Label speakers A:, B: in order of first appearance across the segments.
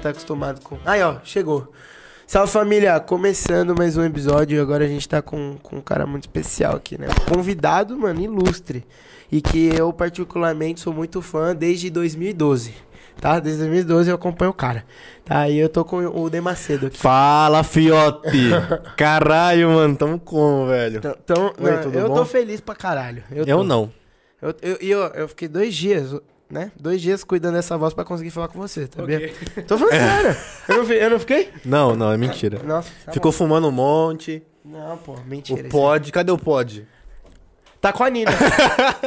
A: tá acostumado com. Aí, ó, chegou. Salve família, começando mais um episódio. Agora a gente tá com, com um cara muito especial aqui, né? Convidado, mano, ilustre. E que eu, particularmente, sou muito fã desde 2012. Tá? Desde 2012 eu acompanho o cara. Tá? E eu tô com o Demacedo aqui.
B: Fala, fiote! Caralho, mano, tamo como, velho?
A: Então, então,
B: Oi,
A: né,
B: tudo
A: eu
B: bom?
A: tô feliz pra caralho.
B: Eu
A: tô.
B: não.
A: Eu, eu, e eu, eu fiquei dois dias, né? Dois dias cuidando dessa voz pra conseguir falar com você, tá vendo? Tô falando sério. Eu não, fi- eu não fiquei?
B: Não, não, é mentira.
A: Nossa, tá
B: Ficou fumando um monte.
A: bom. Não, pô, mentira.
B: o
A: isso é- aí.
B: pod. Cadê o pod?
A: Tá com a Nina.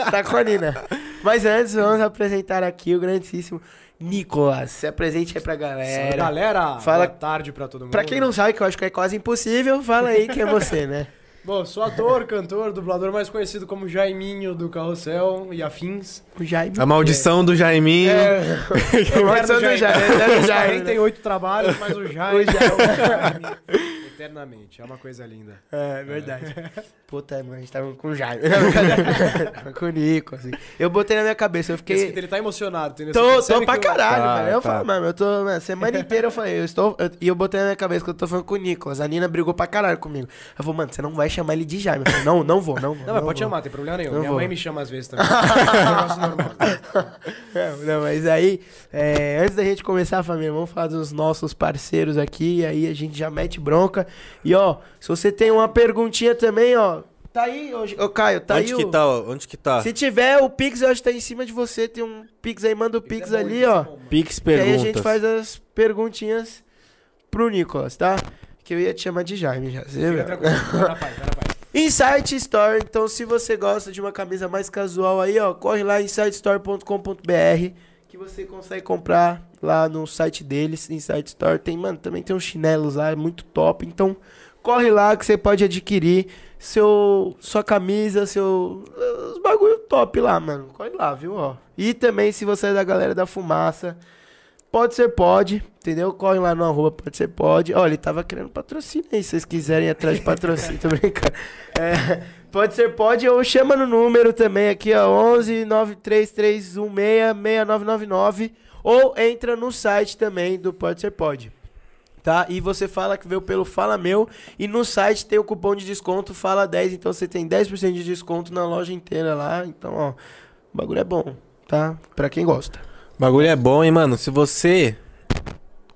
A: tá com a Nina. Mas antes, vamos apresentar aqui o grandíssimo Nicolas. Se apresente aí pra
C: Salve,
A: galera.
C: galera,
A: Fala-
C: boa tarde pra todo mundo.
A: Pra quem não sabe, que eu acho que é quase impossível, fala aí quem é você, né?
C: Bom, sou ator, cantor, dublador mais conhecido como Jaiminho do Carrossel e afins.
A: O Jaime.
B: A maldição do Jaiminho.
A: É, Eu gosto do Jaime. Eterno Jaime, né?
C: 48 trabalhos, mas o Jaime é o Jaime eternamente. É uma coisa linda.
A: É, verdade. Puta, mano, a gente tava com o Jaime. Não, brincadeira. tava com o Nico, assim. Eu botei na minha cabeça, eu
C: Esse
A: fiquei.
C: que Ele tá emocionado. Tem
A: Tô, tô pra caralho,
B: Tá,
A: velho. Eu
B: tá.
A: falo, mano, eu tô. mano, semana inteira eu falei, eu estou. eu- E eu, botei na minha cabeça que eu tô falando com o Nicolas. A Nina brigou pra caralho comigo. Ela falou, mano, você não vai chamar ele de Jaime. Eu falei, não, não vou, não vou.
C: Não, mas pode
A: vou.
C: chamar, tem problema nenhum.
A: Não
C: Minha
A: vou.
C: mãe me chama às vezes também. É um negócio normal.
A: É, Não, mas aí, é, antes da gente começar, família, vamos falar dos nossos parceiros aqui, e aí a gente já mete bronca. E ó, se você tem uma perguntinha também, ó, tá aí, ô, ô Caio, tá
B: Onde
A: aí
B: que
A: o...
B: tá? ó? Onde que tá?
A: Se tiver, o Pix, eu acho que tá em cima de você, tem um Pix aí, manda o Pix ali, ó.
B: Pix
A: E aí
B: perguntas.
A: a gente faz as perguntinhas pro Nicolas, tá? Que eu ia te chamar de Jaime já, você
C: Fica
A: viu?
C: tranquilo, vai na paz, vai na paz.
A: Insight Store, então se você gosta de uma camisa mais casual aí, ó, corre lá em insightstore.com.br que você consegue comprar lá no site deles, Insight Store. Tem, mano, também tem uns chinelos lá, é muito top. Então, corre lá que você pode adquirir seu sua camisa, seu os bagulho top lá, mano. Corre lá, viu, ó. E também se você é da galera da fumaça, Pode ser pode, entendeu? Corre lá no arroba, pode ser pode. Olha, ele tava querendo patrocínio aí, se vocês quiserem ir atrás de patrocínio, tô brincando. É, pode ser pode ou chama no número também aqui, ó, 11 933166999 ou entra no site também do Pode Ser Pode. Tá? E você fala que veio pelo Fala Meu e no site tem o cupom de desconto Fala 10, então você tem 10% de desconto na loja inteira lá. Então, ó, o bagulho é bom, tá? Pra quem gosta.
B: Bagulho é bom, hein, mano? Se você.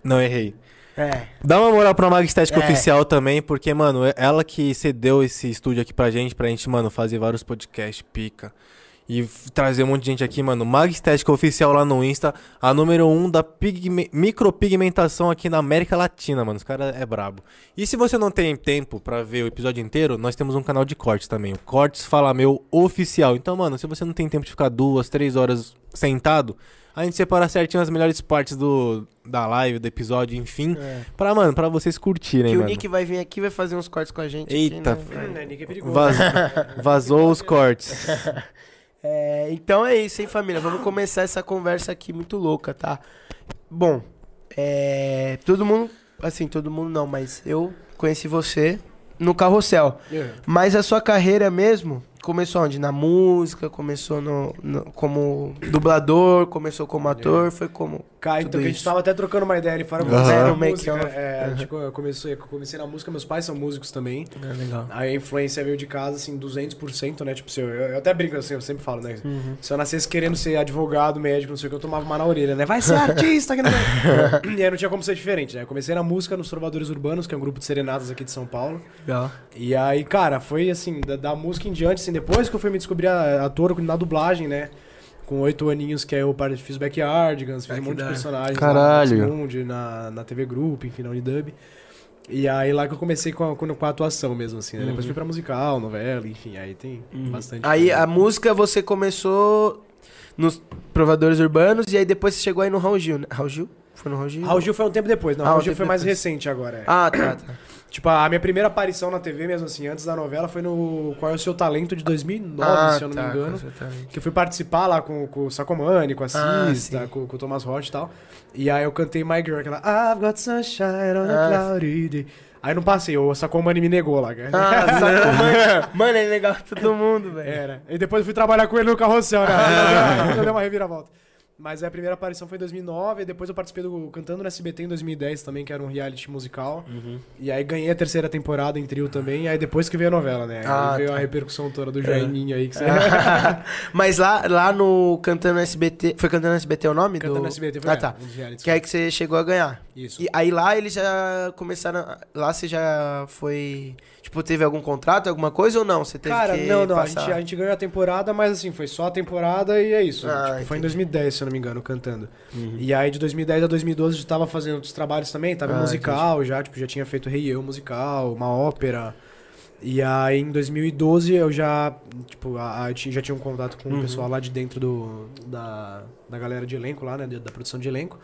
B: Não, errei.
A: É.
B: Dá uma moral pra Mag Estética
A: É.
B: Oficial também, porque, mano, é- ela que cedeu esse estúdio aqui pra gente, pra gente, mano, fazer vários podcasts, pica. E f- trazer um monte de gente aqui, mano. Mag Estética Oficial lá no Insta, a número 1 um da pigme- micropigmentação aqui na América Latina, mano. Os caras é brabo. E se você não tem tempo pra ver o episódio inteiro, nós temos um canal de cortes também. O Cortes Fala Meu Oficial. Então, mano, se você não tem tempo de ficar duas, três horas sentado, a gente separa certinho as melhores partes do, da live, do episódio, enfim. Pra, mano, pra vocês curtirem,
A: É. Que o
B: mano.
A: Nick vai vir aqui e vai fazer uns cortes com a gente.
B: Eita,
A: aqui, né?
C: Hum, é, ninguém é perigoso.
B: Vaz- Vazou os cortes.
A: É, então é isso, hein, família? Vamos começar essa conversa aqui muito louca, tá? Bom, é, todo mundo. Assim, todo mundo não, mas eu conheci você no carrossel.
C: É.
A: Mas a sua carreira mesmo começou onde? Na música, começou no, no- como dublador, começou como ator, foi como.
C: Cara,
A: tudo
C: então que a gente
A: isso.
C: tava até trocando uma ideia ali fora.
B: Aham.
C: comecei na
A: Era um make
C: música,
A: off.
C: é, a gente co- eu comecei, eu comecei na música, meus pais são músicos também.
A: É, legal.
C: A influência veio de casa, assim, 200%, né? Tipo, se eu, eu, eu até brinco, assim, eu sempre falo, né? Se eu nascesse querendo ser advogado, médico, não sei o que, eu tomava uma na orelha, né? Vai ser artista! que não vai. e aí não tinha como ser diferente, né? Eu comecei na música nos Trovadores Urbanos, que é um grupo de serenatas aqui de São Paulo.
A: Legal.
C: E aí, cara, foi assim, da, da música em diante, assim, depois que eu fui me descobrir a- ator na dublagem, né? Com oito aninhos, que aí eu par- fiz Backyardigans, fiz
A: Ah,
C: um
A: que
C: monte de
A: da hora.
C: personagens
B: Caralho.
C: lá no Mundo, na, na TV Group, enfim, na Unidub. E aí lá que eu comecei com a, com a atuação mesmo, assim, né? Depois fui pra musical, novela, enfim, aí tem bastante.
A: Uhum. Aí
C: coisa.
A: a música você começou nos provadores urbanos e aí depois você chegou aí no Raul Gil, né? Raul Gil? Foi no Raul Gil?
C: Raul Gil foi um tempo depois, não.
A: Ah,
C: Raul
A: um
C: Gil
A: tempo
C: foi mais
A: depois.
C: recente agora, é.
A: Ah, tá, tá.
C: Tipo, a minha primeira aparição na TV mesmo, assim, antes da novela, foi no Qual é o Seu Talento de 2009,
A: ah,
C: se eu não
A: tá,
C: me engano.
A: exatamente.
C: Que eu fui participar lá com, com o Sacomani, com a
A: Ah,
C: Cista,
A: sim.
C: com, com o Thomas Roth e tal. E aí eu cantei My Girl, aquela I've got sunshine on
A: Ah,
C: a cloudy day. Aí não passei, o Sacomani me negou lá, cara.
A: Ah, sacou, mano. Mano, é legal todo mundo, velho. Ah.
C: Era. E depois eu fui trabalhar com ele no carrossel, né? Aí deu uma reviravolta. Mas a primeira aparição foi em 2009, e depois eu participei do Cantando no SBT em 2010 também, que era um reality musical.
A: Uhum.
C: E aí ganhei a terceira temporada em trio também, e aí depois que veio a novela, né? Aí
A: Ah,
C: veio
A: tá. É.
C: a repercussão toda do joinha aí que você...
A: Mas lá, lá no Cantando SBT. Foi Cantando SBT o nome?
C: Cantando
A: do...
C: SBT foi
A: Ah,
C: é,
A: tá.
C: um dos realities.
A: Que é aí que você chegou a ganhar.
C: Isso.
A: E aí lá eles já começaram. a- Lá você já foi. Tipo, teve algum contrato, alguma coisa ou não? Você teve
C: Cara,
A: que
C: não, não. A
A: passar?
C: gente, a gente ganhou a temporada, mas assim, foi só a temporada e é isso.
A: Ah,
C: Tipo,
A: entendi.
C: foi em 2010, se eu não me engano, cantando.
A: Uhum.
C: E aí de 2010 a 2012 eu tava fazendo outros trabalhos também, tava em
A: Ah,
C: musical já, tipo, já tinha feito Rei Eu musical, uma ópera. E aí em 2012 eu já, tipo, a, a- eu ti- já tinha um contato
A: Uhum.
C: com o pessoal lá de dentro do, da, da galera de elenco lá, né, de- da produção de elenco.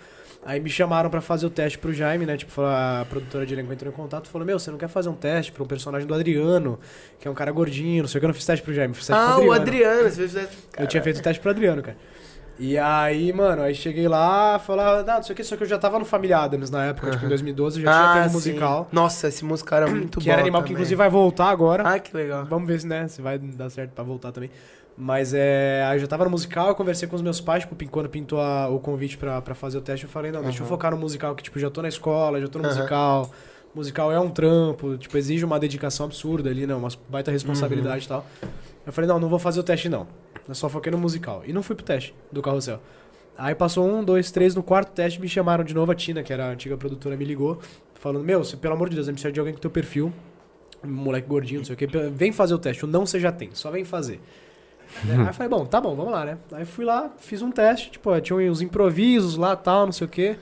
C: Aí me chamaram pra fazer o teste pro Jaime, né? Tipo, falou- a produtora de elenco entrou em contato e falou: Meu, você não quer fazer um teste pra um personagem do Adriano, que é um cara gordinho, não sei o que, eu não fiz teste pro Jaime, fiz teste
A: Ah,
C: pro
A: o Adriano. é- Você fez...
C: né? eu tinha feito o teste pro Adriano, cara. E aí, mano, aí cheguei lá, falava, não, não sei o que, só que eu já tava no Family Adams na época, tipo, em 2012, eu já tinha
A: ah,
C: pego
A: sim.
C: musical.
A: Nossa, esse musical era muito
C: que
A: bom.
C: era animal que
A: também.
C: inclusive vai voltar agora.
A: Ah, que legal.
C: Vamos ver se, né, se vai dar certo pra voltar também. Mas é. Aí eu já tava no musical, eu conversei com os meus pais, tipo, pin- quando pintou a- o convite pra, pra fazer o teste, eu falei, não, deixa eu focar no musical, que, tipo, já tô na escola, já tô no
A: Aham.
C: musical. Musical é um trampo, tipo, exige uma dedicação absurda ali, né? Uma baita responsabilidade e tal. Eu falei, não, não vou fazer o teste, não. Eu só foquei no musical. E não fui pro teste do carrossel. Aí passou um, dois, três, no quarto teste me chamaram de novo, a Tina, que era a antiga produtora, me ligou, falando, meu, você, pelo amor de Deus, eu preciso de alguém com teu perfil, um moleque gordinho, não sei o quê, pe- vem fazer o teste, o não você já tem, só vem fazer. Né?
A: Hum.
C: Aí eu falei, bom, tá bom, vamos lá, né? Aí fui lá, fiz um teste, tipo, ó, tinha uns improvisos lá, tal, não sei o quê.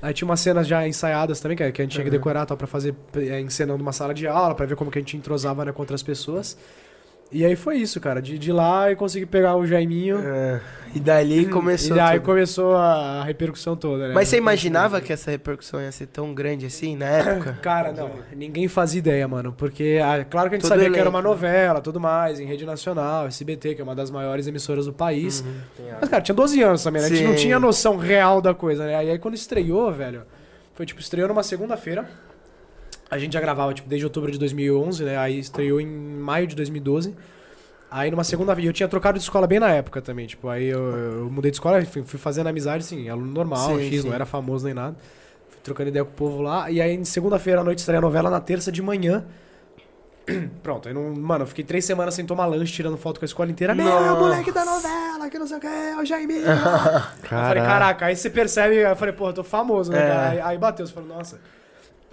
C: Aí tinha umas cenas já ensaiadas também, que que a gente tinha
A: Uhum.
C: que decorar, tal, pra fazer, é, encenando uma sala de aula, pra ver como que a gente entrosava, né, com outras pessoas. E aí foi isso, cara, de, de lá eu consegui pegar o Jaiminho...
A: Ah, e dali começou.
C: Hum, E aí
A: tudo.
C: começou a repercussão toda, né?
A: Mas você imaginava que essa repercussão ia ser tão grande assim na época?
C: Cara, não, ninguém fazia ideia, mano. Porque, ah, claro que a gente
A: Todo
C: sabia que
A: elenco,
C: era uma
A: né?
C: novela, tudo mais, em rede nacional, SBT, que é uma das maiores emissoras do país. Mas, cara, tinha 12 anos também, né? A gente não
A: Uhum. Sim.
C: tinha noção real da coisa, né? E aí quando estreou, velho, foi tipo, estreou numa segunda-feira. A gente já gravava, tipo, desde outubro de 2011, né? Aí estreou em maio de 2012. Aí numa segunda-feira, eu tinha trocado de escola bem na época também, tipo, aí eu, eu mudei de escola, fui, fui fazendo amizade, assim, aluno normal,
A: Sim,
C: X,
A: sim.
C: não era famoso nem nada. Fui trocando ideia com o povo lá, e aí em segunda-feira à noite estreia a novela, na terça de manhã. Pronto, aí não. Mano, eu fiquei três semanas sem tomar lanche, tirando foto com a escola inteira. Meu,
A: Nossa.
C: moleque da novela, que não sei o que, é o Jaime. Eu falei,
B: Caraca.
C: caraca, aí você percebe, eu falei, porra, eu tô famoso, né,
A: É.
C: cara? Aí, aí bateu, você falou, nossa.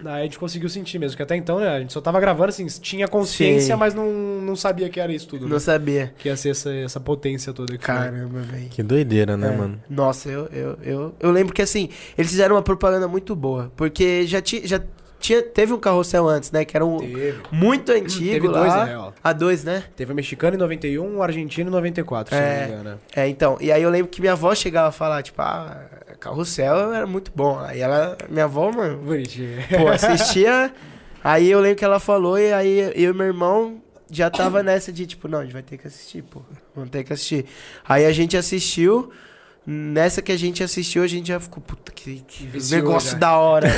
C: Aí a gente conseguiu sentir mesmo, que até então, né, a gente só tava gravando, assim, tinha consciência,
A: Sim.
C: mas não, não sabia que era isso tudo, né?
A: Não sabia.
C: Que ia ser essa, essa potência toda. que foi.
A: Caramba, velho.
B: Que doideira, né,
A: É.
B: mano?
A: Nossa, eu, eu, eu, eu lembro que assim, eles fizeram uma propaganda muito boa. Porque já, ti, já tinha, teve um carrossel antes, né? Que era um
C: Teve.
A: muito antigo.
C: Teve
A: lá.
C: dois, na real.
A: A dois, né?
C: Teve o mexicano em 91, o argentino em 94, se
A: É.
C: não me engano. né?
A: É, então. E aí eu lembro que minha avó chegava a falar, tipo, ah, carrossel era muito bom. Aí ela, minha avó, mano,
C: Bonitinho.
A: pô, assistia. aí eu lembro que ela falou, e aí eu e meu irmão já tava nessa de, tipo, não, a gente vai ter que assistir, pô. Vamos ter que assistir. Aí a gente assistiu. Nessa que a gente assistiu, a gente já ficou, puta, que, que
C: Viciou
A: negócio
C: já.
A: da hora. né?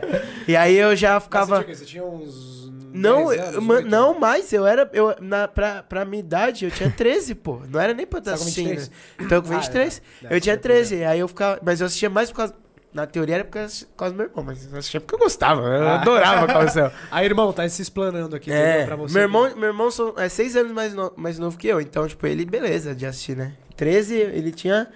A: É. E aí eu já ficava.
C: Você tinha uns.
A: Não,
C: 10 anos,
A: eu- ma-
C: oito?
A: não mais, eu era. Eu, na, pra, pra minha idade, eu tinha 13, pô. Não era nem pra estar
C: Tá com
A: assistindo.
C: 23?
A: Então, com
C: Ah,
A: 23,
C: é,
A: eu
C: é,
A: tinha
C: é,
A: 13. Aí eu ficava. Mas eu assistia mais por causa. Na teoria era por causa, por causa do meu irmão, mas eu assistia porque eu gostava. Eu
C: Ah.
A: adorava carrossel.
C: Aí, irmão, tá se explanando aqui
A: é,
C: pra você.
A: meu irmão, meu irmão são, é seis anos mais, no- mais novo que eu. Então, tipo, ele, beleza, de assistir, né? 13, ele tinha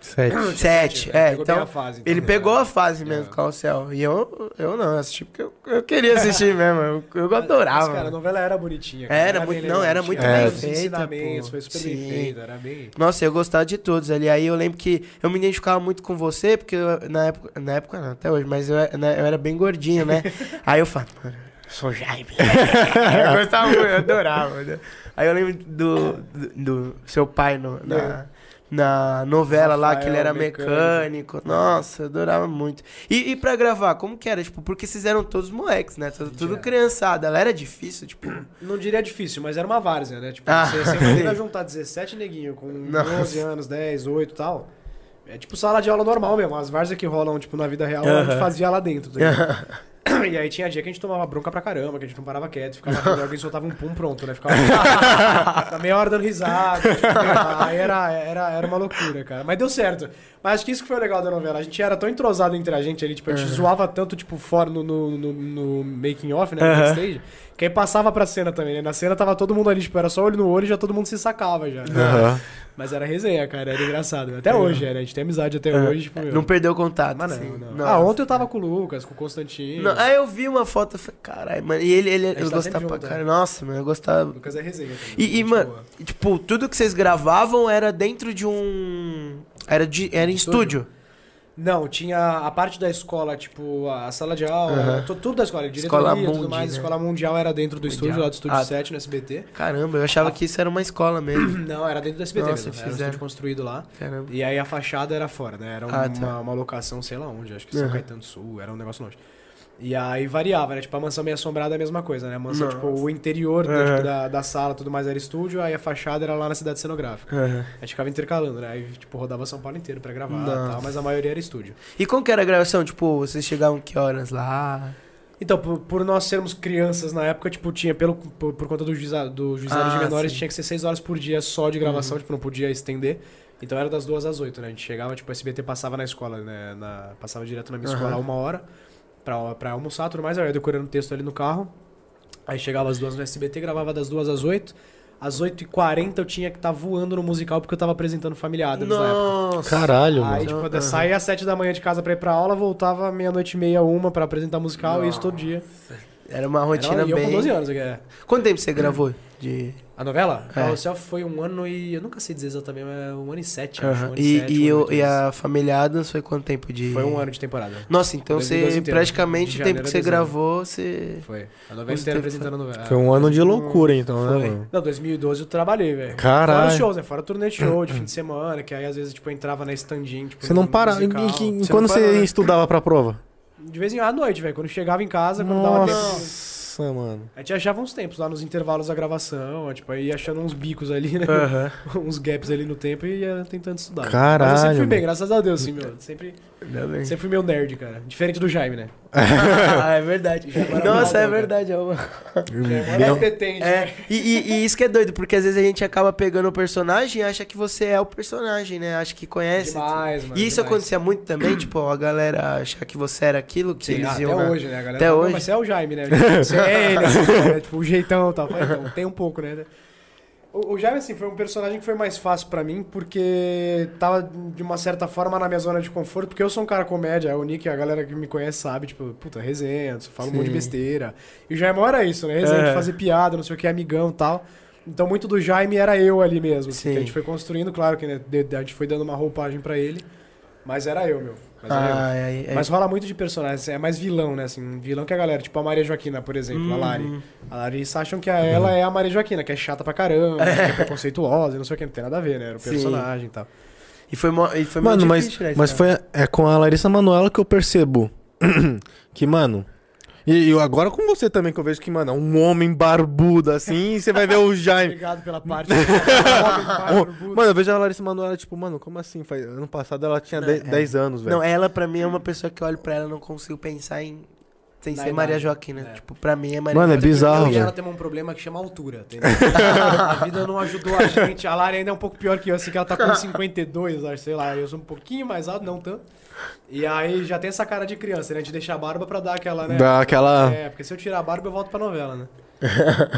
B: Sete.
A: sete
C: Ele
A: É,
C: pegou bem
A: então.
C: a fase, então.
A: Ele pegou a fase mesmo
C: É.
A: do carrossel. E eu, eu não, eu assisti porque eu, eu queria assistir mesmo. Eu, eu adorava.
C: Mas, cara, a novela era bonitinha. cara.
A: Era muito-
C: bem
A: não, era
C: legal,
A: muito
C: tinha
B: bem
C: os
A: feita,
C: ensinamentos,
A: pô.
C: Foi super
A: Sim.
C: bem feita, era bem.
A: Nossa, eu gostava de todos ali. Aí eu lembro que eu me identificava muito com você, porque eu- na época, na época não, até hoje, mas eu, era- né, eu era bem gordinho, né? Aí eu falava, mano, eu sou Jaime. eu gostava muito, eu adorava. né? Aí eu lembro do, do, do seu pai no- na, É. na novela lá, que ele era
C: Rafael,
A: mecânico.
C: mecânico.
A: Nossa, eu adorava muito. E, e pra gravar, como que era? Tipo, porque vocês eram todos moleques, né? Tudo, tudo
C: era.
A: criançada. Ela era difícil, tipo...
C: Não diria difícil, mas era uma várzea, né? Tipo,
A: Ah,
C: você, você imagina
A: sim.
C: juntar 17 neguinho com
A: Nossa.
C: 11 anos, 10, 8 e tal. É tipo sala de aula normal mesmo. As várzeas que rolam, tipo, na vida real, a gente
A: Aham.
C: fazia lá dentro. tá ligado? E aí tinha dia que a gente tomava bronca pra caramba, que a gente não parava quieto, ficava rindo, alguém soltava um pum pronto, né? Ficava ficava meia hora dando risada. tipo, aí era, era, era uma loucura, cara. Mas deu certo. Mas acho que isso que foi o legal da novela. A gente era tão entrosado entre a gente ali, tipo, a gente zoava tanto, tipo, fora no, no, no- no making off, né? No backstage, que aí passava pra cena também, né? Na cena tava todo mundo ali, tipo, era só olho no olho e já todo mundo se sacava já. né?
B: Aham.
C: Mas era resenha, cara, era engraçado. Até hoje, é, né? A gente tem amizade até hoje, tipo, meu.
A: Não perdeu o contato.
C: Mas
A: assim.
C: não, não.
A: Não.
C: Ah, ontem eu tava com o Lucas, com o Constantino.
A: Não, é- aí eu vi uma foto e falei, caralho, mano. E ele, ele
C: gente
A: eu
C: tá
A: gostava
C: sempre
A: pra
C: junto,
A: caralho. Nossa, mano, eu gostava.
C: O Lucas é resenha. também,
A: E, e,
C: gente
A: mano,
C: boa.
A: e, tipo, tudo que vocês gravavam era dentro de um. Era, de, era em
C: Estúdio?
A: estúdio.
C: Não, tinha a parte da escola, tipo, a sala de aula,
A: Aham.
C: tu- tudo da escola, diretoria,
A: Escola
C: tudo
A: Mundi,
C: mais.
A: né?
C: Escola Mundial era dentro do estúdio,
A: Mundial.
C: lá do Estúdio
A: Ah.
C: 7, no SBT.
A: Caramba, eu
C: Ah.
A: achava que isso era uma escola mesmo.
C: Não, era dentro do SBT
A: Nossa,
C: mesmo, era um
A: fizeram.
C: estúdio construído lá.
A: Caramba.
C: E aí a fachada era fora, né? Era
A: Ah,
C: uma,
A: tá.
C: uma locação, sei lá onde, acho que São
A: Aham.
C: Caetano do Sul, era um negócio longe. E aí variava, né? Tipo, a mansão meio assombrada é a mesma coisa, né? A mansão, tipo, o interior né,
A: Aham.
C: tipo, da, da sala tudo mais era estúdio, aí a fachada era lá na cidade cenográfica.
A: Aham.
C: A gente ficava intercalando, né? Aí, tipo, rodava São Paulo inteiro pra gravar e tal,
A: Nossa.
C: mas a maioria era estúdio.
A: E como que era a gravação? Tipo, vocês chegavam que horas lá?
C: Então, por, por nós sermos crianças na época, tipo, tinha, pelo, por, por conta do juizado, do juizado
A: Ah,
C: de menores,
A: sim. Uhum.
C: tinha que ser 6 horas por dia só de gravação, tipo, não podia estender. Então era das duas às 8, né? A gente chegava, tipo, o SBT passava na escola, né? Na- passava direto na minha
A: Aham.
C: escola uma hora pra, pra almoçar, tudo mais. Aí eu ia decorando o texto ali no carro. Aí chegava às duas no SBT, gravava das duas às 8. Às 8h40 eu tinha que estar voando no musical porque eu tava apresentando Familiada na Ah, época.
B: Caralho,
C: Aí,
B: mano.
C: tipo, eu
A: Aham.
C: saía às 7 da manhã de casa pra ir pra aula, voltava meia-noite e meia, uma pra apresentar musical, e isso todo dia.
A: Era uma
C: Era-
A: rotina
C: e eu com
A: bem.
C: 12 anos, é.
A: Quanto tempo você gravou? De...
C: A novela?
A: É.
C: Carrossel foi um ano e. Eu nunca sei dizer exatamente, mas um ano e sete, acho. Um
A: Aham.
C: ano
A: E,
C: sete,
A: e,
C: um ano
A: eu,
C: oito
A: e
C: meses.
A: a família Adams foi quanto tempo de.
C: Foi um ano de temporada.
A: Nossa, então
C: Dois
A: você
C: milhões inteiro,
A: praticamente
C: de
A: o tempo
C: janeiro
A: que
C: a
A: você
C: dezembro.
A: gravou, você.
C: Foi. A novela
A: Quanto
C: inteira
A: tempo foi?
C: apresentando a novela.
B: Foi um ano de loucura, então, né,
A: Foi. um
B: mano?
C: Não, 2012 eu trabalhei, velho.
B: Caralho.
C: Fora os shows, né? Fora turnê de show, de fim de semana, que aí às vezes, tipo, eu entrava na standinha, tipo.
B: Você não
C: no
B: para. E,
C: musical.
B: e que-
A: Você
B: quando
A: não
B: você
A: para, né?
B: estudava pra prova?
C: De vez em à noite, velho. Quando chegava em casa, quando dava tempo.
B: Nossa, mano.
C: A gente achava uns tempos lá nos intervalos da gravação, tipo, aí ia achando uns bicos ali, né?
A: Aham.
C: uns gaps ali no tempo e ia tentando estudar. Mas eu sempre
B: Caralho.
C: fui bem,
B: mano.
C: graças a Deus, assim, meu. Sempre,
A: Ainda bem.
C: sempre fui meu nerd, cara. Diferente do Jaime, né?
A: ah, é verdade.
C: Já era
A: Nossa,
C: uma
A: é
C: boa,
A: verdade. É, uma...
C: Jaime
B: Bem-
C: pretende.
A: é e, e- e isso que é doido, porque às vezes a gente acaba pegando o personagem e acha que você é o personagem, né? Acha que conhece.
C: Demais, mano.
A: e isso
C: demais.
A: acontecia muito também, tipo, a galera achar que você era aquilo que
C: Sim,
A: eles
C: até
A: iam. na-
C: hoje, né? A galera
A: Até
C: fala, "Não,
A: hoje.
C: Mas você é o Jaime, né? Você é ele, assim, né? tipo, o jeitão e tal. Fala, então, tem um pouco, né? O, o Jaime, assim, foi um personagem que foi mais fácil pra mim, porque tava, de uma certa forma, na minha zona de conforto, porque eu sou um cara comédia, o Nick, a galera que me conhece sabe, tipo, puta, resenha, fala um monte de
A: Sim.
C: besteira. E o Jaime era isso, né? Resenha
A: É.
C: de fazer piada, não sei o que, amigão e tal. Então, muito do Jaime era eu ali mesmo, assim,
A: Sim.
C: que a gente foi construindo, claro que né, de- de- a gente foi dando uma roupagem pra ele, mas era eu, meu. Mas era eu.
A: Ah, é, é,
C: Mas rola muito de personagens, é mais vilão, né? Assim, um vilão que a galera, tipo a Maria Joaquina, por exemplo, a
A: Hum.
C: Lari. A Larissa acham que a ela é a Maria Joaquina, que é chata pra caramba, que é preconceituosa, não sei o que, não tem nada a ver, né? Era o
A: Sim.
C: personagem e tal.
A: E foi, mó- e foi
B: Mano,
A: muito
B: mas,
A: difícil, né,
B: mas
A: cara?
B: foi é com a Larissa Manoela que eu percebo que, mano. E, e agora com você também, que eu vejo que, mano, é um homem barbudo assim, e você vai ver o Jaime.
C: Obrigado pela parte. mano,
B: Mano, eu vejo a Larissa Manoela, tipo, mano, como assim? Faz- Ano passado ela tinha de- 10 anos, velho.
A: Não, ela pra mim é uma pessoa que eu olho pra ela e não consigo pensar em. Sem
C: Na
A: ser
C: idade.
A: Maria Joaquina.
C: É.
A: Tipo, pra mim é Maria
B: Mano, é
A: Joaquina.
B: bizarro,
C: eu e ela
B: velho.
C: temos um problema que chama altura, entendeu? a vida não ajudou a gente. A Lari ainda é um pouco pior que eu, assim, que ela tá com 52, acho, sei lá. Eu sou um pouquinho mais alto, não tanto. E aí já tem essa cara de criança, né? De deixar a barba pra dar aquela, né?
B: Dá aquela.
C: É, porque se eu tirar a barba, eu volto pra novela, né?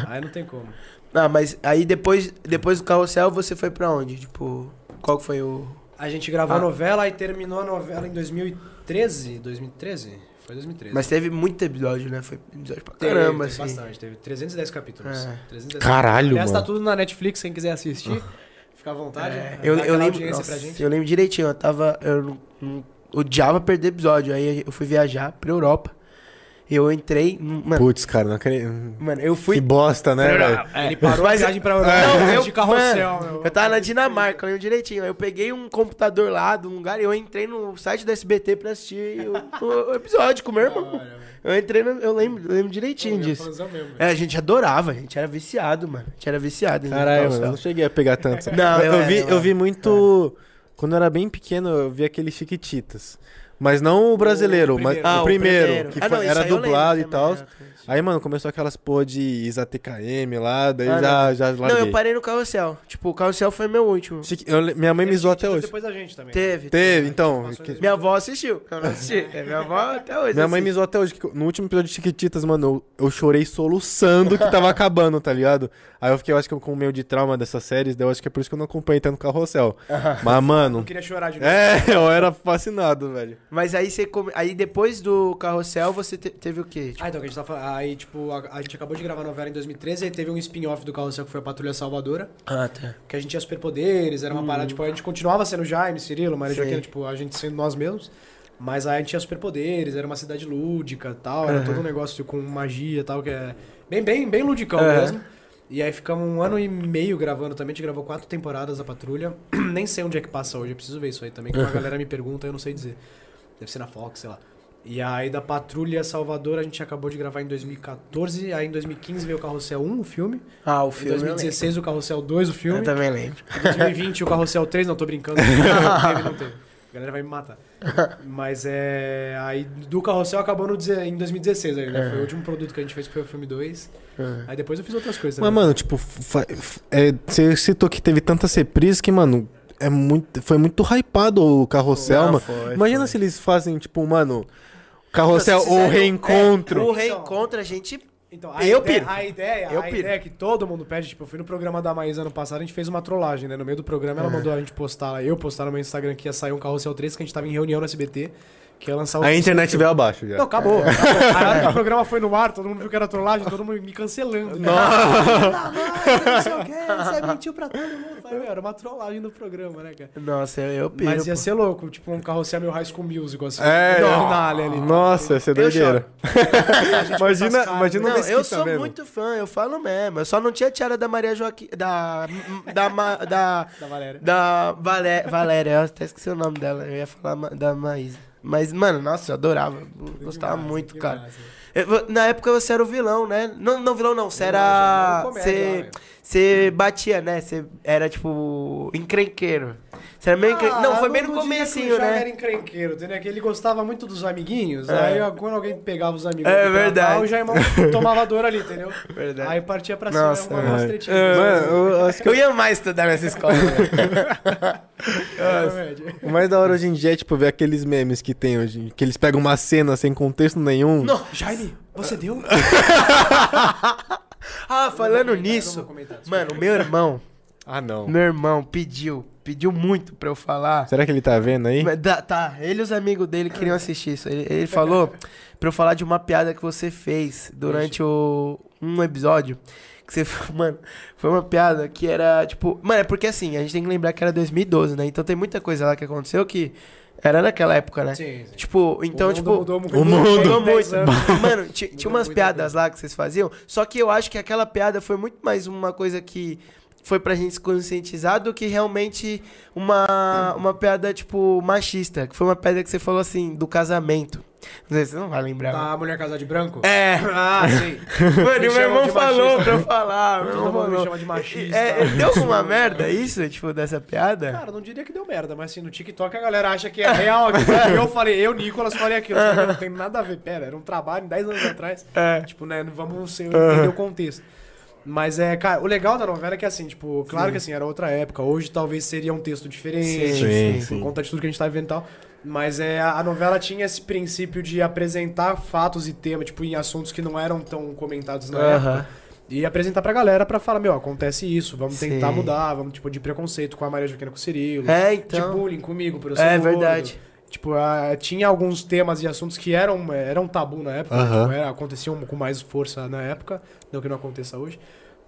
C: Aí não tem como.
A: Ah, mas aí depois, depois do carrossel você foi pra onde? Tipo, qual que foi o.
C: A gente gravou
A: Ah.
C: a novela e terminou a novela em 2013? 2013? Foi 2013.
A: Mas teve muito episódio, né? Foi episódio pra
C: Teve-
A: caramba,
C: teve
A: assim.
C: bastante, teve 310 capítulos.
A: É.
C: 310
B: Caralho,
C: Aliás, tá
B: mano.
C: tudo na Netflix, quem quiser assistir, fica
B: Tá,
C: à vontade.
A: É,
C: dá
A: eu, eu
C: aquela
A: lembro,
C: audiência
A: nossa,
C: pra gente.
A: eu lembro direitinho, eu tava. Eu não- não- odiava perder episódio. Aí eu fui viajar pra Europa. Eu entrei. num- Mano,
B: Putz, cara, não acredito.
A: mano eu
B: Que
A: fui.
B: bosta, né, velho?
C: Ele parou a
A: Mas- é,
C: viagem pra
A: Não,
C: Europa
A: eu,
C: de carrossel.
A: mano,
C: meu.
A: eu tava na Dinamarca, eu lembro direitinho. Aí Eu peguei um computador lá de um lugar e eu entrei no site do SBT pra assistir o, o episódio com o meu
C: Da
A: irmão.
C: hora, velho.
A: Eu entrei, no, eu lembro, eu lembro direitinho
C: Pô, meu
A: disso.
C: fãzão mesmo, velho.
A: É, a gente adorava, a gente era viciado, mano. A gente era viciado. em
B: Caralho,
A: Carrossel.
B: mano, eu não cheguei a pegar tanto. é,
A: Não,
B: eu,
A: eu
B: vi,
A: era, eu
B: É. eu vi muito. Quando eu era bem pequeno, eu vi aquele Chiquititas. Mas não o brasileiro,
C: primeiro.
B: mas
A: Ah,
B: o
A: o
B: primeiro,
A: primeiro.
B: que
A: Ah,
B: foi-
A: não, isso
B: era
A: aí eu
B: dublado e
A: lembro
B: tal.
A: também, é, tem isso.
B: Aí, mano, começou aquelas porra de Isa TKM lá, daí
A: Ah,
B: já,
A: Não,
B: já
A: eu
B: larguei.
A: parei no carrossel. Tipo, o carrossel foi meu último.
B: Chique- eu le- minha mãe me zoou até hoje.
C: Depois da gente também.
A: Teve.
B: Teve, então. que-
A: né? Minha avó assistiu. Eu não assisti. É, minha avó até hoje.
B: Minha mãe me
A: assiste.
B: zoou até hoje. que No último episódio de Chiquititas, mano, eu, eu chorei soluçando que tava acabando, tá ligado? Aí eu fiquei, eu acho que com meio de trauma dessas séries, daí eu acho que é por isso que eu não acompanhei tanto carrossel. Mas, mano.
C: Eu queria chorar de novo.
B: É, eu era fascinado, velho.
A: Mas aí você come... Aí depois do carrossel você te- teve o quê? Tipo,
C: Ah, então, que a gente tá falando. Aí, tipo, a, a gente acabou de gravar a novela em 2013 e teve um spin-off do Carrossel que foi a Patrulha Salvadora.
A: ah, tá.
C: Que a gente tinha superpoderes,
A: Uhum.
C: era uma parada, tipo, a gente continuava sendo Jaime, Cirilo, Maria
A: Sei.
C: Joaquina, tipo, a gente sendo nós mesmos. Mas aí a gente tinha superpoderes, era uma cidade lúdica tal, era
A: Uhum.
C: todo um negócio com magia tal, que é bem, bem, bem ludicão
A: Aham.
C: mesmo. E aí ficamos um ano e meio gravando também, a gente gravou quatro temporadas da Patrulha. Nem sei onde é que passa hoje, eu preciso ver isso aí também, que
A: Uhum.
C: uma galera me pergunta, eu não sei dizer. Deve ser na Fox, sei lá. E aí da Patrulha Salvador a gente acabou de gravar em 2014, aí em 2015 veio o Carrossel 1, o filme.
A: Ah, o
C: Em
A: filme.
C: 2016 o Carrossel 2, o
A: Eu,
C: filme.
A: lembro. eu também lembro.
C: 2020 o Carrossel 3, não, tô brincando. Não teve, não teve. A galera vai me matar. Mas é. Aí do Carrossel acabou no, deze- em 2016 aí, né? Foi o último produto que a gente fez, que foi o filme 2. Aí depois eu fiz outras coisas.
B: Mas,
C: também.
B: mano, tipo, fa- f- é, você citou que teve tantas reprises que, mano, é muito, foi muito hypado o carrossel,
A: Não,
B: mano.
A: foi,
B: Imagina
A: foi.
B: se eles fazem, tipo, mano, carrossel
A: Não, se
B: ou
A: fizeram-
B: é reencontro.
A: é, o reencontro a gente.
C: Então, a
A: eu
C: ideia,
A: piro.
C: a ideia,
A: Eu
C: a
A: piro.
C: ideia que todo mundo pede, tipo, eu fui no programa da Maísa ano passado, a gente fez uma trollagem, né? No meio do programa ela mandou a gente postar, eu postar no meu Instagram que ia sair um Carrossel 3, que a gente tava em reunião no SBT, que ia lançar o
B: A internet veio abaixo já.
C: Não, acabou.
A: É.
C: acabou. Aí, na hora que o programa foi no ar, todo mundo viu que era trollagem, todo mundo me cancelando. Nossa! não sei o quê, você mentiu pra todo mundo. Eu falei, meu, era uma trollagem do programa, né, cara?
A: Nossa, eu, eu piro.
C: Mas ia
A: pô.
C: ser louco, tipo um carrossel meu High School Musical, assim.
B: É,
C: na
B: não.
C: Finale ali.
B: Nossa, ia ser
A: Eu choro.
B: doideira. imagina,
C: caras.
B: imagina o
A: Não,
B: Mesquita,
A: eu sou
B: velho.
A: muito fã, eu falo mesmo. Eu só não tinha tiara da Maria Joaquim. Da. Da. Ma- da,
C: Da Valéria.
A: da Valé- Valéria. Eu até esqueci o nome dela. Eu ia falar ma- da Maísa. Mas, mano, nossa, eu adorava. eu Gostava
C: massa,
A: muito,
C: que
A: cara.
C: massa.
A: Eu vou- na época você era o vilão, né? Não, não vilão não, você
C: já era
A: era.
C: o comédia né? lá,
A: Você.
C: velho.
A: Você batia, né? Você era tipo. encrenqueiro. Você era meio encren... Não,
C: Ah,
A: foi bem no
C: diria que
A: comecinho,
C: o Jaime era
A: né?
C: encrenqueiro, entendeu? É Que ele gostava muito dos amiguinhos.
A: É.
C: Aí ó, quando alguém pegava os amigos,
A: É
C: pra matar,
A: verdade.
C: o Jaimão tomava dor ali, entendeu?
A: Verdade.
C: Aí partia pra cima,
A: Nossa,
C: Nossa, uma, assim, umas
B: é.
C: tretinhas.
B: Mano, eu acho que
A: Eu ia mais estudar nessa escola. né? É.
C: Exatamente.
B: o mais da hora hoje em dia é, tipo, ver aqueles memes que tem hoje. em dia, Que eles pegam uma cena sem contexto nenhum.
A: Não,
C: Jaime, você deu?
A: ah, falando nisso. Mano, meu irmão,
B: Ah, não.
A: meu irmão pediu, pediu muito pra eu falar.
B: Será que ele tá vendo aí?
A: Mas dá- tá, ele e os amigos dele
C: É.
A: queriam assistir isso. Ele, ele falou pra eu falar de uma piada que você fez durante o, um episódio. Que você, fa- mano, foi uma piada que era tipo. Mano, é porque assim, a gente tem que lembrar que era 2012, né? Então tem muita coisa lá que aconteceu que era naquela época, né?
C: Sim, sim.
A: Tipo, então,
C: o mundo
A: tipo.
C: mudou muito.
B: o mundo
A: Mudou muito.
C: Dez anos.
A: Mano, ti- tinha
C: Mudou
A: umas
C: muita
A: piadas lá que vocês faziam, só que eu acho que aquela piada foi muito mais uma coisa que foi pra gente se conscientizar do que realmente uma, uma piada, tipo, machista. Que foi uma piada que você falou assim, do casamento. Não sei, você não vai lembrar.
C: A mulher casada de branco?
A: É.
C: Ah, sim.
A: Mano,
C: Tá. Me
A: e meu
C: chama
A: irmão
C: de
A: falou
C: machista.
A: pra eu falar. Meu
C: Todo
A: irmão
C: mundo me
A: falou.
C: chama de machista.
A: É, deu alguma merda isso, tipo, dessa
B: É.
A: piada?
C: Cara, não diria que deu merda, mas assim, no TikTok a galera acha que é real. que eu falei, eu, Nicolas, falei aquilo. Eu falei, Não tem nada a ver, pera, era um trabalho 10 anos atrás.
A: É.
C: Tipo, né, não vamos ser- entender o contexto. Mas é, cara, o legal da novela é que assim, tipo, claro que assim, era outra época. Hoje talvez seria um texto diferente.
B: Sim,
C: por conta de tudo que a gente tá vivendo e tal. Mas é, a a novela tinha esse princípio de apresentar fatos e temas, tipo, em assuntos que não eram tão comentados na
A: Aham.
C: época. E apresentar pra galera pra falar, meu, acontece isso, vamos
A: Sim.
C: tentar mudar, vamos, tipo, de preconceito com a Maria Joaquina com o Cirilo.
A: É,
C: De
A: então.
C: bullying comigo, por eu ser
A: É
C: gordo.
A: verdade.
C: Tipo, ah, tinha alguns temas e assuntos que eram, eram tabu na época,
B: Aham.
C: tipo, era- aconteciam com mais força na época, não que não aconteça hoje.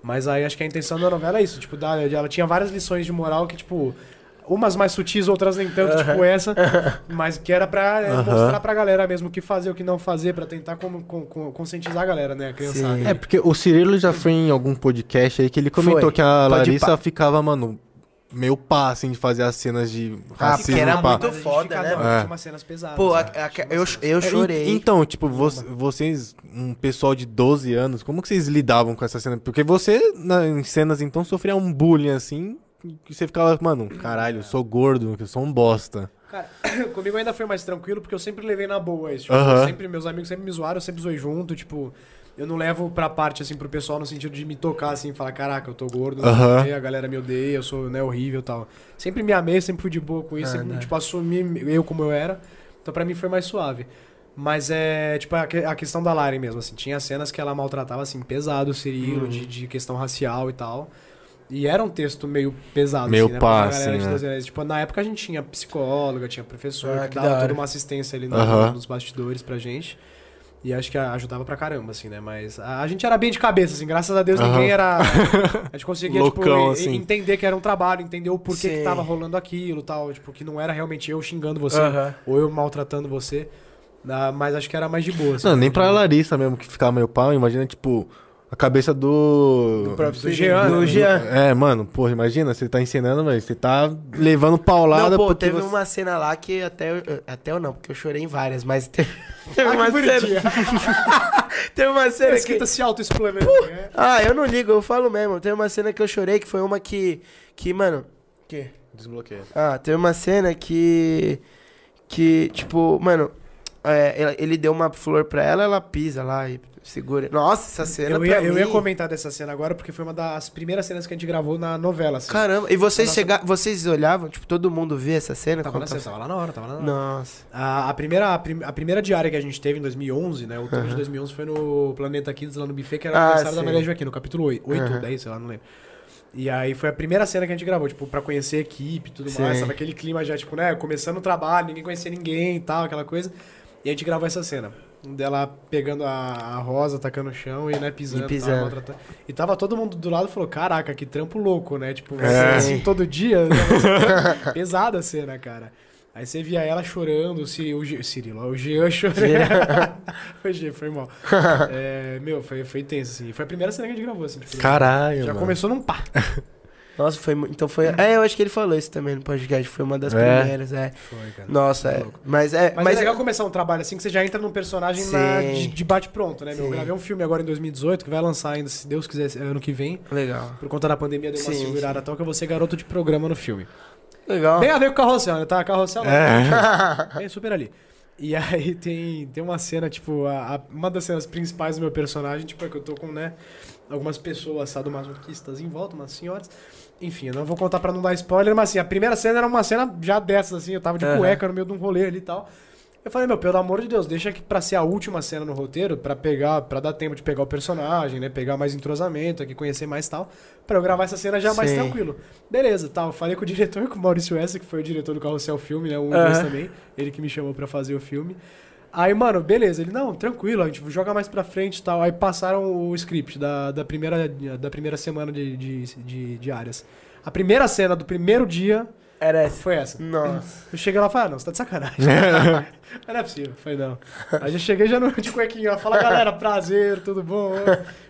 C: Mas aí acho que a intenção da novela é isso, tipo, dar- ela tinha várias lições de moral que, tipo, umas mais sutis, outras nem tanto, tipo essa, mas que era pra é,
B: Aham.
C: mostrar pra galera mesmo o que fazer, o que não fazer, pra tentar como- com- com- conscientizar a galera, né, a criançada.
A: Sim.
B: É, porque o Cirilo já foi em algum podcast aí que ele comentou
A: Foi. Tá
B: que a
A: Pode ir,
B: Larissa
A: pá.
B: ficava, mano, meio pá, assim, de fazer as cenas de racismo.
A: Ah, porque era
B: pá.
A: muito
C: Mas a gente
A: foda,
C: fica,
A: né,
C: não,
B: mano?
C: Tinha umas cenas pesadas.
A: Pô, a-
C: né?
A: a-
C: Tinha umas
A: eu,
C: cenas-
A: eu
B: É, en-
A: chorei.
B: Então, tipo, vo- vocês, um pessoal de 12 anos, como que vocês lidavam com essa cena? Porque você, na- em cenas então, sofria um bullying, assim, que você ficava, mano, caralho, eu sou gordo, eu sou um bosta.
C: Cara, comigo ainda foi mais tranquilo, porque eu sempre levei na boa isso. Tipo,
B: Aham.
C: eu sempre, meus amigos sempre me zoaram, eu sempre zoei junto, tipo... Eu não levo pra parte, assim, pro pessoal no sentido de me tocar, assim, falar, caraca, eu tô gordo, não sei o
B: Aham.
C: quê, a galera me odeia, eu sou, né, horrível e tal. Sempre me amei, sempre fui de boa com isso, sempre, tipo, assumi eu como eu era. Então pra mim foi mais suave. Mas é, tipo, a, que- a questão da Lari mesmo, assim, tinha cenas que ela maltratava, assim, pesado o Cirilo, de, de questão racial e tal. E era um texto meio pesado,
B: Meio
C: assim, né? pra uma
B: pá,
C: galera
B: assim,
C: de
B: né?
C: 12 anos. Tipo, na época a gente tinha psicóloga, tinha professor,
A: Ah,
C: que
A: que da
C: dava
A: hora.
C: toda uma assistência ali no-
B: Aham.
C: nos bastidores pra gente. E acho que a- ajudava pra caramba, assim, né? Mas a, a gente era bem de cabeça, assim, graças a Deus
B: Aham.
C: ninguém era. A gente conseguia,
B: Loucão,
C: tipo, e-
B: assim.
C: entender que era um trabalho, entender o porquê que
A: Sim.
C: tava rolando aquilo tal. Tipo, que não era realmente eu xingando você
A: Aham.
C: ou eu maltratando você. Ah, mas acho que era mais de boa. assim,
B: Não, nem
C: de-
B: pra Larissa mesmo, que ficava meio pau, imagina, tipo, a cabeça do.
A: Do próprio
C: Do Jean,
A: Do
C: né?
A: Jean.
B: É, mano, porra, imagina, você tá ensinando, velho, você tá levando paulada.
A: Não, pô,
B: porque
A: teve
B: você-
A: uma cena lá que até eu, até eu não, porque eu chorei em várias, mas teve, teve
C: Ah,
A: uma
C: que bonitinho.
A: cena. teve uma cena que.
C: Escrita se auto-explanando. né?
A: Ah, eu não ligo, eu falo mesmo. Teve uma cena que eu chorei que foi uma que. Que, mano. Que?
B: Desbloqueia.
A: Ah, teve uma cena que. Que, tipo, mano. é, ela- ele deu uma flor pra ela, ela pisa lá e segura. Nossa, essa cena
C: Eu ia,
A: pra
C: eu
A: mim...
C: ia comentar dessa cena agora, porque foi uma das primeiras cenas que a gente gravou na novela. Assim.
A: Caramba, e vocês
C: Nossa.
A: chega... vocês olhavam, tipo, todo mundo via essa cena?
C: tava,
A: Como
C: na,
A: tá-
C: tava lá na hora, tava lá na hora.
A: Nossa.
C: A, a primeira, a, prim- a primeira diária que a gente teve em 2011, né? Outubro de 2011 foi no Planeta Kids, lá no buffet, que era
A: Ah,
C: o aniversário da
A: sim.
C: Maria Joaquim, no capítulo 8, 8 ou 10, sei lá, não lembro. E aí foi a primeira cena que a gente gravou, tipo, pra conhecer a equipe e tudo mais.
A: Sim.
C: Tava aquele clima já, tipo, né? Começando o trabalho, ninguém conhecia ninguém e tal, aquela coisa. E a gente gravou essa cena. Dela pegando a, a rosa, tacando o chão e, né, pisando.
A: E
C: E,
A: pisando.
C: Tal, maltratando. e tava todo mundo do lado e falou, caraca, que trampo louco, né? Tipo, vai
A: É.
C: ser assim todo dia. né? Pesada a cena, cara. Aí você via ela chorando, o, Ciri, o, Ge- Cirilo, ó, o Jean chorando. o Jean, foi mal. É, meu, foi, foi tenso, assim. Foi a primeira cena que a gente gravou, assim. Tipo,
B: Caralho,
C: já
B: mano.
C: começou num pá.
A: Nossa, foi. mu- Então foi. É, eu acho que ele falou isso também no podcast. Foi uma das
B: É.
A: primeiras, é.
C: Foi, cara.
A: Nossa, é. Mas é.
C: Mas, é legal começar um trabalho assim, que você já entra num personagem na-
A: Sim.
C: de, de bate-pronto, né? meu? Eu
A: Sim.
C: gravei um filme agora em 2018, que vai lançar ainda, se Deus quiser, ano que vem.
A: Legal.
C: Por conta da pandemia, deu uma
A: Sim, Ah.
C: segurada tal, que eu vou ser garoto de programa no filme.
A: Legal.
C: Tem a ver com carrossel, né? Tá carrossel não.
B: É.
C: É super ali. E aí tem, tem uma cena, tipo, a, a- uma das cenas principais do meu personagem, tipo, é que eu tô com, né, algumas pessoas sadomasoquistas em volta, umas senhoras. Enfim, eu não vou contar pra não dar spoiler, mas assim, a primeira cena era uma cena já dessas, assim, eu tava de
A: Aham.
C: cueca no meio de um rolê ali e tal. Eu falei, meu, pelo amor de Deus, deixa que pra ser a última cena no roteiro, pra pegar, para dar tempo de pegar o personagem, né, pegar mais entrosamento, aqui conhecer mais e tal, pra eu gravar essa cena já mais
A: Sim.
C: tranquilo. Beleza, tal, falei com o diretor, com o Maurício Essa, que foi o diretor do Carrossel Filme, né, um e dois
A: Aham.
C: também, ele que me chamou pra fazer o filme. Aí, mano, beleza, ele, não, tranquilo, a gente joga mais pra frente e tal. Aí passaram o script da, da, primeira, da primeira semana de, de, de, de áreas. A primeira cena do primeiro dia
A: Era essa.
C: foi essa.
A: Nossa.
C: Eu cheguei lá e falei, ah, não, você tá de sacanagem. Mas não é possível. Falei, não. Aí eu cheguei já no, de cuequinha, ó, fala, galera, prazer, tudo bom?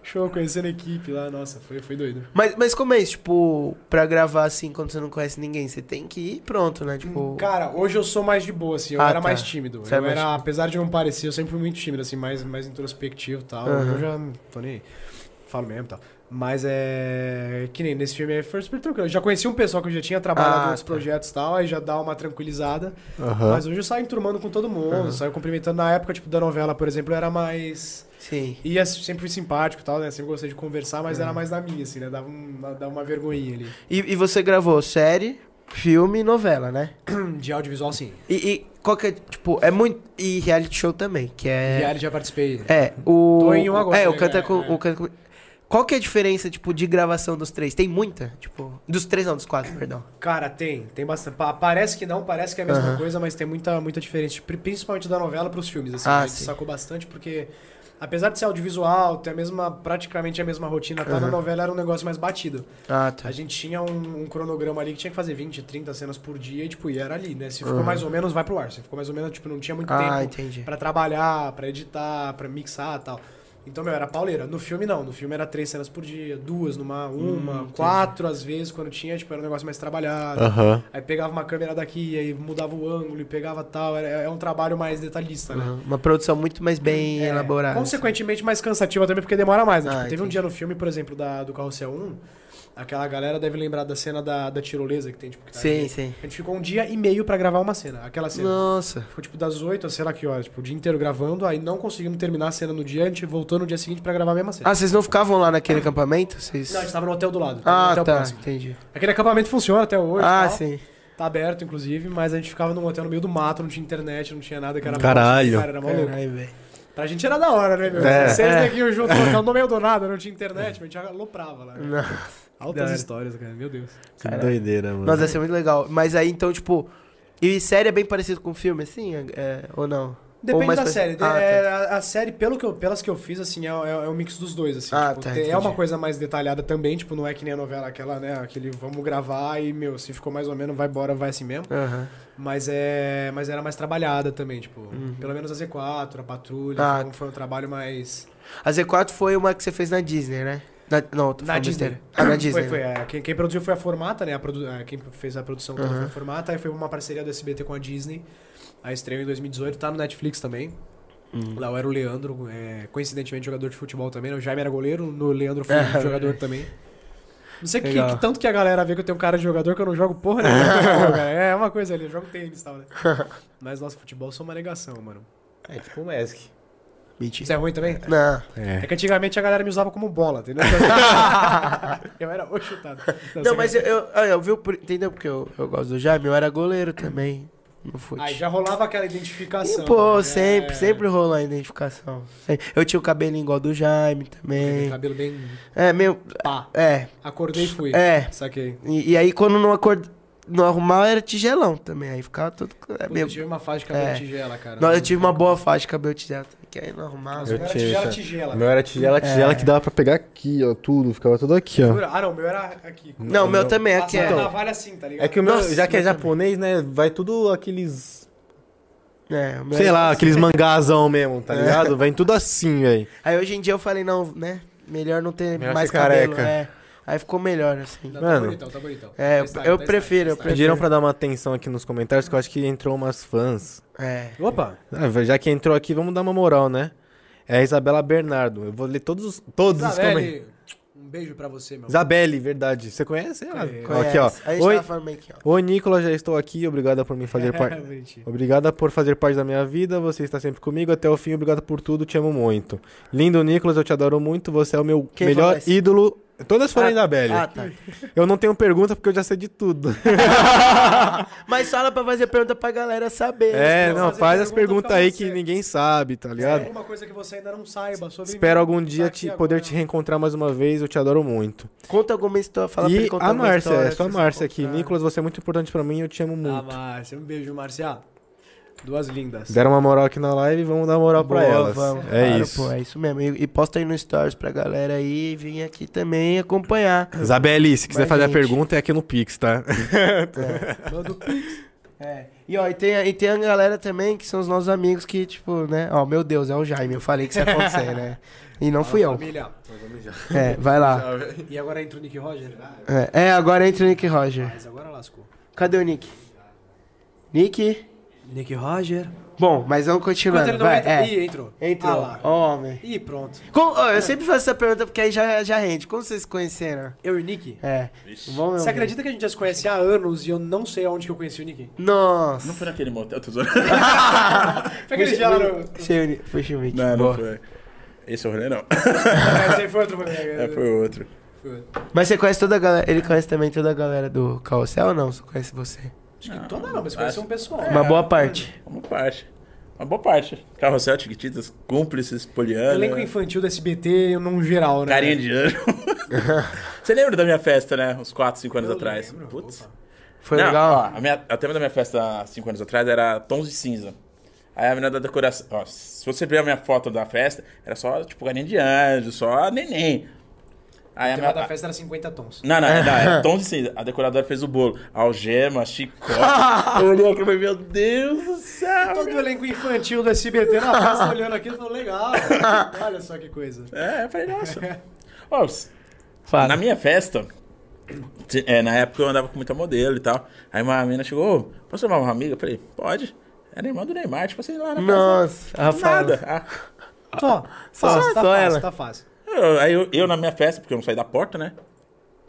C: Show, conhecendo a equipe lá, nossa, foi, foi doido.
A: Mas, mas como é isso, tipo, pra gravar assim quando você não conhece ninguém? Você tem que ir pronto, né? Tipo.
C: Hum, Cara, hoje eu sou mais de boa, assim, eu
A: Ah, tá.
C: era mais tímido.
A: Você
C: Eu
A: era mais
C: era, apesar de não parecer, eu sempre fui muito tímido, assim, mais, mais introspectivo e tal.
A: Aham.
C: Eu já tô nem aí. Falo mesmo e tal. Mas é. Que nem nesse filme aí foi super tranquilo. Eu já conheci um pessoal que eu já tinha trabalhado
A: Ah,
C: em outros
A: tá.
C: projetos e tal, aí já dá uma tranquilizada.
B: Aham.
C: Mas hoje eu saio enturmando com todo mundo, saio cumprimentando. Na época, tipo, da novela, por exemplo, eu era mais.
A: Sim.
C: Ia sempre fui simpático e tal, né? Sempre gostei de conversar, mas era mais na minha, assim, né? Dava, um, dava uma vergonhinha ali.
A: E, e você gravou série, filme e novela, né?
C: De audiovisual, sim.
A: E, e qual que é, tipo, é muito. E reality show também, que é.
C: Viário já participei.
A: É, o.
C: Tô em um agora,
A: É, o
C: né?
A: canta
C: É,
A: com.
C: é.
A: O canta com... Qual que é a diferença, tipo, de gravação dos três? Tem muita? Tipo. Dos três não, dos quatro, perdão.
C: Cara, tem, tem bastante. Pa- Parece que não, parece que é a mesma
A: Aham.
C: coisa, mas tem muita, muita diferença, pri- principalmente da novela pros filmes, assim,
A: Ah,
C: a gente
A: sim.
C: sacou bastante, porque apesar de ser audiovisual, ter a mesma, praticamente a mesma rotina, tá? Na novela era um negócio mais batido.
A: Ah, tá.
C: A gente tinha um, um cronograma ali que tinha que fazer 20, 30 cenas por dia, e tipo, e era ali, né? Se ficou mais ou menos, vai pro ar. Se ficou mais ou menos, tipo, não tinha muito
A: Ah,
C: tempo
A: entendi.
C: pra trabalhar, pra editar, pra mixar e tal. Então, meu, era pauleira. No filme, não. No filme era três cenas por dia, duas numa,
A: Hum,
C: uma, quatro às vezes, quando tinha, tipo, era um negócio mais trabalhado.
B: Aham.
C: Aí pegava uma câmera daqui, aí mudava o ângulo e pegava tal. Era, é um trabalho mais detalhista, né?
A: Uhum. Uma produção muito mais bem
C: É,
A: elaborada.
C: Consequentemente mais cansativa também, porque demora mais, né?
A: Ah,
C: Tipo, teve um
A: entendi.
C: dia no filme, por exemplo, da, do Carrossel 1, Aquela galera deve lembrar da cena da, da tirolesa que tem, tipo, que tá
A: Sim,
C: ali.
A: sim.
C: A gente ficou um dia e meio pra gravar uma cena. Aquela cena.
A: Nossa.
C: Ficou tipo das 8 a sei lá que horas, tipo, o dia inteiro gravando, aí não conseguimos terminar a cena no dia, a gente voltou no dia seguinte pra gravar a mesma cena.
A: Ah, vocês não ficavam lá naquele acampamento? Vocês...
C: Não, a gente tava no hotel do lado. no
A: Ah,
C: hotel
A: tá.
C: próximo.
A: Entendi.
C: Aquele acampamento funciona até hoje.
A: ah,
C: tal.
A: sim.
C: Tá aberto, inclusive, mas a gente ficava num hotel no meio do mato, não tinha internet, não tinha nada, que era
B: Caralho.
C: Cara, era maluco.
A: Caralho, velho.
C: Pra gente era da hora, né, meu?
B: É.
C: Vocês
A: É.
C: daqui junto no hotel no meio do nada, não tinha internet, mas a gente aloprava lá. Né?
A: Nossa. da
C: Altas
A: hora.
C: histórias, cara, meu Deus.
B: Que doideira, mano.
A: Nossa, deve ser muito legal. Mas assim- aí, então, tipo... E série é bem parecido com filme, assim? É, é, ou não? Ou
C: Depende
A: mais
C: da
A: pra-
C: série.
A: Ah,
C: É, a, a série, pelo que eu- pelas que eu fiz, assim, é, é- é um mix dos dois, assim.
A: Ah,
C: tipo,
A: tá,
C: tem- é
A: entendi.
C: uma coisa mais detalhada também, tipo, não é que nem a novela aquela, né? Aquele vamos gravar e, meu, se ficou mais ou menos, vai embora, vai assim mesmo.
A: Aham.
C: Mas é. Mas era mais trabalhada também, tipo, pelo menos a Z4, a Patrulha,
A: Uhum. Ah,
C: foi, um- foi um trabalho mais.
A: A Z4 foi uma que você fez na Disney, né? Na, não, tô
C: Na
A: falando
C: Disney.
A: besteira. Ah, na Disney.
C: Foi,
A: né?
C: foi. é, quem, quem produziu foi a Formata, né? A produ- é, quem fez a produção toda foi a Formata. Aí foi uma parceria do SBT com a Disney. A estreia em 2018, tá no Netflix também.
A: Uhum.
C: Lá eu era o Leandro, é, coincidentemente jogador de futebol também. né? O Jaime era goleiro, no Leandro foi
A: É,
C: jogador também. Não sei que,
A: Legal.
C: que tanto que a galera vê que eu tenho cara de jogador que eu não jogo porra nenhuma. cara. é uma coisa ali, eu jogo tênis e tal, né? Mas nosso futebol sou uma negação, mano.
D: É tipo o Mask.
C: Você
A: Mentira.
C: é ruim também?
A: Não.
C: É
B: É.
C: que antigamente a galera me usava como bola, entendeu? eu era o chutado.
A: Não, mas eu, eu, ah, eu vi, o pri- entendeu? Porque eu, eu gosto do Jaime, eu era goleiro também no futebol.
C: Aí já rolava aquela
A: E,
C: identificação.
A: pô,
C: né?
A: sempre,
C: É.
A: sempre rolou a identificação. Sempre. Eu tinha o cabelinho igual do Jaime
C: Aquele
A: também.
C: Cabelo bem
A: É, meu.
C: pá.
A: É,
C: Acordei e fui.
A: é.
C: Saquei.
A: E, e aí quando não acord... não arrumava era tigelão também. Aí ficava todo. É,
C: Puta, eu
A: meu...
C: tive uma fase de cabelo
A: É.
C: tigela, cara.
A: não, eu tive uma boa fase de cabelo tigela também, que aí não arrumava.
C: Nossa, o meu era
D: tive,
C: tigela,
D: cara.
C: tigela.
D: O meu era
B: É.
D: tigela, tigela que dava pra pegar aqui, ó, tudo. Ficava tudo aqui, ó.
C: Jura? Ah, não, o meu era aqui.
A: Não, o meu também é que
C: Passava
A: é.
C: navalha assim, tá ligado?
D: É que o meu,
A: Nossa,
D: já que é
A: meu também.
D: japonês, né, vai tudo aqueles,
A: É, o meu
B: Sei
A: era-
B: lá, aqueles mangazão mesmo,
D: É.
B: tá ligado? Vem tudo assim, velho.
A: Aí hoje em dia eu falei, não, né? Melhor não ter
D: Melhor
A: mais
D: ser
A: cabelo.
D: careca.
A: É. Aí ficou melhor, assim.
C: Não, tá
B: Mano.
C: bonitão, tá bonitão.
A: É,
C: Tá style,
A: eu
C: tá
A: prefiro,
C: style,
A: eu
C: tá style.
B: Pediram pra dar uma atenção aqui nos comentários, que eu acho que entrou umas fãs.
A: É.
C: Opa!
B: Ah, já que entrou aqui, vamos dar uma moral, né? É a Isabela Bernardo. Eu vou ler todos os, todos os comentários.
C: Isabelle, um beijo pra você, meu.
B: Isabelle, verdade. Você conhece? ela?
C: Conheço.
B: Aqui, ó.
A: Conhece? A gente tá
B: Oi,
A: tava falando meio que, ó.
B: Oi, Nicolas, já estou aqui. Obrigada por me fazer parte.
C: Bonitinho.
B: Obrigada por fazer parte da minha vida, você está sempre comigo até o fim, obrigado por tudo, te amo muito. Lindo, Nicolas, eu te adoro muito, você é o meu
A: Quem falou
B: melhor
A: isso?
B: ídolo. Todas foram
A: Ah,
B: da Belle.
A: Ah, tá.
B: Eu não tenho pergunta porque eu já sei de tudo.
A: Mas fala pra fazer pergunta pra galera saber.
B: é,
C: vão
B: não,
C: fazer
B: faz as
C: pergunta,
B: perguntas
C: fica
B: aí
C: você.
B: que ninguém sabe, tá ligado?
C: Alguma coisa que você ainda não saiba sobre
B: Espero
C: mim.
B: algum dia
C: Tá
B: te,
C: aqui
B: poder
C: agora.
B: te reencontrar mais uma vez, eu te adoro muito.
A: Conta alguma história, fala pra
B: e
A: ele contar
B: a
A: alguma
B: Márcia,
A: história
B: é só a
A: que vocês
B: Márcia aqui.
A: encontraram.
B: Nicolas, você é muito importante pra mim, eu te amo
C: Ah,
B: muito.
C: Márcia, um beijo, Márcia. Duas lindas.
B: Deram uma moral aqui na live, vamos dar uma moral pra
A: Boa,
B: elas.
A: vamos,
B: é
A: claro,
B: isso.
A: pô, é isso mesmo. E, e posta aí no Stories pra galera aí vir aqui também acompanhar.
B: Isabelle, se quiser
A: Mas,
B: fazer
A: gente.
B: a pergunta, é aqui no Pix, tá?
C: Manda o
A: É. E ó, e tem, a- e tem a galera também que são os nossos amigos que, tipo, né? Ó, meu Deus, é o Jaime, eu falei que isso ia acontecer, né? E não fui eu.
C: Família.
A: É, vai lá.
C: Tá. E agora entra o Nick Roger?
A: É, é, agora entra o Nick Roger.
C: Mas agora lascou.
A: Cadê o Nick? Nick?
C: Nick Roger.
A: Bom, mas vamos
C: Enquanto ele
A: continuando.
C: não
A: Vai,
C: entra.
A: é.
C: Ih, entrou. Ah
A: Entrou.
C: lá.
A: Homem.
C: Ih, pronto.
A: Como- ó, eu sempre faço essa pergunta porque aí já, já rende. Como vocês se conheceram?
C: Eu e o Nick.
A: É. Vamos
C: Você acredita que a gente já se conhece há anos e eu não sei aonde que eu conheci o Nick?
A: Nossa.
E: Não foi naquele motel, tesouro.
C: Foi aquele dia lá no...
A: Cheio de- Foi cheio de-
E: Não, não
A: Boa.
E: foi.
B: é
E: Esse rolê não.
C: Mas aí foi outro rolê. né?
E: É, foi outro.
C: Foi outro.
A: Mas você conhece toda a galera. Ele conhece também toda a galera do Carrossel ou não? Só conhece você?
C: Acho que toda não, mas conheci um pessoal.
A: Uma boa parte.
E: Uma parte. Uma boa parte. Carrossel, Tiquititas, Cúmplices, Poliana.
C: Elenco infantil do SBT num geral, né?
E: Carinha de anjo. Você lembra da minha festa, né? Uns 4, 5 anos
C: Eu
E: atrás.
C: lembro.
E: Putz.
C: Opa.
A: Foi
E: Não, ó,
A: legal?
E: a minha, o tema da minha festa há 5 anos atrás era tons de cinza. Aí a menina da decoração. Ó, se você ver a minha foto da festa, era só, tipo, carinha de anjo, só neném. Aí
C: O
E: a
C: tema
E: minha.
C: da festa era 50 tons.
E: Não, não, não, é tom de cinza. A decoradora fez o bolo. Algema, chicote. Ah, eu olhei aqui e falei, meu Deus do céu.
C: Todo
E: cara.
C: o elenco infantil do SBT na festa olhando aqui e falando, legal. Olha só que coisa.
E: É, eu falei, nossa. Ó, s-
A: Fala.
E: na minha festa, t- é, na época eu andava com muita modelo e tal. Aí uma menina chegou, "Ô, posso levar uma amiga? Eu falei, pode. Era irmã do Neymar, tipo assim, lá na
A: Nossa, a
E: festa. Nada.
A: Rafaela.
E: Ah,
C: Só,
A: Só-
C: fácil, tá
A: só
C: fácil,
A: ela.
C: tá fácil.
E: eu- aí eu, eu na minha festa, porque eu não saí da porta, né?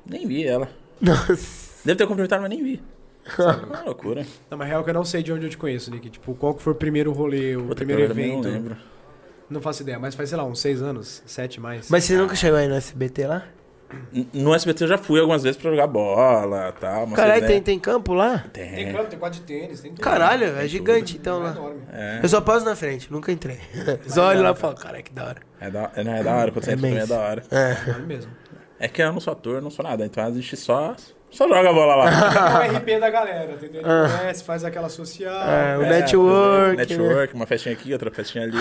E: Nem vi ela.
A: Nossa.
E: Deve ter cumprimentado, mas nem vi. Sério, uma loucura.
C: Não, mas real que eu não sei de onde eu te conheço, Nick. Tipo, qual que foi o primeiro rolê, o
E: Puta,
C: primeiro
E: pior, eu também
C: evento?
E: Não lembro.
C: Não faço ideia, mas faz, sei lá, uns seis anos, sete mais.
A: Mas você nunca chegou aí no SBT lá?
E: N- No SBT eu já fui algumas vezes pra jogar bola e tal. mas
A: Caralho,
E: né?
A: tem, tem campo lá?
E: Tem.
C: Tem campo, tem quadro de tênis, tem tudo.
A: Caralho, é gigante então
C: é
A: lá.
C: enorme.
E: É,
A: Eu só passo na frente, nunca entrei. Só olho lá e falo, caralho, que da hora.
E: é da, é, não, é da hora, quando você entra também é
A: imenso.
E: da hora.
C: É enorme mesmo.
E: É que eu não sou ator, não sou nada, então a gente só, só joga a bola lá.
C: É o RP da galera, entendeu? Ele conhece, faz aquela social.
A: Ah. É, o
E: É,
A: network. né?
E: Network, uma festinha aqui, outra festinha ali.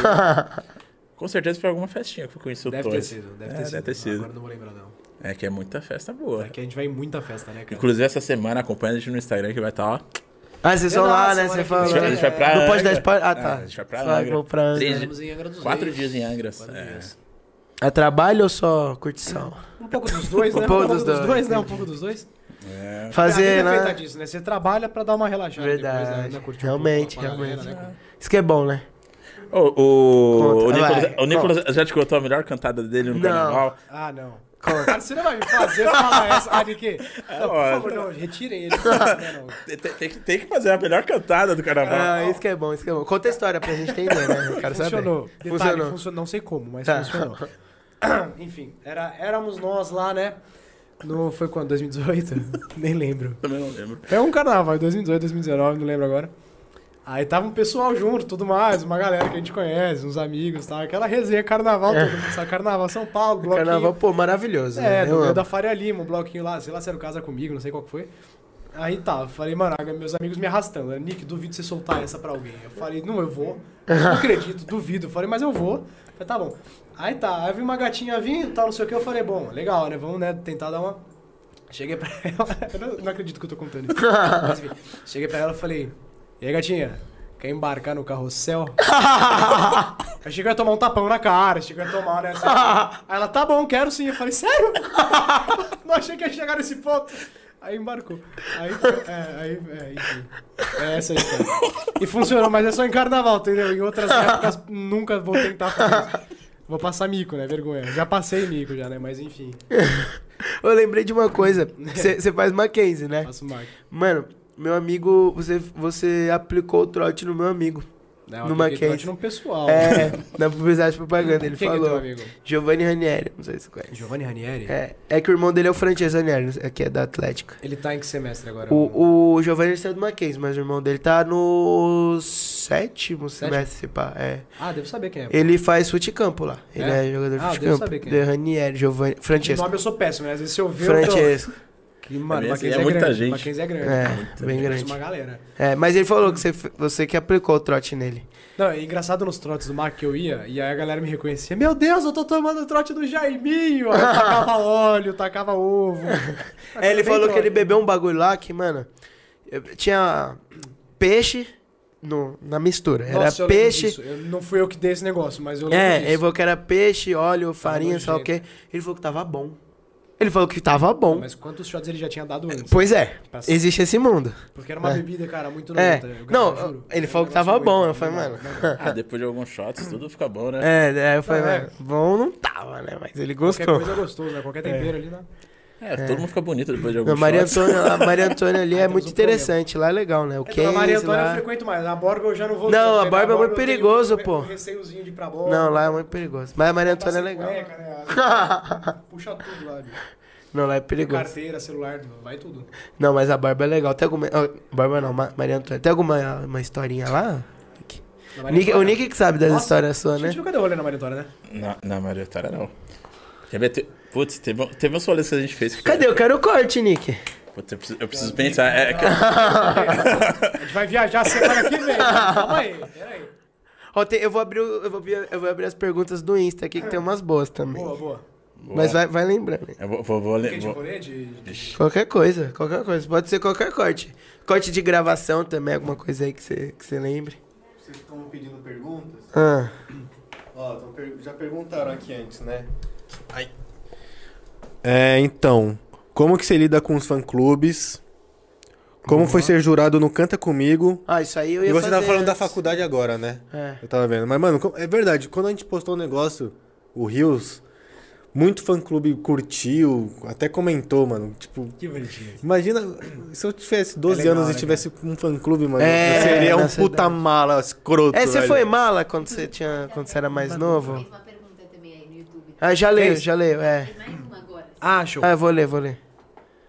E: Com certeza foi alguma festinha que eu conheci o
C: Deve ter
E: Toys.
C: sido, deve
E: É,
C: ter sido.
E: deve ter sido.
C: Agora não vou lembrar, não.
E: É que é muita festa boa.
C: Aqui a gente vai em muita festa, né, cara?
E: Inclusive, essa semana acompanha a gente no Instagram que vai estar, ó.
A: Ah, vocês são lá,
C: Nossa,
A: né?
C: mano,
A: Você
C: que
E: A
A: fala.
E: gente vai, a gente vai pra
A: Não pode
E: Angra.
A: dar spoiler. Ah,
E: É,
A: tá.
E: a gente vai pra
A: Vai,
E: Angra.
A: vou pra Angra.
E: Três-
C: Estamos em Angra dos
E: Quatro
C: Reis.
E: dias em Angra.
C: Quatro
E: é.
C: dias.
A: É trabalho ou só curtição?
C: Um pouco dos dois,
A: Um
C: né? Um
A: pouco
C: pouco dos
A: dos dois.
C: dois, né? Um pouco dos dois.
A: Fazer,
C: a vida é feita
A: né?
C: disso, né? Você trabalha pra dar uma relaxada.
A: Verdade.
C: Depois, né? Curtir
A: Realmente,
C: pouco a parada,
A: realmente.
C: né?
A: Isso que é bom, né?
E: Ô, O, o,
A: Conta,
E: Nicolas,
A: vai,
E: o Nicolas já te contou a melhor cantada dele no
A: Não.
E: carnaval?
C: Ah, não. Cara, você não vai me fazer falar essa, ah, Nick.
A: É
C: Não, por
E: lógico.
C: favor, não. Retirem ele. Não, não.
E: Tem, tem- tem que, tem que fazer a melhor cantada do
C: Tá
E: carnaval.
A: Ah, isso que é bom, isso que é bom. Conta a história pra gente entender, né? Eu quero saber.
C: funcionou. Detalhe,
A: Funcionou.
C: funcionou. Não sei como, mas
A: Tá.
C: funcionou. Enfim, era, éramos nós lá, né? No, foi quando? 2018? Nem lembro.
E: Também não lembro.
C: É um carnaval, 2018, 2019, não lembro agora. Aí tava um pessoal junto, tudo mais, uma galera que a gente conhece, uns amigos e tal. Aquela resenha carnaval, todo mundo sabe, carnaval São Paulo, bloquinho.
A: Carnaval, pô, maravilhoso.
C: É,
A: né? Eu
C: no meio
A: amo.
C: da Faria Lima, um bloquinho lá, sei lá se era o Casa Comigo, não sei qual que foi. Aí tá, eu falei, mano, meus amigos me arrastando. né? Nick, duvido você soltar essa pra alguém. Eu falei, não, eu vou. Eu Não acredito, duvido. Eu falei, mas eu vou. Eu falei, tá bom. Aí tá, aí eu vi uma gatinha vindo, tal, não sei o que. Eu falei, bom, legal, né? Vamos, né, tentar dar uma... Cheguei pra ela, eu não, não acredito que eu tô contando isso. Mas, enfim, cheguei pra ela e falei, e aí, gatinha? Quer embarcar no carrossel? Eu achei que eu ia tomar um tapão na cara, achei que eu ia tomar, né? assim. Aí ela, tá bom, quero sim. Eu falei, sério? Não achei que ia chegar nesse ponto. Aí embarcou. Aí, foi- é, aí, é, enfim. É essa a história. E funcionou, mas é só em carnaval, entendeu? Em outras épocas, nunca vou tentar fazer isso. Vou passar mico, né? Vergonha. Já passei mico, já, né? Mas enfim,
A: Eu lembrei de uma coisa. Você faz Mackenzie, né?
C: faço marco.
A: Mano, meu amigo, você, você aplicou o trote no meu amigo.
C: Né?
A: No
C: apliquei
A: Mackenzie.
C: trote num pessoal.
A: É, na publicidade e propaganda. Ele
C: Oh. Quem que é teu
A: falou.
C: amigo?
A: Giovanni Ranieri, não sei se você conhece.
C: Giovanni Ranieri?
A: É, é que o irmão dele é o Francesco Ranieri, aqui é da Atlética.
C: Ele tá em que semestre agora?
A: O, o Giovanni saiu do Mackenzie, mas o irmão dele tá no sétimo
C: Sétimo?
A: semestre, se pá. É.
C: Ah, devo saber quem é.
A: Ele faz futecampo lá. Ele é,
C: É?
A: jogador de
C: Ah,
A: futecampo.
C: devo saber quem é.
A: De Ranieri, Giovanni.
C: De
A: Francesco.
C: nome eu sou péssimo, né? Às vezes se eu ver... eu tô-
A: Francesco.
C: Que, mano,
E: É,
C: Mackenzie
E: é
C: é,
E: muita
C: grande.
E: gente.
C: Mackenzie é grande.
A: É, bem
C: Conheço
A: grande.
C: uma galera.
A: É, mas ele falou que você, você que aplicou o trote nele.
C: Não, é engraçado nos trotes do Mac que eu ia, e aí a galera me reconhecia. Meu Deus, eu tô tomando o trote do Jaiminho! Aí eu tacava óleo, tacava ovo.
A: É, ele
C: Bem
A: falou que
C: Ah, trote.
A: ele bebeu um bagulho lá que, mano, eu- tinha peixe no, na mistura. Era
C: Nossa, eu lembro
A: um peixe.
C: disso. Eu- não fui eu que dei esse negócio, mas eu lembro
A: É,
C: disso.
A: ele falou que era peixe, óleo, farinha, sei lá o quê.
C: nojento.
A: Ele falou que tava bom. Ele falou que tava bom.
C: Mas quantos shots ele já tinha dado antes?
A: Pois é,
C: Passa-
A: existe esse mundo.
C: Porque era uma
A: É.
C: bebida, cara, muito
A: É.
C: nojenta. eu
A: Não,
C: juro.
A: ele
C: Era
A: falou que
C: um negócio
A: tava bom,
C: muito-
A: eu falei,
C: não,
A: mano.
C: não, não.
E: Ah, depois de alguns shots, tudo fica bom, né?
A: É, daí eu falei,
C: Ah, é.
A: mano, bom não tava, né? Mas ele
C: Qualquer
A: gostou.
C: coisa é gostoso, né? Qualquer tempero ali, né?
E: É, todo mundo fica bonito depois de
A: A
E: alguns
A: Maria
E: shots.
A: Antônia, a Maria Antônia ali é
C: Temos
A: muito
C: um problema.
A: interessante, lá é legal, né? O
C: É, a Maria
A: Kenzie
C: Antônia eu
A: lá...
C: frequento mais. A Borba eu já não vou.
A: Não, a
C: tanto, né?
A: Borba é muito
C: eu tenho
A: perigoso,
C: um- um
A: pô.
C: receiozinho de ir pra Borba.
A: Não, lá é muito perigoso. Mas a Maria
C: Tá
A: Antônia é
C: sem
A: legal.
C: cueca, né? Puxa tudo lá, bicho.
A: Não, lá é perigoso.
C: Carteira, celular, vai tudo.
A: Não, mas a barba é legal. Tem alguma... ah, Barba não, Ma- Maria Antônia. Tem alguma uma historinha lá?
C: Na Maria
A: Nick- o
C: Antônia.
A: Nick que sabe das
C: Nossa,
A: histórias
C: A
A: suas, né?
C: gente nunca deu rolê na Maria Antônia, né?
E: Na, na Maria Antônia, não. Quer ver? Te- Putz, teve, teve uns rolês que a gente fez. que-
A: Cadê? Eu quero o corte, Nick.
E: Putz, eu preciso, eu preciso pensar. É, que-
A: Ah,
C: A gente vai viajar semana que vem. Calma aí, peraí.
A: Ó, tem- eu, vou abrir, o- eu, vou abrir, eu vou abrir as perguntas do Insta aqui, que tem umas boas também.
C: Boa, boa.
A: Mas vai, vai lembrando. aí.
E: Eu vou, vou, vou,
C: Quem de
E: vou-
C: rolê? De...
A: Qualquer coisa, qualquer coisa. Pode ser qualquer corte. Corte de gravação também, alguma coisa aí que você que você lembre.
D: Vocês estão pedindo perguntas?
A: Ah,
D: Ó, tão per- já perguntaram aqui antes, né?
B: É, então. Como que você lida com os fã-clubes? Como
D: Uhum.
B: foi ser jurado no Canta Comigo?
A: ah isso aí eu ia
B: E você tava
A: fazer
B: falando da
A: antes.
B: faculdade agora, né?
A: É.
B: Eu tava vendo. Mas, mano, co- é verdade. Quando a gente postou o negócio, o um Rios, Muito fã clube curtiu, até comentou, mano. Tipo,
C: Que bonitinho.
B: imagina se eu tivesse 12
C: legal,
B: anos
C: né,
B: e tivesse um fã clube, mano.
A: É,
B: eu seria um
A: nessa
B: puta
A: idade.
B: mala escroto.
A: É, você
B: velho.
A: foi mala quando você tinha. Quando você era mais novo?
F: Fez uma pergunta também aí no YouTube.
A: Ah, já leio,
C: Fez?
A: já leio, é.
F: Tem mais uma agora.
C: Ah, show.
A: Ah, eu vou ler, vou ler.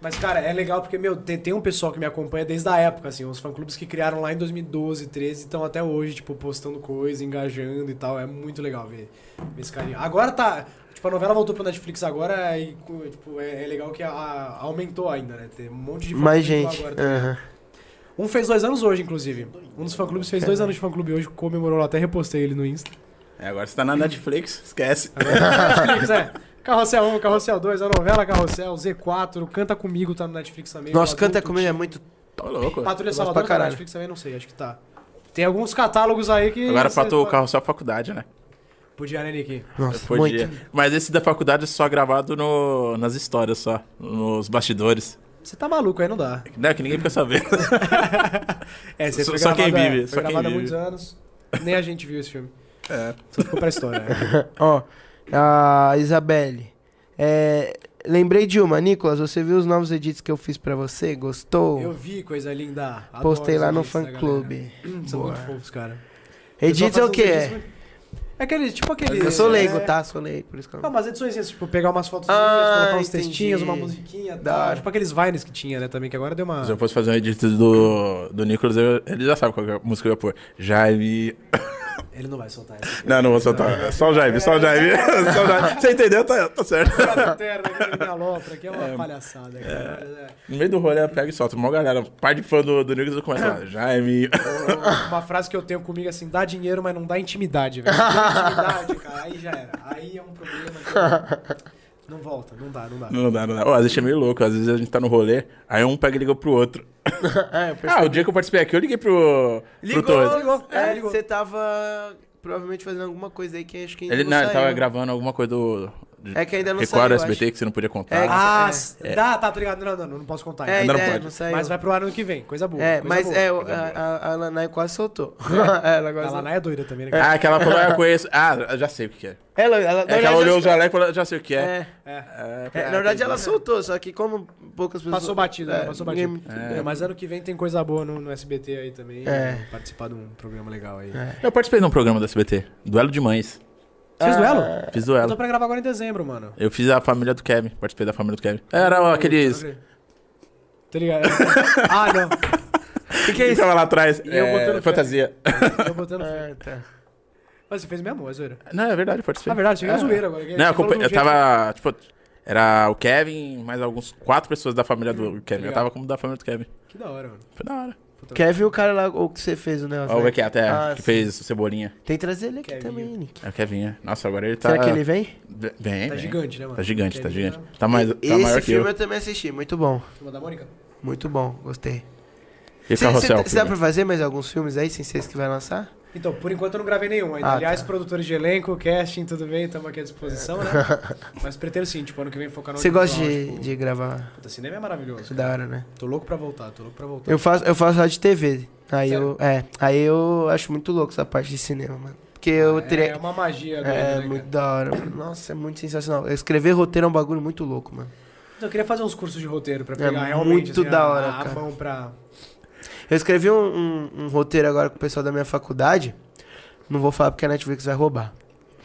C: Mas, cara, é legal porque, meu, tem, tem um pessoal que me acompanha desde a época, assim, os fã-clubes que criaram lá em 2012, 13, estão até hoje, tipo, postando coisa, engajando e tal. É muito legal ver, ver esse carinho. Agora tá. Tipo, a novela voltou pro Netflix agora e, co- tipo, é, é legal que a- a- aumentou ainda, né? Tem um monte de
A: Mais
C: fã-clube
A: gente.
C: tá ligado?
A: aham.
C: Um fez dois anos hoje, inclusive. Um dos fã-clubes fez dois anos de fã-clube hoje, comemorou lá, até repostei ele no Insta.
E: É, agora você tá na Netflix, esquece.
C: Netflix, é. Carrossel 1, Carrossel 2, a novela Carrossel, Z4, Canta Comigo tá no Netflix também.
A: Nossa,
C: o
A: canta
C: adulto,
A: comigo é muito.
E: Tô Tá louco.
C: Patrulha
A: Eu gosto
C: Salvador
A: pra
C: tá na
A: caralho.
C: Netflix também, não sei, acho que tá. Tem alguns catálogos aí que.
E: Agora
C: você
E: falta o
C: tá-
E: carro só faculdade, né?
C: Podia, né, Nick?
A: Nossa,
E: Podia.
A: muito.
E: Mas esse da faculdade é só gravado no, nas histórias só, nos bastidores.
C: Você tá maluco aí, não dá.
E: Não é que ninguém fica sabendo.
C: É,
E: Só-
C: foi
E: só quem
C: gravado, Foi
E: vive, só quem
C: gravado há
E: vive.
C: muitos anos. Nem a gente viu esse filme.
E: É.
C: Só ficou pra história. né?
A: Ó, a Isabelle. É, lembrei de uma, Nicolas, você viu os novos edits que eu fiz pra você? Gostou?
C: Eu vi coisa linda. Adoro
A: Postei lá
C: os
A: no
C: edits da
A: fã
C: galera.
A: clube.
C: Hum, São
A: Boa.
C: muito fofos, cara.
A: Edits é o
C: Pessoal faz uns edits
A: quê?
C: muito- É aquele, tipo aquele.
A: Eu sou leigo,
C: é-
A: tá? Sou leigo, por isso que eu
C: Não,
A: não.
C: mas edições, tipo, pegar umas fotos,
A: Ah,
C: colocar uns
A: entendi.
C: textinhos, uma musiquinha,
A: Da
C: tal.
A: hora.
C: tipo aqueles vines que tinha, né, também, que agora deu uma...
E: Se eu fosse fazer um edit do, do Nicolas, eu- ele já sabe qual que é a música que eu ia pôr. Jaime.
C: Ele não vai soltar isso.
E: Não, não vou soltar. É Só o Jaime, só o Jaime. Só o Jaime. Você entendeu? Tá, tá certo.
C: aqui é uma palhaçada. cara. É.
E: No meio do rolê, eu pego e solto. Mó galera, par de fã do, do Nicolas, eu começo lá. Jaime.
C: Uma frase que eu tenho comigo é assim, dá dinheiro, mas não dá intimidade, velho. Dá intimidade, cara, aí já era. Aí é um problema que eu- Não volta, não dá, não dá.
E: Não dá, não dá. Ô, às vezes é meio louco. Às vezes a gente tá no rolê, aí um pega e liga pro outro.
A: É,
E: ah, o dia que eu participei aqui, eu liguei pro, pro Torres.
C: ligou.
A: É,
C: É, ligou.
A: você tava provavelmente fazendo alguma coisa aí que acho que ainda
E: Ele,
A: não
E: não, ele
A: saiu.
E: tava gravando alguma coisa do. de-
A: É que ainda não
E: Record
A: saiu,
E: SBT que você não podia
A: É,
E: contar.
C: Ah,
A: É.
C: s- dá, tá, tá ligado? Não, não, não, não posso contar.
A: É,
E: Ainda
A: ainda
E: não
A: não,
E: pode.
A: saiu.
C: Mas vai pro ar ano que vem, coisa boa.
A: É,
C: coisa
A: mas
C: boa.
A: é, o- a, a, a Lanai quase soltou. ela,
C: A
A: quase soltou.
C: Lana é doida também, né? cara?
E: Ah, que ela falou, ah, eu conheço. Ah, eu já sei o que que é.
A: ela, ela, na
E: É que ela
A: verdade,
E: olhou o
A: ela-
E: jaleco e falou, já sei o que é.
A: É.
E: É,
A: É, na verdade, ela soltou, só que como poucas pessoas.
C: Passou batido, né?
A: É,
C: Passou
A: ninguém-
C: batido. É, mas ano que vem tem coisa boa no, no SBT aí também.
A: É.
C: né? Participar de um programa legal aí.
E: Eu participei de um programa da SBT, Duelo de Mães.
C: Fiz duelo?
A: Ah.
C: Eu
E: Fiz
C: tô
E: duelo.
C: pra gravar agora em dezembro, mano.
E: Eu fiz a família do Kevin, participei da família do Kevin. Era aqueles.
C: Tá ligado? ah, não.
E: O que é isso? Tava lá atrás.
C: E eu botando
E: É,
C: fé.
E: fantasia.
C: Eu botando.
A: Ah, tá.
C: Mas você fez mesmo, é zoeira.
E: Não, é verdade, eu participei.
C: Ah, verdade, cheguei
E: É.
C: a zoeira agora. que
A: Tá
E: Não, eu,
C: você falou
E: acompa-
C: de um
E: eu
C: jeito-
E: tava, tipo, era o Kevin, mais alguns quatro pessoas da família
A: Hum,
E: do Kevin. Eu
C: legal.
E: tava como da família do Kevin.
C: Que da hora, mano.
E: Foi da hora.
C: tá.
A: Kevin, o cara lá, o que você fez o negócio.
E: Ó, o
A: né?
E: que até,
A: Tá Ah,
E: que
A: sim.
E: fez o Cebolinha.
A: Tem que trazer ele aqui
C: Kevin.
A: também, Nick.
E: É o Kevin, é. Nossa, agora ele tá...
A: Será que ele vem?
E: Bem, bem.
C: Tá gigante, né, mano?
E: Tá gigante, tá
C: Kevin,
E: gigante.
C: né?
E: Tá, mais, tá
A: Esse
E: maior que eu.
A: filme eu. também assisti, muito bom.
C: Turma da Mônica?
A: Muito bom, gostei.
E: E Carrossel,
A: Você dá
E: filme.
A: pra fazer mais alguns filmes aí, sem ser esse que vai lançar?
C: Então, por enquanto eu não gravei nenhum ainda.
A: Ah,
C: Aliás,
A: tá.
C: produtores de elenco, casting, tudo bem, estamos aqui à disposição, né? Mas pretendo sim, tipo, ano que vem focar no.
A: Você gosta
C: audiovisual,
A: de,
C: tipo,
A: de gravar?
C: Puta, cinema é maravilhoso.
A: Isso é da hora, né?
C: Tô louco pra voltar, tô louco pra voltar.
A: Eu faço, eu faço rádio e TV. Aí
C: Sério?
A: eu. É. Aí eu acho muito louco essa parte de cinema, mano. Porque eu teria.
C: É uma magia doida, né,
A: É,
C: cara?
A: muito da hora. mano. Nossa, é muito sensacional. Escrever roteiro é um bagulho muito louco, mano.
C: Então, Eu queria fazer uns cursos de roteiro pra
A: É
C: pegar realmente
A: muito
C: assim,
A: da
C: a-
A: hora,
C: a,
A: cara.
C: mão pra.
A: Eu escrevi um, um- um roteiro agora com o pessoal da minha faculdade. Não vou falar porque a Netflix vai roubar.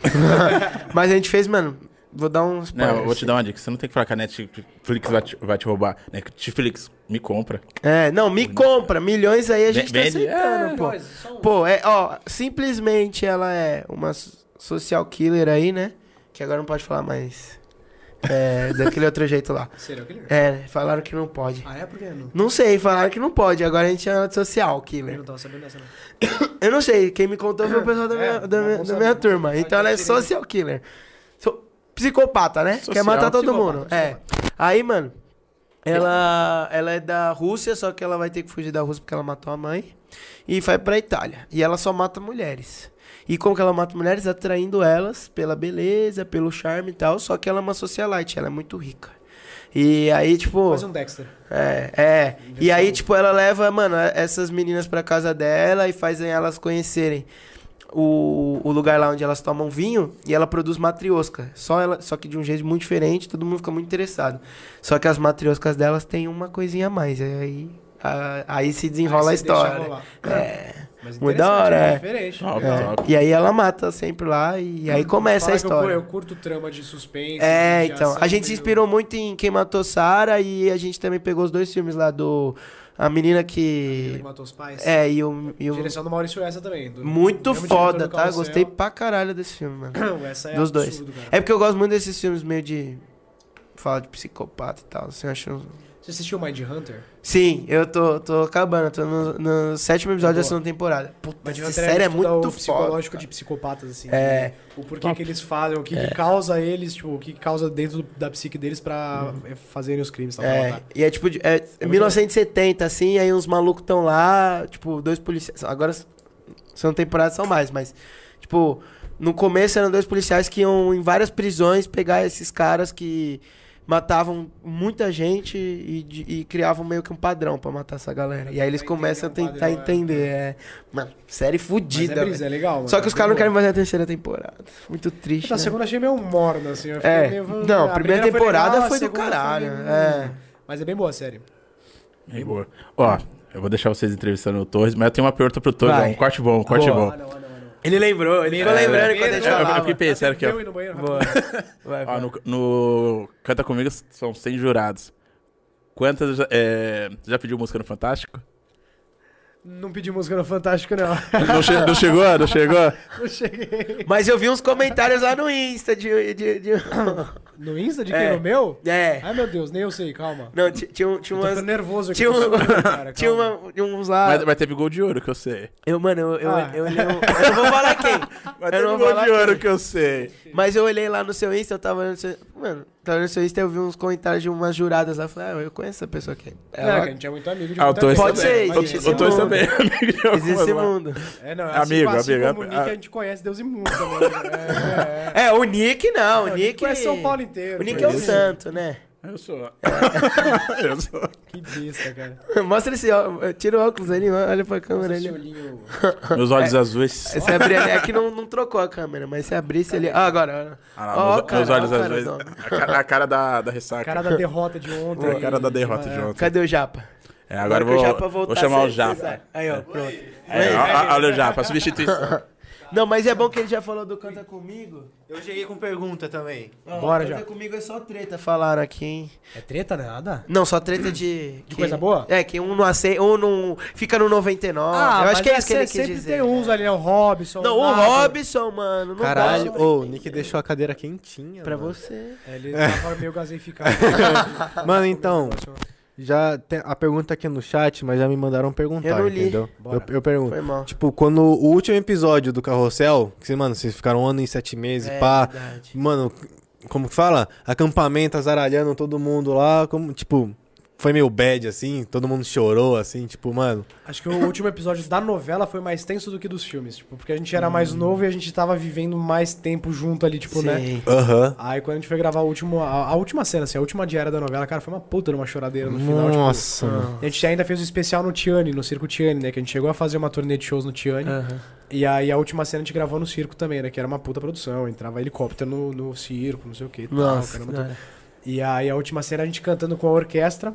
A: Mas a gente fez, mano. Vou dar um spoiler.
E: Não, eu vou te dar uma dica. Você não tem que falar que a Netflix vai te, vai te roubar. né? Netflix, me compra.
A: É, não, me compra. Milhões aí a gente tá
E: um Vende-
A: aceitando,
E: é,
A: pô.
C: Mas só um-
A: Pô, é, ó, simplesmente ela é uma so- social killer aí, né? Que agora não pode falar mais. É, daquele outro jeito lá.
C: um- Serial killer?
A: É, falaram que não pode.
C: Ah, é? Por que não?
A: Não sei, falaram que não pode. Agora a gente chama de social
C: Eu
A: killer.
C: não tava sabendo dessa, não.
A: Eu não sei, quem me contou foi o pessoal da
C: É,
A: minha, da
C: não
A: minha-
C: vou
A: da
C: saber.
A: minha turma.
C: Pode
A: Então ela é
C: adquirir, né?
A: social killer. So- psicopata, né? Quer
E: Social,
A: matar todo
C: psicopata,
A: mundo. É. Aí, mano, ela, ela é da Rússia, só que ela vai ter que fugir da Rússia porque ela matou a mãe. E vai pra Itália. E ela só mata mulheres. E como que ela mata mulheres? Atraindo elas pela beleza, pelo charme e tal. Só que ela é uma socialite, ela é muito rica. E aí, tipo.
C: Faz um Dexter.
A: É, é. E aí, tipo, ela leva, mano, essas meninas pra casa dela e fazem elas conhecerem o, o lugar lá onde elas tomam vinho e ela produz matriosca. Só, ela, só que de um jeito muito diferente, todo mundo fica muito interessado. Só que as matrioscas delas têm uma coisinha a mais. Aí, a- aí se desenrola a
C: Aí você deixa
A: história.
C: rolar.
A: É.
C: Mas
A: Muito
C: interessante,
A: da hora,
C: né?
A: é.
C: Diferente.
E: Top,
A: É,
E: top.
A: E aí ela mata sempre lá e aí começa a
C: Fala que eu, pô,
A: história.
C: Eu, curto trama de suspense.
A: É,
C: de
A: então.
C: ação,
A: A gente se
C: meio-
A: inspirou muito em Quem Matou Sarah e a gente também pegou os dois filmes lá do. A menina
C: Ele
A: que.
C: matou os pais.
A: É, e o. E o
C: Direção do Maurício Essa também. do-
A: muito
C: mesmo diretor
A: foda,
C: do
A: tá?
C: Carrossel.
A: Gostei pra caralho desse filme, mano.
C: O Essa é
A: Dos dois.
C: absurdo, cara.
A: É porque eu gosto muito desses filmes meio de. Fala de psicopata e tal. Você acha. um-
C: Você assistiu Mind Hunter?
A: Sim, eu tô, tô acabando, tô no, no sétimo episódio da
C: Boa.
A: segunda temporada. Puta,
C: Mind
A: essa
C: Hunter
A: série é
C: estudar
A: muito
C: o psicológico
A: foda.
C: de psicopatas, assim.
A: É.
C: de- O porquê que eles fazem, o que, que causa eles, tipo, o que que causa dentro do- da psique deles pra eh, fazerem os crimes, tá? pra
A: Uhum. É,
C: matar.
A: e é tipo, de- é,
C: muito
A: 1970, assim, aí uns malucos estão lá, tipo, dois policiais. Agora s- são temporadas, são mais, mas, tipo, no começo eram dois policiais que iam em várias prisões pegar esses caras que matavam muita gente e, de- e criavam meio que um padrão pra matar essa galera. E aí eles
C: Tentar
A: começam a
C: entender um
A: tentar
C: padrão, é.
A: entender. É, mano, série
C: Mas
A: fudida.
C: é brisa,
A: velho.
C: é legal. mano.
A: Só que os
C: É
A: caras não
C: boa.
A: querem fazer a terceira temporada. Muito triste.
C: Na
A: né?
C: segunda eu achei meio morna, assim. eu fiquei
A: É.
C: meio-
A: Não, a primeira
C: foi
A: temporada
C: legal, a
A: foi do
C: segunda
A: caralho,
C: meio-
A: é.
C: Mas é bem boa a série.
E: Bem boa. Ó, eu vou deixar vocês entrevistando o Torres, mas eu tenho uma pergunta pro Torres.
A: Vai.
E: ó, Um corte bom, um corte
A: Boa.
E: bom.
C: Ah, não, não, não.
A: Ele lembrou, ele ficou
E: É.
A: lembrando enquanto a gente
E: Eu- eu- eu
A: falava.
E: fiquei pensando aqui, ó.
C: Eu ir no banheiro, rapidão.
A: Boa. Vai,
E: Ó,
A: vai.
E: no, no Canta Comigo são 100 jurados. Quantas já, é, já pediu música no Fantástico?
C: Não pedi música no Fantástico, não.
E: Não, che- não chegou? Não chegou?
C: Eu cheguei.
A: Mas eu vi uns comentários lá no Insta de. de, de-
C: No Insta de quem?
A: É.
C: No meu?
A: É.
C: Ai, meu Deus, nem eu sei, calma.
A: Não, ti- tinha, um- tinha
C: Eu tô ficando
A: umas.
C: nervoso aqui.
A: Tinha, um,
C: cara,
A: tinha
C: calma.
A: uma- tinha uns lá.
E: Mas, mas teve gol de ouro que eu sei.
A: Eu, mano, eu, eu,
C: Ah.
A: eu olhei um- eu não vou falar quem.
E: Mas
A: Eu
E: teve
A: não
E: gol
A: vou falar
E: de ouro
A: quem.
E: que eu sei.
A: Mas eu olhei lá no seu Insta, eu tava olhando no seu. Mano, tava olhando no seu Insta eu vi uns comentários de umas juradas lá. Eu falei, ah, eu conheço essa pessoa aqui.
C: É,
A: Ela-
C: cara, a gente né? é muito amigo de
E: Ah, o
C: muita
E: Torres
A: Pode
E: também.
A: ser,
E: O-
A: existe
E: O Torres
A: esse
E: também é amigo de
A: Existe esse
E: alguma-
A: mundo.
C: É, não,
E: Amigo,
C: amigo, assim,
E: amigo,
C: amigo. Como o Nick,
E: a-
C: a gente conhece Deus e mundo também. né? É, é, é.
A: É, o Nick não.
C: Não,
A: o
C: o
A: Nick. é
C: conhece São Paulo inteiro.
A: O Nick é o
E: Isso.
A: santo, né?
E: Eu sou. eu sou.
C: Que besta, cara.
A: Mostra esse óculos. Tira o óculos ali, olha pra câmera
C: Esse
A: ali.
C: olhinho...
E: Meus olhos
A: É.
E: azuis.
A: Se abrir ali. É que não, não trocou a câmera, mas se abrisse ali. Ah, agora.
E: Ah, lá,
A: Ó,
E: meus,
A: cara,
E: meus olhos
A: ó, cara,
E: azuis.
A: ó.
E: A cara, a cara da, da ressaca.
C: A cara da derrota de ontem.
E: É, a cara da derrota de ontem.
A: Cadê o Japa?
E: É, agora eu
A: que
E: vou,
A: Japa
E: vou chamar
A: cê-
E: o
A: cê sai.
E: Japa.
A: Aí, ó, pronto.
E: É, ó, ó, olha o Japa, a substituição.
A: Não, mas é bom que ele já falou do Canta Comigo.
B: Eu cheguei com pergunta também.
A: Ó,
C: Bora,
A: Canta
C: Japa.
A: Comigo é só treta, falaram aqui, hein?
C: É treta, nada?
A: Não, só treta de... que-
C: coisa boa?
A: É, que um não aceita, um não... Fica no
C: Ah,
A: 99. Eu acho que é isso que ele quis
C: sempre
A: dizer.
C: tem uns ali, né? O Robson.
A: Não, o
C: Nado.
A: Robson, mano. Não
B: Caralho,
A: dá
B: ô, o Nick deixou a cadeira quentinha.
A: pra
B: mano.
A: você.
C: É, Ele tava meio gaseificado.
B: Mano, então, já tem a pergunta aqui no chat, mas já me mandaram perguntar,
A: Eu não li.
B: entendeu? Eu,
C: Bora.
B: eu pergunto.
A: Foi mal.
B: Tipo, quando o último episódio do Carrossel, que, mano, vocês ficaram um ano e sete meses,
A: É,
B: pá.
A: verdade.
B: Mano, como que fala? Acampamento, azaralhando todo mundo lá, como, tipo, foi meio bad, assim, todo mundo chorou, assim, tipo, mano.
C: Acho que o último episódio da novela foi mais tenso do que dos filmes, tipo, porque a gente era mais novo e a gente tava vivendo mais tempo junto ali, tipo, né?
A: Hum. Sim.
B: Aham.
C: Aí quando a gente foi gravar o último, a, a última cena, assim, a última diária da novela, cara, foi uma puta numa choradeira no final, tipo,
B: Nossa,
A: ah.
B: mano.
C: A gente ainda fez um especial no Tiane, no Circo Tiane, né? Que a gente chegou a fazer uma turnê de shows no Tiane.
A: É.
C: E aí a última cena a gente gravou no circo também, né? Que era uma puta produção. Entrava helicóptero no, no circo, não é sei o que.
A: Nossa, cara.
C: E aí a última cena a gente cantando com a orquestra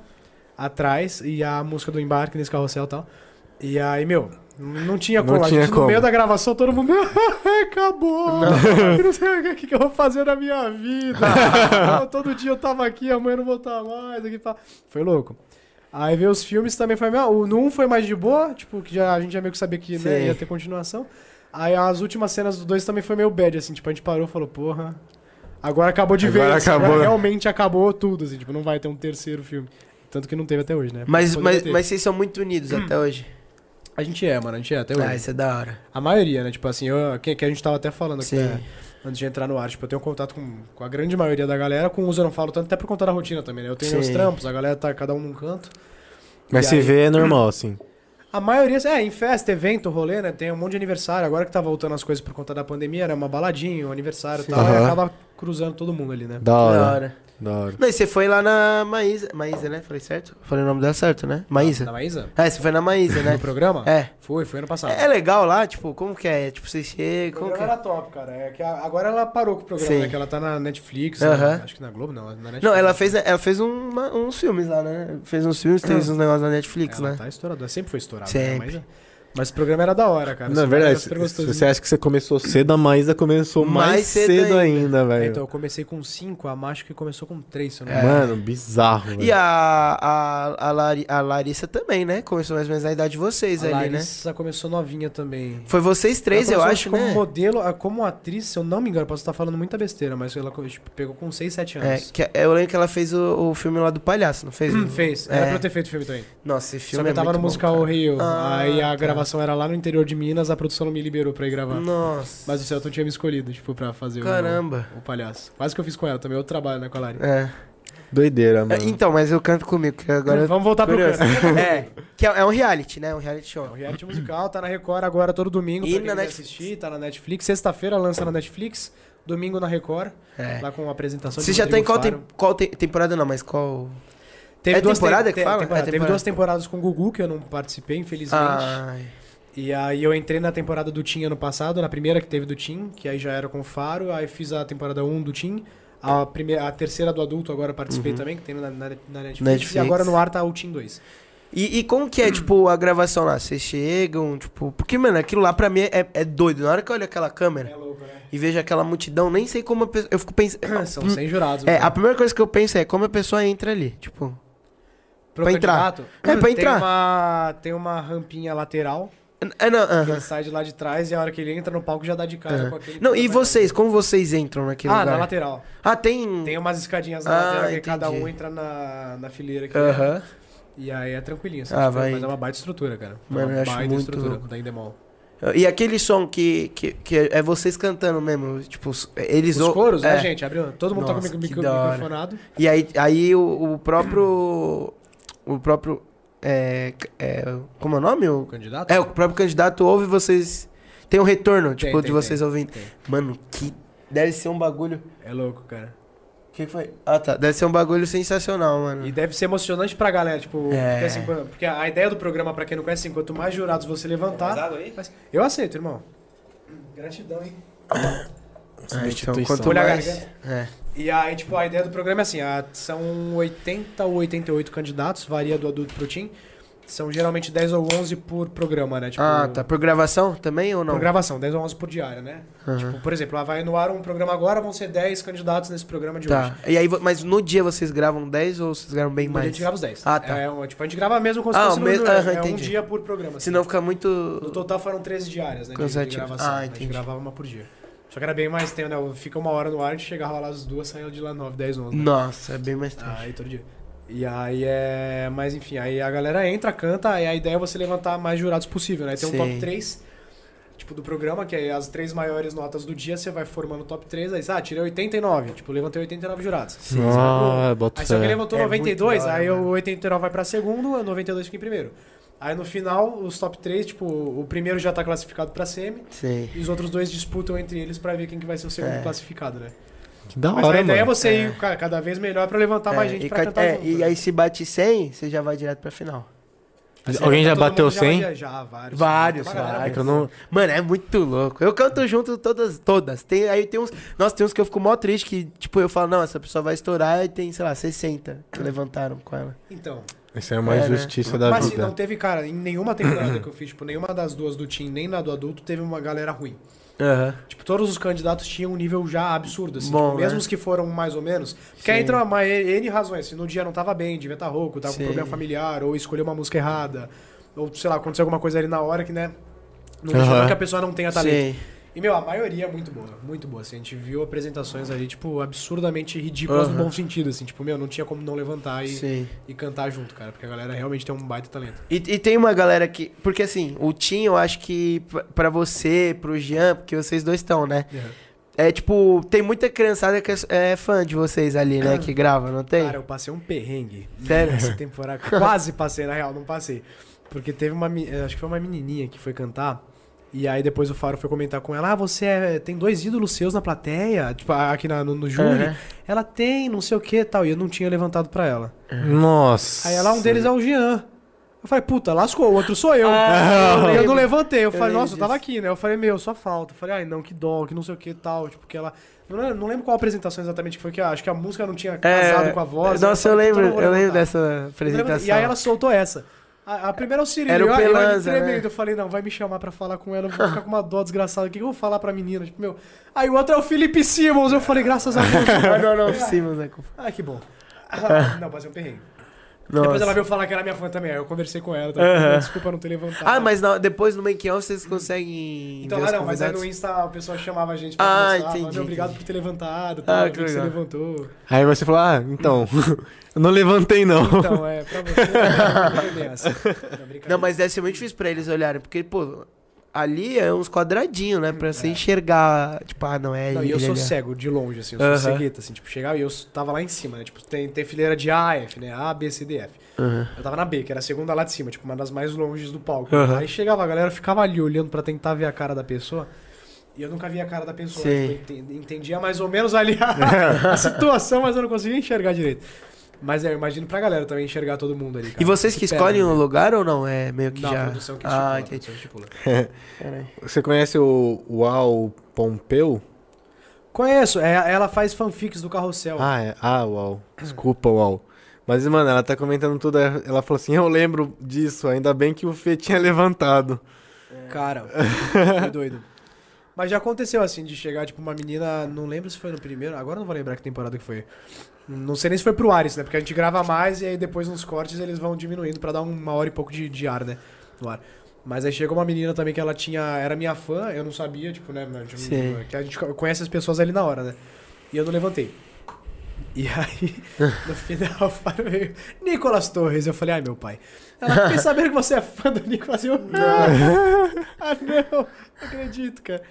C: atrás e a música do embarque nesse carrossel e tal. E aí, meu, não tinha
B: Não
C: como. a
B: tinha
C: gente,
B: como.
C: no meio da gravação, todo mundo. Acabou! Eu não sei o que, que eu vou fazer na minha vida. Ah, todo dia eu tava aqui, amanhã eu não vou estar mais. Aqui, pá. Foi louco. Aí veio os filmes também foi meu. O no um foi mais de boa, tipo, que já, a gente já meio que sabia que né,
A: Sim.
C: ia ter continuação. Aí as últimas cenas do dois também foi meio bad, assim, tipo, a gente parou e falou, porra. Agora acabou de
B: Agora
C: ver.
B: acabou.
C: Realmente acabou tudo, assim, tipo, não vai ter um terceiro filme. Tanto que não teve até hoje, né?
A: Mas,
C: Poderia
A: mas,
C: ter.
A: mas vocês são muito unidos até hoje.
C: A gente é, mano, a gente é até hoje.
A: Ah, isso é da hora.
C: A maioria, né? Tipo assim, eu, que, que a gente tava até falando aqui,
A: Sim.
C: né? antes de entrar no ar. Tipo, eu tenho contato com, com a grande maioria da galera. Com os eu não falo tanto, até por conta da rotina também, né? Eu tenho
A: Sim.
C: os trampos, a galera tá cada um num canto.
B: Mas
C: E
B: se
C: aí?
B: vê é normal, assim.
C: A maioria, é, em festa, evento, rolê, né? Tem um monte de aniversário. Agora que tá voltando as coisas por conta da pandemia, era uma baladinha, um aniversário e tal.
B: Aham.
C: E acaba cruzando todo mundo ali, né?
B: Da hora.
A: Da hora.
B: Da hora.
A: Não, e você foi lá na Maísa. Maísa, né? Falei certo? Falei o nome dela certo, né? Maísa.
C: Da Maísa?
A: É, você foi na Maísa, né?
C: No programa?
A: É.
C: Foi, foi ano passado.
A: É é legal lá, tipo, como que é? Tipo, você
C: O
A: chega, como que é?
C: programa era top, cara. É que a- agora ela parou com o programa,
A: Sim.
C: né? Que ela tá na Netflix,
A: Aham.
C: né? acho que na Globo, não. Na Netflix.
A: Não, ela é fez, ela fez um, uma- uns filmes lá, né? Fez uns filmes, fez uns negócios na Netflix,
C: Ela
A: né?
C: tá estourada, sempre foi estourada.
A: Sempre. é
C: Né? Mas, mas o programa era da hora, cara.
B: Na
C: Assim,
B: é verdade,
C: era super
B: se
C: gostoso.
B: você acha que você começou cedo, a Maísa começou mais,
A: Mais cedo
B: cedo, ainda,
C: É,
B: velho.
C: então é. eu comecei com 5, a Macho que começou com 3, se
A: É.
C: eu não me engano.
B: Mano, bizarro, velho.
A: E a, a, a, Lari- a Larissa também, né? Começou mais ou menos na idade de vocês
C: A
A: ali, né?
C: Larissa começou novinha também.
A: Foi vocês três,
C: Ela
A: eu
C: começou
A: acho,
C: como
A: né?
C: modelo, ah, como atriz, se eu não me engano, posso estar falando muita besteira, mas ela tipo, pegou com 6, 7
A: É,
C: anos.
A: que, eu lembro que ela fez o, o filme lá do palhaço, não fez?
C: Hum, Fez. Era
A: É.
C: pra eu ter feito o filme também.
A: Nossa, esse
C: Só
A: filme
C: que
A: é
C: eu tava
A: muito
C: no musical
A: bom, cara.
C: Rio.
A: Ah,
C: aí a
A: tá.
C: gravação era lá no interior de Minas, a produção não me liberou pra ir gravar.
A: Nossa.
C: Mas o Celton tinha me escolhido, tipo, pra fazer o-
A: Caramba.
C: o, palhaço. Quase que eu fiz com ela também, outro trabalho, né, com a Lari.
A: É.
B: Doideira,
A: É,
B: mano.
A: Então, mas eu canto comigo, que agora eu
C: Vamos voltar pro
A: curioso.
C: canto.
A: É, que é, é um reality, né? Um reality
C: É um
A: show.
C: reality musical, tá na Record agora todo domingo.
A: E
C: pra quem
A: na
C: quiser
A: Netflix.
C: assistir, tá na Netflix. Sexta-feira lança na Netflix, domingo na Record,
A: É.
C: lá com a apresentação
A: Você
C: de
A: já tá em
C: Rodrigo
A: qual,
C: Faro.
A: tem- qual tem- temporada não, mas qual...
C: Teve
A: é
C: duas
A: temporada que
C: te-
A: fala?
C: temporada.
A: É
C: Teve duas
A: temporada. Ah.
C: temporadas com o Gugu, que eu não participei, infelizmente.
A: Ai,
C: E aí eu entrei na temporada do Tim ano passado, na primeira que teve do Tim, que aí já era com o Faro, aí fiz a temporada 1 do Tim, a, primeira, a terceira do adulto agora eu participei também, que tem na, na- na Netflix,
A: Uhum. Netflix.
C: e agora no ar tá o Tim 2.
A: E, e como que é, tipo, a gravação lá? Vocês chegam, tipo... Porque, mano, aquilo lá pra mim é, é doido. Na hora que eu olho aquela câmera
C: louco, né?
A: e vejo aquela multidão, nem sei como a pessoa... Eu fico pensando...
C: Ah, São 100 jurados. né?
A: É,
C: mano.
A: a primeira coisa que eu penso é como a pessoa entra ali, tipo...
C: Pro
A: pra entrar.
C: candidato,
A: É, pra entrar.
C: Tem uma, tem uma rampinha lateral,
A: É, não,
C: que
A: aham.
C: ele sai de lá de trás e a hora que ele entra no palco já dá de cara
A: aham.
C: com aquele...
A: Não,
C: que
A: e
C: vai lá.
A: vocês? Como vocês entram naquele
C: Ah, na
A: lugar?
C: lateral.
A: Ah, tem...
C: Tem umas escadinhas na
A: Ah,
C: lateral que cada
A: entendi.
C: um entra na, na fileira aqui. né?
A: Aham.
C: E aí é tranquilinho, assim,
A: Ah,
C: tipo,
A: vai.
C: mas é uma baita estrutura, cara. É
A: Mano,
C: uma
A: eu acho
C: baita
A: muito
C: estrutura
A: louco.
C: da Indemol.
A: E aquele som que, que, que é vocês cantando mesmo, tipo, os- eles...
C: Os
A: ou-
C: coros, né,
A: é.
C: gente? Abriu. Todo mundo
A: Nossa,
C: tá com o
A: que
C: micro,
A: da hora.
C: microfonado.
A: E aí, aí o, o próprio... O próprio... É, é, como é o nome? O,
C: O candidato?
A: é, o próprio candidato ouve vocês... Tem um retorno,
C: Tem,
A: tipo, de
C: tem,
A: vocês
C: tem,
A: ouvindo.
C: tem.
A: Mano, que... Deve ser um bagulho...
C: É louco, cara.
A: O que foi? Ah, tá. Deve ser um bagulho sensacional, mano. Ah,
C: E deve ser emocionante pra galera, tipo,
A: É.
C: porque, assim, quando- porque a ideia do programa, pra quem não conhece, assim, quanto mais jurados você levantar. mas- eu aceito, irmão. Gratidão, hein?
A: Ah, então,
B: Substituição.
A: quanto
C: Olha a
A: mais...
C: garganta.
A: É.
C: E aí, tipo, a ideia do programa é assim, ah, são 80 ou 88 candidatos, varia do adulto pro team. São geralmente 10 ou 11 por programa, né? Tipo,
A: Ah, tá. Por gravação também ou não? Hum.
C: Por gravação, 10 ou 11 por diária, né?
A: Aham.
C: Tipo, por exemplo, lá vai no ar um programa agora, vão ser 10 candidatos nesse programa de hoje.
A: Tá. E aí, vo- mas no dia vocês gravam 10 ou vocês gravam bem
C: No dia
A: mais?
C: A gente grava os 10.
A: Ah, tá.
C: É, um- tipo, a gente grava mesmo como
A: Ah,
C: se fosse
A: o
C: no
A: mesmo-
C: jornal.
A: aham,
C: é um
A: entendi.
C: dia por programa. assim.
A: Senão fica muito...
C: No total foram 13 diárias, né? de- De,
A: Cansativo.
C: gravação.
A: Ah,
C: A
A: entendi.
C: gente gravava uma por dia. Só que era bem mais tempo, né? Fica uma hora no ar, a gente chegava lá às duas, saía de lá 9, 10, 11. né?
A: Nossa, é bem mais tarde.
C: Aí todo dia. E aí é. Mas enfim, aí a galera entra, canta, e a ideia é você levantar mais jurados possível, né? Tem
A: Sim.
C: um top 3, tipo, do programa, que é as três maiores notas do dia, você vai formando o top 3, aí, ah, tirei 89. Tipo, levantei 89 jurados.
B: Ah, bota
C: Aí se alguém
B: fé.
C: levantou
A: É
C: 92,
A: muito da hora,
C: aí
A: mano.
C: o 89 vai pra segundo, o 92 fica em primeiro. Aí no final, os top 3, tipo, o primeiro já tá classificado pra semi,
A: Sim.
C: e os outros dois disputam entre eles pra ver quem que vai ser o segundo
A: É.
C: classificado, né?
B: Que da
C: Mas
B: hora,
C: a ideia é
B: mano.
C: você
A: É.
C: ir ca- cada vez melhor pra levantar Tá mais gente
A: e,
C: pra
A: ca-
C: cantar
A: é,
C: junto,
A: e
C: né?
A: aí se bate 100, você já vai direto pra final.
C: Assim,
B: Alguém já
C: todo mundo
B: bateu 100?
C: Já, já, vários.
A: Vários,
C: Uma galera
B: É
A: vários.
B: que eu não...
A: Mano, é muito louco. Eu canto junto todas, todas. Tem, aí tem uns... Nossa, tem uns que eu fico mó triste que, tipo, eu falo, não, essa pessoa vai estourar e tem, sei lá, 60 que levantaram com ela.
C: Então,
B: Isso é uma
A: É, né?
B: injustiça da
C: mas assim,
B: vida.
C: não teve, cara, em nenhuma temporada que eu fiz, tipo, nenhuma das duas do Team, nem na do adulto, teve uma galera ruim.
A: Aham.
C: Tipo, todos os candidatos tinham um nível já absurdo, assim.
A: Bom,
C: tipo, mesmo
A: né?
C: os que foram mais ou menos. Porque
A: Sim.
C: aí entra uma N razões. Se no dia não tava bem, devia estar rouco, tava
A: Sim.
C: com problema familiar, ou escolheu uma música errada, ou sei lá, aconteceu alguma coisa ali na hora que, né? Não deixa
B: Aham.
C: que a pessoa não tenha talento.
A: Sim.
C: E, meu, a maioria é muito boa, muito boa. Assim, a gente viu apresentações ali, tipo, absurdamente ridículas
A: Aham.
C: no bom sentido, assim. Tipo, meu, não tinha como não levantar e,
A: Sim.
C: e cantar junto, cara. Porque a galera realmente tem um baita talento.
A: E, e tem uma galera que... Porque, assim, o Tim, eu acho que pra- pra você, pro Jean, porque vocês dois estão, né? É, tipo, tem muita criançada que é, é fã de vocês ali, né? Que grava, não tem?
C: Cara, eu passei um perrengue.
A: Sério?
C: Essa temporada. Quase passei, na real, não passei. Porque teve uma. me- eh, Acho que foi uma menininha que foi cantar. E aí depois o Faro foi comentar com ela, ah, você é- tem dois ídolos seus na plateia, tipo, aqui na- no, no júri.
A: Aham.
C: Ela tem, não sei o que tal, e eu não tinha levantado pra ela.
B: Nossa.
C: Aí ela, um deles é o Jean. Eu falei, puta, lascou, o outro sou eu.
A: Ah, eu
C: eu,
A: lembro.
C: não levantei, eu, falei,
A: lembro
C: nossa, eu tava
A: disso.
C: aqui, né? Eu falei, meu, só falta. Eu falei, ai, não, que dó, que não sei o que tal, tipo, que ela... Não, lembro- não lembro qual apresentação exatamente que foi, que a- acho que a música não tinha casado com a voz. né?
A: É, Nossa, eu
C: falei,
A: lembro,
C: puta, não vou
A: eu lembro
C: levantar.
A: dessa apresentação.
C: E aí ela soltou essa. A, a primeira é o Cirilo.
A: Era o
C: eu- eu,
A: Pelanza,
C: tremendo,
A: né?
C: eu falei, não, vai me chamar pra falar com ela, eu vou ficar com uma dó desgraçada. O que que eu vou falar pra menina? Tipo, meu. Aí o outro é o Felipe Simmons. Eu falei, graças a Deus.
A: Ah, não, não, Simmons, né?
C: Ai, que bom. Ah, não, mas eu perrei. Depois ela veio falar que era minha fã também. Aí eu conversei com ela. Tá?
A: Aham.
C: Desculpa não ter levantado.
A: Ah, mas na- depois no make off vocês conseguem
C: Então,
A: ver
C: ah,
A: os
C: não, mas aí
A: convidados?
C: no Insta o pessoal chamava a gente pra
A: Ah,
C: conversar. falava,
A: entendi,
C: meu, obrigado
A: entendi.
C: por ter levantado. tal,
A: que
C: vi que você
A: legal.
C: levantou.
B: Aí você fala, ah, então, eu não levantei não.
C: Então, é, pra você. não tem essa. brincadeira.
A: Não, mas deve ser muito difícil pra eles olharem, porque, pô, ali é uns quadradinhos, né? Pra você enxergar, tipo, ah, não, é
C: É. Não,
A: ele.
C: e eu sou
A: ele é-
C: cego de longe, assim, eu
A: Aham.
C: sou cegueta, assim, tipo, chegava e eu tava lá em cima, né? Tipo, tem, tem fileira de A, F, né? A, B, C, D, F. Eu tava na B, que era a segunda lá de cima, tipo, uma das mais longes do palco.
A: Aham.
C: Aí chegava a galera, ficava ali olhando pra tentar ver a cara da pessoa. E eu nunca via a cara da pessoa.
A: Sim.
C: Tipo, eu ente- entendia mais ou menos ali a, a situação, mas eu não conseguia enxergar direito. Mas é, eu imagino pra galera também enxergar todo mundo ali.
A: E vocês que escolhem
C: o
A: o lugar ou não? É meio que
C: Não, a
A: já.
C: né? produção que estipula,
A: ah,
C: a
A: entendi.
C: produção estipula.
B: Você conhece o Uau Pompeu?
C: Conheço, é- ela faz fanfics do carrossel.
B: Ah, é. Ah, Uau. Desculpa, Uau. Mas, mano, ela tá comentando tudo. Ela falou assim: eu lembro disso, ainda bem que o Fê tinha levantado.
C: Cara, foi doido. Mas já aconteceu assim, de chegar, tipo, uma menina, não lembro se foi no primeiro, agora não vou lembrar que temporada que foi. Não sei nem se foi pro ar isso, né? Porque a gente grava mais e aí depois nos cortes eles vão diminuindo pra dar uma hora e pouco de, de ar, né? No ar. Mas aí chegou uma menina também que ela tinha. Era minha fã, eu não sabia, tipo, né? mas, tipo,
A: Sim.
C: Que a gente co- conhece as pessoas ali na hora, né? E eu não levantei. E aí, no final, o Fábio veio. Nicolas Torres, eu falei, ai meu pai. Ela fiquei sabendo que você é fã do Nicolas. Eu, ah, não, não acredito, cara.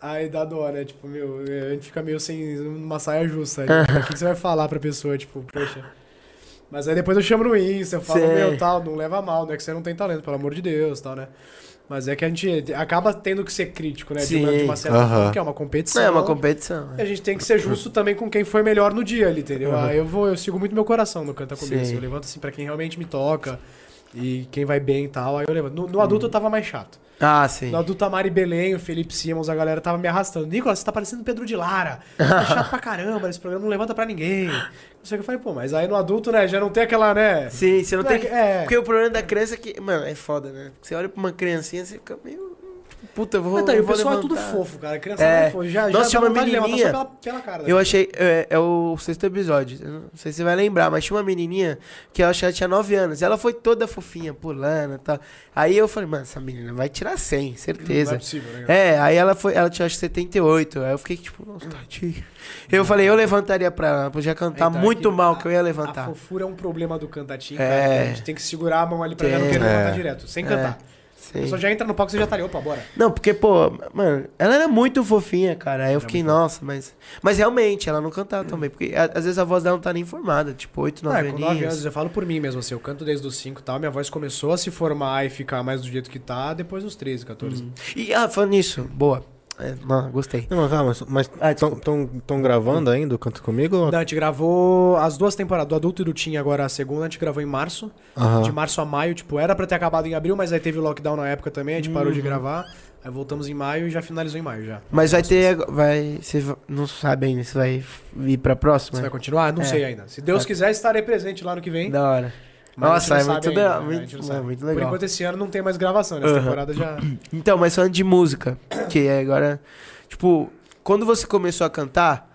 C: Aí dá dó, né? Tipo, meu, a gente fica meio sem uma saia justa. Né? O que que você vai falar pra pessoa? Tipo, poxa. Mas aí depois eu chamo no Insta, eu falo,
A: Sei.
C: meu, tal, não leva a mal, não é que você não tem talento, pelo amor de Deus, tal, né? Mas é que a gente acaba tendo que ser crítico, né? De uma, de uma certa
B: Sim.
C: forma,
B: Aham.
C: que é uma competição.
A: Não, é uma competição.
C: E A gente tem que ser justo também com quem foi melhor no dia ali, entendeu? Ah, eu vou, eu sigo muito meu coração no canta comigo.
A: Sim.
C: assim, eu levanto assim pra quem realmente me toca e quem vai bem e tal. Aí eu levanto. No, no adulto eu tava mais chato.
A: Ah, Uhum. sim.
C: No adulto a Mari Belém, o Felipe Simmons, a galera tava me arrastando. Nicolas, você tá parecendo Pedro de Lara. Tá chato pra caramba, esse programa não levanta pra ninguém. Não sei o que eu falei, pô, mas aí no adulto, né, já não tem aquela, né?
A: Sim, você não tem que.
C: É.
A: Porque o problema da criança é que. Mano, é foda, né? Você olha pra uma criancinha, você fica meio. Puta, eu vou.
C: Então, e o
A: vou
C: pessoal é tudo
A: levantar.
C: fofo, tá cara. A criança
A: É.
C: é tudo fofo. Já,
A: Nossa,
C: já
A: tinha
C: dá
A: uma
C: vontade de levantar só
A: menininha.
C: pela, pela cara. né?
A: Eu achei. É, é o sexto episódio. Eu não sei se você vai lembrar, mas tinha uma menininha que eu achei que ela tinha 9 anos. Ela foi toda fofinha, pulando e tal. Aí eu falei, mano, essa menina vai tirar 100,
C: Não
A: certeza.
C: é possível, né?
A: É, aí ela foi, ela tinha acho que 78. Aí eu fiquei tipo, nossa, tadinha. Eu falei, eu levantaria pra ela, podia cantar
C: Então, é
A: muito
C: que
A: mal
C: a-
A: que eu ia
C: A
A: levantar.
C: fofura é um problema do cantatim,
A: É.
C: cara. A gente tem que segurar a mão ali pra já não
A: Tem.
C: querer levantar
B: É.
C: direto, sem
A: É.
C: cantar. A
A: Sim.
C: pessoa já entra no palco e você já tá ali, opa, bora.
A: Não, porque, pô, mano, ela era muito fofinha, cara. Aí eu fiquei, nossa, mas. Mas realmente, ela não cantava também. Porque a- às vezes a voz dela não tá nem formada, tipo, 8,
C: Não,
A: 9
C: é, com 9 anos,
A: aninhos.
C: eu falo por mim mesmo, assim, eu canto desde os 5 e tal, minha voz começou a se formar e ficar mais do jeito que tá, depois dos 13, 14.
A: E, ah, falando nisso, boa. É, não, gostei.
B: Não, mas calma, mas
A: Ah,
B: tão, tão, tão gravando ainda o Canto Comigo?
C: Não, a gente gravou as duas temporadas, do adulto e do Tim, agora a segunda, a gente gravou em março.
A: Ah.
B: Aham.
C: De março a maio, tipo, era pra ter acabado em abril, mas aí teve o lockdown na época também, a gente parou
A: Uhum.
C: de gravar. Aí voltamos em maio e já finalizou em maio já.
A: Mas vai ter. ag- Vai. Você va- não sabe ainda se vai ir pra
C: Você
A: próxima?
C: vai continuar? Não
A: É.
C: sei ainda. Se Deus quiser, estarei presente lá no que vem.
A: Da hora.
C: Mas
A: Nossa,
C: a
A: é
C: gente não
A: muito,
C: sabe
A: da-
C: ainda, né? A gente
A: muito,
C: não
A: é
C: sabe.
A: muito
C: Por
A: legal.
C: enquanto esse ano não tem mais gravação, né? Essa
A: Aham.
C: temporada já.
A: Então, mas falando de música, que é agora. Tipo, quando você começou a cantar,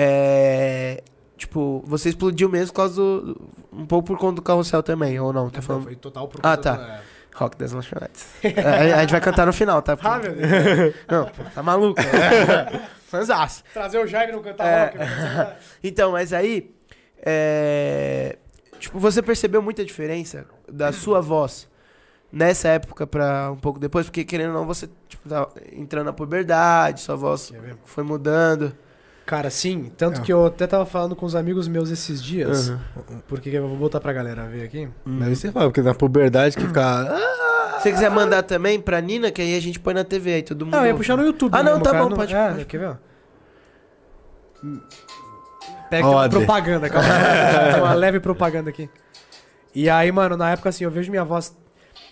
A: é. Tipo, você explodiu mesmo por causa do. Um pouco por conta do carrossel também, ou não? Tá falando
C: Foi total por
A: Ah,
C: conta
A: tá.
C: da-
A: Rock das Lanchonetes. É, a, a gente vai cantar no final, tá?
C: Ah, meu Deus.
A: Não, pô, tá maluco. né? Fanzaço.
C: Trazer o Jaime no cantar
A: É.
C: rock. né?
A: Então, mas aí. é, Tipo, você percebeu muita diferença da sua voz nessa época pra um pouco depois? Porque, querendo ou não, você tipo, tá entrando na puberdade, sua voz
C: Quer ver? É.
A: foi mudando.
C: Cara, sim. Tanto que eu até tava falando com os amigos meus esses dias. Porque eu vou botar pra galera ver aqui.
B: Deve ser, fala, porque na puberdade que fica. ah,
A: Se você quiser mandar também pra Nina, que aí a gente põe na TV aí, todo mundo.
C: Não, eu ia puxar no YouTube.
A: Ah, não,
C: mesmo,
A: tá
C: cara,
A: bom, pode-
C: Ah,
A: pode-
C: quer ver, ó. Pega
B: Ó,
C: uma
B: Adri.
C: propaganda, calma. Tem uma leve propaganda aqui. E aí, mano, na época, assim, eu vejo minha voz...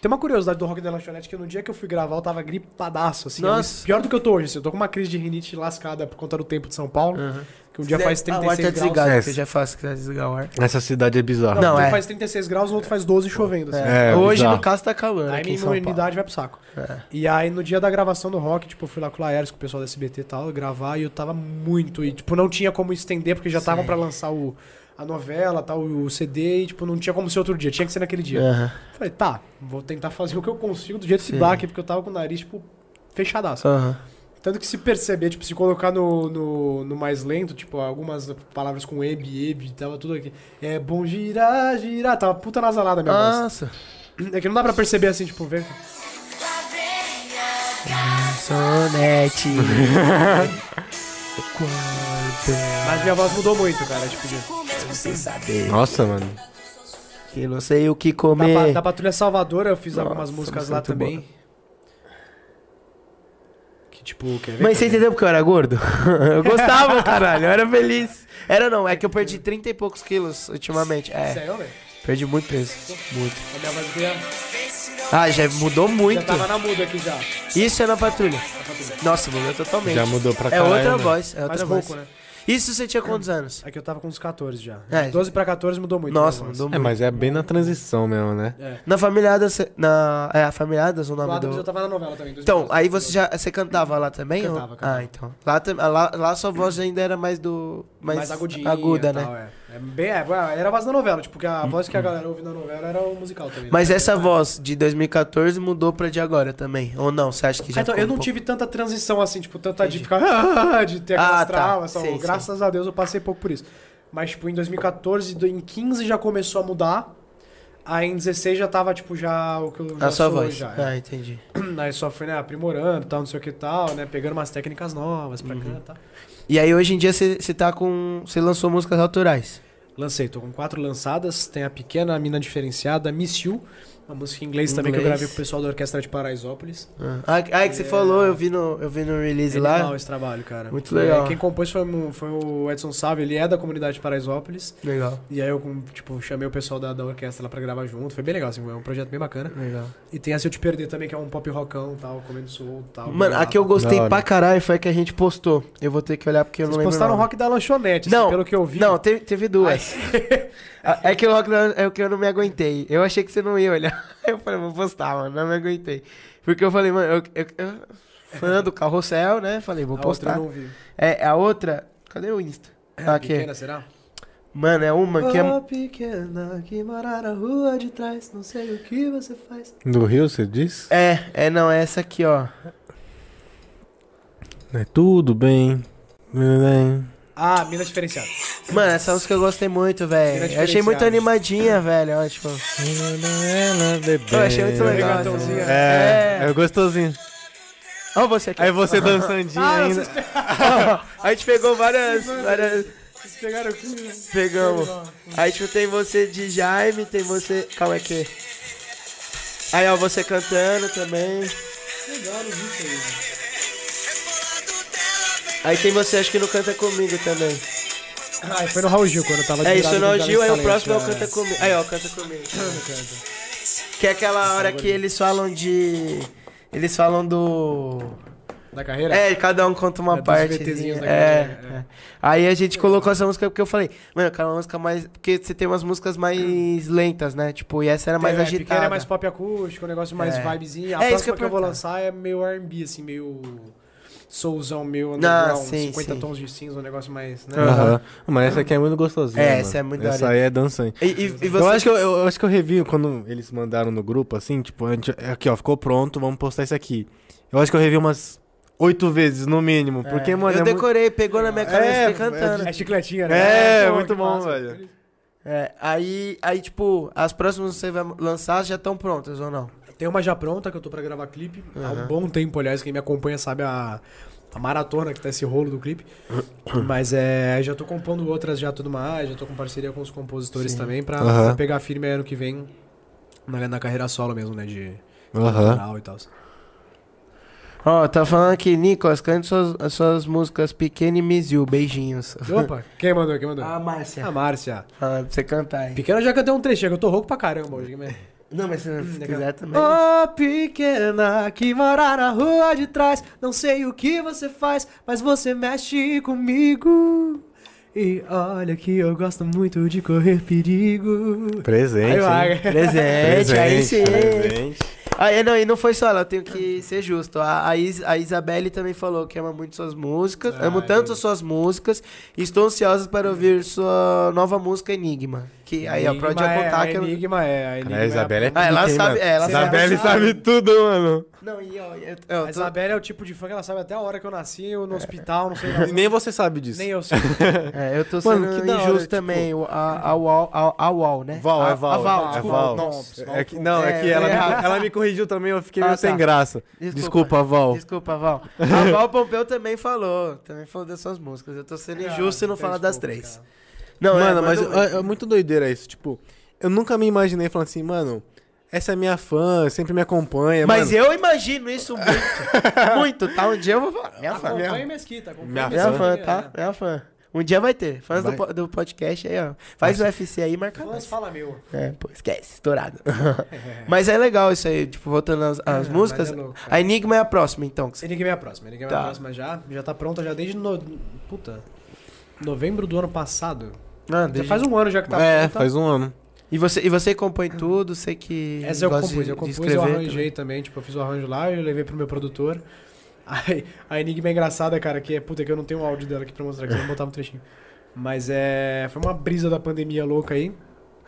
C: Tem uma curiosidade do Rock da Lanchonete, que no dia que eu fui gravar, eu tava gripadaço, assim.
A: Nossa.
C: eu- Pior do que eu tô hoje, assim. Eu tô com uma crise de rinite lascada por conta do tempo de São Paulo. Que um dia faz
A: Ah, o ar
C: 36
A: tá
C: graus.
A: desligado,
B: É.
A: porque já faço que tá desligar o ar.
B: Essa cidade é bizarra.
A: Não,
C: um dia
A: é.
C: faz 36 graus, no outro faz 12 chovendo, assim.
B: É,
A: Hoje,
B: bizarro.
A: no caso, tá calando. aqui
C: Aí
A: em
C: minha
A: São Paulo.
C: imunidade vai pro saco.
A: É.
C: E aí no dia da gravação do rock, tipo, eu fui lá com o Laércio, com o pessoal da SBT e tal, gravar e eu tava muito. E, tipo, não tinha como estender, porque já tava pra lançar o, a novela, tal, o CD, e, tipo, não tinha como ser outro dia, tinha que ser naquele dia.
A: Aham.
C: Falei, tá, vou tentar fazer o que eu consigo do jeito que dá aqui, porque eu tava com o nariz, tipo, fechadaço.
A: Aham.
C: Tanto que se perceber, tipo, se colocar no, no, no mais lento, tipo, algumas palavras com eb, eb, tava tudo aqui. É bom girar, girar, tava puta nasalada minha voz.
A: Nossa.
C: É que não dá pra perceber assim, tipo, ver.
A: Sonete.
C: Mas minha voz mudou muito, cara. Tipo, de...
B: Nossa, mano.
A: que não sei o que
C: da,
A: comer.
C: pa- da Patrulha Salvadora eu fiz
A: Nossa,
C: algumas músicas
A: música é
C: lá
A: muito
C: também. Que tipo, quer ver?
A: Mas você entendeu porque eu era gordo? eu gostava, caralho. Eu era feliz. Era não, é que eu perdi 30 e poucos quilos ultimamente. É,
C: Sério, velho?
A: perdi muito peso. Muito.
C: A minha voz já,
A: Ah, já mudou muito.
C: já tava na muda aqui já.
A: Isso é na patrulha. Nossa, mudou totalmente.
B: Já mudou pra
A: É
B: caralho,
A: outra
B: né?
A: voz, é
C: Mais
A: outra voz.
C: pouco, né?
A: Isso você tinha quantos anos?
C: É que eu tava com uns 14 já.
A: É.
C: De 12 pra 14 mudou muito. né,
A: Nossa,
C: minha voz.
A: mudou
B: É,
A: muito.
B: mas é bem na transição mesmo, né?
A: Na família Adams, você- na é a família Adams o
C: O
A: nome
C: Adams
A: do
C: eu tava na novela também. em
A: Então,
C: 2012.
A: aí você já você cantava lá também? ou-
C: Cantava, cantava.
A: Ah, então. Lá, tam- lá lá sua voz ainda era mais do mais,
C: mais agudinha.
A: aguda,
C: e
A: né? Hum.
C: tal, é. É bem, é, ué, era a voz da novela, tipo, porque a voz que a galera ouve na novela era o musical também. né?
A: Mas essa voz de 2014 mudou pra de agora também. Ou não? Você acha que já
C: Ah, então,
A: ficou
C: eu
A: um
C: não
A: pouco-
C: tive tanta transição assim, tipo, tanta de ficar. de ter aquelas
A: Ah, tá.
C: travas. tal.
A: Sim, sim.
C: Graças a Deus eu passei pouco por isso. Mas, tipo, em 2014, do- em 15 já começou a mudar. Aí em 16 já tava, tipo, já o que eu já
A: a sua
C: sou
A: voz.
C: já. é.
A: Ah, entendi.
C: Aí só fui, né, aprimorando, tal, não sei o que tal, né? Pegando umas técnicas novas
A: Uhum.
C: pra cá e tal.
A: E aí hoje em dia você você tá com. Você lançou músicas autorais.
C: Lancei, tô com quatro lançadas. Tem a pequena, a mina diferenciada, Miss You. Uma música em inglês, também que eu
A: Inglês.
C: gravei com o pessoal da Orquestra de Paraisópolis.
A: Ah, ah, é que você falou, eu vi no, eu vi no release
C: É
A: lá.
C: animal esse trabalho, cara.
A: Muito legal.
C: É, quem compôs foi, um- foi o Edson Sávio, ele é da comunidade de Paraisópolis.
A: Legal,
C: E aí eu, com- tipo, chamei o pessoal da, da orquestra lá pra gravar junto. Foi bem legal, assim, foi um projeto bem bacana.
A: legal.
C: E tem a Se Eu Te Perder também, que é um pop rockão tal, comendo sol tal.
A: Mano, a que eu gostei
B: Da hora.
A: pra caralho foi a que a gente postou. Eu vou ter que olhar porque eu
C: Vocês
A: não lembro.
C: postaram
A: o
C: o
A: nome.
C: rock da lanchonete,
A: Não,
C: assim, pelo que eu vi.
A: Não, teve, teve duas. A- é que o rock da- é o que eu não me aguentei. Eu achei que você não ia olhar. Eu falei, vou postar, mano. Não me aguentei. Porque eu falei, mano, eu, eu, eu- fã do carrossel, né? Falei, vou
C: a outra
A: postar.
C: eu não vi.
A: É, a outra. Cadê o Insta? Ah, aqui.
C: Pequena, será?
A: Mano, é uma que é.
C: Ó, pequena, que morar na rua de trás, não sei o que você faz.
B: Do Rio, você diz?
A: É, é não, é essa aqui, ó.
B: É tudo bem. Tudo bem.
C: Ah, mina diferenciada.
A: Mano, essa música eu gostei muito,
C: Tira
A: velho. Eu achei muito
C: diferenciada.
A: animadinha, velho. ó, tipo, eu achei muito legal. essa
C: Regatãozinha.
A: música.
B: É, é gostosinho.
A: Ó, você aqui.
B: Aí você dançandinho
C: Ah,
B: ainda.
C: vocês,
A: A gente pegou várias. várias...
C: vocês pegaram o clima. né?
A: Pegamos. Aí, tipo, tem você de Jaime, tem você. Calma aqui. Aí, ó, você cantando também.
C: Legal, né? não vi isso aí.
A: Aí tem você, acho que não canta comigo também.
C: Ah, foi no Raul Gil quando eu tava
A: É isso,
C: virado no
A: não,
C: Jovem
A: Gil, aí o
C: Talento,
A: próximo é o
C: é.
A: canta comigo. Aí, ó, canta comigo. Que é aquela hora que eles falam de. Eles falam do.
C: Da carreira?
A: É, cada um conta uma
C: É, dos
A: parte.
C: VTzinhos da
A: É,
C: galera,
A: é. Aí a gente colocou essa música porque eu falei, mano, eu quero uma música mais. Porque você tem umas músicas mais lentas, né? Tipo, e essa era mais
C: é,
A: agitada.
C: Pequena é mais pop acústico, um negócio mais
A: É.
C: vibezinho. A
A: É,
C: próxima
A: isso que
C: que
A: eu
C: eu, vou
A: pergunto.
C: lançar é meio R&B, assim, meio soulzão, meio
A: Ah,
C: underground,
A: sim,
C: 50
A: sim.
C: tons de cinza, um negócio mais, né?
B: Aham. Mas essa aqui é muito gostosinha.
A: É,
B: mano.
A: essa é muito da
B: Essa
A: hora.
B: aí é dançante.
A: E, e, e você.
B: Eu acho, que eu, eu acho que eu revi quando eles mandaram no grupo, assim, tipo, a gente- aqui, ó, ficou pronto, vamos postar isso aqui. Eu acho que eu revi umas oito vezes, no mínimo. Porque, mano,
A: eu
B: é muito-
A: decorei, pegou na minha cara e eu
B: É,
A: fiquei cantando.
C: É chicletinha, né?
B: É,
C: Pô,
B: muito
C: que
B: bom,
C: massa.
B: velho.
A: É, aí, aí, tipo, as próximas que você vai lançar já estão prontas ou não?
C: Tem uma já pronta que eu tô pra gravar clipe. Há um bom tempo, aliás, quem me acompanha sabe a, a maratona que tá esse rolo do clipe. Mas é, já tô compondo outras já tudo mais, já tô com parceria com os compositores também pra,
B: Aham.
C: pra pegar firme aí ano que vem na, na carreira solo mesmo, né? De,
B: Aham.
C: Tal e tal.
A: Ó, tá falando aqui, Nicolas, cante suas, as suas músicas Pequeno e Mizil, beijinhos.
C: Opa, quem mandou? Quem mandou?
A: Ah, Márcia.
C: A Márcia.
A: Fala pra você cantar aí.
C: Pequena eu já cantei um trechinho, que eu tô rouco pra caramba hoje. né? Mas...
A: Não, mas se você
C: legal.
A: quiser também.
C: Ô pequena que mora na rua de trás, não sei o que você faz, mas você mexe comigo. E olha que eu gosto muito de correr perigo.
B: Presente.
C: Aí
B: hein?
C: vai.
A: Presente, aí sim.
B: presente.
A: Aí Ah, é, não, e não foi só ela, eu tenho que ser justo. A, a, Is- a Isabelle também falou que ama muito suas músicas. amo tanto suas músicas. e Estou ansiosa para ouvir sua nova música Enigma. Que aí a Prod
C: Enigma
A: vai
C: é-
A: contar
C: a
A: que eu.
C: Enigma é, a Enigma
B: Cara, a Isabelle é
A: Ah, ela
B: pica, hein,
A: sabe-
B: mano?
A: é, ela sabe-
B: Isabelle
C: ela sabe.
B: sabe tudo, mano.
A: Não, e ó, eu,
C: é
A: eu
C: a... A
A: tô-
C: Isabelle é o tipo de fã que ela sabe até a hora que eu nasci, eu no hospital, não sei
B: E
C: lá.
B: nem você sabe disso.
C: Nem eu sei.
A: É, eu tô sendo
B: Mano, que da hora,
A: injusto
B: tipo-
A: também. o- A, a, Wall, a, a Wall, né?
B: Val,
A: a,
B: é Val.
A: A Val,
B: é
A: desculpa.
B: Val.
A: Nossa,
B: É que, não, é,
A: É,
B: que ela,
A: eu errei.
B: me, ela me corrigiu também, eu fiquei
A: Ah,
B: meio sem
A: tá.
B: graça.
A: Desculpa.
B: Desculpa, Val.
A: Desculpa, Val. A Val Pompeu também falou. Também falou das suas músicas. Eu tô
C: É,
A: sendo injusto e não falar das três. Não, é,
B: mano, mas
A: não-
B: é, é muito doideira isso. Tipo, eu nunca me imaginei falando assim, mano, essa é minha fã, sempre me acompanha.
A: Mas
B: É, mano,
A: eu imagino isso muito. muito, tá? Um dia eu vou falar. Minha fã. tá?
C: Acompanha Mesquita, acompanha
B: Minha
A: Minha
B: Minha
A: fã,
C: Mesquita,
A: tá?
C: né?
A: Minha fã. Um dia vai ter. Fãs do,
B: Vai.
A: po- do podcast aí, ó. Faz o UFC aí e marca
C: Fãs
A: nós.
C: fala meu.
A: É, pô, esquece, estourado. mas é legal isso aí, tipo, voltando às, às
C: É,
A: músicas.
C: mas é louco, cara.
A: a Enigma é a próxima, então. que você-
C: Enigma é a próxima, Enigma é
A: Tá.
C: a próxima já. Já tá pronta já desde no... Puta. Novembro do ano passado.
A: Ah,
C: Já
A: deixa-
C: faz um ano já que tá
B: É,
C: pronta.
B: faz um ano.
A: E você, e você compõe tudo, sei que.
C: Essa eu
A: gosta
C: compus,
A: de-
C: eu
A: de
C: compus, eu
A: escrever
C: arranjei também. tipo, eu fiz o arranjo lá, eu levei pro meu produtor. Aí, a Enigma é engraçada, cara, que é puta que eu não tenho o áudio dela aqui pra mostrar, que eu não botava um trechinho. Mas é. Foi uma brisa da pandemia louca aí.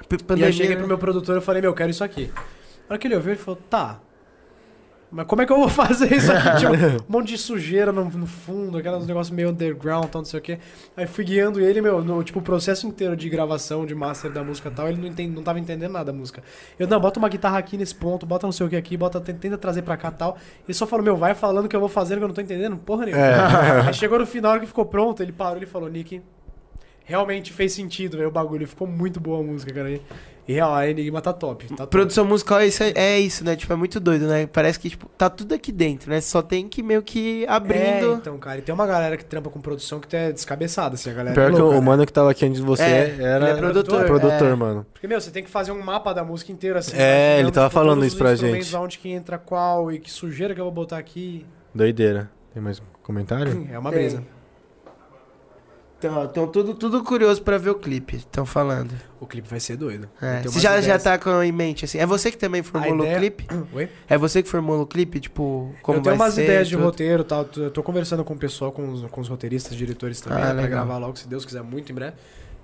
A: P-
C: e
A: pandemia,
C: aí cheguei
A: né?
C: pro meu produtor e falei, meu, eu quero isso aqui. Na hora que ele ouviu, ele falou, tá. Mas como é que eu vou fazer isso aqui? Tinha um monte de sujeira no, no fundo, aqueles negócios meio underground, tal, não sei o quê. Aí fui guiando ele, meu, no, tipo, o processo inteiro de gravação, de master da música e tal, ele não, entende, não tava entendendo nada da música. Eu, não, bota uma guitarra aqui nesse ponto, bota não sei o que aqui, bota, tenta, tenta trazer pra cá e tal. Ele só falou, meu, vai falando que eu vou fazer, que eu não tô entendendo porra nenhuma.
B: É.
C: Aí chegou no final, a hora que ficou pronto, ele parou, ele falou, Nick, realmente fez sentido, velho, o bagulho. Ficou muito boa a música, cara. E real, a Enigma tá top. Tá top.
A: Produção musical é isso, é isso, né? Tipo, é muito doido, né? Parece que, tipo, tá tudo aqui dentro, né? Só tem que meio que
C: É,
A: abrindo.
C: então, cara. E tem uma galera que trampa com produção que tá descabeçada, assim, a galera. é
B: Pior que
C: louca,
B: o
C: né?
B: mano que tava aqui antes de você
A: É,
B: era.
A: ele é produtor,
B: produtor,
A: é.
B: mano.
C: Porque, meu, você tem que fazer um mapa da música inteira,
B: É,
C: assim. imaginando,
B: ele tava
C: tipo,
B: falando
C: todos
B: isso
C: os
B: pra
C: instrumentos,
B: gente.
C: Onde que entra qual e que sujeira que eu vou botar aqui.
B: Doideira. Tem mais um comentário?
C: É uma
A: Tem.
C: brisa.
A: Então, ó, tão tudo, tudo curioso pra ver o clipe, estão falando.
C: O clipe vai ser doido.
A: É,
C: Vai ter
A: Você
C: umas
A: já, já
C: ideias.
A: tá com em mente, assim. É você que também formulou
C: ideia-
A: o clipe?
C: Oi?
A: É você que formulou o clipe? Tipo, como
C: eu tenho
A: vai
C: umas
A: ser?
C: ideias de
A: tudo?
C: roteiro e tal. Eu tô conversando com o pessoal, com os, com os roteiristas, diretores também,
A: Ah,
C: né, pra
A: legal.
C: gravar logo, se Deus quiser, muito em breve.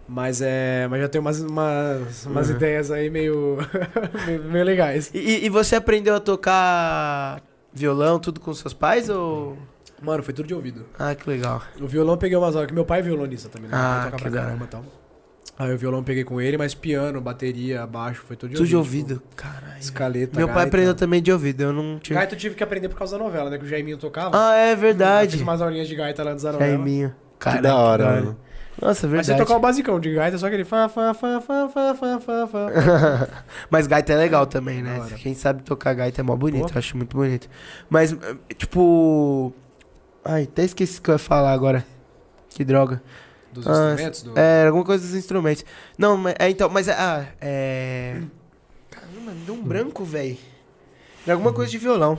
C: Mas é. Mas já tem umas, umas,
A: Uhum.
C: umas ideias aí meio. meio, meio legais.
A: E- E, e você aprendeu a tocar violão, tudo com seus pais? Ou.
C: Mano, foi tudo de ouvido.
A: Ah, que legal.
C: O violão eu peguei umas horas, que meu pai é violonista também, né? Meu
A: Ah,
C: pai toca
A: que
C: pra
A: da
C: caramba e tal. Aí o violão eu peguei com ele, mas piano, bateria, baixo, foi tudo de
A: tudo de
C: ouvido.
A: ouvido.
C: tipo,
A: Caralho.
C: escaleta.
A: Meu pai
C: gaita.
A: aprendeu também de ouvido, eu não tive.
C: Gaita eu tive que aprender por causa da novela, né? Que o Jaiminho tocava.
A: Ah, é
C: Eu Fiz
A: verdade.
C: umas aulinhas de gaita lá antes da novela.
A: Jaiminho.
B: que da hora, mano.
A: Nossa, é
C: Mas você
A: verdade.
C: tocar o basicão de gaita, só que ele fã, fã, fã, fã, fã, fã, fã, fã.
A: Mas gaita é legal também, né?
C: Da hora.
A: Quem sabe tocar gaita é mó bonito,
C: Pô.
A: eu acho muito bonito. Mas, eh, tipo. Ai, até esqueci o que eu ia falar agora. Que droga.
C: Dos
A: Ah,
C: instrumentos? Do...
A: É, alguma coisa dos instrumentos. Não, mas, é, então, mas. Ah, é. Caramba, me deu um branco, velho. De alguma coisa de violão.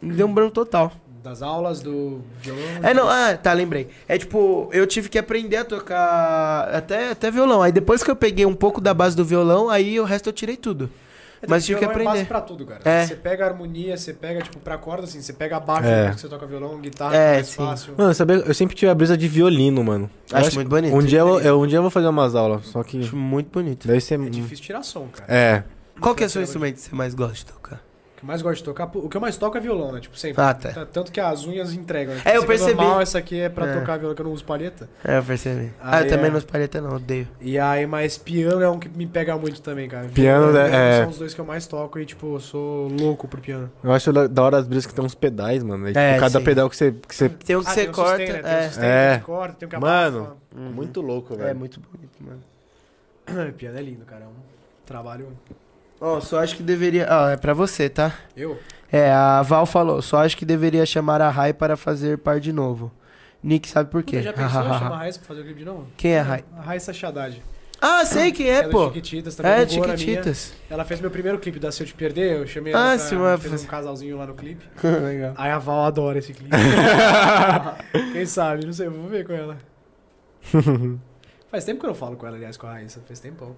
A: Me deu um branco total.
C: Das aulas, do violão?
A: É, não, ah, tá, lembrei. É tipo, eu tive que aprender a tocar até, até violão. Aí depois que eu peguei um pouco da base do violão, aí o resto eu tirei tudo. mas tive que
C: violão É base
A: aprender.
C: pra tudo, cara.
A: É.
C: Você pega harmonia, você pega, tipo, pra corda, assim, você pega baixo,
B: É.
C: depois que você toca violão, guitarra,
A: É,
C: é, mais
A: sim.
C: fácil.
B: Mano, sabia? Eu sempre tive a brisa de violino, mano. Eu
A: Acho muito bonito.
B: Um dia, eu, eu- um dia eu vou fazer umas aulas, só que.
A: Acho muito bonito.
B: Deve ser.
C: É difícil tirar som, cara.
B: É.
A: Qual que é o seu instrumento que você mais gosta de tocar?
C: O que eu mais gosto de tocar, o que eu mais toco é violão, né? Tipo, sempre.
A: Ah, tá.
C: T- Tanto que as unhas entregam. Né? Tipo,
A: É, eu
C: essa aqui
A: percebi.
C: normal, essa aqui é pra
A: É.
C: tocar violão, que eu não uso palheta.
A: É, eu percebi. Ah,
C: Ah,
A: eu também
C: é.
A: não uso palheta não, odeio.
C: E aí, mas piano é um que me pega muito também, cara.
B: Piano,
C: Violão
B: né,
C: e piano
B: é.
C: São os dois que eu mais toco e, tipo, eu sou louco pro piano.
B: Eu acho da da hora as brisas que tem uns pedais, mano. E, tipo,
A: É,
B: cada
A: sim.
B: pedal que você. Que você...
A: Tem um que
C: Ah,
A: você
C: tem um
A: corta.
C: sustain, né? Tem um
A: é.
C: sustain,
B: É.
C: tem um que corta, tem um que abafa.
B: Mano, Muito louco,
A: É muito bonito, mano.
C: Piano é lindo, cara. É um trabalho
A: Ó, só acho que deveria. Ah, é pra você, tá?
C: Eu?
A: É, a Val falou, só acho que deveria chamar a Rai para fazer par de novo. Nick sabe por quê.
C: Puta, já pensou em chamar a Raíssa pra fazer o clipe de novo?
A: Quem é a Rai?
C: A Raíssa Haddad.
A: Ah, sei quem é,
C: Ela
A: pô.
C: Chiquititas, também
A: É,
C: boa na minha.
A: Chiquititas.
C: Ela fez meu primeiro clipe da Se Eu Te Perder, eu chamei
A: Ah,
C: ela
A: sim,
C: pra,
A: mas-
C: fez um casalzinho lá no clipe.
A: Legal.
C: Aí a Val adora esse clipe. Quem sabe, não sei, eu vou ver com ela. Faz tempo que eu não falo com ela, aliás, com a Raíssa, fez tempão.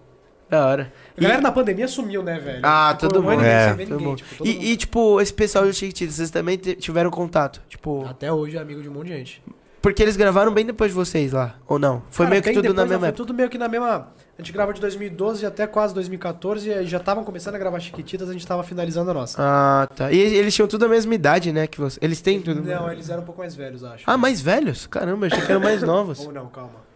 A: Da hora.
C: A galera na pandemia sumiu, né, velho?
A: Ah,
C: Ficou
A: todo
C: um ano
A: mundo.
C: e meio
B: É,
C: sem ver
A: todo
C: ninguém,
A: mundo.
C: tipo, todo mundo.
A: E, e, tipo, esse pessoal do Chiquititas, vocês também te- tiveram contato? Tipo.
C: Até hoje é amigo de um monte de gente.
A: Porque eles gravaram bem depois de vocês lá, ou não? Foi
C: Cara,
A: meio que
C: bem
A: tudo na
C: depois, né,
A: mesma
C: foi
A: época.
C: Tudo meio que na mesma. A gente gravou de 2012 até quase 2014 e aí já estavam começando a gravar Chiquititas, a gente tava finalizando a nossa.
A: Ah, tá. E eles tinham tudo a mesma idade, né? Que você... Eles têm tudo.
C: Não, eles eram um pouco mais velhos, acho.
A: Ah, mais velhos? Caramba, achei que eram mais novos.
C: Ou não, calma.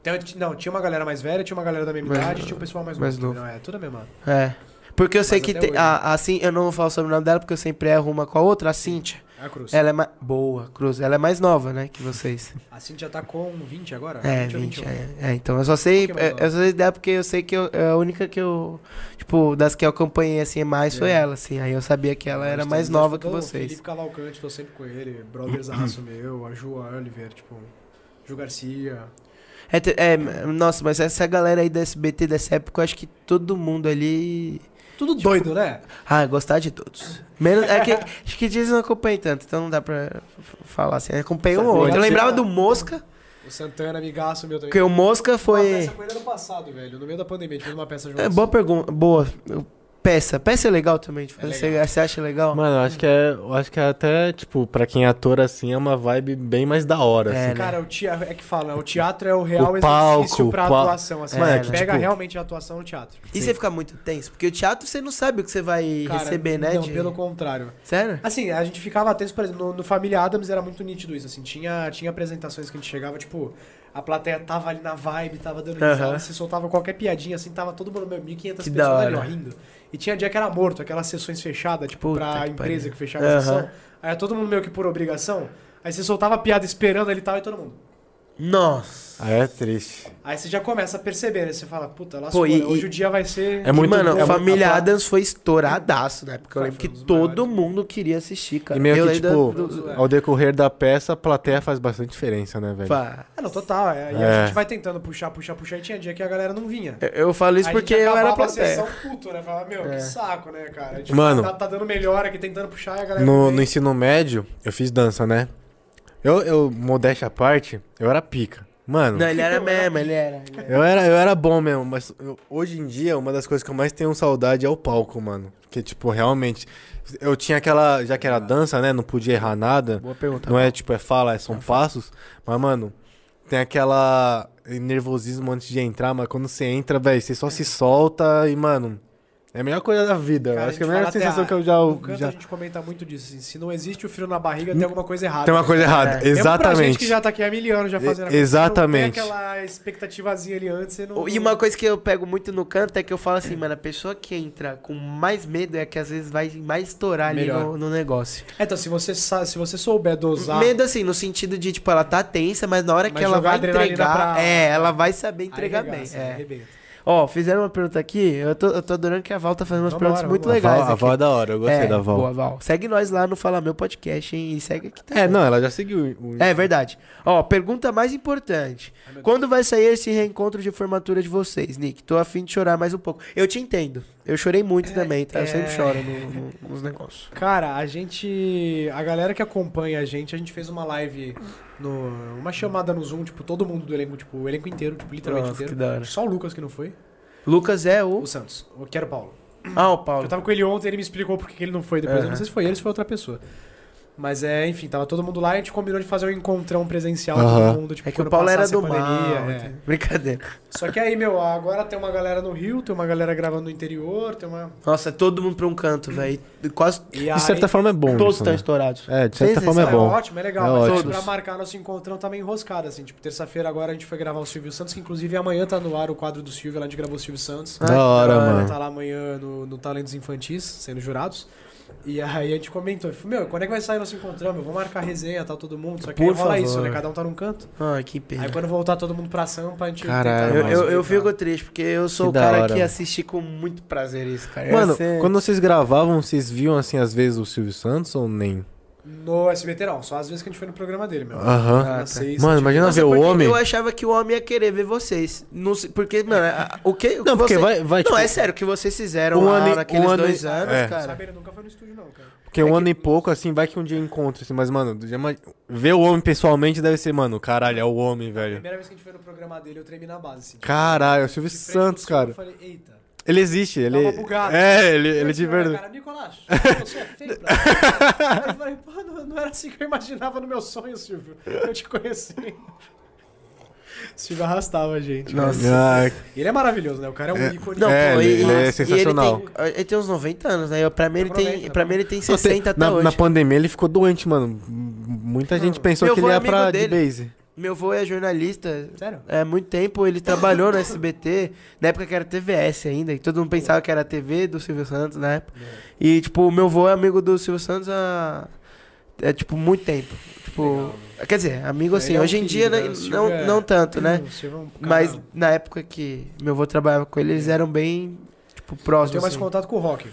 C: Então, t- não, tinha uma galera mais velha, tinha uma galera da mesma
A: Mais-
C: idade, tinha um pessoal mais,
A: mais
C: novo.
A: novo.
C: Não, é tudo a mesma.
A: É. Porque eu sei
C: Mas
A: que
C: até
A: tem.
C: hoje, né?
A: a- assim, eu não vou falar sobre o nome dela, porque eu sempre erro uma com a outra, a Cíntia.
C: É a Cruz.
A: Ela é mais. Boa, Cruz. Ela é mais nova, né? Que vocês.
C: A Cintia tá com 20 agora?
A: É,
C: ou
A: 20.
C: 21?
A: É, é, então eu só sei.
C: Um pouquinho mais
A: é, Eu só sei dela porque eu sei que eu- é a única que eu. Tipo, das que eu acompanhei assim mais
C: É.
A: foi ela, assim. Aí eu sabia que ela
C: Nós
A: era
C: estamos
A: mais nova que
C: ajudando O
A: vocês.
C: Felipe Cavalcante, tô sempre com ele. Brothers Aço meu, a Ju Oliver, tipo, Ju Garcia.
A: É, te- é, nossa, mas essa galera aí da SBT dessa época, eu acho que todo mundo ali.
C: Tudo doido, né?
A: Ah, gostar de todos. Menos. É que, acho que diz eu não acompanhei tanto, então não dá pra f- falar assim. Eu Acompanhei um ou outro. Eu lembrava do Mosca,
C: O Santana, amigaço meu também.
A: porque o Mosca
C: Uma
A: foi.
C: peça com ele ano é passado, velho. No meio da pandemia, a gente fez uma peça juntos.
A: É, boa pergunta. Boa. Peça. Peça é legal também. de fazer.
C: legal.
A: Você- Você acha legal?
B: Mano, eu acho que é. eu acho que é até, tipo, pra quem é ator assim, é uma vibe bem mais da hora.
A: É,
B: assim.
A: né?
C: Cara, o teatro, é que fala, o teatro é o real
B: O
C: exercício
B: palco,
C: pra
B: o pla-
C: atuação,
A: É,
C: assim. você
A: né?
C: pega
B: Tipo-
C: realmente a atuação no teatro.
A: E você fica muito tenso, porque o teatro você não sabe o que você vai
C: Cara,
A: receber, né?
C: Não,
A: de-
C: pelo contrário.
A: Sério?
C: Assim, a gente ficava tenso, por exemplo, no, no Família Adams era muito nítido isso, assim, tinha, tinha apresentações que a gente chegava, tipo, a plateia tava ali na vibe, tava dando risada,
A: Aham.
C: se soltava qualquer piadinha, assim, tava todo mundo, meu, 1.500
A: Que
C: pessoas
A: da
C: ali,
A: hora.
C: ó, rindo. E tinha dia que era morto, aquelas sessões fechadas, tipo,
A: Puta
C: pra
A: que
C: empresa
A: pariu.
C: que fechava
A: Aham.
C: a sessão. Aí era todo mundo meio que por obrigação, aí você soltava a piada esperando ele e tal, e todo mundo...
A: Nossa.
B: Ah, é triste.
C: Aí você já começa a perceber, né? Você fala, puta, lascou,
A: Pô, e-
C: né? hoje
A: e-
C: o dia vai ser...
B: É muito-
A: Mano,
B: é muito-
A: Família
B: a pla-
A: Adams foi estouradaço, né? Porque eu
C: Foi,
A: lembro
C: foi
A: que
C: um dos
A: todo
C: maiores.
A: mundo queria assistir, cara.
B: E meio
A: eu
B: que,
A: ainda- é.
B: tipo,
A: do-
C: do-
B: ao decorrer da peça, a plateia faz bastante diferença, né, velho?
A: Pá.
C: Ah, não, total. É, E a
B: É.
C: gente vai tentando puxar, puxar, puxar, e tinha dia que a galera não vinha.
A: Eu- Eu falo isso
C: Aí
A: porque
C: a gente
A: eu era
C: acabava a
A: plateia.
C: sessão puto, né? Falava, meu, que saco, né, cara? A gente
B: Mano.
C: tá, tá dando melhor aqui, tentando puxar e a galera...
B: No,
C: não
B: no
C: vem.
B: ensino médio, eu fiz dança, né? Eu, eu modéstia à parte, eu era pica. Mano,
A: Não, ele era mesmo, ele era. ele era.
B: eu era, eu era bom mesmo, mas eu- hoje em dia, uma das coisas que eu mais tenho saudade é o palco, mano. Que, tipo, realmente, eu tinha aquela. Já que era dança, né? Não podia errar nada.
A: Boa pergunta.
B: Não é tipo, é fala, é, são passos. Mas, mano, tem aquela nervosismo antes de entrar, mas quando você entra, velho, você só se solta e, mano, é a melhor coisa da vida.
C: Cara,
B: Acho que é
C: gente
B: a melhor
C: fala até,
B: sensação
C: ah,
B: que eu já.
C: no canto
B: já...
C: a gente comenta muito disso, assim, se não existe o frio na barriga, tem alguma coisa errada. né?
B: Tem uma coisa errada.
A: É.
C: Mesmo Pra gente
B: Exatamente.
C: que já tá aqui há mil anos já fazendo a coisa,
B: Exatamente.
C: Tem aquela expectativazinha ali antes, você não...
A: E uma coisa que eu pego muito no canto é que eu falo assim, mano, a pessoa que entra com mais medo é a que às vezes vai mais estourar ali
C: Melhor.
A: no, no negócio.
C: É, então, se você, sa- se você souber dosar...
A: Medo assim, no sentido de, tipo, ela tá tensa, mas na hora
C: Mas
A: que ela
C: jogar
A: vai
C: adrenalina
A: entregar,
C: pra-
A: é, ela vai saber
C: aí
A: entregar bem.
C: arregaça,
A: é.
C: arrebenta.
A: Ó, fizeram uma pergunta aqui, eu tô, eu tô adorando que a Val tá fazendo umas
C: Vambora,
A: perguntas muito
B: A Val-
A: legais
B: a
A: aqui.
B: Val é da hora, eu gostei
A: é,
B: da Val.
A: Boa, Val. Segue nós lá no Fala Meu Podcast, hein, e segue aqui também.
B: É, né? não, ela já seguiu. o-
A: É verdade. Ó, pergunta mais importante. Quando vai sair esse reencontro de formatura de vocês, Nick? Tô afim de chorar mais um pouco. Eu te entendo. Eu chorei muito também, tá? Eu sempre
C: é.
A: choro no- no- nos negócios.
C: Cara, a gente. A galera que acompanha a gente, a gente fez uma live. No, uma chamada no Zoom, tipo, todo mundo do elenco, tipo, o elenco inteiro, tipo, literalmente
A: Nossa, que
C: inteiro.
A: da hora.
C: Só o Lucas que não foi.
A: Lucas é o...
C: O Santos. Eu quero o Paulo.
A: Ah, o Paulo.
C: Eu tava com ele ontem, ele me explicou porque que ele não foi depois. Eu não sei se foi ele, se foi outra pessoa. Mas é, enfim, tava todo mundo lá e a gente combinou de fazer um encontrão presencial
B: Aham.
C: todo mundo, tipo,
A: É que o
C: quando
A: Paulo era
C: passasse a
A: do mal.
C: pandemia, é.
A: entendeu? Brincadeira.
C: Só que aí, meu, agora tem uma galera no Rio, tem uma galera gravando no interior, tem uma.
A: Nossa, todo mundo pra um canto, velho. Quase
C: E
B: De certa
C: aí-
B: forma é bom.
A: todos
B: isso,
A: estão
B: né?
A: estourados.
B: É, de certa
A: Fez
B: forma é
A: esse-
B: bom.
C: ótimo, é legal.
B: É
C: mas
B: ótimo.
C: pra marcar nosso encontrão tá meio enroscado, assim. Tipo, terça-feira agora a gente foi gravar o Silvio Santos, que inclusive amanhã tá no ar o quadro do Silvio, lá a gente gravou o Silvio Santos.
A: Ah, que
B: Da hora,
C: Ela
B: mano.
C: Tá lá amanhã no, no Talentos Infantis, sendo jurados. E aí a gente comentou, falou, meu, quando é que vai sair nós se encontramos? Vamos marcar resenha, tal, todo mundo. Só que
B: Por
C: aí rola
B: favor.
C: isso, né? Cada um tá num canto.
A: Ai, que pena.
C: Aí quando voltar todo mundo pra Sampa, a gente
B: Caralho,
A: Eu,
C: tentar mais um
A: eu, eu
C: explicar.
A: fico triste, porque eu sou
B: Que
A: o
B: da
A: cara
B: hora,
A: que
B: mano.
A: assiste com muito prazer isso, cara.
B: Mano,
A: Essa-
B: quando vocês gravavam, vocês viam assim às vezes o Silvio Santos ou nem?
C: No SBT não, só às vezes que a gente foi no programa dele, meu.
B: Aham.
A: Ah, tá.
C: Seis,
B: Mano,
C: sete-
B: imagina
A: Mas é
B: ver o
A: porque
B: homem.
A: Eu achava que o homem ia querer ver vocês. Não sei, porque, mano, a- o que. o que
B: Não, porque
A: você-
B: vai- vai,
A: Não,
B: tipo-
A: é sério, o que vocês fizeram
B: Um
A: lá
B: ano e-
A: naqueles
B: um ano e-
A: dois anos,
B: é.
A: cara.
C: Sabe, ele nunca foi no estúdio não, cara.
B: Porque um ano e pouco, assim, vai que um dia encontra, assim, mas, mano, já ima- ver o homem pessoalmente deve ser, mano, caralho, é o homem, velho.
C: Primeira vez que a gente foi no programa dele, eu tremi na base, assim. tipo,
B: Caralho, é o Silvio
C: de frente
B: Santos,
C: pro Silvio,
B: cara.
C: Eu falei, eita.
B: Ele existe, ele.
C: uma bugada.
B: É, ele, ele
C: Eu
B: de
C: disse, "Olha,
B: verdade.
C: Cara, Nicolás, você é feio pra caralho." Aí Eu falei, pô, não, não era assim que eu imaginava no meu sonho, Silvio. Eu te conheci. Silvio arrastava a gente.
B: Nossa.
C: E ele é maravilhoso, né? O cara é um ícone.
A: Não,
B: É,
A: pô,
B: ele-
A: e-
B: ele é
A: e
B: sensacional.
A: Ele tem, Ah, ele tem uns 90 anos, né? Eu- Pra mim, ele tem,
C: 90,
A: pra mim ele tem
B: Nossa,
A: 60 até
B: na,
A: hoje.
B: na pandemia ele ficou doente, mano. M- Muita gente pensou
A: Meu
B: que
A: avô
B: ele
A: é
B: ia
A: amigo
B: pra de
A: dele.
B: base.
A: Meu avô é jornalista.
C: Sério?
A: É, há muito tempo ele trabalhou no SBT, na época que era TVS ainda, e todo mundo pensava que era a TV do Silvio Santos na época. E, tipo, o meu avô é amigo do Silvio Santos há, é, tipo, muito tempo. Tipo, quer dizer, amigo assim,
C: Ele é um
A: hoje em dia
C: querido,
A: né,
C: né? O Silvio
A: não,
C: é-
A: não tanto, né?
C: O Silvio é um cara-
A: Mas na época que meu avô trabalhava com ele, eles eram bem, tipo,
C: Eu tenho
A: próximos.
C: É. mais
A: assim.
C: contato com o Rock.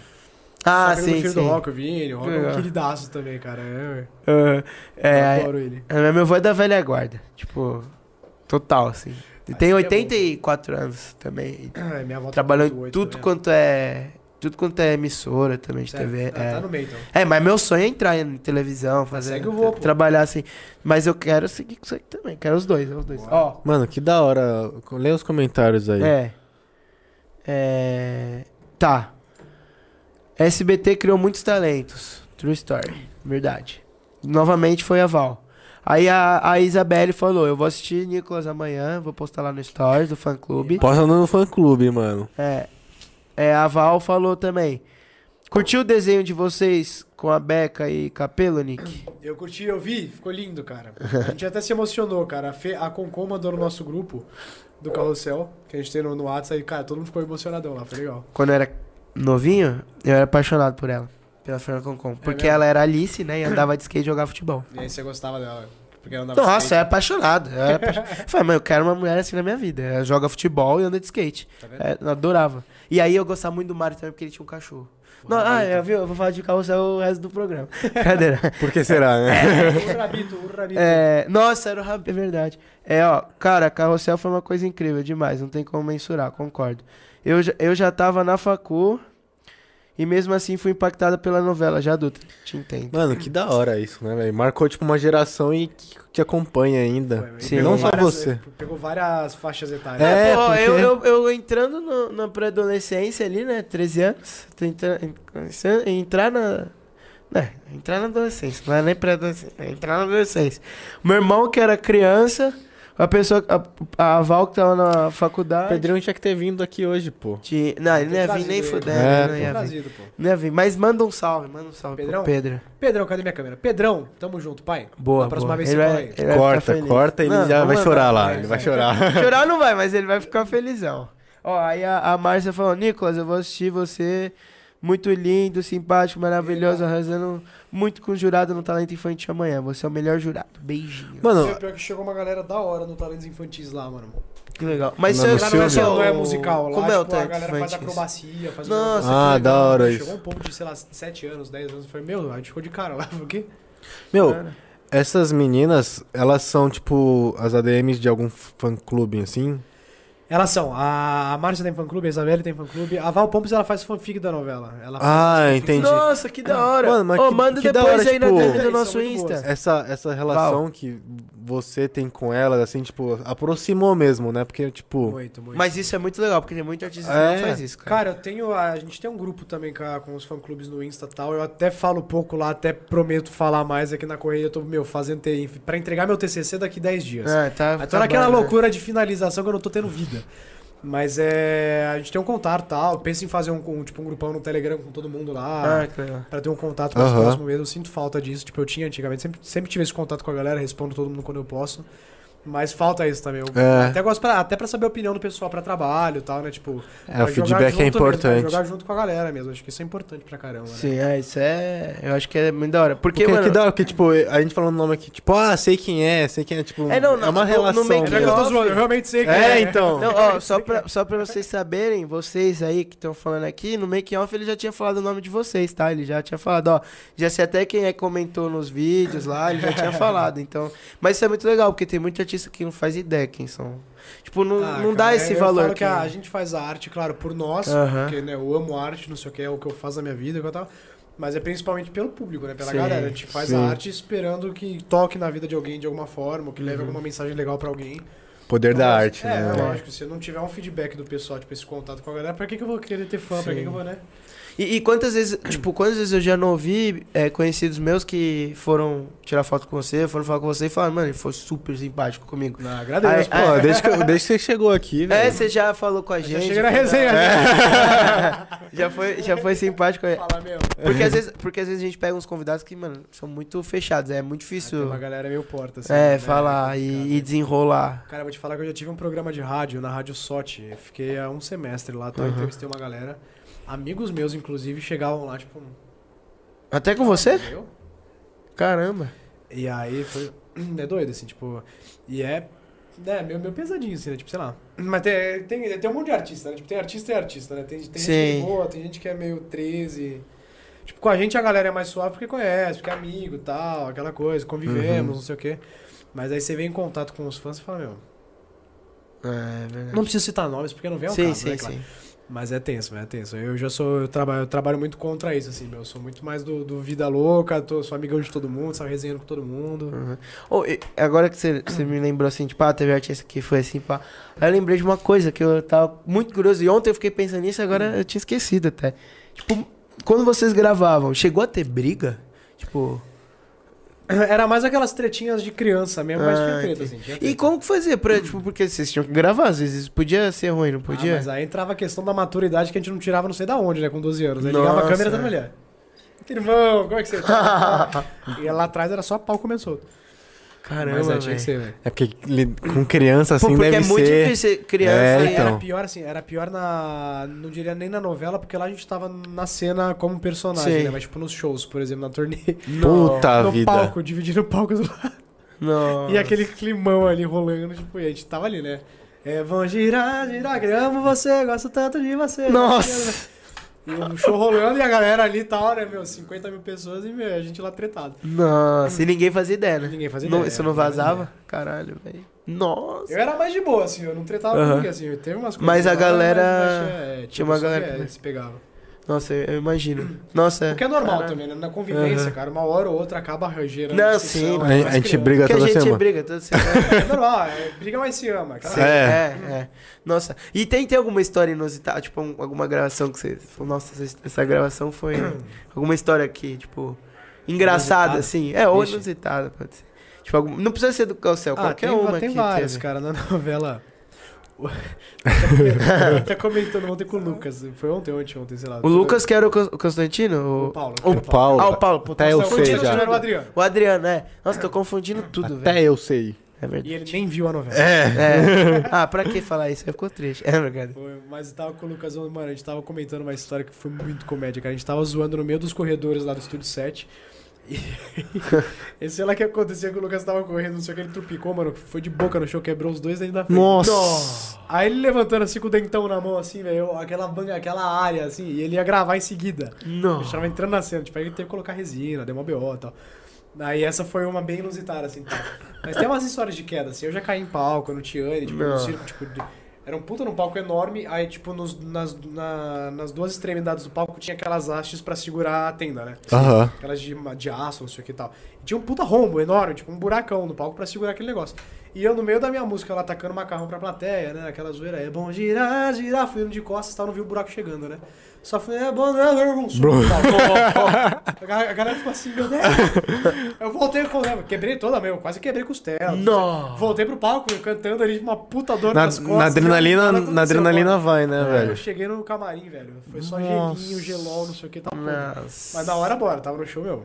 A: Ah,
C: Sabe, do
A: sim,
C: filho
A: sim.
C: do Rock, o Vini. O Rock é um
A: Legal.
C: queridaço também, cara. É,
A: Ah,
C: eu
A: é,
C: adoro ele.
A: é, meu avô é da velha guarda, tipo, total, assim. E tem
C: Aí é bom.
A: 84 anos também,
C: Ah, minha avó tá
A: Trabalhou em
C: 88
A: tudo
C: também.
A: quanto é. Tudo quanto é emissora também de
C: Sério?
A: TV.
C: Ah,
A: é.
C: Tá no meio, então.
A: É, mas meu sonho é entrar em televisão, fazer.
C: segue o voo, pô.
A: trabalhar assim. Mas eu quero seguir com isso aqui também. Quero os dois, os dois. Ó.
B: Mano, que da hora. Lê os comentários aí.
A: É. É. Tá. SBT criou muitos talentos. True story. Verdade. Novamente foi a Val. Aí a, a Isabelle falou: Eu vou assistir Nicolas amanhã, vou postar lá no Stories do fã clube.
B: Posta no fã clube, mano.
A: É. É, a Val falou também. Curtiu o desenho de vocês com a Beca e Capelo, Nick?
C: Eu curti, eu vi, ficou lindo, cara. A gente até se emocionou, cara. A, Fe, a Concom mandou no nosso grupo do Carrossel, que a gente tem no, no WhatsApp, e, cara, todo mundo ficou emocionadão lá, foi legal.
A: Quando eu era novinho, eu era apaixonado por ela. Pela Fernanda Concon. Porque
C: É mesmo?
A: ela era Alice, né? E andava de skate e jogava futebol.
C: E aí você gostava dela, porque ela andava de
A: Nossa, eu
C: skate.
A: era apaixonado. Eu, era apaixonado. Eu falei, mano, eu quero uma mulher assim na minha vida. Ela joga futebol e anda de skate.
C: Tá vendo?
A: É, eu adorava. E aí eu gostava muito do Mario também, porque ele tinha um cachorro. Não, ah, eu, viu? eu vou falar de carrossel o resto do programa. Brincadeira.
B: Por que será, né?
C: O Rabito, o Rabito.
A: É, nossa, era o Rabi, é verdade. É, ó, cara, carrossel foi uma coisa incrível demais, não tem como mensurar, concordo. Eu, já- eu já tava na facu e mesmo assim fui impactada pela novela, já adulta, te entendo.
B: Mano, que da hora isso, né, velho? Marcou, tipo, uma geração e que te acompanha
C: Foi,
B: ainda.
C: ele
A: Sim.
C: pegou
B: Não só
C: várias-
B: você.
C: Pegou várias faixas etárias.
B: É,
A: Pô,
B: porque-
A: eu, eu, eu entrando no- na pré-adolescência ali, né, 13 anos, tô entra- en- entrar na... Né, entrar na adolescência, não é nem pré-adolescência, é entrar na adolescência. Meu irmão que era criança, a pessoa, a, a Val que tava na
B: O
A: faculdade...
B: Pedrinho tinha que ter vindo aqui hoje, pô.
A: Tinha- Não, ele não ia vir
C: trazido
A: nem
C: ele.
A: fudendo,
B: É,
A: ele não
B: pô.
A: ia vir.
C: Trazido, pô.
A: Não ia vir. Mas manda um salve, manda um salve
C: Pedrão?
A: pro Pedro.
C: Pedrão, cadê minha câmera? Pedrão, tamo junto, pai.
A: Boa,
C: Na próxima
A: boa.
C: vez
A: Ele
C: você
A: vai-
C: fala aí.
A: ele vai ficar
B: corta,
A: É, tá feliz.
B: corta, ele
A: Não,
B: já
A: vou
B: vai
A: mandar. É,
B: chorar lá. Ele vai chorar.
A: Chorar não vai, mas ele vai ficar felizão. Ó, aí a, a Márcia falou, Nicolas, eu vou assistir você. Muito lindo, simpático, maravilhoso, arrasando muito com o jurado no Talento Infantil amanhã. Você é o melhor jurado. Beijinho.
B: Mano,
C: Pior que chegou uma galera da hora no Talentos Infantis lá, mano.
A: que legal. Mas você-
B: Mano, o
C: Lá não é,
B: Silvio.
C: só- não é musical, lá
A: Como é o
C: tipo, a
A: Talento
C: galera faz
A: Infantis?
C: acrobacia, faz
A: Nossa,
C: um negócio
B: Ah,
C: aqui,
B: da
C: legal.
B: hora
C: Chegou
B: isso.
C: um povo de, sei lá, 7 anos, 10 anos, eu falei, meu, a gente ficou de cara lá, falei, o quê?
B: meu,
A: né?
B: essas meninas, elas são, tipo, as ADMs de algum fã clube, assim?
C: Elas são, a a Márcia tem fã-clube, a Isabelle tem fã-clube, a Val Pompos, ela faz fanfic da novela. Ela
B: Ah, entendi.
A: Nossa, que da hora.
B: Mano, mas
A: Ô,
B: que-
A: manda
B: que da
A: depois
B: hora,
A: aí na
B: tipo-
A: DM do
C: São
A: nosso
C: muito boas.
A: Insta.
B: Essa, essa relação que você tem com elas, assim, tipo, aproximou mesmo, né? Porque, tipo.
C: Muito, muito.
A: Mas isso é muito legal, porque tem muito artista que
B: É.
A: não faz isso, cara.
C: Cara, eu tenho. A gente tem um grupo também com, a- com os fã-clubes no Insta e tal. Eu até falo pouco lá, até prometo falar mais aqui na correia. Eu tô, meu, fazendo TI pra entregar meu TCC daqui 10 dias.
A: Ah, tá.
C: Aí tô
A: tá
C: naquela
A: bom, né?
C: Então loucura de finalização que eu não tô tendo vida. Mas é. A gente tem um contato e tal. Pensa em fazer um, um, tipo, um grupão no Telegram com todo mundo lá.
A: Ah, que legal.
C: Pra ter um contato mais
B: Aham.
C: próximo mesmo. Eu sinto falta disso. Tipo, eu tinha antigamente. Sempre, sempre tive esse contato com a galera. Respondo todo mundo quando eu posso. Mas falta isso também. Eu
B: É.
C: Até gosto pra, até pra saber a opinião do pessoal pra trabalho e tal, né? Tipo,
B: É,
C: pra
B: o
C: jogar
B: feedback é
C: junto mesmo, pra
B: importante.
C: jogar junto com a galera mesmo. Acho que isso é importante pra caramba, né?
A: Sim, é, isso é. Eu acho que é muito da hora. Porque,
B: Porque
A: mano.
B: que dá, porque, tipo, a gente falando o nome aqui, tipo, ah, sei quem é, sei quem é, tipo,
A: É, não,
B: é
A: não, no-
B: uma
A: no
B: relação.
A: meio-
C: Já que eu tô
A: Off.
C: zoando, né, eu realmente sei que
B: É, então.
A: né? Não, ó, só pra, só pra vocês saberem, vocês aí que estão falando aqui, no making off ele já tinha falado o nome de vocês, tá? Ele já tinha falado, ó. Já sei até quem é que comentou nos vídeos lá, ele já tinha falado. Então. Mas isso é muito legal, porque tem muito artista que não faz ideia quem são. Tipo, não,
C: Ah,
A: não
C: cara,
A: dá esse
C: eu
A: valor.
C: falo que
A: quem-
C: a, a gente faz a arte, claro, por nós,
A: Aham.
C: porque né, eu amo arte, não sei o que, é o que eu faço na minha vida e tal. Mas é principalmente pelo público, né? Pela
A: Sim,
C: galera. A gente faz
D: sim.
C: a arte esperando que toque na vida de alguém de alguma forma, ou que
A: Uhum.
C: leve alguma mensagem legal pra alguém.
D: Poder da
C: Então,
D: arte,
C: é,
D: né?
C: É, lógico. Se eu não tiver um feedback do pessoal, tipo, esse contato com a galera, pra que, que eu vou querer ter fã? Pra que,
A: Sim.
C: que eu vou, né?
A: E, e quantas vezes, tipo, quantas vezes eu já não ouvi é, conhecidos meus que foram tirar foto com você, foram falar com você e falaram, mano, ele foi super simpático comigo.
C: Não, agradeço.
A: Ai,
B: Pô, desde que, eu- desde que você chegou aqui,
A: É,
B: velho.
A: você já falou com a
C: já
A: gente.
C: cheguei na resenha.
A: já, foi, já foi simpático.
C: né? Fala mesmo.
A: Porque às, vezes, porque às vezes a gente pega uns convidados que, mano, são muito fechados. É muito
C: Ah, tem
A: difícil
C: uma galera meio porta, assim.
A: é,
C: né?
A: falar
C: complicado.
A: e, e desenrolar.
C: Cara, eu vou te falar que eu já tive um programa de rádio na Rádio Sote. Eu Fiquei há um semestre lá, então eu entrevistei uma galera. Amigos meus, inclusive, chegavam lá, tipo,
A: Até com você?
C: eu.
A: Caramba.
C: E aí foi. É doido, assim, tipo. E é. É, meio, meio pesadinho, assim, né? Tipo, sei lá. Mas tem, tem, tem um monte de artista, né? Tipo, tem artista e artista, né? Tem, tem gente que é
A: Sim.
C: boa, tem gente que é meio 13. Tipo, com a gente a galera é mais suave porque conhece, porque é amigo e tal, aquela coisa, convivemos, não sei o quê. Mas aí você vem em contato com os fãs e fala, meu,
A: É, verdade.
C: não preciso citar nomes porque não vem ao
A: sim,
C: caso,
A: sim,
C: né, claro.
A: sim.
C: Mas é tenso, é tenso. Eu já sou. Eu trabalho, eu trabalho muito contra isso, assim, meu. Eu sou muito mais do, do vida louca, tô, sou amigão de todo mundo, saio resenhando com todo mundo.
A: Uhum. Ô, e agora que você, que você me lembrou assim, tipo, ah, teve artista que foi assim, pá. Aí eu lembrei de uma coisa que eu tava muito curioso. E ontem eu fiquei pensando nisso, agora eu tinha esquecido até. Tipo, quando vocês gravavam, chegou a ter briga? Tipo.
C: Era mais aquelas tretinhas de criança mesmo, mas
A: Ah,
C: tinha treta,
A: entendi.
C: assim. Tinha treta.
A: E como que fazia? Pra, tipo, porque vocês tinham que gravar, às vezes podia ser ruim, não
C: Ah,
A: podia?
C: mas aí entrava a questão da maturidade que a gente não tirava não sei da onde, né? Com 12 anos. Aí ligava
A: Nossa,
C: a câmera da
A: é.
C: mulher. Irmão, como é que você tá? e lá atrás era só pau começou.
A: Caramba,
C: mas é, tinha
A: velho.
C: que ser, velho.
B: É porque li- com criança assim
A: Pô, porque
B: deve
A: é muito
B: ser.
A: difícil ser criança. né?
B: É,
A: e-
C: Aí Era
B: então.
C: pior assim, era pior na. Não diria nem na novela, porque lá a gente tava na cena como personagem,
A: Sim.
C: né? Mas tipo nos shows, por exemplo, na turnê.
B: Puta
C: Tá, no
B: vida.
C: palco, dividindo o palco do lado.
A: Nossa.
C: E aquele climão ali rolando, tipo, e a gente tava ali, né? É, vão girar, girar, que eu amo você, gosto tanto de você.
A: Nossa.
C: E o show rolando e a galera ali e tal, né, meu? 50 mil pessoas e meu, a gente lá tretado.
A: Nossa, e ninguém fazia ideia, né?
C: Ninguém fazia
A: Não-
C: ideia,
A: Isso não
C: ninguém fazia
A: vazava? Caralho, velho. Nossa.
C: Eu era mais de boa, assim, eu não tretava
A: Aham.
C: com ninguém, assim, eu teve umas coisas.
A: Mas a
C: lá,
A: galera-
C: mas, é, tipo,
A: tinha uma
C: só que,
A: galera que-
C: é, se pegava.
A: Nossa, eu eu imagino. Nossa.
C: O que é normal
A: caralho.
C: também, né? Na convivência, cara, uma hora ou outra acaba gerando.
A: Não,
C: discussão,
A: sim,
B: A,
C: né?
B: a
C: Mas
B: gente
C: criança-
B: briga
A: Porque a
B: toda
A: gente
B: semana.
A: briga toda semana.
C: É normal, é, briga, mas se ama, cara.
A: Sim,
B: É.
A: é, é. Nossa, e tem, tem alguma história inusitada? Tipo, um- alguma gravação que você. falou, Nossa, essa, essa gravação foi. alguma história aqui, tipo. Engraçada,
C: Inusitada?
A: assim. É, ou
C: Ixi.
A: inusitada, pode ser. Tipo, algum- não precisa ser do Calcel,
C: Ah,
A: É qualquer
C: tem,
A: uma
C: tem
A: que
C: várias,
A: teve.
C: cara, na novela. Eu até comentando ontem com o Lucas. Foi ontem, ontem, ontem, sei lá.
A: O Lucas, que era o Cos- o Constantino?
C: O Paulo. né?
B: O Paulo.
A: Ah, o Paulo, puta,
B: Até eu
A: nossa,
B: sei
A: contigo
B: já.
A: eu
C: Era
A: tiro
C: o Adriano.
A: O Adriano, é. Nossa, tô confundindo tudo,
B: Até
A: velho.
B: eu sei.
A: É
C: E
A: verdade.
C: ele nem viu a novela.
A: É. Ah, pra que falar isso? Aí Ficou triste. É, verdade.
C: Foi, mas eu tava com o Lucas ontem, mano, a gente tava comentando uma história que foi muito comédia, cara. A gente tava zoando no meio dos corredores lá do Estúdio 7. E e sei lá o que aconteceu que o Lucas tava correndo, não sei o que, ele trupicou, mano. Foi de boca no chão, quebrou os dois ainda frente.
B: Nossa.
C: Aí ele levantando assim com o dentão na mão, assim, velho, aquela banca, aquela área, assim, e ele ia gravar em seguida.
A: Não.
C: A gente tava entrando na cena, tipo, aí ele teve que colocar resina, deu uma BO e tal. Aí essa foi uma bem inusitada, assim. Tá? Mas tem umas histórias de queda, assim. Eu já caí em palco, no Tiane, tipo,
A: Não.
C: no circo, tipo... de- Era um puta num palco enorme, aí, tipo, nos- nas, na- nas duas extremidades do palco tinha aquelas hastes pra segurar a tenda, né?
B: Aham.
C: Aquelas de, ma- de aço, não sei o que e tal. E tinha um puta rombo enorme, tipo um buracão no palco pra segurar aquele negócio. E eu, no meio da minha música, lá tacando macarrão pra plateia, né? Aquela zoeira, é bom girar, girar. Fui indo de costas e tal, não vi o buraco chegando, né? Só fui, é bom, né? Eu não sou. Tal, tal, tal. A ga- a galera ficou assim, meu Deus. Eu voltei com quebrei toda meu, quase quebrei costela.
A: Não.
C: Voltei pro palco, eu cantando ali uma puta dor
B: Na,
C: nas costas.
B: na adrenalina,
C: Nada aconteceu,
B: na adrenalina
C: mano.
B: vai,
A: É.
B: né,
C: Aí Eu
B: velho?
C: cheguei no camarim, velho. Foi só
B: Nossa.
C: gelinho, gelol, não sei o que, tá um tal.
A: Nossa.
C: Mas na hora, bora. Tava no show, meu.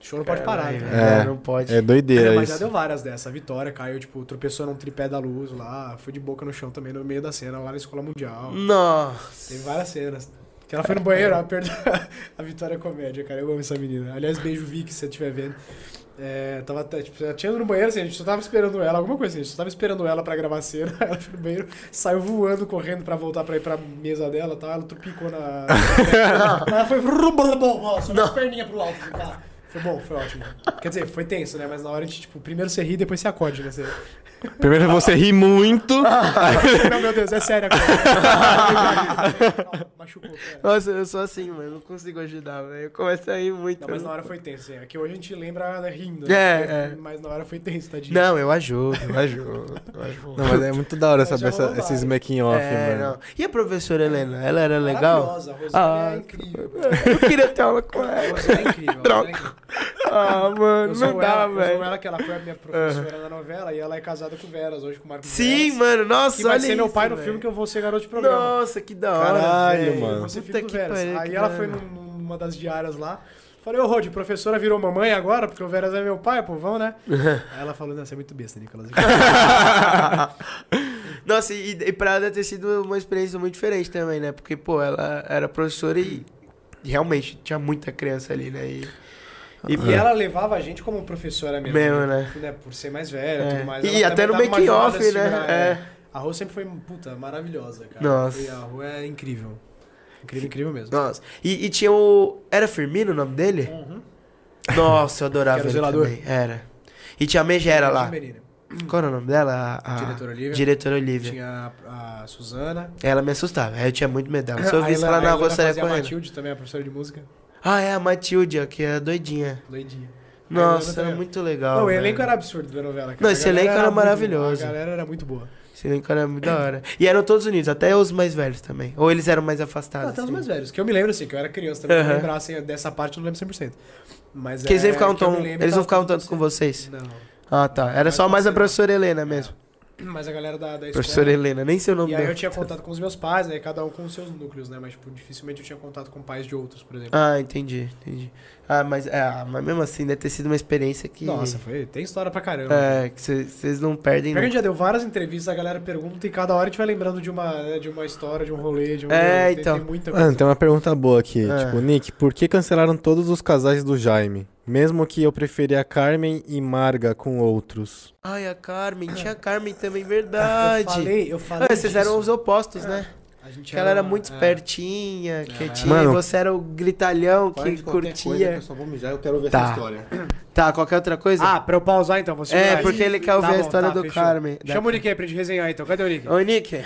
C: Show não pode parar.
A: Caralho,
C: né?
A: velho, Não pode.
B: É doideira
C: mas já
B: isso.
C: deu várias dessa. A Vitória caiu, tipo, tropeçou num tripé da luz lá, foi de boca no chão também no meio da cena, lá na Escola Mundial.
A: Nossa.
C: Teve várias cenas. Que ela foi no banheiro, ela perdeu a Vitória Comédia, cara. Eu amo essa menina. Aliás, beijo, Vicky, se você estiver vendo. É, tava, até, tipo, ela tinha ido no banheiro, assim, a gente só tava esperando ela, alguma coisa assim, a gente só tava esperando ela pra gravar a cena. Ela foi no banheiro, saiu voando, correndo pra voltar pra ir pra mesa dela e tal. Ela tropicou na. ela foi. ó, Subiu as perninhas pro alto. assim, pá. Foi bom, foi ótimo. Quer dizer, foi tenso, né? Mas na hora a gente, tipo, primeiro você ri, depois você acorde, né? Você...
B: Primeiro você ri muito.
A: Ah,
C: Não, meu Deus, é sério agora. Machucou, cara.
A: Nossa, eu sou assim, mano. Não consigo ajudar, velho. Eu começo a ir muito.
C: Não, mas na hora foi tenso, hein? É que hoje a gente lembra né, rindo.
A: É,
C: Mas- Mas na hora foi tenso, tadinho.
A: Não, eu ajudo, eu ajudo, eu ajudo.
B: Não, mas é muito da hora
C: Já
B: saber essa-
C: rolou
B: esses
C: vários.
B: making off,
A: É,
B: mano.
A: não. E a professora Helena? Ela era legal?
C: Maravilhosa, a
A: Ah,
C: Rosana é incrível.
A: Eu queria ter aula com
C: A
A: ela.
C: Rosana é incrível. a Rosana
A: Droga.
C: é incrível.
A: Ah,
C: Eu
A: mano,
C: sou
A: não dá,
C: ela, eu sou
A: velho.
C: ela, que ela foi a minha professora na novela e ela é casada com o Veras, hoje com o Marco
A: Sim,
C: Veras,
A: mano, nossa,
C: Que vai
A: olha
C: ser meu
A: isso,
C: pai no
A: velho.
C: filme que eu vou ser garoto de programa.
A: Nossa, que da hora,
B: Caralho,
A: velho.
B: mano.
C: Você
A: Puta
C: fica com o
A: que
C: Veras.
A: pariu,
C: Aí
A: que
C: ela
A: da
C: foi
A: hora.
C: num- numa das diárias lá. Falei, ô Rod, professora virou mamãe agora, porque o Veras é meu pai, pô, vão, né? Aí ela falou, não, você é muito besta, Nicolas.
A: Nossa, e, e pra ela ter sido uma experiência muito diferente também, né? Porque, pô, ela era professora e realmente tinha muita criança ali, né? E,
C: E,
A: Ah.
C: e ela levava a gente como professora mesmo.
A: É. Mesmo,
C: né? Por ser mais velha
A: É.
C: tudo mais.
A: E
C: ela
A: até no
C: também dava uma
A: making
C: ajuda
A: off,
C: a se
A: né?
C: virar,
A: É.
C: né? A Rô sempre foi, puta, maravilhosa, cara.
A: Nossa.
C: E a Rô é incrível. Incrível, incrível mesmo.
A: É. nossa. E, e tinha o. Era Firmino o nome dele?
C: Uhum.
A: Nossa, eu adorava
C: Que era o
A: ele
C: zelador.
A: também. Era. E tinha a Megera lá.
C: Menina.
A: Qual era o nome dela? A, a-
C: Diretora Olivia.
A: Diretora Olivia.
C: Tinha a, a Suzana.
A: Ela me assustava. aí Eu tinha muito medo dela. Se eu
C: A
A: visse
C: Helena-
A: ela
C: a
A: na
C: Helena
A: rua, eu saía
C: fazia a
A: correndo.
C: Matilde também, a professora de música.
A: Ah, é a Matilde, ó, que é doidinha.
C: Doidinha. A Helena
A: Nossa,
C: também.
A: era muito legal.
C: É, Não, o
A: velho.
C: elenco era absurdo da novela. cara.
A: Não,
C: A
A: esse
C: galera
A: elenco era
C: muito-
A: maravilhoso.
C: A galera era muito boa.
A: Esse elenco era muito da hora. E eram todos unidos, até os mais velhos também. Ou eles eram mais afastados.
C: Ah, até os
A: assim.
C: mais velhos. Que eu me lembro, assim, que eu era criança também. Uhum.
A: Aham.
C: lembrar, assim, dessa parte eu não lembro 100%. Mas
A: Porque eles nem
C: é,
A: ficavam
C: que eu
A: tão.
C: me lembro,
A: Eles não
C: tava
A: ficavam
C: tudo
A: tanto com vocês.
C: Não.
A: Ah, tá. Era
C: Mas
A: só mais a
C: você-
A: professora Helena mesmo.
C: Mas a galera da, da escola.
A: Professora Helena, nem sei o nome
C: E aí
A: dela.
C: eu tinha contato com os meus pais, né? Cada um com os seus núcleos, né? Mas, tipo, dificilmente eu tinha contato com pais de outros, por exemplo.
A: Ah, entendi, entendi. Ah, mas, ah, mas mesmo assim, deve ter sido uma experiência que.
C: Nossa, foi. Tem história pra caramba.
A: É, que vocês não perdem.
C: Pior que a
A: nunca.
C: gente já deu várias entrevistas, a galera pergunta e cada hora a gente vai lembrando de uma, né, de uma história, de um rolê, de um.
A: É,
C: tem-
A: então.
C: Tem muita coisa.
B: Mano, tem uma pergunta boa aqui.
A: É.
B: Tipo, Nick, por que cancelaram todos os casais do Jaime? Mesmo que eu preferia Carmen e Marga com outros.
A: Ai, a Carmen, tinha a Carmen também,
C: Eu
A: verdade.
C: falei, eu falei.
A: Ah, vocês
C: disso.
A: eram os opostos, né?
C: A gente
A: Que ela era
C: uma-
A: muito
C: é.
A: espertinha, quietinha,
B: Mano.
A: e você era o gritalhão que curtia.
D: só vou mijar, eu quero ver
A: Tá.
D: essa história.
A: Tá, qualquer outra coisa?
C: Ah, pra eu pausar então, você. Tá
A: É, porque ele quer ouvir a história do Carmen. Da-
C: Chama o Nick aí pra gente resenhar então. Cadê o Nick?
A: Ô, Nick,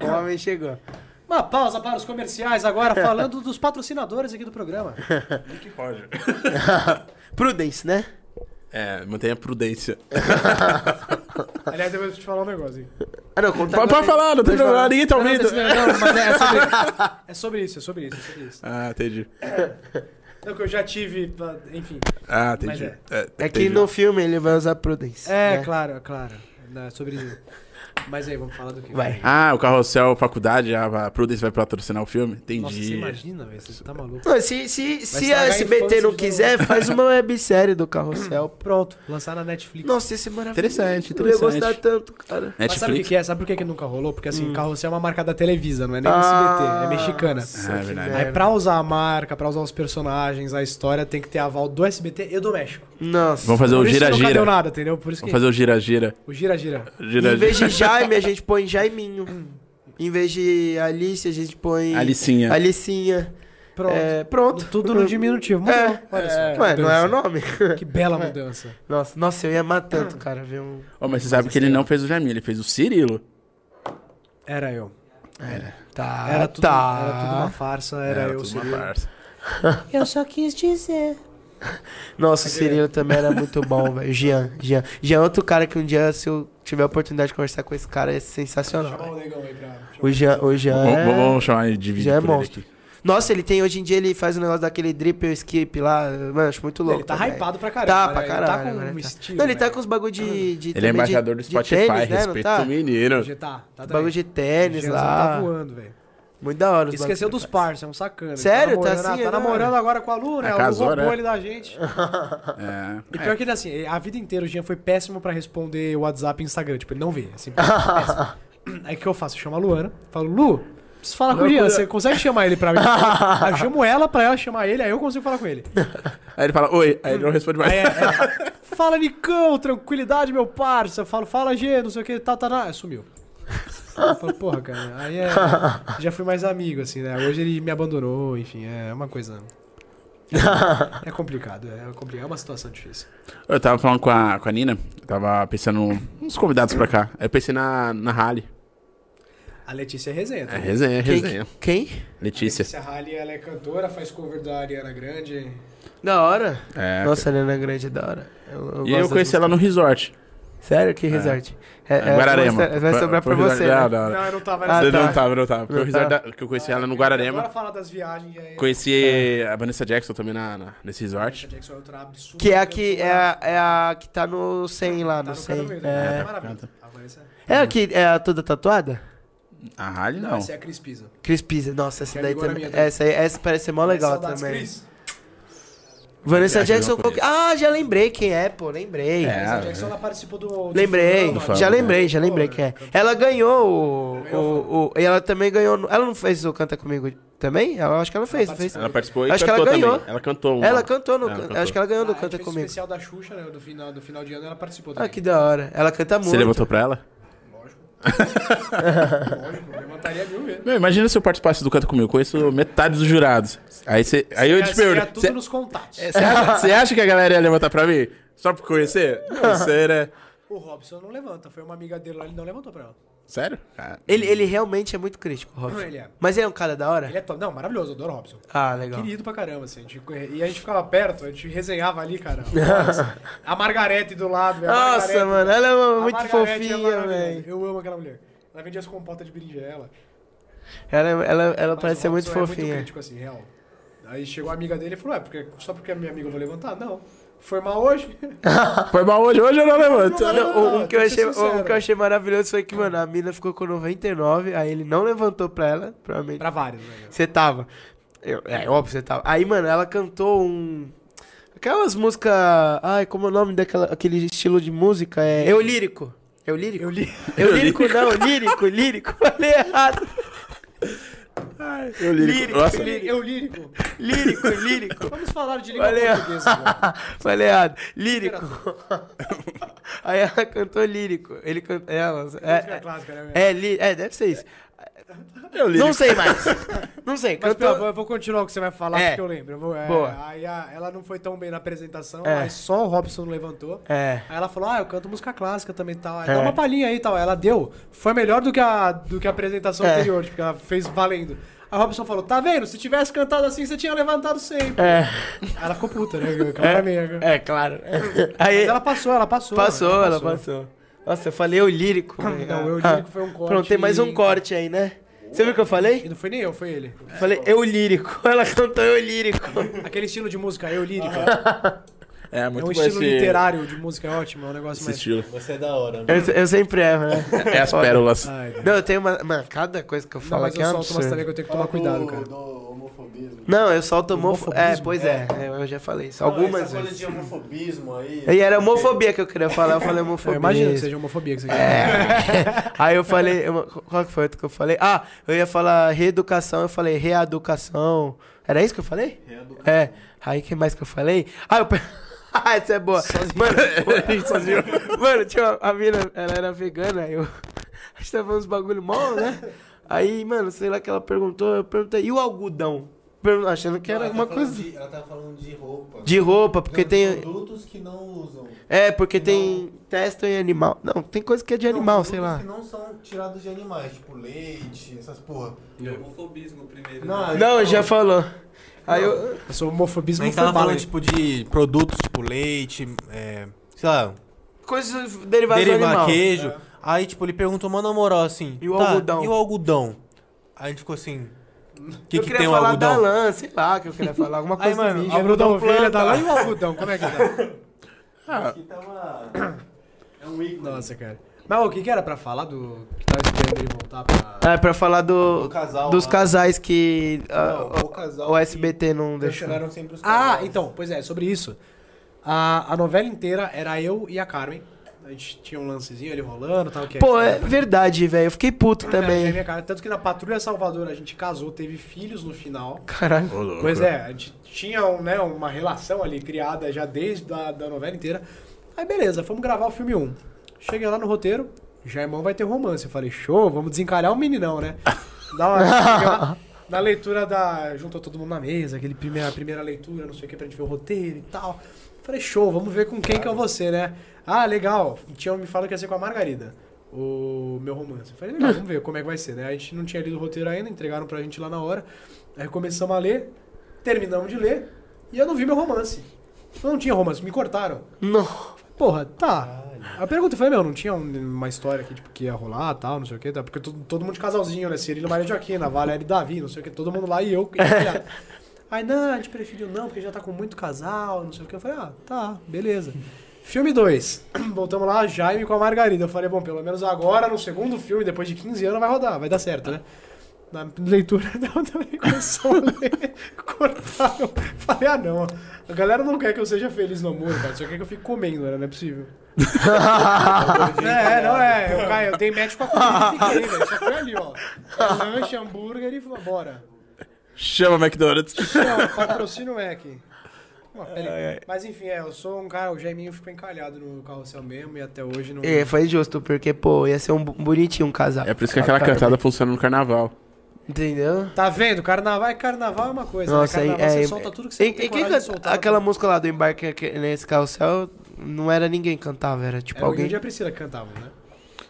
A: o homem chegou.
C: Uma pausa para os comerciais agora, falando dos patrocinadores aqui do programa.
E: Que Roger.
A: Prudence, né?
E: É, mantenha a prudência.
C: Aliás, eu vou te falar um negócio. hein?
A: Ah, não, conta
E: Pode,
A: agora.
E: pode falar, não tem problema. Ninguém tá
C: Não,
E: ouvindo.
C: não, não, mas é, é sobre, é sobre isso, é sobre isso, é sobre isso.
E: Ah, entendi.
C: Não, que eu já tive, tá, enfim.
E: Ah,
C: Mas
E: entendi.
C: é.
A: É que
E: entendi.
A: no filme ele vai usar Prudence.
C: É,
A: né?
C: claro, claro. É sobre isso. Mas aí, vamos falar do que?
A: Vai.
E: Ah, o Carrossel Faculdade, a a Prudence vai patrocinar o filme?
C: Nossa, você
E: Entendi.
C: imagina, velho, você tá maluco.
A: Não, se se, se
C: estragar
A: a
C: a
A: SBT
C: infância
A: não
C: do-
A: quiser, faz uma websérie do Carrossel.
C: Pronto, lançar na Netflix.
A: Nossa, esse é maravilhoso.
E: Interessante,
A: Eu ia gostar
E: interessante.
A: tanto, cara.
C: Mas sabe o que
E: Netflix.
C: que é? Sabe por que, que nunca rolou? Porque assim, Carrossel é uma marca da Televisa, não é nem
A: Hum. Ah,
C: SBT, é mexicana.
A: nossa,
E: Ah, é
A: que
E: verdade.
A: merda.
C: Aí pra usar a marca, pra usar os personagens, a história, tem que ter aval do SBT e do México.
A: Nossa.
E: Vamos fazer o
C: Por isso que nunca deu
E: gira-gira.
C: nada, entendeu? Por isso que...
E: Vamos fazer um o gira-gira.
C: O gira-gira.
A: Em vez de
E: Gira-gira.
A: Jaime, a gente põe Jaiminho.
C: Hum.
A: Em vez de Alice, a gente põe.
E: Alicinha.
A: Alicinha.
C: Pronto.
A: É, pronto.
C: Tudo no diminutivo. Mudou.
A: É,
C: Olha
A: é,
C: só.
A: ué, não é o nome?
C: Que bela mudança.
A: Nossa, nossa, eu ia amar tanto, cara, ver um.
E: Ô, mas você sabe que ele não fez o Jamil, ele fez o Cirilo.
C: Era eu.
A: Tá.
C: Era tudo,
A: tá.
C: era tudo uma farsa, era, eu.
E: Ah, É, tudo
C: seria eu.
E: uma farsa.
G: Eu só quis dizer.
A: Nossa, o
C: é.
A: Cirilo também era muito bom, velho. Jean, Jean. Jean é outro cara que um dia, se eu tiver a oportunidade de conversar com esse cara, é sensacional.
C: Chama
A: velho.
C: o negão aí pra...
A: O Jean, o Jean
E: Vamos,
A: é...
E: vamos chamar ele de vídeo.
A: Já é
E: por ele
A: monstro.
E: aqui.
A: Nossa, ele tem, hoje em dia, ele faz o negócio daquele drip e skip lá. Mano, acho muito louco.
C: Ele tá
A: também.
C: hypado pra caramba.
A: Tá,
C: né?
A: pra
C: Ele tá
A: caralho.
C: com
A: agora
C: um
A: ele tá.
C: estilo,
A: Não, ele tá
C: velho.
A: com os bagulho de, de.
E: Ele
A: também
E: é
A: de-
E: embaixador do
A: de
E: Spotify,
A: tênis, né, não
E: respeita
A: tá?
E: o menino.
C: Já tá, tá
A: Bagulho de tênis
C: Jean
A: lá.
C: tá voando, velho.
A: Muito da hora. os
C: Esqueceu
A: bagulho
C: dos
A: que ele
C: parças, é um sacana.
A: Sério?
C: Tá
A: Tá
C: namorando,
A: assim
C: tá
A: agora?
C: namorando agora com a Lu, né?
E: É,
C: A Lu
E: casou,
C: roubou
E: né?
C: ele da gente. E
E: É.
C: pior que ele, assim, ele- a vida inteira o Jean foi péssimo pra responder WhatsApp e Instagram. Tipo, ele não vê. Assim, péssimo. Aí o que eu faço? Eu chamo a Luana, falo, Lu, preciso falar com o Jean, você consegue chamar ele pra mim? aí eu chamo ela pra ela chamar ele, aí eu consigo falar com ele.
E: Aí ele fala, oi, aí
A: Hum.
E: ele não responde mais.
C: Aí é, é, fala, Nicão, tranquilidade, meu parça. Eu falo, fala, G, não sei o que, tá, tá, tá. Sumiu. Eu falo, porra, cara. Aí é. Já fui mais amigo, assim, né? Hoje ele me abandonou, enfim, é uma coisa. É complicado, é complicado, é uma situação difícil.
E: Eu tava falando com a, com a Nina, eu tava pensando uns convidados pra cá. Aí eu pensei na, na Halle.
C: A Letícia tá? Rezende.
E: É resenha, é resenha.
A: Quem? Quem?
E: Letícia.
C: Letícia Halley, ela é cantora, faz cover da Ariana Grande.
A: Da hora.
E: É.
A: Nossa, a Helena Grande é da hora. Eu, eu
E: E
A: gosto
E: eu
A: das
E: conheci ela no resort.
A: músicas. Sério? Que resort? É, é,
E: Guararema.
A: vai- Vai sobrar pra
E: Foi- foi
A: você.
E: resort-
A: né?
E: Não, não, não.
C: eu não tava
A: Ah,
E: Eu
A: tá.
E: Não tava, não tava. Porque o
A: Não
E: resort
A: tá.
E: da- que eu conheci ela no Guararema.
C: Agora fala das viagens é, aí.
E: Conheci
A: É.
E: a Vanessa Jackson também na, na- nesse
C: Michael
E: resort.
C: Jackson é outra absurda.
A: Que é a que, é
C: cantora.
A: a, é a que tá no 100 lá,
C: Tá
A: no
C: no
A: 100.
C: Caminho Vermelho,
A: É.
C: né? Maravilha. A Vanessa-
A: é a que é a toda tatuada?
E: A Halle
C: Não,
A: Tá
E: não.
C: essa é a Cris Pisa.
A: Cris Pisa. Nossa, essa
C: Que é
A: daí
C: amiga
A: também.
C: minha também.
A: Essa, aí- essa parece ser mó legal
C: Saudades,
A: também.
C: é Cris.
A: Vanessa
E: Acho que eu
A: Jackson.
E: não
A: qual que- Ah, já lembrei quem é, pô. Lembrei.
E: É.
C: Vanessa Jackson, ela participou do... do
A: Lembrei,
C: Fama,
E: Fama,
A: já
E: né?
A: lembrei, já lembrei quem é. Ela ganhou o, o, o- E ela também ganhou. no- Ela não fez o Canta Comigo também? Ela acho que ela fez,
C: Ela
A: fez.
E: Ela participou e
A: Acho que
E: cantou
A: ela ganhou.
E: também. Ela cantou. uma-
A: Ela cantou no.
E: Ela
A: can-
E: cantou.
A: Acho que ela ganhou
C: Ah,
A: no
C: a gente
A: Canta
C: fez o
A: Comigo.
C: especial da Xuxa, né? Do final, do final de ano, ela participou
A: Ah,
C: também.
A: que da hora. Ela canta muito.
E: Você levantou pra ela?
C: Lógico, levantaria mil mesmo.
E: Meu, imagina se eu participasse do Canta Comigo. Eu conheço metade dos jurados. Aí, você, aí eu te
C: Seria
E: pergunto. É.
C: tudo
E: Você
C: nos contatos.
E: você acha, você acha que a galera ia levantar pra mim? Só por conhecer? Não sei, né?
C: O Robson não levanta. Foi uma amiga dele lá, ele não levantou pra ela.
E: Sério? Ah,
A: Ele, ele realmente é muito crítico, Robson.
C: Ele é.
A: Mas ele é um cara da hora?
C: Ele é top. Não, maravilhoso, eu adoro o Robson.
A: Ah, legal.
C: Querido pra caramba, assim. a gente- e a gente ficava perto, a gente resenhava ali, cara. Nossa, a Margarete do lado, velho. a
A: Nossa,
C: Margarete,
A: mano, ela é
C: A
A: uma- muito
C: Margarete né? é
A: fofinha,
C: maravilhosa.
A: velho.
C: Eu amo aquela mulher. Ela vendia as compotas de berinjela.
A: Ela, é, ela, ela
C: Mas
A: parece
C: o
A: ser muito
C: Robson é
A: fofinha.
C: Muito crítico, assim, real. Aí chegou a amiga dele e falou: É, porque, só porque é minha amiga eu vou levantar? Não. Foi mal hoje?
E: Foi mal hoje, hoje eu não levanto.
A: Não, o- o, que eu
C: tem que Ah, ser
A: achei, o- o,
C: sincero.
A: que eu achei maravilhoso foi que, mano, a mina ficou com 99, aí ele não levantou pra ela, provavelmente.
C: pra vários, né?
A: Você tava. Eu- é óbvio, você tava. Aí, mano, ela cantou um. Aquelas músicas. Ai, como é o nome daquela. Aquele estilo de música? É. Eu lírico. Eu lírico?
C: Eu li.
A: Eu lírico, não, lírico, lírico. Falei errado.
E: Eu lírico.
A: Lírico,
E: Nossa,
A: lírico,
C: Eu lírico.
A: lírico, lírico.
C: Vamos falar de língua
A: Falei,
C: portuguesa agora.
A: Falei errado. Lírico. Aí ela cantou lírico. Ele cantou. Ela.
C: Música
A: É,
C: clássica, né?
A: é, é, li- é, deve ser isso.
E: eu lírico.
A: Não sei mais. Não sei.
C: Mas, pelo amor,
A: Cantou.
C: eu vou continuar o que você vai falar,
A: É.
C: porque eu lembro. Eu vou- é,
A: Boa.
C: Aí a- ela não foi tão bem na apresentação,
A: É.
C: aí só o Robson não levantou.
A: É.
C: Aí ela falou, ah, eu canto música clássica também e tal. Aí
A: É.
C: dá uma palhinha aí e tal. Ela deu. Foi melhor do que a, do que a apresentação
A: É.
C: anterior, porque ela fez valendo. Aí o Robson falou, tá vendo? Se tivesse cantado assim, você tinha levantado sempre.
A: É.
C: Aí ela ficou puta, né? Cara minha.
A: É, claro. Aí.
C: Mas ela passou, ela passou.
A: Passou, ela passou. Nossa, eu falei eu lírico. velho.
C: Não, eu
A: Ah,
C: lírico foi um corte.
A: Pronto, tem mais um
C: e-
A: corte aí, né? Você viu o que eu
C: E
A: falei?
C: não foi nem eu, foi ele.
A: Falei eu lírico. Ela cantou eu lírico.
C: Aquele estilo de música, eu lírico.
A: Ah,
E: É,
C: É
E: muito
C: um
E: bom
C: estilo
E: esse-
C: literário de música, é ótimo, é um negócio
E: Esse
C: mais...
E: estilo.
B: Você é da
D: né?
B: hora,
A: Eu, eu sempre erro, né?
E: É as pérolas.
C: Ai, Deus.
A: Não, eu tenho uma. Mano, cada coisa que eu
C: Não,
A: falo
C: mas
A: aqui é
C: eu
A: um
C: solto umas também
A: absurdo.
C: que eu tenho que tomar cuidado,
B: É
C: cara.
D: Do homofobismo.
A: Não, eu solto homofo... É,
C: Homofobismo?
A: pois é. é, Eu já falei isso. Algumas
D: Essa coisa
A: vezes. É
D: de homofobismo aí.
A: E era homofobia que eu queria falar, eu falei homofobia. É.
C: Eu imagino que seja homofobia que você quer.
A: Aí eu falei. eu- Qual que foi outro que eu falei? Ah, eu ia falar reeducação, eu falei reeducação. Era isso que eu falei? Reeducação. É. Aí o que mais que eu falei? Ah, eu. pe- Ah, essa é boa. Mano, mano, tinha uma, a mina, ela era vegana, eu. A gente tava falando uns bagulho mó, né? Aí, mano, sei lá que ela perguntou, eu perguntei, e o algodão? Pergun- Achando que era alguma coisa. De...
D: ela tava falando de roupa.
A: roupa, porque tem.
D: Produtos que não usam.
A: É, porque tem. Testam em animal. Não, tem coisa que é de animal, sei lá.
D: que não são tirados de animais, tipo leite, essas porra.
B: É
H: Homofobismo primeiro.
B: né?
D: Não,
A: Não, já falou. Aí eu.
C: Eu sou homofobismo
A: tá
B: A gente tava
C: formal,
B: falando,
C: hein?
B: tipo, de produtos, tipo, leite, é, sei lá,
A: coisas derivadas do
B: derivar
A: animal.
B: queijo. Aí, tipo, ele perguntou, mano, na moral, assim,
A: E o
B: tá,
A: algodão?
B: e o algodão? Aí a gente ficou assim, o que
A: eu
B: que
A: queria
B: tem o
A: falar da
B: algodão?
A: lã, sei lá, que eu queria falar alguma coisa assim,
B: Aí, mano,
A: do
C: O
A: ninja.
C: né? Algodão
A: Planta.
C: ovelha da lá e o algodão, como é que tá?
D: Aqui tá uma. É um ícone.
C: Nossa, cara. Mas ô, o que que era pra falar do... que tava esperando ele voltar? voltar pra.
A: Ah, é pra falar do,
B: Do casal
A: dos
B: lá.
A: casais que ah,
B: Não,
A: o,
B: o casal
A: o
B: que
A: SBT não deixou.
B: Questionaram sempre os
C: Ah,
B: casais.
C: então, pois é, sobre isso. A, a novela inteira era eu e a Carmen. A gente tinha um lancezinho ali rolando tal. Que
A: Pô, é verdade, velho. Eu fiquei puto
C: É, é
A: também.
C: minha cara. Tanto que na Patrulha Salvador a gente casou, teve filhos no final.
A: Caralho.
C: Pois é, a gente tinha um, né, uma relação ali criada já desde a da novela inteira. Aí beleza, fomos gravar o filme 1. Cheguei lá no roteiro, já irmão vai ter romance. Eu falei, show, vamos desencalhar o meninão, né? Dá uma, cheguei lá, na leitura da. Juntou todo mundo na mesa, aquele primeira, primeira leitura, não sei o que, pra gente ver o roteiro e tal. Falei, show, vamos ver com quem que eu vou ser, né? Ah, legal. Tinha me falado que ia ser com a Margarida. O meu romance. Eu Falei, legal, vamos ver como é que vai ser, né? A gente não tinha lido o roteiro ainda, entregaram pra gente lá na hora. Aí começamos a ler, terminamos de ler, e eu não vi meu romance. Eu não tinha romance, me cortaram.
A: Não.
C: Porra, tá. A pergunta foi, meu, não tinha um- uma história aqui, tipo, que ia rolar, tal, não sei o quê, tá? Porque to- todo mundo de casalzinho, né? Cirilo, Maria Joaquina, Valéria e Davi, não sei o quê, todo mundo lá e eu. enfiado. Aí, não, a gente preferiu não, porque já tá com muito casal, não sei o quê. Eu falei, ah, tá, beleza. Filme 2. Voltamos lá, Jaime com a Margarida. Eu falei, bom, pelo menos agora, no segundo filme, depois de 15 anos, vai rodar, vai dar certo, né? Na leitura dela também começou a ler, cortaram. Falei, ah não, a galera não quer que eu seja feliz no amor, cara, só quer que eu fique comendo, né? não é possível. é, não é, eu, caio, eu dei match com a comida e fiquei, velho, só foi ali, ó. Lanche, hambúrguer e falou, bora.
E: Chama McDonald's.
C: Não, patrocina o Mac. é Uma pele- Mas enfim, é, eu sou um cara, o Jaiminho ficou encalhado no carrossel mesmo e até hoje não...
A: É, foi justo, porque, pô, ia ser um bu- bonitinho um casal.
E: É por isso que aquela cantada funciona no carnaval.
A: Entendeu?
C: Tá vendo? Carnaval é carnaval é uma coisa,
A: Nossa,
C: né?
A: aí.
C: Carnaval
A: é,
C: você solta tudo que você
A: e-
C: não tem
A: e quem
C: coragem de
A: canta-
C: soltar. né?
A: Aquela música lá do embarque aqui nesse carrossel, não era ninguém que cantava, era tipo
C: Era o
A: alguém.
C: Yudi e a Priscila que cantavam, né?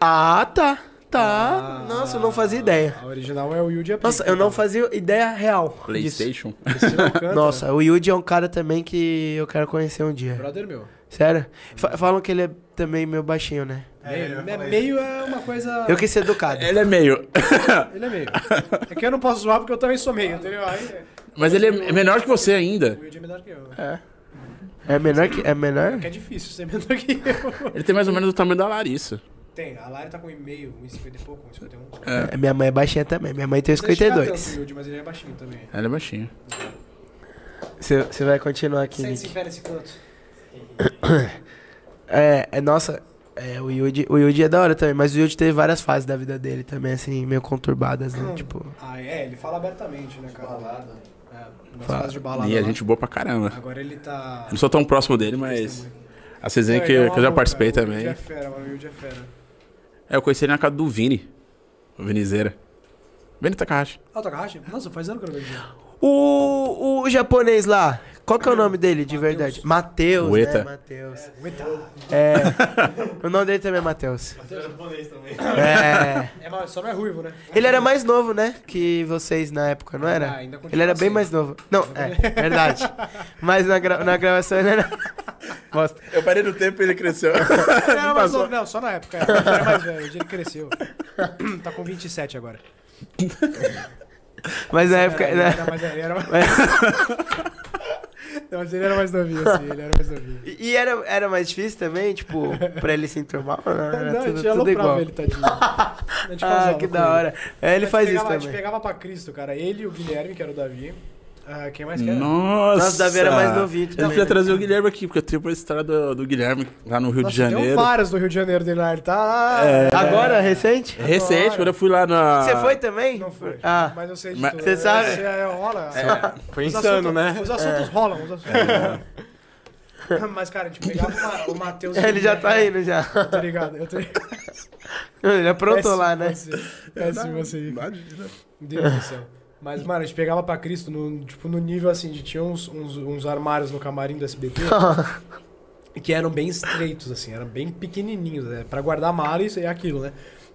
A: Ah, tá. Tá.
C: Ah.
A: Nossa, eu não fazia ideia.
C: A original é o Yuji Apri.
A: Nossa, eu não fazia ideia real. disso.
E: PlayStation.
A: Nossa, o Yuji é um cara também que eu quero conhecer um dia.
C: né? Brother meu.
A: Sério? Fa- falam que ele é também meio baixinho, né?
C: Meio, né, meio é uma coisa.
A: Eu quis ser educado.
E: Ele é meio.
C: Ele é meio. É que eu não posso zoar porque eu também sou meio, entendeu? Aí, é.
E: Mas ele é menor que você ainda.
C: O Yuji é menor que eu.
A: É menor que. É menor?
C: Que é difícil ser menor que eu.
E: Ele tem mais ou menos o tamanho da Larissa.
C: Tem, a Lari tá com 1,5, 1,50 e um. pouco, 1,51.
A: É, Minha mãe é baixinha também. Minha mãe tem
C: Ele é
A: 52.
C: gigantão, o Yuji, mas ele é baixinho também.
E: Ela é baixinha.
A: Você você vai continuar aqui,
C: Sente-se em
A: Nick.
C: pé nesse canto.
A: É, é, nossa. é, o Yuji, o Yuji é da hora também, mas o Yuji teve várias fases da vida dele também, assim, meio conturbadas, né? Tipo,
C: Ah, é, ele fala abertamente, né, cara? Balada. É, nas
A: Fala.
C: fases de balada.
E: E a
C: lá.
E: gente boa pra caramba.
C: Agora ele tá.
E: Não sou tão próximo dele, mas. A resenhas
C: Não,
E: que,
C: ele é um
E: que eu já
C: amor,
E: participei
C: cara. O
E: também.
C: Yuji é fera, mano. O Yuji é fera.
E: É, eu conheci ele na casa do Vini. O Vinizeira. Vini Takahashi.
C: Ah, o Takahashi? Nossa, faz ano que eu não vejo ele.
A: O, o japonês lá, qual que é o nome dele de verdade? Matheus, né?
E: Ueta.
A: Matheus.
C: Ueta.
A: É. o nome dele também é Matheus. Matheus também. É.
C: É, mas só não é ruivo, né?
A: Ele era mais novo, né? Que vocês na época, não
C: Ah,
A: era?
C: ainda continua
A: Ele era bem
C: sendo.
A: mais novo. Não, é, verdade. Mas na, gra- na gravação ele era. Bosta.
E: Eu parei no tempo e ele cresceu.
C: Ele era mais novo, não, só na época. é. Ele era mais velho, hoje ele cresceu. Tá com 27 agora.
A: Mas na época.
C: Ele
A: né?
C: era mais velho, ele era mais... Não, mas ele era mais novinho, assim, ele era mais novinho.
A: E e era, era mais difícil também, tipo, pra ele se enturmar? Não, era
C: Não, a
A: É, tudo,
C: gente
A: tudo
C: aloprava
A: igual.
C: ele, tadinho. A gente
A: Ah,
C: causava
A: que
C: com
A: da hora. É, Ele
C: A gente
A: faz isso
C: pegava- A gente
A: também.
C: pegava pra Cristo, cara. Ele e o Guilherme, que era o Davi. Ah, quem mais que era?
E: Nossa.
A: Nossa, o Davi era mais novinho
E: Eu
A: também,
E: queria
A: né?
E: trazer o Guilherme aqui, porque eu tenho uma história do, do Guilherme lá no
A: um
E: Rio de
C: Nossa, Tem um
E: Janeiro.
C: vários do Rio de Janeiro dele lá. Ele tá...
A: É. Agora, recente?
E: É Recente, quando eu fui lá na.
A: Você foi também?
C: Ah. Não foi.
A: Ah.
C: Mas eu sei de
E: Mas-
C: tudo.
A: Você
C: É,
A: sabe?
C: é, é, rola.
B: Foi
C: Os
B: insano,
C: assuntos-
B: né?
C: Os
A: É.
C: assuntos rolam, os assuntos rolam. Mas, cara, a gente pegava o Ma- o Matheus.
A: Ele já tá
C: é.
A: indo já.
C: Eu tô ligado. Eu tô É ligado.
A: Ele aprontou lá, né?
C: Péssimo você, Péssimo é você. Deus do céu. Mas, mano, a gente pegava pra Cristo no, tipo, no nível assim de tinha uns, uns, uns armários no camarim do SBT que eram bem estreitos, assim, eram bem pequenininhos, né? Pra guardar mala e isso e aquilo, né?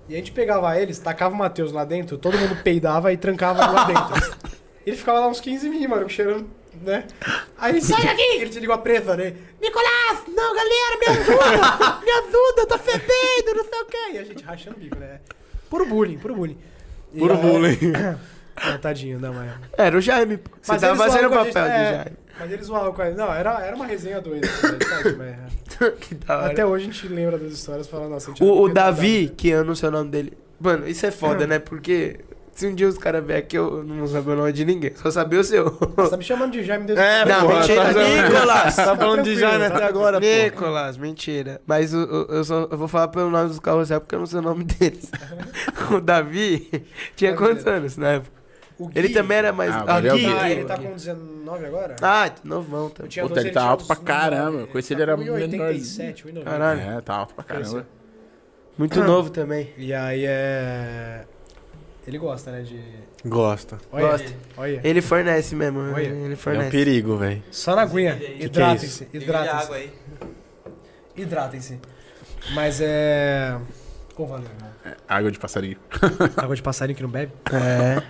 C: E a gente pegava eles, tacava o Matheus lá dentro, todo mundo peidava e trancava ele lá dentro. Ele ficava lá uns 15 mil, mano, cheirando, né? Aí ele sai daqui! Ele te ligou a presa, né? Nicolás! Não, galera, me ajuda! Me ajuda, tá fedendo, não sei o quê! E a gente rachando o bico, né? Puro bullying, puro bullying. Puro bullying. Ah, tadinho, não, mas...
A: Era o Jaime. pô. Você
C: Mas
A: tava
C: eles
A: fazendo o
C: zoavam com a
A: papel
C: gente,
A: de
C: é,
A: Jaime.
C: Mas eles zoavam com a gente. Não, era, era uma resenha doida. né? Tadinho, mas-
A: que da hora.
C: Até hoje a gente lembra das histórias e fala, nossa, a gente
A: O,
C: era
A: o
C: pequeno, né?"
A: Davi,
C: cara.
A: que eu não sei o nome dele. Mano, isso é foda, né? Porque se um dia os caras vier aqui, eu não vou saber o nome de ninguém. Só saber o seu.
C: Você tá me chamando de Jaime desde
B: É,
A: não,
B: pô,
A: mentira.
B: tá-
C: né?
A: Nicolas!
B: Tá falando de Jaime até agora, pô.
A: Nicolas, mentira. Mas o- o- eu, só, eu vou falar pelo nome dos carrossel porque eu não sei o nome deles. o Davi tinha quantos anos na época?
C: O Gui-
A: Ele também era mais.
E: Ah, o
A: Ah,
E: Davi é o
A: Gui.
E: Gui.
C: Ah, ele tá com 19 agora?
A: Ah, novão também.
C: tinha
E: Puta,
C: doze,
E: ele tá
C: tinha
E: alto
C: uns
E: pra
C: 19.
E: caramba. Eu conheci ele
C: tá
E: era
C: com 1,87, 1,90.
A: Caralho.
E: É, tá alto pra caramba.
A: Muito novo também.
C: E aí é. Ele gosta, né? De.
B: Gosta. um
C: Olha.
A: Gosta.
C: aí, Olha. aí.
A: Ele fornece mesmo.
C: Olha.
A: Ele
B: É um
A: fornece.
B: perigo, velho.
C: Só na aguinha.
H: Que que é
C: Hidratem-se.
H: Liga a
C: Hidratem-se.
H: água aí.
C: Hidratem-se. Mas é. Ô, valeu, irmão.
E: Água de passarinho.
C: Água de passarinho que não bebe?
A: É.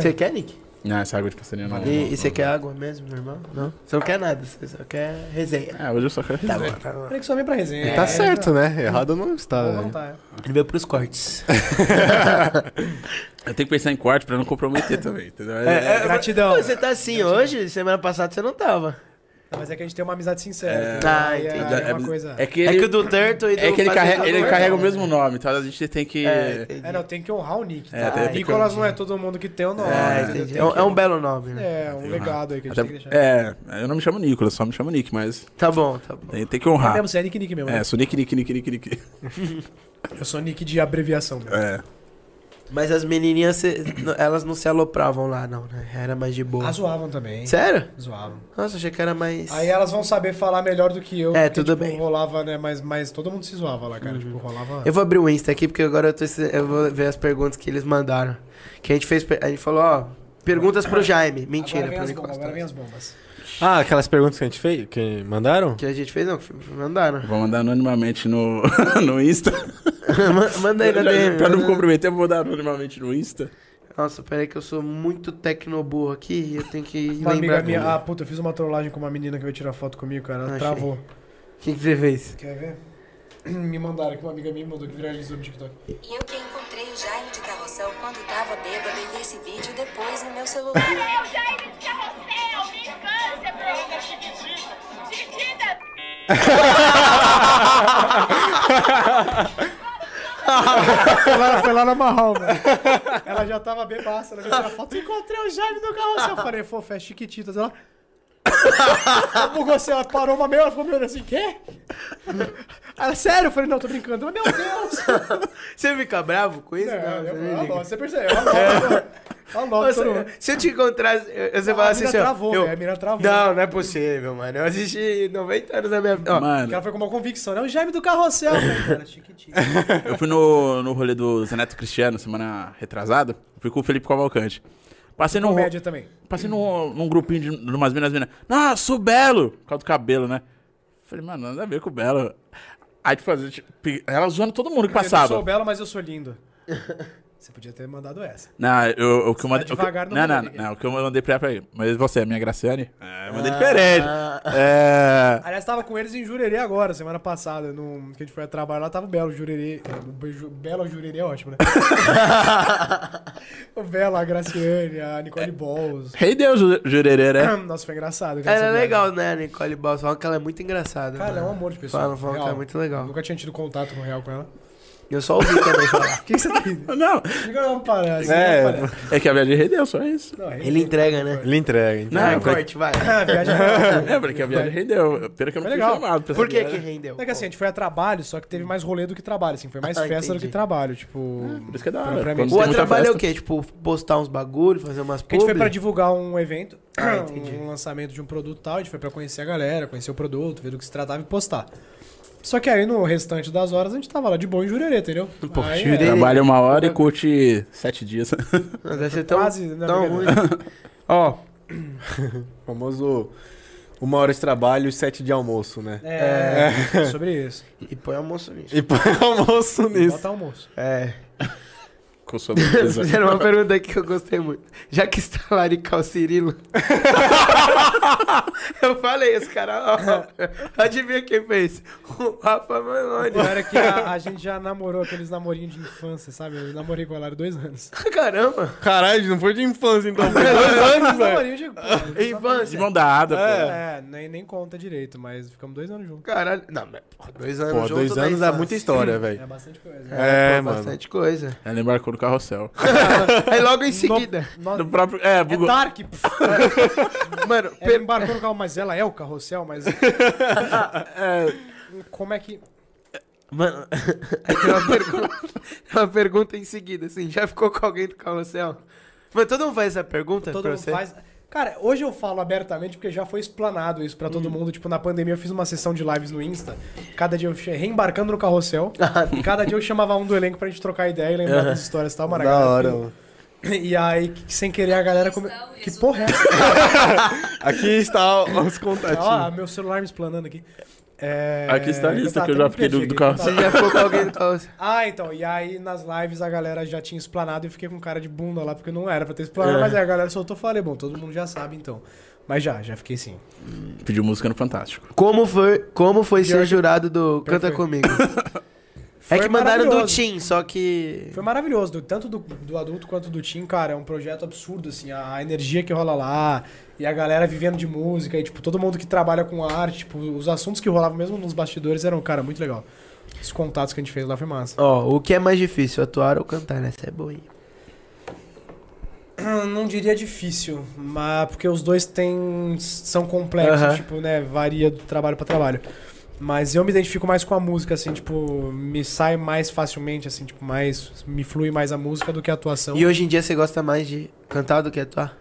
A: Você quer, Nick?
E: Não, Ah, essa água de passarinho é não.
A: E, e você quer água mesmo, normal? Não? Você não quer nada, você só quer resenha.
E: É, hoje eu só quero
A: Tá
E: resenha.
A: bom, tá bom.
C: Peraí que só vem pra resenha. É,
B: Tá certo, né? Errado não está,
C: Não, não
B: velho.
C: tá, é.
A: Ele veio pros cortes.
E: Eu tenho que pensar em corte pra não comprometer também, entendeu?
A: É, é,
C: Gratidão.
A: Pô, Você tá assim hoje? Semana passada você não tava.
C: Não, mas é que a gente tem uma amizade sincera.
E: É.
C: entendeu?
A: Ah,
C: Aí é,
A: entendi.
C: é uma coisa.
E: É que
A: É
E: ele,
A: que o do Turtle e do
E: é que ele
A: Fazenda
E: carrega, ele
A: Dourada.
E: carrega o mesmo nome, então a gente tem que...
A: É,
E: É,
A: entendi.
C: É, não, tem que honrar o Nick.
E: É,
C: tá?
E: tem- tem
C: Nicolas
E: que-
C: não é todo mundo que tem o nome.
A: É,
C: entendeu?
A: entendi.
C: Tem
A: É um,
C: que-
A: é um belo nome, né?
C: É, um legado aí que a gente
E: até-
C: tem que deixar.
E: é, eu não me chamo Nicolas, só me chamo Nick, mas
A: Tá bom, tá bom.
E: tem, tem que
C: É
E: honrar.
C: mesmo, você é Nick Nick mesmo. né?
E: É, sou Nick, Nick, Nick, Nick, Nick.
C: Eu sou Nick de abreviação mesmo.
E: É.
A: Mas as menininhas, cê- n- elas não se alopravam lá, não, né? Era mais de boa.
C: Ah, zoavam também.
A: Sério?
C: Zoavam.
A: Nossa, achei que era mais.
C: Aí elas vão saber falar melhor do que eu.
A: É,
C: porque,
A: tudo
C: tipo,
A: bem.
C: rolava, né? Mas, mas todo mundo se zoava lá, cara. Tipo, rolava.
A: Eu vou abrir o Insta aqui, porque agora eu, tô- eu vou ver as perguntas que eles mandaram. Que a gente fez. pe- A gente falou, ó, perguntas pro Jaime. Mentira,
C: agora vem
A: pro
C: as
A: Nicolas.
C: bombas. Agora vem
A: Torres.
C: as bombas.
B: Ah, aquelas perguntas que a gente fez, que mandaram?
A: Que a gente fez, não, que mandaram.
E: Vou mandar anonimamente no, no Insta.
A: Ma- Manda aí na
E: Já-
A: DM.
E: pra não
A: manda-
E: comprometer, eu vou mandar anonimamente no Insta.
A: Nossa, peraí que eu sou muito tecnoburro aqui e eu tenho que
C: Uma
A: lembrar.
C: amiga minha. Ah, puta, eu fiz uma trollagem com uma menina que veio tirar foto comigo, cara. Ela
A: Achei.
C: travou.
A: O que que você fez?
C: Quer ver? Me mandaram aqui, uma amiga minha me mandou que viralizou no TikTok.
I: E eu que encontrei o Jaime de carrossel quando tava bêbado e vi esse vídeo depois no meu celular.
J: Eu já ia de carrossel, brincância, droga, chiquitita. Chiquitita,
C: Ela foi lá na Marral, velho. Ela já tava bebaça, ela veio tirar foto. Encontrei o Jaime no carrossel. Eu falei, pô, fé, é chiquititas. Ela. Ela bugou assim, ela parou uma meia, ela ficou me olhando assim, quê? Ela, sério? Eu falei, não, tô brincando. Ela, meu Deus!
A: Você fica bravo com isso?
C: É,
A: não,
C: eu-
A: você
C: eu
A: não liga.
C: adoro, você percebeu? Eu adoro, eu adoro todo mundo. Ah,
A: Nossa, se eu te encontrasse, eu- eu- É. você
C: A
A: falar assim,
C: mina
A: assim, ó,
C: travou,
A: eu-
C: velho, a mina travou.
A: Não, não é possível, mano. Eu assisti 90 anos da minha vida. Ó,
E: Mano,
C: Porque ela foi com uma convicção, né? O Jaime do carrossel. né? Eu falei, cara, chiquitita.
E: Eu fui no, no rolê do Zeneto Cristiano, semana retrasada. Fui com o Felipe Cavalcante. Passei num,
C: Comédia também.
E: passei num, num grupinho de umas minas, minas. Nossa, sou belo! Por causa do cabelo, né? Falei, mano, nada a ver com o belo. Aí, tipo, assim, tipo, ela zoando todo mundo que
C: Eu não sou
E: passava.
C: bela, mas eu sou lindo. Você podia ter mandado essa.
E: Não, eu, o que eu mandei. o que-
C: devagar, não
E: não, não,
C: manda
E: não,
C: ninguém. Ah.
E: O que eu mandei pra ela pra ele. Mas você, a minha Graciane? É, eu mandei diferente. É.
C: Aliás, tava com eles em Jurerê agora, semana passada. No, que a gente foi a trabalho lá, tava o Belo Jurerê. É, O Be- Ju- Belo Jurerê é ótimo, né? o Belo, a Graciane, a Nicole Balls.
E: Rei Deus, Ju- Jurerê, né?
C: Nossa, foi engraçado. cara,
A: Ela é
C: essa
A: legal, né, a Nicole Balls? Falam que ela é muito engraçada.
C: viagem. Cara,
A: mano.
C: é um amor de pessoa.
A: Falam, falam que
C: Real.
A: ela é muito legal.
C: Nunca tinha tido contato no real com ela.
A: Eu só ouvi também falar.
C: O que, que você tá rindo?
E: Não,
C: Diga não assim? parece.
B: É.
C: Não parece.
E: é que a viagem rendeu, só isso.
C: Não,
A: Ele entrega, né?
B: Ele entrega, então.
A: Não,
E: Não, foi-
A: corte, vai.
C: A viagem é
E: É, porque a viagem rendeu. Pena que eu não
C: Foi
E: fui
C: legal.
E: chamado. pra essa
A: Por que que
E: viagem.
A: rendeu?
C: É que assim, a gente foi a trabalho, só que teve mais rolê do que trabalho, assim. Foi mais
A: Ah,
C: festa
A: entendi.
C: do
A: Ah,
C: que trabalho, tipo...
E: Por isso que é da hora.
C: Propriamente.
E: Quando
A: O
E: tem muita
A: trabalho é o
E: festa.
A: quê? Tipo, postar uns bagulho, fazer umas
C: A gente foi
A: publi?
C: pra divulgar um evento,
A: Ah, entendi.
C: um lançamento de um produto e tal, a gente foi pra conhecer a galera, conhecer o produto, ver do que se tratava e postar. Só que aí no restante das horas a gente tava lá de boa em jurerê, entendeu? Pô, aí,
A: jurerê.
E: Trabalha uma hora e curte sete dias.
A: Mas deve ser é tão,
C: Quase, né,
A: tão ruim.
C: brincadeira.
A: Ó,
B: Famoso uma hora de trabalho e sete de almoço, né?
C: É, sobre isso.
A: e põe almoço nisso.
B: E põe almoço nisso.
C: Bota almoço.
A: É.
E: com sua beleza.
A: Fizeram uma pergunta aqui que eu gostei muito. Já que está larical Cirilo. eu falei, esse cara. Ó, adivinha quem fez? O Rafa Manoni.
C: Pior é que a, a gente já namorou aqueles namorinhos de infância, sabe? Eu namorei com a Lara dois anos.
A: Caramba!
B: Caralho, não foi de infância, então. Foi
C: Namorinho de. pô,
A: é. Infância.
E: Mão dada, pô.
C: É, nem, nem conta direito, mas ficamos dois anos juntos.
A: Caralho. Não, mas, porra, dois anos
C: um
B: Pô,
A: junto
B: dois
A: na
B: anos é
A: infância.
B: muita história,
C: É
B: velho.
C: bastante coisa.
B: É,
A: Pô,
B: mano.
A: Bastante coisa.
E: Ela embarcou no carrossel.
A: Aí logo em seguida.
C: No,
E: No próprio. É,
C: é
E: bugou.
C: Dark. pô.
A: Mano,
C: Ela
A: per-
C: embarcou no carro, mas ela é o carrossel, mas. Como é que.
A: Mano, aí tem uma pergunta, uma pergunta em seguida, assim, já ficou com alguém do carrossel? Mano, todo mundo faz essa pergunta
C: Todo
A: pra
C: mundo
A: você?
C: faz. Cara, hoje eu falo abertamente porque já foi explanado isso pra todo mundo. Tipo, na pandemia eu fiz uma sessão de lives no Insta. Cada dia eu che- reembarcando no carrossel. e cada dia eu chamava um do elenco pra gente trocar ideia e lembrar das histórias e tal, maravilha.
D: Da hora, mano.
C: E aí, que- sem querer, a galera come... Que porra é essa?
B: Aqui está os contatinhos.
C: Ó, meu celular me explanando aqui. É,
E: Aqui está a lista
C: tá,
E: que eu
C: até
E: já
C: me
E: fiquei
C: perdi
E: do- do
C: aqui.
E: carrossel.
A: Você já ficou com alguém do carrossel?
C: Ah, então, e aí nas lives a galera já tinha explanado e eu fiquei com cara de bunda lá, porque não era pra
A: É.
C: ter explanado, mas aí a galera soltou e falei, bom, todo mundo já sabe então. Mas já, já fiquei assim. sim.
E: Pediu música no Fantástico.
A: Como foi, como foi ser jurado do Canta
C: Perfeito.
A: Comigo? é que
C: Foi
A: mandaram do
C: maravilhoso.
A: Tim, só que...
C: Foi maravilhoso, do- tanto do, do adulto quanto do Tim, cara, é um projeto absurdo, assim, a, a energia que rola lá, e a galera vivendo de música, e tipo, todo mundo que trabalha com arte, tipo, os assuntos que rolavam mesmo nos bastidores eram, cara, muito legal. Os contatos que a gente fez lá foi massa.
A: Ó, o que é mais difícil, atuar ou cantar, né? Essa é boa, hein?
C: Hum, Não diria difícil, mas porque os dois têm são complexos,
A: Aham.
C: tipo, né, varia do trabalho pra trabalho. Mas eu me identifico mais com a música, assim, tipo, me sai mais facilmente, assim, tipo, mais me flui mais a música do que a atuação.
A: E hoje em dia você gosta mais de cantar do que atuar?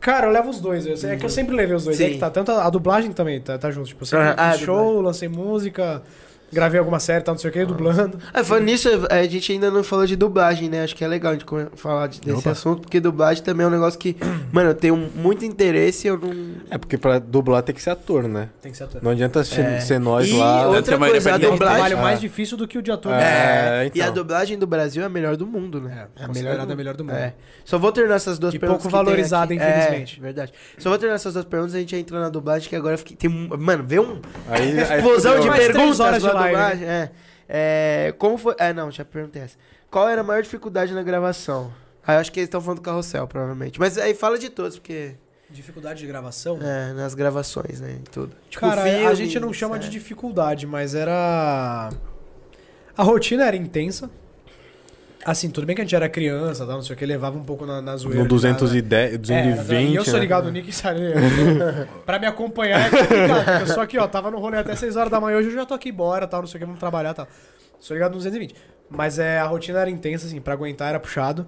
C: Cara, eu levo os dois, eu sei- é que eu sempre levei os dois, é
A: Uhum. Sim.
C: que tá tanto a, a dublagem também, tá, tá junto, tipo, eu sempre
A: Aham, ah,
C: fiz
A: a
C: show,
A: dublagem.
C: lancei música, gravei alguma série, tal, não sei o que, dublando.
A: Ah, falando nisso, a gente ainda não falou de dublagem, né? Acho que é legal a gente come- falar de- desse assunto, porque dublagem também é um negócio que, mano, eu tenho muito interesse, eu não...
B: É porque pra dublar tem que ser ator, né?
C: Tem que ser atuar.
B: Não adianta ser ser nós
A: e
B: lá. né?
A: outra
E: tem uma
A: coisa, a
C: É um
A: dublagem... Ah.
C: trabalho mais difícil do que o de ator. né?
A: É,
B: É,
A: e a
B: então.
A: dublagem do Brasil é a melhor do mundo, né?
C: É, considerada a melhor do mundo.
A: É. Só vou terminar essas duas
C: E
A: perguntas.
C: pouco
A: que tem
C: valorizada,
A: aqui.
C: infelizmente.
A: É, verdade. Só vou terminar essas duas perguntas e a gente entra na dublagem, que agora fiquei, tem. um- Mano, vê um.
B: Aí, aí
A: explosão de
B: fudeu. né?
C: Mais três
A: perguntas
C: horas de
A: lá da
C: live,
A: dublagem. É. É, Como foi. É, não, já perguntei essa. Qual era a maior dificuldade na gravação? Ah, eu acho que eles estão falando do carrossel, provavelmente. Mas aí fala de todos, porque.
C: Dificuldade de gravação?
A: É, nas gravações, né? E tudo. Tipo,
C: Cara, a
A: filmes,
C: gente não chama
A: é.
C: de dificuldade, mas era. A rotina era intensa. Assim, tudo bem que a gente era criança, tal, não sei o que, levava um pouco na, na zoeira.
B: No 210,
C: já, né? É,
B: 220.
C: e eu sou
B: né?
C: ligado no Nick e Sarinha. pra me acompanhar é complicado. porque Eu sou aqui, ó, tava no rolê até 6 horas da manhã, hoje eu já tô aqui embora, tal, não sei o que, vamos trabalhar tal. Sou ligado no 220. Mas é, a rotina era intensa, assim, pra aguentar era puxado.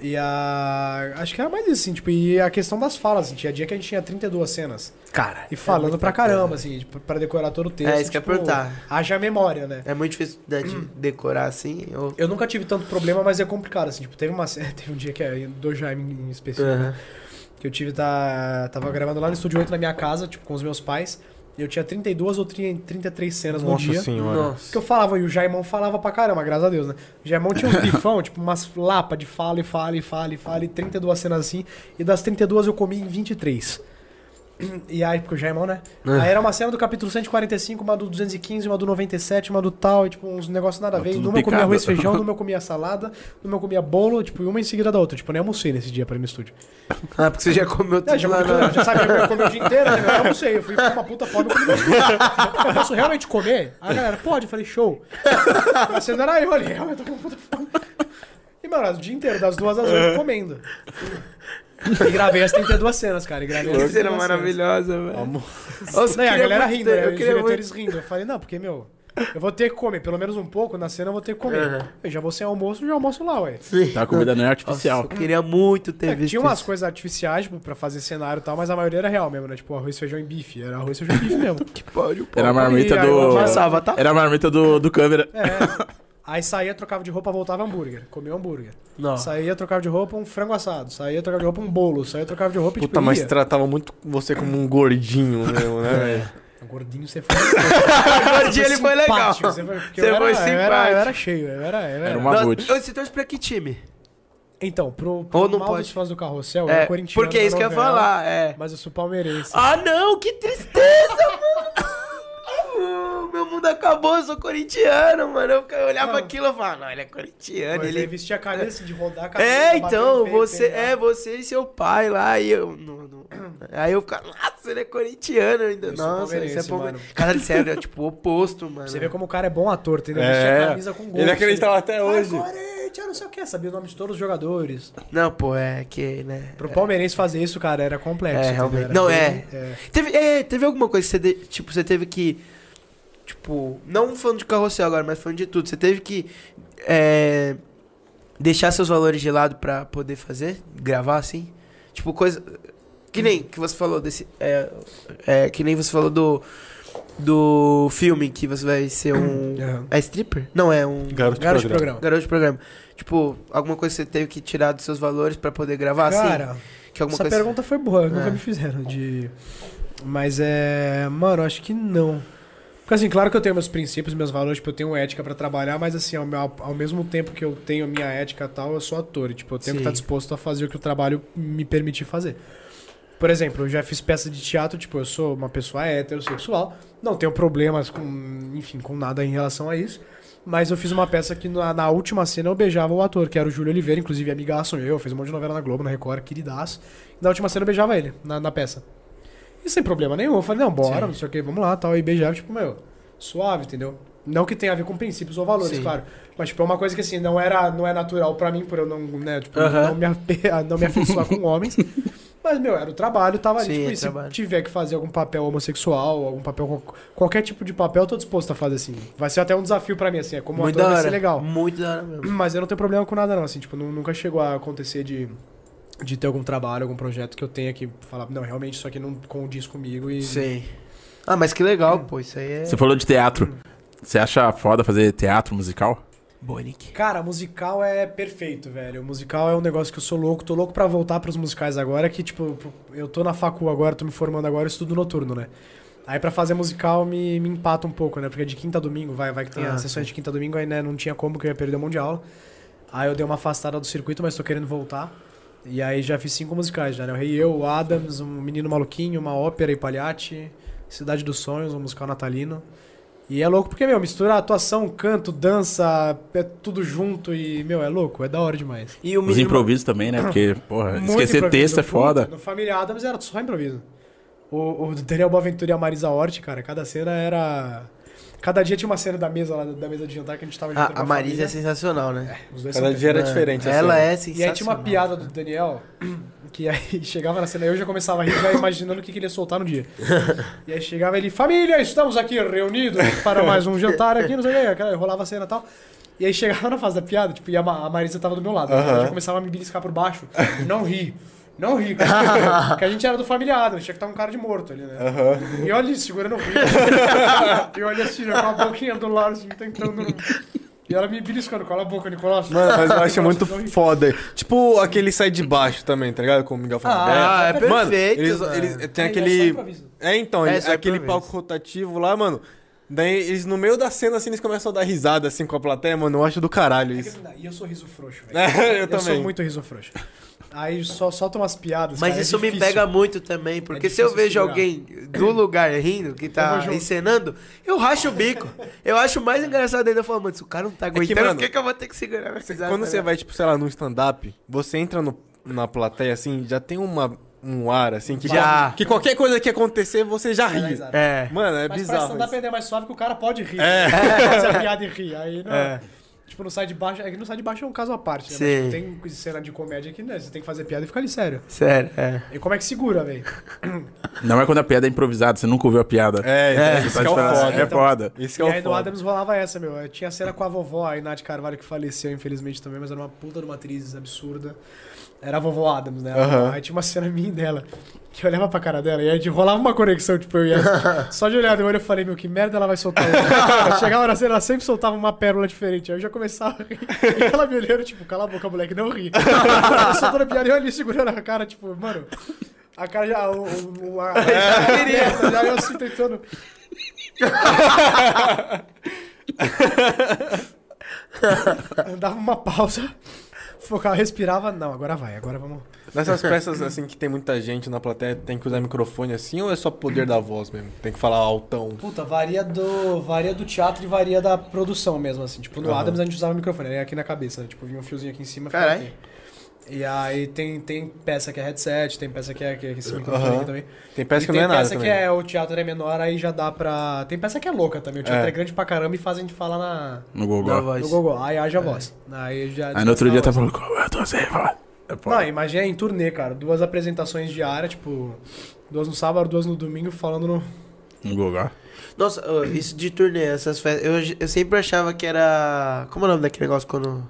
C: E a. Acho que era mais isso, assim, tipo, e a questão das falas, assim, tinha dia que a gente tinha 32 cenas.
B: É
C: Cara. E falando pra caramba, assim, tipo, pra decorar todo o texto.
A: É, isso que eu ia
C: tipo,
A: perguntar.
C: Haja memória, né?
A: É muito difícil né, de
B: Hum.
A: decorar assim. Ou...
C: Eu nunca tive tanto problema, mas é complicado, assim, tipo, teve uma cena- teve um dia que é do Jaime em específico.
A: Aham.
C: Que eu tive, tá, tava gravando lá no Estúdio 8 na minha casa, tipo, com os meus pais. E eu tinha 32 ou 30 33 cenas no
B: Nossa
C: um dia.
B: senhora.
C: Que eu falava, e o Jaimão falava pra caramba, graças a Deus, né? O Jaimão tinha um bifão, tipo, umas lapa de fala e fala e fala e fala, e 32 cenas assim. E das 32 eu comi em 23. E aí, porque o Jaimão, né?
E: É.
C: Aí era uma cena do capítulo 145, uma do 215, uma do 97, uma do tal, e tipo, uns negócios nada a ver. E
E: tudo
C: numa eu comia
E: picado.
C: arroz e feijão, numa eu comia salada, numa eu comia bolo, tipo, e uma em seguida da outra. Tipo, eu nem almocei nesse dia pra ir no estúdio.
A: Ah, porque você já comeu tudo
C: É, já,
A: lá
C: comi,
A: na...
C: já sabia que eu ia comer o dia inteiro, né? Eu não sei, eu fui com uma puta fome, eu comi meus dois. Eu posso realmente comer? Aí a galera, pode, eu falei, show. Mas você não era eu ali, realmente eu tô com puta fome. E, mano, o dia inteiro, das duas às oito, comendo. E gravei as 32 cenas, cara, e gravei as
A: Que
C: 32
A: cena
C: cenas.
A: maravilhosa, velho. Nossa,
C: Não, e a
A: queria
C: galera
A: muito
C: rindo,
A: ter-
C: né?
A: eu
C: Os
A: queria
C: diretores rindo. Eu falei, não, porque, meu... Eu vou ter que comer, pelo menos um pouco, na cena eu vou ter que comer. Eu já vou sem almoço, já almoço lá, ué.
E: Tá, a comida não é
A: Nossa,
E: artificial.
A: eu queria muito ter
C: É,
A: visto
C: tinha umas
A: isso.
C: coisas artificiais, tipo, pra fazer cenário e tal, mas a maioria era real mesmo, né? Tipo, arroz, feijão e bife. Era arroz, feijão e bife mesmo.
A: Pode,
E: Era a marmita
C: tá aí eu
E: do.
A: Passava, tá?
E: Era a marmita do, do câmera.
C: É. Aí saía, trocava de roupa, voltava hambúrguer. Comia hambúrguer.
A: Não.
C: Saía, trocava de roupa, um frango assado. Saía, trocava de roupa, um bolo. Saía, trocava de roupa e
B: Puta,
C: tipo,
B: mas
C: ia. É.
B: tratava muito você como um gordinho mesmo, né, velho?
C: Então, Gordinho você foi. Gordinho
A: ele foi legal.
C: Você foi, porque
A: Você
C: eu
A: foi
C: era, eu era, eu
A: simpático.
C: era cheio, eu era. é. Eu
E: Era
C: era.
E: um
A: Nós-
E: mamute.
A: Ô, Você torce pra que time?
C: Então, pro,
A: Ou
C: pro
A: não
C: mal
A: pode.
C: dos fãs do carrossel, eu
A: É,
C: era corintiano.
A: porque é isso que eu ia
C: novela,
A: falar, é.
C: Mas eu sou palmeirense.
A: Ah, não, que tristeza, mano. Meu mundo acabou, eu sou corintiano, mano. Eu fica- eu olhava
C: Não.
A: aquilo e falava, não, ele é corintiano.
C: Mas
A: Ele...
C: ele vestia a cabeça de rodar a cabeça.
A: É,
C: bater no
A: então,
C: peito,
A: você,
C: pegar.
A: é, você e seu pai lá, e eu. não- não- aí eu ficava, nossa, ele é corintiano ainda.
C: Eu sou
A: Nossa, ele é
C: palmeirense,
A: palmeirense.
C: mano.
A: Caralho, sério, é tipo o oposto, mano.
C: Você vê como o cara é bom ator, entendeu? Vestia a
E: É,
C: camisa com né? gol.
E: ele acreditava até hoje.
C: Corinthians, não sei o que, sabia o nome de todos os jogadores.
A: Não, pô, é que, né?
C: Pro palmeirense fazer isso, cara, era complexo.
A: É,
C: entendeu?
A: realmente.
C: Era
A: Não,
C: bem-
A: é. Teve, é, teve alguma coisa que você, de- tipo, você teve que. Tipo, não falando de carrossel agora, mas falando de tudo. Você teve que é, deixar seus valores de lado pra poder fazer? Gravar assim? Tipo, coisa. Que nem que você falou desse. É, é, que nem você falou do. Do filme que você vai ser um.
C: Aham.
A: É stripper? Não, é um.
B: Garoto,
C: Garoto de
B: de programa.
C: programa.
A: Garoto de programa. Tipo, alguma coisa que você teve que tirar dos seus valores pra poder gravar assim?
C: Cara,
A: Que alguma
C: essa
A: coisa.
C: pergunta foi boa, nunca
A: É.
C: me fizeram de... Mas é... Mano, acho que não. Porque assim, claro que eu tenho meus princípios, meus valores, tipo, eu tenho ética pra trabalhar, mas assim, ao, meu- ao mesmo tempo que eu tenho a minha ética e tal, eu sou ator. E, tipo, eu tenho que
A: Sim.
C: estar disposto a fazer o que o trabalho me permitir fazer. Por exemplo, eu já fiz peça de teatro, tipo, eu sou uma pessoa heterossexual, não tenho problemas com, enfim, com nada em relação a isso. Mas eu fiz uma peça que na, na última cena eu beijava o ator, que era o Júlio Oliveira, inclusive amigaço meu, fez um monte de novela na Globo, na Record, queridaço. Na última cena eu beijava ele, na, na peça. E sem problema nenhum, eu falei, não, bora, não sei o que, vamos lá, tal, e beijava, tipo, meu, suave, entendeu? Não que tenha a ver com princípios ou valores,
A: Sim.
C: claro. Mas, tipo, é uma coisa que, assim, não, era, não é natural pra mim, por eu não, né, tipo, não, me, ape- não me afeiçoar com homens. Mas, meu, era o trabalho, tava ali.
A: Sim,
C: tipo,
A: é
C: e se
A: trabalho.
C: tiver que fazer algum papel homossexual, algum papel, qual- qualquer tipo de papel, eu tô disposto a fazer, assim. Vai ser até um desafio pra mim, assim, é como
A: Muito
C: ator
A: da
C: vai ser
A: hora.
C: legal.
A: Muito da hora mesmo.
C: Mas eu não tenho problema com nada, não. Assim, tipo, nu- nunca chegou a acontecer de, de ter algum trabalho, algum projeto que eu tenha que falar, não, realmente isso aqui não condiz comigo e.
A: Sim. Ah, mas que legal, pô. Isso aí é.
E: Você falou de teatro. Você acha foda fazer teatro musical?
A: Boa, Nick.
C: Cara, musical é perfeito, velho. O musical é um negócio que eu sou louco, tô louco pra voltar pros musicais agora, que tipo, eu tô na facu agora, tô me formando agora, eu estudo noturno, né? Aí pra fazer musical me, me empata um pouco, né? Porque de quinta a domingo, vai, vai que tem
A: Ah,
C: as sessões de quinta a domingo, aí né, não tinha como que eu ia perder um monte de aula. Aí eu dei uma afastada do circuito, mas tô querendo voltar. E aí já fiz cinco musicais já, né? O Rei Eu, o Adams, um Menino Maluquinho, uma ópera e palhate, Cidade dos Sonhos, um musical natalino. E é louco porque, meu, mistura atuação, canto, dança, é tudo junto e, meu, é louco, é da hora demais.
A: E o
E: Os
A: menino-
E: improvisos também, né? Porque, porra,
C: Muito
E: esquecer
C: improviso,
E: texto é
C: puta,
E: foda.
C: No Família Adams era só improviso. O, o Daniel Boaventura e a Marisa Hort, cara, cada cena era... Cada dia tinha uma cena da mesa lá, da mesa de jantar que a gente tava
A: A, a
C: com
A: Marisa é
C: família. É,
A: sensacional, né?
C: Os dois
B: Cada
C: são
B: dia era
A: Mano,
B: diferente.
A: Ela
B: assim.
A: é
C: E
A: sensacional.
C: aí tinha uma piada do Daniel, que aí chegava na cena, eu já começava a rir, já imaginando o que, que ele ia soltar no dia. E aí chegava ele, família, estamos aqui reunidos para mais um jantar aqui, não sei o que, aquela- rolava a cena e tal. E aí chegava na fase da piada, tipo, e a Ma- a Marisa tava do meu lado, ela já começava a me beliscar por baixo, não ri. Não ri, cara. Porque a gente era do familiado, tinha que estar um cara de morto ali, né? E olha isso, segurando o rio. e olha assim, já com a boquinha do lado, assim, tentando. E ela me beliscando, cala a boca, Nicolás.
B: Mano, mas eu acho muito
C: Não ri.
B: foda. Tipo aquele sai de baixo também, tá ligado? Como o Miguel falou.
A: Ah, é
B: Mano,
A: perfeito,
B: eles-
A: mano.
B: eles- tem
C: Aí é só
B: aquele.
C: improviso.
B: É, então,
A: É
B: eles-
A: só
B: aquele
A: improviso.
B: palco rotativo lá, mano. Daí eles, no meio da cena, assim, eles começam a dar risada, assim, com a plateia, mano. Eu acho do caralho isso.
C: E eu sou riso frouxo, velho.
B: É, eu,
C: Eu
B: também.
C: sou muito riso frouxo. Aí só solta umas piadas.
A: Mas
C: cara, é
A: isso me
C: difícil.
A: pega muito também, porque se eu vejo
C: difícil segurar.
A: alguém do lugar rindo, que
C: vou
A: tá
C: junto.
A: encenando, eu racho o bico. Eu acho mais engraçado ainda, eu falo, mano, se o cara não tá
B: que,
A: aguentando,
B: mano,
A: por que, que eu vou ter que segurar? minha risada,
B: Quando
A: tá
B: você
A: ligado?
B: vai, tipo, sei lá, num stand-up, você entra no- na plateia, assim, já tem uma, um ar, assim, que,
A: Já.
B: que qualquer coisa que acontecer, você já ri.
C: risada.
A: É.
B: Mano, é
C: Mas pra
B: bizarro.
C: stand-up
B: isso.
C: ainda é mais suave que o cara pode rir. É. Fazer a piada e rir. Aí não.
B: É.
C: Tipo, não sai de baixo. É que não sai de baixo é um caso à parte, né? Mas,
A: Sim.
C: tipo, tem cena de comédia que né, você tem que fazer piada e ficar ali sério.
A: Sério, é.
C: E como é que segura, velho?
E: Não é quando a piada é improvisada, você nunca ouviu a piada.
B: É, é, isso
E: Tá
B: que é o
E: diferente.
B: foda.
E: É foda.
B: Isso que
C: E
B: é o
C: aí no
B: foda.
C: Adams rolava essa, meu. Eu tinha cena com a vovó, a Nath Carvalho, que faleceu, infelizmente, também, mas era uma puta de uma atriz absurda. Era a vovó Adams, né? Aí tinha uma cena minha e dela, que eu olhava pra cara dela, e aí de- rolava uma conexão, tipo, eu ia. Só de olhar no olho eu falei, meu, que merda ela vai soltar hoje. Chegava na cena, ela sempre soltava uma pérola diferente. Aí eu já começava a rir. E ela me olhando, tipo, cala a boca, moleque, não ri. Ela soltando a piada e eu ali segurando a cara, tipo, mano. A cara já. O, o, o- a, a, a, a, já eu assim tentando. Dava uma pausa, focava, respirava. Não, agora vai, agora vamos.
B: Nessas peças assim que tem muita gente na plateia, tem que usar microfone assim ou é só poder da voz mesmo? Tem que falar altão.
C: Puta, varia do, varia do teatro e varia da produção mesmo, assim. Tipo, no Adams a gente usava microfone, era aqui na cabeça, né? Tipo, vinha um fiozinho aqui em cima. ficava
A: Caralho.
C: aqui. E aí tem, tem peça que é headset, tem peça que é, que é esse microfone
B: Aham.
C: aqui também.
B: Tem peça
C: E
B: que não é
C: Tem
B: nada
C: peça que
B: também.
C: é, o teatro é menor, aí já dá pra... Tem peça que é louca também, o teatro é,
B: É.
C: grande pra caramba e fazem a gente falar na...
E: No
A: Da
E: Google.
A: voz.
C: No Gogó, aí haja voz. Aí já...
E: Aí no outro dia tá
C: descansa a voz.
E: falando, "Como eu tô sem voz. É
C: Não,
E: foda.
C: imagina em turnê, cara. Duas apresentações diárias, tipo... Duas no sábado, duas no domingo, falando no...
E: No Google.
A: Nossa, ô, isso de turnê, essas festas. Eu, eu sempre achava que era. Como é o nome daquele negócio quando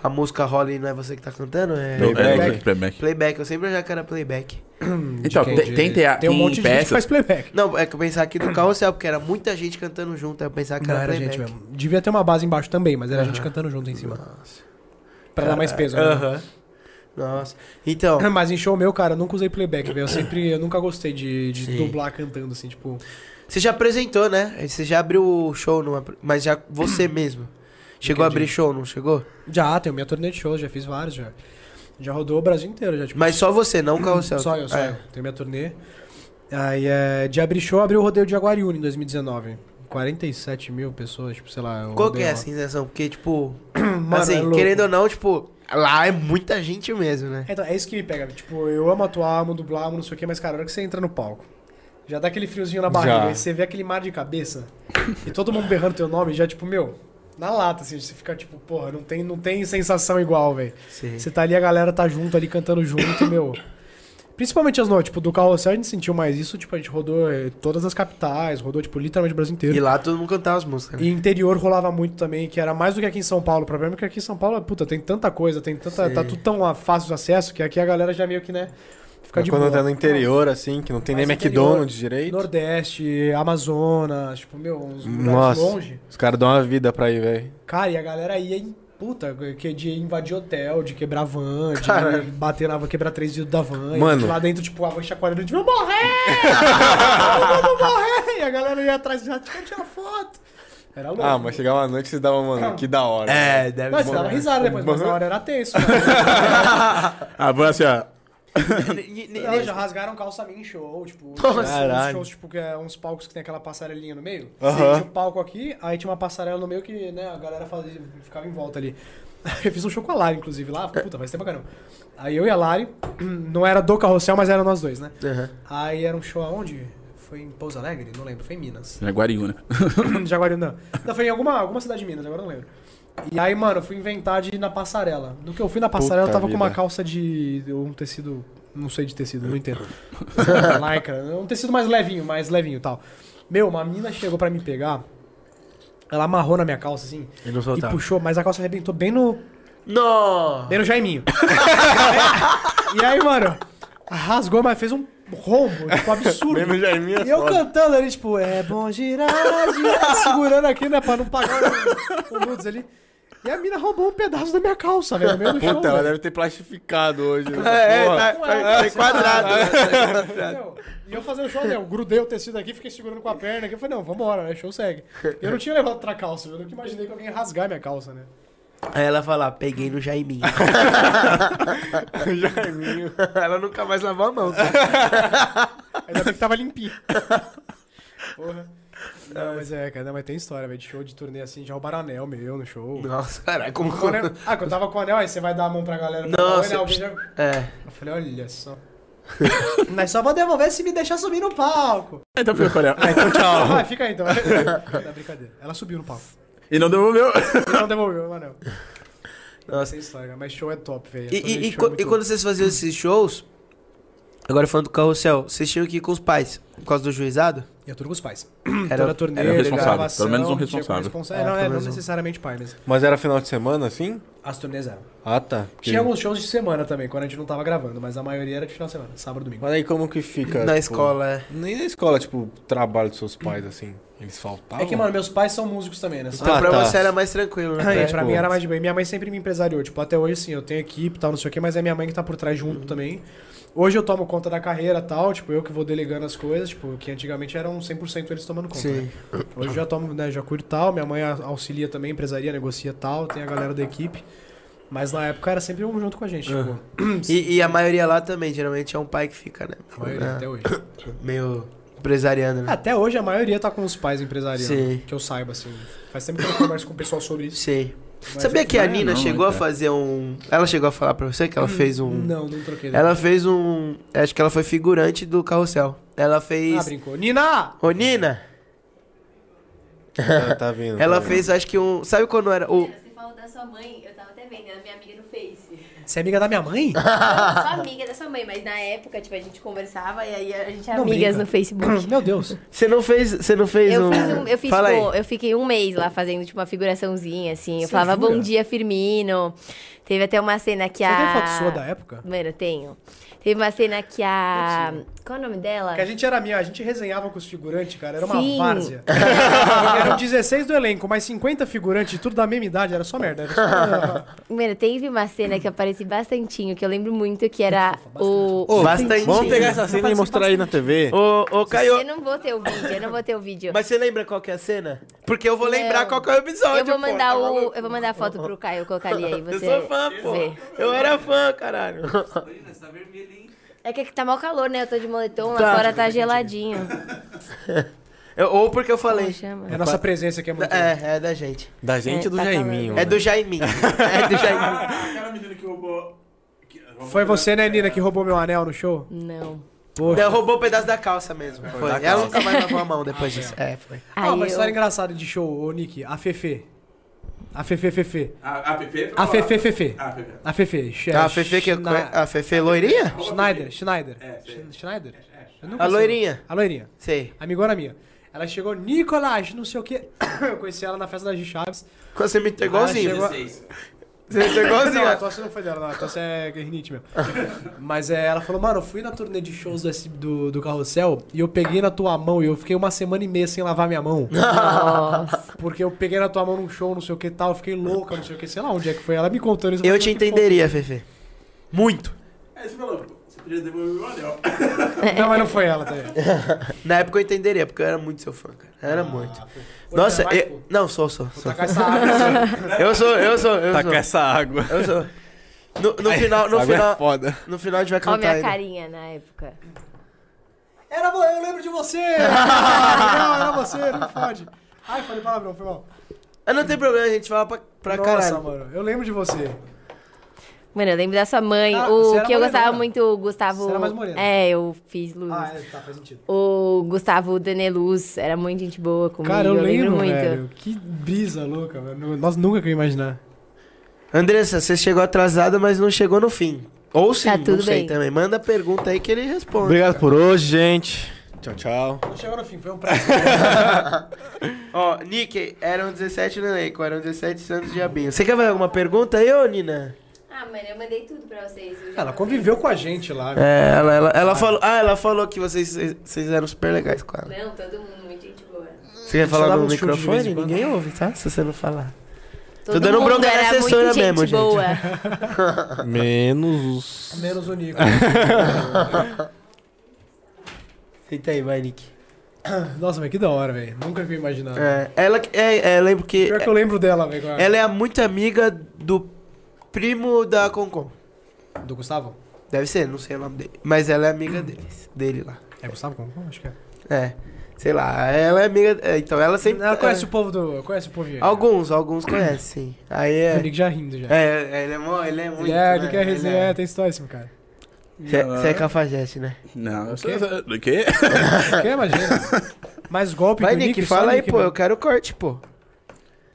A: a música rola e não é você que tá cantando? É.
E: No- é,
C: Playback.
E: no Playback.
A: Playback, eu sempre achava que era playback.
E: Então,
C: quem?
E: tem, tem, tea-
C: Tem um monte de gente que
E: peça.
C: faz playback.
A: Não, é que eu pensava aqui do carrossel, porque era muita gente cantando junto, aí eu pensava que
C: Não,
A: era,
C: era
A: playback.
C: gente mesmo. Devia ter uma base embaixo também, mas era a gente cantando junto em cima. Pra dar mais peso, né?
A: Aham. Nossa. Então,
C: Mas em show meu, cara, eu nunca usei playback, velho. Eu sempre, eu nunca gostei de, de dublar cantando, assim, tipo.
A: você já apresentou, né? Aí Você já abriu o show, numa, mas já você mesmo. Chegou a abrir show, não chegou?
C: Já, tenho minha turnê de shows, já fiz vários, já. Já rodou o Brasil inteiro, já, tipo.
A: Mas só você, não o carrossel.
C: Só eu, só
A: É.
C: eu. Tenho minha turnê. Aí, é, de abrir show, abriu o rodeio de Aguariúna em 2019. 47 mil pessoas, tipo, sei lá. eu
A: Qual que
C: rodei
A: é
C: lá.
A: a sensação? Porque, tipo,
C: Mano,
A: assim,
C: é louco.
A: querendo ou não, tipo, lá é muita gente mesmo, né?
C: Então, é isso que me pega. Tipo, eu amo atuar, amo dublar, amo não sei o que, mas, cara, a hora que você entra no palco, já dá aquele friozinho na barriga,
B: Já.
C: aí você vê aquele mar de cabeça e todo mundo berrando teu nome, já, tipo, meu, na lata, assim, você fica tipo, porra, não tem, não tem sensação igual, velho.
A: Sim.
C: Você tá ali, a galera tá junto ali, cantando junto, meu. Principalmente as noites, tipo, do carrossel a gente sentiu mais isso, tipo, a gente rodou eh, todas as capitais, rodou, tipo, literalmente o Brasil inteiro.
A: E lá todo mundo cantava as músicas. né?
C: E interior rolava muito também, que era mais do que aqui em São Paulo. O problema é que aqui em São Paulo, puta, tem tanta coisa, tem tanta. Tá tudo tão ah, fácil de acesso que aqui a galera já meio que, né? Fica
B: Mas
C: de
B: quando
C: boa.
B: tá no interior, assim, que não tem
C: Mas
B: nem
C: interior,
B: McDonald's direito.
C: Nordeste, Amazonas, tipo, meu, uns lugares
B: Nossa,
C: longe.
B: os caras dão uma vida pra ir, velho.
C: Cara, e a galera ia em. Puta, que de invadir hotel, de quebrar van, de
A: Cara.
C: bater na van, quebrar três vidros da van. e
B: Mano.
C: lá dentro, tipo, a van chacoalhando, de vou morrer! Vamos morrer! E a galera ia atrás, tipo, já tinha tirar foto. Era louco.
B: Ah, mas chegava à noite e dava, mano, que da hora.
A: É, deve
C: Mas você dava risada depois, mas na hora era tenso. né?
E: Ah, vou assim, ó.
C: Eles já rasgaram calça minha em show, tipo, uns
B: Caralho.
C: shows, tipo, que é uns palcos que tem aquela passarelinha no meio.
B: Aham.
C: Tinha um palco aqui, aí tinha uma passarela no meio que, né, a galera fazia, ficava em volta ali. Eu fiz um show com a Lari, inclusive, lá, puta, faz tempo pra caramba. Aí eu e a Lari, não era do carrossel, mas era nós dois, né? Aí era um show aonde? Foi em Pouso Alegre? Não lembro, foi em Minas.
E: Jaguariúna.
C: Jaguariúna. Não, foi em alguma, alguma cidade de Minas, agora eu não lembro. E aí, mano, eu fui inventar de ir na passarela. No que eu fui na passarela, eu
B: Puta
C: tava com uma
B: vida.
C: calça de. um tecido. Não sei de tecido, não entendo. Lycra. Um tecido mais levinho, mais levinho e tal. Meu, uma mina chegou pra me pegar. Ela amarrou na minha calça, assim.
A: E não
C: E
A: soltava.
C: puxou, mas a calça arrebentou bem no,
A: Não!
C: Dei no Jaiminho. e aí, mano, rasgou, mas fez um rombo, tipo, absurdo.
B: Bem no Jaiminho é
C: E eu
B: foda.
C: cantando ali, tipo, é bom girar, girar, segurando aqui, né, pra não pagar o- o nudes ali. E a mina roubou um pedaço da minha calça, velho, no meio do show. né?
B: Puta, ela
C: velho.
B: deve ter plastificado hoje. essa
A: É,
B: porra.
A: tá, tá- tá quadrado.
C: Entendeu? E eu fazendo show, né, eu grudei o tecido aqui, fiquei segurando com a perna aqui, eu falei, não, vambora, né, show segue. Eu não tinha levado outra calça, eu nunca imaginei que alguém ia rasgar minha calça, né.
A: Aí ela fala, peguei no Jaiminho. Jaiminho. ela nunca mais lavou a mão. tá?
C: Ainda bem que tava limpinho. Porra. Não, mas é, cara, não, mas tem história, velho. De show, de turnê assim, já roubaram anel meu no show.
A: Nossa, caralho, como...
C: Com anel- Ah, quando eu tava com anel, aí você vai dar a mão pra galera. pra
A: Não,
C: dar o
A: você-
C: anel, alguém já-
A: É.
C: Eu falei, olha só. Mas só vou devolver se me deixar subir no palco.
E: Então foi o Então
C: Ah,
E: tchau.
C: vai, fica aí então. Tá brincadeira. Ela subiu no palco.
E: E não devolveu.
C: Ele não devolveu o anel.
A: Nossa.
C: Sem história, mas show é top, velho.
A: E,
C: Turnê de
A: e- e
C: show é
A: co-
C: muito
A: e quando vocês faziam esses shows, agora falando do carrossel, vocês tinham que ir com os pais, por causa do juizado?
C: louco. E eu tudo com os pais.
A: Era-
C: Toda a turnê,
E: era o responsável,
C: gravação,
E: pelo menos um
C: tinha com o
E: responsável.
C: responsa- É, não, é, não necessariamente pai mesmo.
B: Mas era final de semana, assim?
C: As turnês eram.
B: Ah, tá. Porque-
C: Tinha alguns shows de semana também, quando a gente não tava gravando, mas a maioria era de final de semana, sábado e domingo.
B: Mas aí como que fica?
A: Na
B: tipo,
A: escola,
C: Ah,
A: é.
B: Nem na escola, tipo, trabalho dos seus pais, assim. Eles faltavam?
C: É que, mano, meus pais são músicos também, né? Só-
B: Tá,
A: Tá Então, pra
B: tá.
A: você era mais tranquilo, né?
C: É,
B: tipo-
C: pra mim era mais de bem. Minha mãe sempre me empresariou. Tipo, até hoje, sim, eu tenho equipe e tal, não sei o quê, mas é minha mãe que tá por trás
A: Uhum.
C: junto também. Hoje eu tomo conta da carreira e tal, tipo, eu que vou delegando as coisas, tipo, que antigamente eram 100% eles tomando conta.
A: Sim.
C: né? Hoje eu já tomo, né, já cuido e tal, minha mãe a- auxilia também, empresaria, negocia e tal, tem a galera da equipe. Mas na época era sempre um junto com a gente, tipo,
A: E, e a maioria lá também, geralmente é um pai que fica, né?
C: a maioria,
A: Ah,
C: até hoje.
A: Meio empresariando, né?
C: Até hoje a maioria tá com os pais empresariando,
A: Sim.
C: que eu saiba, assim. Faz tempo que eu não converso com o pessoal sobre isso.
A: Sim.
C: mas
A: Sabia que a
E: não é
A: Nina
E: não,
A: chegou
E: né,
A: a
E: cara?
A: fazer um. Ela chegou a falar pra você que ela fez um.
C: Hum, Não, não Ah, troquei.
A: Ela fez um. Acho que ela foi figurante do carrossel. Ela
C: Ah,
A: fez.
C: brincou. Nina!
A: Ô, Nina!
B: Ah, tá vindo.
A: Ela
B: tá
A: fez, acho que um. Sabe quando era? O.
F: Você falou da sua mãe, eu tava até vendo, ela é minha amiga no Face.
C: Você é amiga da minha mãe?
F: Eu sou amiga da sua mãe, mas na época, tipo, a gente conversava e aí a gente é
C: Não
F: amigas
C: brinca.
F: no Facebook.
C: Meu Deus.
A: Você não fez. Você não fez
F: Eu
A: um.
F: fiz, um, eu, fiz
A: Fala
F: tipo,
A: aí.
F: eu fiquei um mês lá fazendo tipo, uma figuraçãozinha, assim. Eu
C: Você
F: falava
C: jura?
F: bom dia, Firmino. Teve até uma cena que
C: Você
F: a.
C: tem foto sua da época?
F: Mano, eu tenho. Teve uma cena que a. Qual é o nome dela?
C: Que a gente era minha, a gente resenhava com os figurantes, cara. Era uma
F: Sim.
C: várzea. Eram 16 do elenco, mas 50 figurantes, tudo da mesma idade, era só merda. Era só-
F: Mano, teve uma cena que eu apareci bastantinho, que eu lembro muito que era o.
B: Ô,
A: Bastante.
B: Vamos pegar essa cena e mostrar aí na TV.
A: Ô, ô, Caio.
F: Eu um não vou ter o vídeo, eu não vou ter o vídeo.
A: Mas você lembra qual que é a cena? Porque eu vou lembrar
F: Não.
A: qual que é o episódio.
F: eu vou mandar
A: pô, tá
F: o.
A: maluco?
F: Eu vou mandar a foto pro Caio colocar ali aí.
A: Eu
F: Você
A: sou fã, pô.
F: vê.
A: Eu era fã, caralho.
H: Olha, você tá vermelho, hein?
F: É que aqui tá mal calor, né? Eu tô de moletom, lá
A: Tá.
F: fora tá geladinho.
A: Eu- ou porque eu falei.
F: Como chama?
C: É a nossa presença aqui é muito.
A: É, é da gente.
B: Da gente
F: É,
B: ou do
F: tá
B: Jaiminho?
A: É do Jaiminho. É do Jaiminho.
E: Ah, aquela menina que roubou. que- roubou
C: Foi
E: aquela-
C: você, né, Nina, que roubou meu anel no show?
F: Não.
C: Poxa.
A: Ela Roubou o pedaço da calça mesmo. Foi.
B: da
A: Ela
B: calça.
A: nunca mais lavou a mão depois disso. É, foi.
F: Aí
C: Ah, uma
F: eu-
C: história engraçada de show, ô Nick. A Fefe. A Fefe Fefe.
E: A, a Pepe?
C: A Fefe Fefe.
E: A Pepe.
C: A Fefe. Che-
A: Então, A Ah, Fefe que é
C: Schna-
A: A Fefe loirinha?
C: Schneider, Schneider.
E: É, Fefe.
C: Schneider? Eu nunca
A: A
C: sei.
A: loirinha.
C: A loirinha.
A: Sei.
C: Amigona minha. Ela chegou, Nicolás, não sei o quê. Eu conheci ela na festa da G Chaves.
A: Você me entregou igualzinho.
C: chegou-
A: Você me entregou igualzinho.
C: Não, a
A: ó.
C: tosse não foi dela, não. A tosse é rinite mesmo. Mas é, ela falou, mano, eu fui na turnê de shows do, S- do, do Carrossel e eu peguei na tua mão e eu fiquei uma semana e meia sem lavar minha mão.
F: Nossa.
C: Porque eu peguei na tua mão num show, não sei o que e tal, eu fiquei louca, não sei o que, sei lá onde é que foi. Ela me contando isso.
A: Eu
C: falei,
A: te
C: "Mano, que
A: entenderia, Fefe. Muito.
E: Aí você falou, você podia devolver o anel.
C: fofo." Não, mas não foi ela, tá?
A: Na época eu entenderia, porque eu era muito seu fã, cara. Era muito. Nossa,
C: Hoje é mais,
A: eu... Não, sou, sou. sou.
C: Tacar Tá essa água.
A: Eu sou, eu sou, eu
B: Tá
A: sou.
B: com essa água.
A: Eu sou. No, no final, no
B: Água é
A: final,
B: foda.
A: no final a gente vai
F: Olha
A: cantar
F: minha
A: ainda.
F: carinha na época.
C: Era você, eu lembro de você! não, era você, não fode. Ai, falei palavrão, foi mal.
A: Ah, não tem problema, a gente fala pra, pra
C: Nossa,
A: caralho.
C: mano, eu lembro de você.
F: Mano, eu lembro da sua mãe.
A: Ah,
C: Cara, você
F: o
C: era
F: que eu
C: morena,
F: gostava
C: né?
F: muito, o Gustavo.
C: Você era mais morena.
F: É, eu fiz luz.
C: Ah, é, tá, faz sentido.
F: O Gustavo Deneluz era muito gente boa comigo.
C: Cara, eu lembro,
F: muito.
C: velho. Que brisa louca, velho. Nossa, nunca que eu ia imaginar.
A: Andressa, você chegou atrasada, mas não chegou no fim. Ou sim,
F: Tá
A: não
F: tudo
A: sei
F: bem.
A: também. Manda pergunta aí que ele responde.
B: Obrigado por hoje, gente. Tchau, tchau.
C: Não chegou no fim, foi um prazer.
A: Ó, Nick, eram 17 no elenco, eram 17 Santos de Abinho. Você quer fazer alguma pergunta aí, ô Nina?
F: Ah, mano, eu mandei tudo pra vocês. Eu já
C: Ela
F: mandei.
C: conviveu com a gente lá.
A: É, ela, ela, ela falou. Ah, ela falou que vocês, vocês eram super legais com ela.
F: Não, todo mundo, muito gente boa.
A: Você quer
C: Deixa eu dar
A: falar no
C: um chute de vez
A: microfone?
C: em quando.
A: Ninguém ouve, tá? Se você não falar.
F: Todo
A: dando
F: mundo
A: bronca na
F: era muito
A: assessora
F: gente
A: mesmo, gente.
F: boa.
B: Menos os.
C: Menos o Nico.
A: Senta aí, vai, Nick.
C: Nossa, mas que da hora, velho. Nunca que eu ia imaginar.
A: É, ela, que- é, é, eu lembro que.
C: Pior que eu lembro dela, velho. agora.
A: Ela é muito amiga do primo da Concom.
C: Do Gustavo?
A: Deve ser, não sei o nome dele. Mas ela é amiga deles, dele lá.
C: É Gustavo como? Acho que é.
A: É. Sei lá, ela é amiga. é, Então, ela sempre.
C: Ela
A: é,
C: conhece o povo do. Conhece o povo aí.
A: Alguns, alguns conhecem. Aí é.
C: O Nick já rindo já.
A: É, ele é, mó, ele é muito.
C: Ele é, ele
A: né?
C: quer resenha, é,
A: é.
C: tem história assim, cara.
A: Você é cafajeste, né?
E: Não, eu sei. Do quê?
C: Quem imagina? Mais golpe
A: É. Vai,
C: que o
A: Nick,
C: Nick, só
A: fala aí,
C: Nick,
A: pô.
C: mano.
A: Eu quero o corte, pô.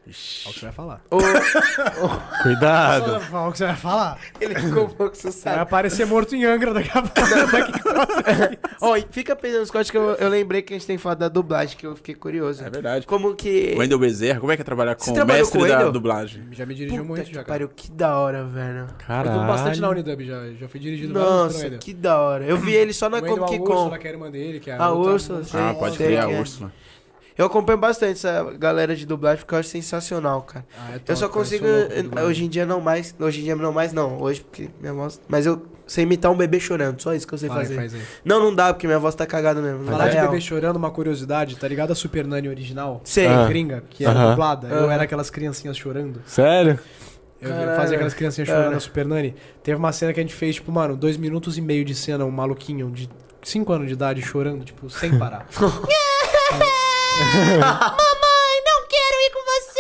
C: É o que você vai falar.
E: Ah,
B: Cuidado.
C: É o que você vai falar.
A: Ele ficou um pouco
C: Vai
A: sussado.
C: aparecer morto em Angra daqui a pouco.
A: Ó, e fica pensando nos cortes que eu, eu lembrei que a gente tem falado da dublagem, que eu fiquei curioso.
E: É verdade.
A: Como que.
E: O Wendel Bezerra, como é que é trabalhar com
A: Você
E: o
A: trabalhou
E: mestre
A: com o
E: da
A: Wendel?
E: dublagem?
C: Já me dirigiu
A: Puta
C: muito,
A: que
C: já, cara.
A: pariu, que da hora, velho.
C: Eu tô bastante na
B: Caralho.
C: Unidub já. Já fui dirigido várias
A: Nossa, que da hora. Eu vi ele só na
C: Wendel,
A: Comic
C: a Úrsula,
A: Con.
C: que é a irmã dele, que é
A: A
C: outra-
A: Úrsula, sei,
E: Ah, pode
A: sei
E: criar a
A: quem é.
E: Úrsula.
A: Eu acompanho bastante essa galera de dublagem porque eu acho sensacional, cara.
C: Ah, é top,
A: eu só
C: cara,
A: consigo.
C: sou louco de dublagem.
A: hoje em dia não mais. Hoje em dia não mais, não. Hoje, porque minha voz. Mas eu sei imitar um bebê chorando, só isso que eu sei
C: Fala aí,
A: fazer.
C: faz aí.
A: Não, não dá, porque minha voz tá cagada mesmo.
C: Falar de
A: real.
C: bebê chorando, uma curiosidade, tá ligado a Super Nanny original?
A: Sei.
C: A Gringa, que era
B: Aham.
C: dublada. Eu era aquelas criancinhas chorando.
B: Sério?
C: Eu
A: Caralho.
C: fazia aquelas criancinhas chorando
A: Cara.
C: na Super Nani. Teve uma cena que a gente fez, tipo, mano, dois minutos e meio de cena, um maluquinho de 5 anos de idade chorando, tipo, sem parar.
G: Mamãe, não quero ir com você!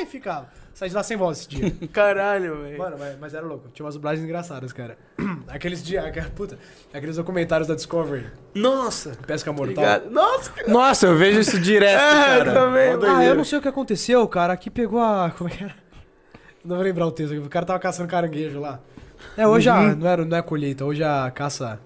C: Aí ficava. Saí de lá sem voz esse dia.
A: Caralho, velho.
C: Mano, mas, mas era louco. Tinha umas dublagens engraçadas, cara. Aqueles dias, aquela- puta, aqueles documentários da Discovery,
A: Nossa.
C: Pesca Mortal.
A: Obrigado. Nossa, cara.
B: Nossa, eu vejo isso direto,
A: É, eu
B: cara.
A: também.
C: Ah, eu não sei o que aconteceu, cara. Aqui pegou a. Como é que era? Não vou lembrar o texto. O cara tava caçando caranguejo lá. É, hoje
A: Uhum.
C: a. Não, era, não é colheita, hoje a caça.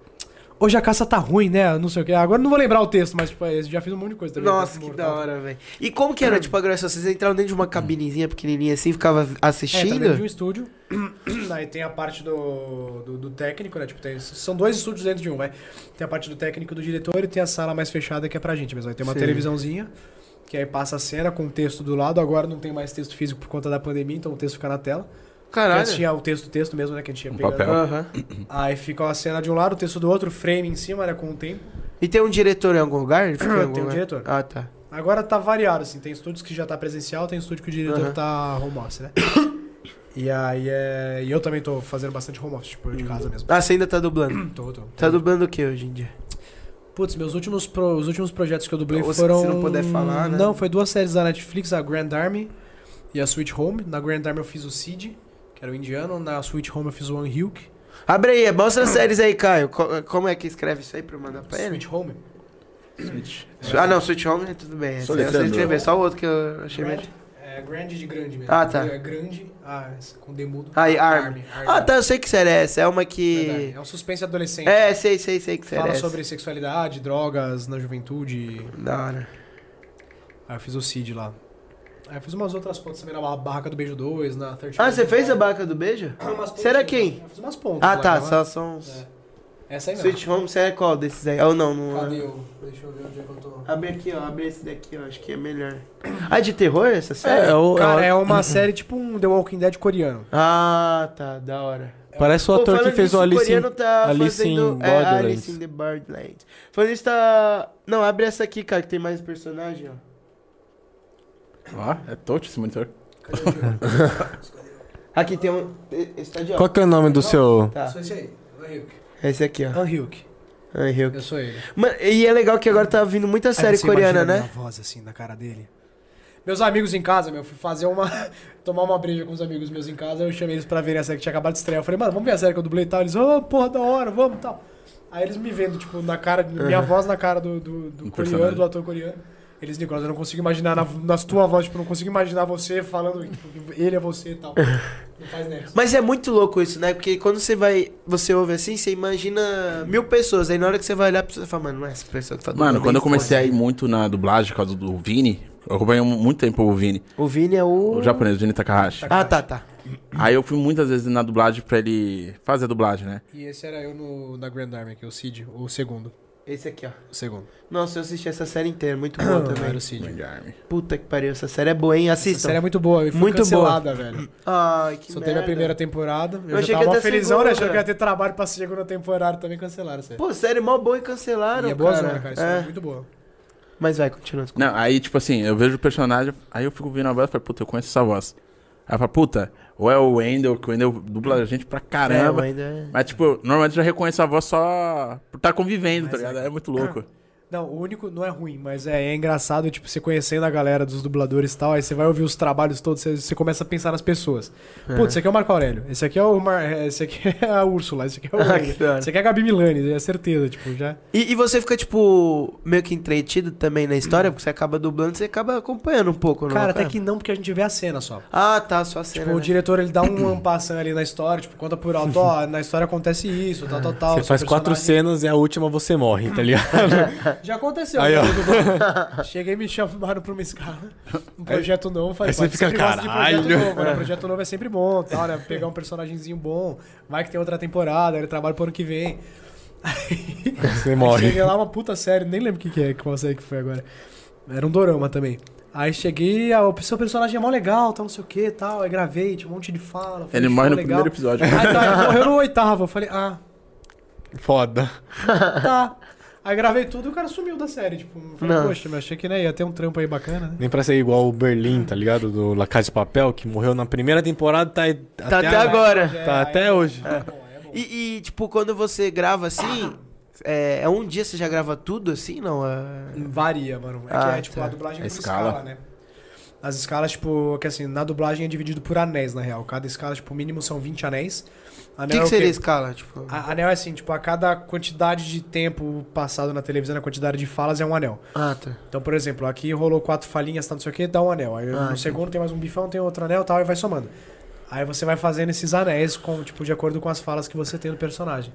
C: Hoje a caça tá ruim, né? Não sei o que. Agora não vou lembrar o texto, mas, tipo, eu já fiz um monte de coisa também. tá
A: Nossa,
C: Peça
A: que
C: mortal.
A: da hora, velho. E como que era, tipo, a graça? Vocês entraram dentro de uma cabinezinha pequenininha assim, ficava
C: É, tá dentro de um
A: assistindo?
C: estúdio. Aí tem a parte do, do, do técnico, né? Tipo, tem- são dois estúdios dentro de um, vai. Tem a parte do técnico e do diretor e tem a sala mais fechada que é pra gente mesmo. Aí tem uma
A: Sim.
C: televisãozinha, que aí passa a cena com o texto do lado. Agora não tem mais texto físico por conta da pandemia, então o texto fica na tela. Porque Antes
A: Caralho.
C: um tinha o texto, o texto mesmo, né? Que a gente ia pegando.
E: papel.
A: Aham.
C: Aí fica a cena de um lado, o texto do outro, frame em cima, né? Com o tempo.
A: E tem um diretor em algum lugar? Fica em
C: Tem
A: algum
C: um
A: lugar?
C: diretor.
A: Ah, tá.
C: Agora tá variado, assim. Tem estúdios que já tá presencial, tem estúdio que o diretor
A: Aham.
C: tá home office, né? e aí é... E eu também tô fazendo bastante home office, tipo, eu de casa mesmo.
A: Ah, você ainda tá dublando?
C: Tô, tô.
A: Tá dublando o que hoje em dia?
C: Putz, meus últimos, pro- os últimos projetos que eu dublei
A: Ou se-
C: foram...
A: se Então, não puder falar, né?
C: Não, foi duas séries da Netflix, a Grand Army e a Sweet Home. Na Grand Army eu fiz o Cid, que era o indiano. Na Sweet Home eu fiz o One Hilk.
A: Abre aí, mostra as séries aí, Caio. Co- como é que escreve isso aí pra eu mandar pra ele?
C: Sweet Home.
A: Ah, não, Switch Home, tudo bem. É,
E: Soletrando.
A: você escrever, só o outro que eu achei
C: Grand,
A: melhor.
C: é, grande de grande mesmo.
A: Ah, tá.
C: É grande, ah, com demudo.
A: Ah, e Army. Ah, tá, eu sei que série é essa. É uma que.
C: É um suspense adolescente.
A: É, sei, sei, sei que série é
C: Fala
A: essa.
C: sobre sexualidade, drogas na juventude.
A: Da hora.
C: Aí eu fiz o Cid lá. Aí eu fiz umas outras pontas também na Barraca do Beijo 2, na 13.
A: Ah, você fez a barca do beijo?
C: Umas pontas
A: Será
C: lá.
A: quem?
C: Eu fiz umas pontas.
A: Ah,
C: lá,
A: tá,
C: né?
A: só são uns.
C: Essa aí mesmo.
A: Switch Home, você é qual desses aí? Ou não, não.
C: Cadê
A: é.
C: eu? Deixa eu ver onde é que eu tô.
A: Abre aqui, ó, abre esse daqui, ó, acho que é melhor. Ah, é de terror essa série?
B: É, o,
C: Cara, é uma série tipo um The Walking Dead coreano.
A: Ah, tá, da hora.
B: Parece o
A: Pô,
B: ator que
A: falando
B: fez
A: nisso,
B: o Alice.
A: coreano tá
B: Alice in
A: fazendo, é,
B: Borderlands.
A: Alice in the Borderlands. Falando isso, tá... Não, abre essa aqui, cara, que tem mais personagem, ó.
E: Ó, é touch esse monitor.
A: Tá. Aqui tem um... e- Esse tá de ó.
B: Qual que é o nome do seu.
A: Tá,
C: Sou esse aí, Anhyuk.
A: esse aqui, ó. Ah,
C: Anhyuk,
A: Ai,
C: eu
A: Ryuk.
C: sou ele.
A: Mano, e é legal que agora tá vindo
B: Ah,
A: muita
C: Aí
A: série
C: você
A: coreana,
C: imagina a
A: né?
C: minha voz assim na cara dele. Meus amigos em casa, meu, fui fazer uma. tomar uma breja com os amigos meus em casa. Eu chamei eles pra verem a série que tinha acabado de estrear. Eu falei, mano, vamos ver a série que eu dublei e tal. Eles, ô, porra, da hora, vamos e tal. Aí eles me vendo, tipo, na cara, minha voz na cara do, do, do
E: Um
C: coreano,
E: personagem.
C: do ator coreano. Eles, Nicolas, eu não consigo imaginar na, nas tua voz, tipo, eu não consigo imaginar você falando, tipo, que ele é você e tal. Não faz nessa.
A: Mas é muito louco isso, né? Porque quando você vai, você ouve assim, você imagina mil pessoas. Aí na hora que você vai olhar, você fala, mano, não é essa pessoa que tá
E: Mano,
A: dublando
E: quando eu
A: bem
E: comecei a
A: forte."
E: ir muito na dublagem por causa do Vini, eu acompanhei um, muito tempo o Vini,
A: O Vini é o...
E: o japonês, o Vini Takahashi.
A: Ah, tá, tá.
E: Aí eu fui muitas vezes na dublagem pra ele fazer a dublagem, né?
C: E esse era eu no, na Grand Army, que é o Cid, o segundo.
A: Esse aqui, ó.
C: O segundo.
A: Nossa, eu assisti essa série inteira, muito boa
C: Eu era
A: também.
C: o Cid.
A: Puta que pariu, essa série é boa, hein?
C: Essa
A: Assistam.
C: série é muito boa, e foi
A: Muito
C: cancelada, velho.
A: Ai, que
C: Só
A: merda.
C: teve a primeira temporada. Eu,
A: Eu achei
C: já
A: que ia
C: tava
A: ter
C: felizão, né?
A: segunda.
C: Achando que ia ter trabalho pra segunda temporada também cancelaram isso aí.
A: Pô, série mó boa e cancelaram,
C: E é boa
A: cara.
C: zona, cara. Isso é.
A: É.
C: muito boa.
A: Mas vai, continua. desculpa.
E: Não, aí, tipo assim, eu vejo o personagem, aí eu fico vendo a voz e falo, puta, eu conheço essa voz. Aí eu falo, puta, ou é o Wendel, que o Wendel dubla a gente pra
A: É,
E: caramba.
A: ainda...
E: Mas, tipo, normalmente eu já reconheço a voz só por estar convivendo, tá ligado? tá É muito louco.
C: Não, o único não é ruim, mas é, é engraçado, tipo, você conhecendo a galera dos dubladores e tal, aí você vai ouvir os trabalhos todos, você, você começa a pensar nas pessoas. Putz, esse aqui é o Marco Aurélio, esse aqui é o Mar, eh, esse aqui é a Úrsula, esse aqui é o
A: Ah, que da hora.
C: esse aqui é a Gabi Milani, é certeza, tipo, já.
A: E, e você fica, tipo, meio que entretido também na história, porque você acaba dublando, você acaba acompanhando um pouco, não
C: Cara, até
A: acompanha?
C: que não, porque a gente vê a cena só.
A: Ah, tá, só a cena.
C: Tipo, o
A: né?
C: diretor ele dá um ampassão ali na história, tipo, conta por alto, ó, na história acontece isso, tal,
A: É.
C: tal, tal.
B: Você
C: seu
B: faz quatro
C: personagem-
B: cenas e a última você morre, tá ligado?
C: Já aconteceu.
B: Aí, ó. É,
C: né? Cheguei e me chamaram pra uma escala. Um projeto novo. Falei,
B: aí
C: pô,
B: você fica,
C: sempre gosto de
B: "Caralho".
C: Projeto novo, né? Projeto novo é sempre bom, tal, né? Pegar um personagemzinho bom. Vai que tem outra temporada, aí ele trabalha pro ano que vem. Aí,
B: Você morre.
C: Aí cheguei lá, uma puta série, nem lembro o que, que é, qual série que foi agora. Era um dorama também. Aí cheguei, ah, o seu personagem é mó legal, tal, não sei o que, tal. Aí gravei, tinha um monte de fala. foi
E: Ele
C: show,
E: morre no
C: é legal.
E: primeiro episódio.
C: Aí tá, ele morreu no oitavo. Eu falei, ah,
B: Foda.
C: tá. Aí gravei tudo e o cara sumiu da série. Tipo, eu falei, poxa, mas achei que né, ia ter um trampo aí bacana, né?
B: Nem pra ser igual o Berlim, tá ligado? Do La Casa de Papel, que morreu na primeira temporada, tá,
A: Tá até agora.
B: Tá até hoje.
C: É,
A: E, e, tipo, quando você grava assim, é, é um dia você já grava tudo assim, não? É...
C: Varia, mano. É
A: Ah,
C: que é, tipo,
A: tá.
C: a dublagem é
E: A
C: por
E: escala.
C: escala. né? As escalas, tipo, que assim, na dublagem é dividido por anéis, na real. Cada escala, tipo, o mínimo são 20 anéis. Anel
A: O que,
C: é
A: que
C: quê?
A: seria a escala? Tipo,
C: A- anel é assim, tipo, a cada quantidade de tempo passado na televisão, a quantidade de falas é um anel.
A: ah, tá.
C: Então, por exemplo, aqui rolou quatro falinhas, tá não sei o que, dá um anel. Aí no segundo tem mais um bifão, tem outro anel tal, e vai somando. Aí você vai fazendo esses anéis com, tipo, de acordo com as falas que você tem do personagem.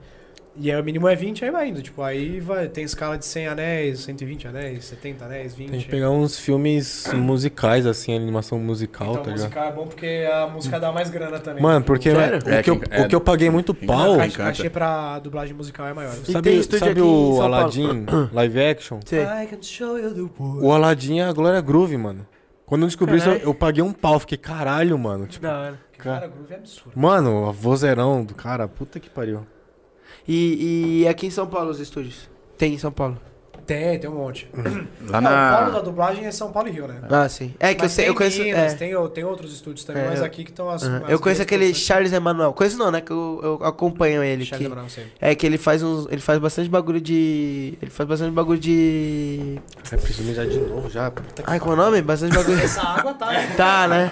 C: E aí o mínimo é 20, aí vai indo. Tipo, aí vai, tem escala de 100 anéis, 120 anéis, 70 anéis, 20.
B: Tem que pegar uns filmes musicais, assim, animação musical,
C: então,
B: tá ligado?
C: musical é bom porque a música dá mais grana também.
B: Mano, porque
E: Sério?
B: o, que eu,
E: É,
B: o que eu paguei muito
E: é-
B: pau.
E: é-
C: a cachê pra dublagem musical é maior.
A: E tem
B: Sabe,
A: estúdio aqui
B: sabe
A: em
B: o
A: São Paulo.
B: Aladdin live action?
A: Sei.
C: I can show you the world.
B: O Aladdin é a Glória Groove, mano. Quando eu descobri isso, eu, eu paguei um pau. Fiquei, caralho, mano. Tipo,
A: Da hora.
C: Cara, groove é absurdo.
B: mano, a vozeirão do cara, puta que pariu.
A: E, e aqui em São Paulo os estúdios? Tem em São Paulo.
C: Tem, tem um monte.
B: Tá
C: Não, o polo da
E: Lá Tá na.
C: dublagem é São Paulo e Rio, né?
A: Ah, sim. É que
C: Mas
A: eu sei,
C: tem
A: eu conheço.
C: Minas,
A: é.
C: tem, o- tem outros estúdios também,
A: É,
C: mas
A: eu-
C: aqui que estão as,
A: Aham.
C: as
A: Eu conheço
C: mesmas
A: aquele
C: produções.
A: Charles Emanuel. Conheço não, né? Que eu, eu acompanho ele.
C: Charles
A: Que,
C: Brown, sei.
A: é que ele faz uns. Ele faz bastante bagulho de. Ele faz bastante bagulho de.
B: É, preciso mijar de novo já.
A: Ai, qual é o nome? Bastante bagulho.
C: Essa água tá.
A: Tá, né?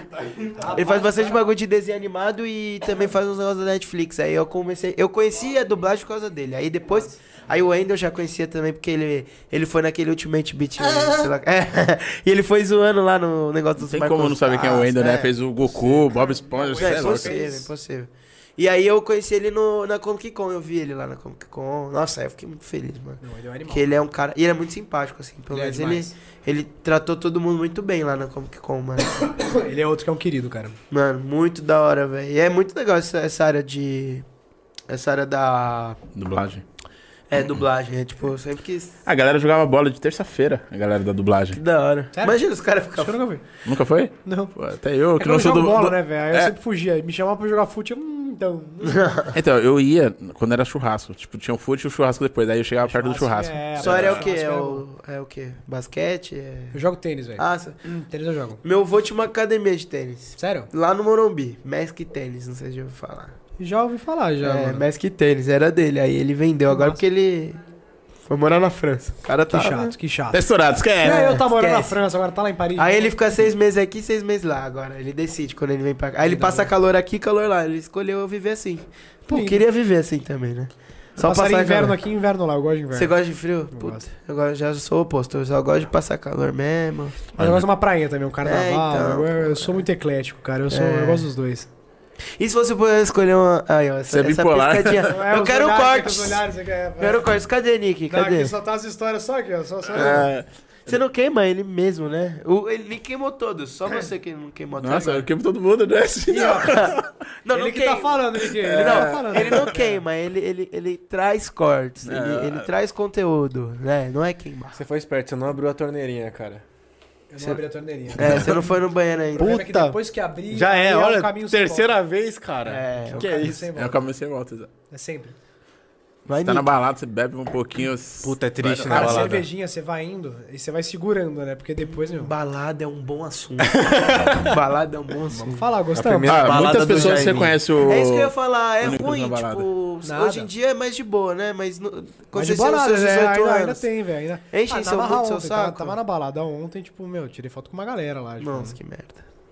A: Ele faz bastante bagulho de desenho animado e também faz uns negócios da Netflix. Aí eu comecei. Eu conheci a dublagem por causa dele. Aí depois. Aí o Ender eu já conhecia também, porque ele, ele foi naquele Ultimate Beat. né? sei lá. É, e ele foi zoando lá no negócio dos
E: Tem
A: Michael
E: como não saber quem é o Wendel, né?
A: Jackson,
E: Fez o Goku, Bob Esponja,
A: É,
E: sei
A: é
E: lá.
A: impossível, impossível. E aí eu conheci ele no, na Comic Con, eu vi ele lá na Comic Con. Nossa, aí eu fiquei muito feliz, mano.
C: Não, ele é um animal.
A: Porque ele é um cara. E ele é muito simpático, assim. Pelo
C: Ele é
A: menos
C: demais.
A: ele, ele tratou todo mundo muito bem lá na Comic Con, mano.
C: Ele é outro que é um querido, cara.
A: Mano, muito da hora, velho. E é muito legal essa, essa área de. Essa área da.
E: Dublagem.
A: É, dublagem. É tipo, eu sempre quis.
E: A galera jogava bola de terça-feira, a galera da
A: Que
E: dublagem.
A: da hora.
C: Sério?
A: Imagina os caras
C: Acho que eu
A: ficarem.
C: nunca vi.
E: Nunca foi?
C: Não.
E: Pô, Até eu,
C: É
E: que
C: que eu
E: não sou
C: jogo
E: do.
C: bola,
E: do-
C: né, velho? Aí
E: É.
C: Eu sempre fugia. Me chamava pra jogar fute, eu, hum, então. hum.
E: Então, eu ia quando era churrasco. Tipo, tinha o fute e o churrasco depois. Aí eu chegava perto do churrasco.
C: É,
A: Só era
C: é
A: o quê? É
C: Eu...
A: o, é o quê? Basquete? É...
C: eu jogo tênis, velho.
A: Ah, sa-
C: Hum, tênis eu jogo.
A: meu avô tinha uma academia de tênis.
C: Sério?
A: Lá no Morumbi. Mask Tênis, não sei se já ouviu falar.
C: Já ouvi falar, já.
A: é,
C: mano.
A: Mask Tênis, era dele. Aí ele vendeu agora
C: massa.
A: porque ele. Foi morar na França. O cara
C: Que
A: tá.
C: chato, que chato.
E: Tá estourado,
C: É,
E: esquece.
C: eu tava morando na
A: esquece.
C: França, agora tá lá em Paris.
A: Aí ele fica seis meses aqui, seis meses lá agora. Ele decide quando ele vem pra cá. Aí ele passa calor aqui, calor lá. Ele escolheu viver assim. Pô,
C: Lindo.
A: queria viver assim também, né? Só
C: Só passar
A: passar
C: inverno
A: calor.
C: aqui e inverno lá. Eu gosto de inverno.
A: Você gosta de frio?
C: Eu
A: Puta,
C: gosto.
A: eu gosto- já sou o oposto. Eu só gosto de passar calor mesmo.
C: Mas eu gosto de uma praia também, um carnaval.
A: É, então.
C: eu, eu sou muito eclético, cara. Eu, sou,
A: É.
C: eu gosto dos dois.
A: E se você puder escolher uma... Aí, ó, essa,
E: Você é
A: essa
E: bipolar.
A: piscadinha.
C: É,
A: eu
C: os
A: quero
C: olhares,
A: cortes.
C: os
A: Eu
C: olhares, você quer-
A: quero cortes. Cadê, Nick?
C: Não,
A: Cadê?
C: aqui só tá as histórias só aqui, ó. Só, só...
E: É.
A: Você não queima ele mesmo, né? O, ele Nick queimou todos. Só
C: É.
A: você que não queimou todos.
E: Nossa, eu queimo todo mundo, né? Assim, não.
A: não,
C: ele
A: não
C: que
A: queima.
C: tá falando, ele que ele
A: Ele
C: tá
A: não,
C: falando.
A: ele não queima, ele, ele, ele traz cortes,
E: É.
A: ele, ele traz conteúdo, né? Não é queimar.
B: Você foi esperto, você não abriu a torneirinha, cara.
C: Eu não abri a torneirinha.
A: É, você não foi no banheiro ainda.
C: Puta. que
B: Puta.
C: depois que abrir,
B: Já é,
C: aí
B: olha,
C: um caminho sem
B: terceira vez, cara.
A: É,
B: que, que é
C: volta.
B: isso?
C: Sem
E: É, eu
C: volta.
E: comecei a volta. exato.
C: É sempre.
A: Vai,
E: Tá na
A: Nick.
E: balada, você bebe um pouquinho.
B: Puta, é triste, né,
C: Cara,
B: balada?
C: cervejinha, você vai indo e você vai segurando, né? Porque depois, meu.
A: Balada é um bom assunto. balada é um bom assunto.
C: Vamos falar, gostamos.
B: primeira-
E: Ah,
B: Balada
E: muitas
B: do
E: pessoas você
B: Jairinho.
E: conhece o.
A: É isso que eu ia falar, é
E: Único
A: ruim,
E: na balada.
A: tipo,
C: Nada.
A: hoje em dia é mais de boa, né? Mas no, quando
C: Mas
A: você
C: de
A: tinha os
C: balada,
A: seus
C: né?
A: 18
C: ainda,
A: anos.
C: ainda tem, velho. Ainda...
A: Enchem
C: Ah,
A: seu
C: tava
A: bucho, seu
C: ontem, tava-
A: saco?
C: Tava na balada ontem, tipo, meu, tirei foto com uma galera lá. Tipo,
A: Nossa, que merda.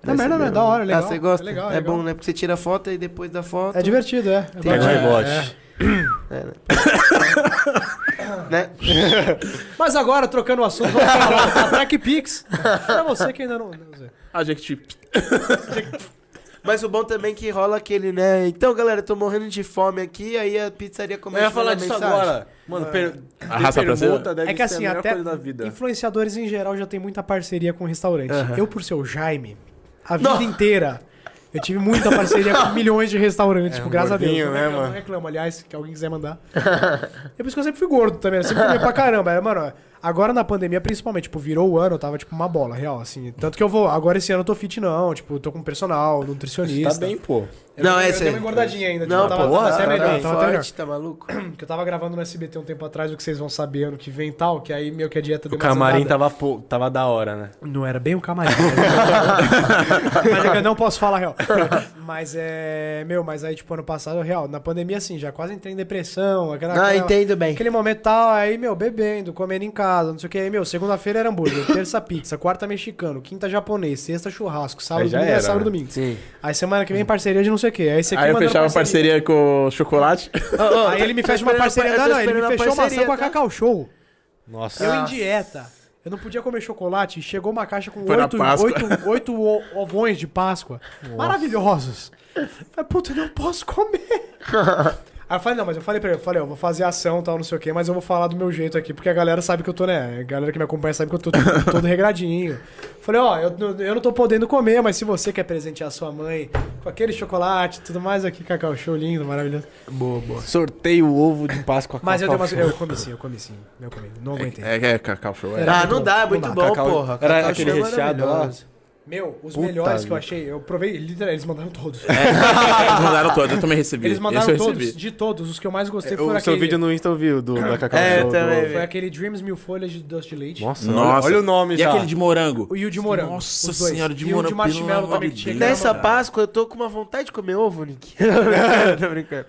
C: Não, merda não, é da hora, é legal.
A: Ah, você gosta?
C: É legal,
A: é
C: é legal.
A: bom, né? Porque você tira a foto e depois da foto.
C: É divertido, é.
A: Tem-
C: bacana.
B: rebote.
A: É, né? né?
C: Mas agora, trocando o assunto, vamos falar da Track Pix. Pra você que ainda não. não sei.
E: Ah, Jequiti.
A: Mas o bom também é que rola aquele, né? Então, galera, eu tô morrendo de fome aqui, aí a pizzaria começa
B: Eu ia
A: a mandar
B: falar disso
A: mensagem.
B: agora. Mano, per...
E: raça brasileira?
B: deve
C: É que
B: ser a
C: assim,
B: melhor
C: até
B: coisa da vida.
C: influenciadores em geral já tem muita parceria com restaurante. Eu, por ser o Jaime, a vida
A: Não.
C: inteira, eu tive muita parceria com milhões de restaurantes, tipo, graças
B: gordinho,
C: a Deus.
B: né,
C: Eu não reclamo,
B: mano?
C: não reclamo, aliás, que alguém quiser mandar. é por isso que eu sempre fui gordo também, eu sempre comi pra caramba. Era, Mano, agora na pandemia, principalmente, tipo, virou o ano, eu tava, tipo, uma bola, real, assim. Tanto que eu vou, agora esse ano eu tô fit não, tipo, tô com personal, nutricionista.
D: Tá bem, pô.
C: Eu
A: Não,
C: tô-
A: é
C: eu dei
A: sério.
C: uma engordadinha ainda,
A: Não,
C: tipo, eu
A: pô,
C: tava, tava até
A: tá,
C: melhor, tava até melhor.
A: forte, tá maluco?
C: Que eu tava gravando no SBT um tempo atrás, o que vocês vão saber ano que vem e tal, que aí meio que a dieta
B: O
C: deu uma
B: camarim
C: zoada.
B: tava, pô- tava da hora, né?
C: tá- Não era bem o camarim. mas é que eu não posso falar real. Mas é. Meu, mas aí, tipo, ano passado, real, na pandemia, assim, já quase entrei em depressão. Aquela,
A: Ah,
C: aquela-
A: entendo bem.
C: Aquele momento tal, aí, meu, bebendo, comendo em casa, não sei o que. Aí, meu, segunda-feira era hambúrguer, terça pizza, quarta mexicano, quinta japonês, sexta churrasco, sábado,
B: Aí já
C: domingo, é
B: era,
C: sábado,
B: né?
C: domingo. Aí semana que vem parceria de não sei o que. Aí você
E: Aí eu fechava uma parceria com o chocolate.
C: Aí ele me
A: Tô
C: fecha uma
A: esperando a
C: parceria.
A: par- eu
C: Não,
A: tô
C: não, ele me
A: esperando a
C: fechou uma ação
A: parceria,
C: com a
A: tá?
C: Cacau Show.
B: Nossa.
E: Ah.
C: Eu em dieta. Eu não podia comer chocolate e chegou uma caixa com
E: Foi na
C: oito,
E: Páscoa.
C: oito, oito o- ovões de Páscoa. Maravilhosos. Eu Falei, puta, eu não posso comer. Aí eu falei, não, mas eu falei pra ele, eu falei, ó, eu vou fazer ação e tal, não sei o quê, mas eu vou falar do meu jeito aqui, porque a galera sabe que eu tô, né? A galera que me acompanha sabe que eu tô todo regradinho. Falei, ó, eu, não- eu não tô podendo comer, mas se você quer presentear sua mãe com aquele chocolate e tudo mais aqui, Cacau, show lindo, maravilhoso.
B: Boa, boa. Sorteio o ovo de Páscoa com
C: Mas eu dei uma.
B: Cacau
C: Eu comi sim, eu comi sim. Eu comi, não aguentei.
E: É, é, Cacau Show. é.
C: Era
A: Ah,
C: muito
A: não
C: bom,
A: dá, é
C: não
A: muito
C: dá.
A: bom,
B: Cacau-
A: porra.
B: Era
A: Cacau
B: aquele
A: show é
B: recheado lá?
A: maravilhoso.
C: Meu, os
B: Puta
C: melhores que
B: vida.
C: eu achei, eu provei, literalmente, eles mandaram todos.
E: Eles mandaram todos, eu também recebi.
C: Eles
E: É, Esse
C: mandaram
E: eu
C: todos,
E: recebi. É,
C: de todos, os que eu mais gostei
B: O
C: foram
B: seu
C: aquele.
B: vídeo no Insta eu vi, o do, da Cacau
A: É,
B: Show, do-
A: também vi.
C: Foi aquele Dreams Mil Folhas de Doce de Leite.
B: Nossa,
E: Nossa.
B: Nossa. Olha, o nome
E: e
B: já.
E: aquele de morango?
C: E o de morango.
E: Nossa
C: os dois.
E: senhora, de
C: E o
E: morango,
C: de
E: pelo
C: marshmallow
E: amor
C: também
E: de
C: que tinha. que
E: Deus.
C: era
A: Nessa
C: uma-
A: Páscoa eu tô com uma vontade de comer ovo, Nick. tô brincando.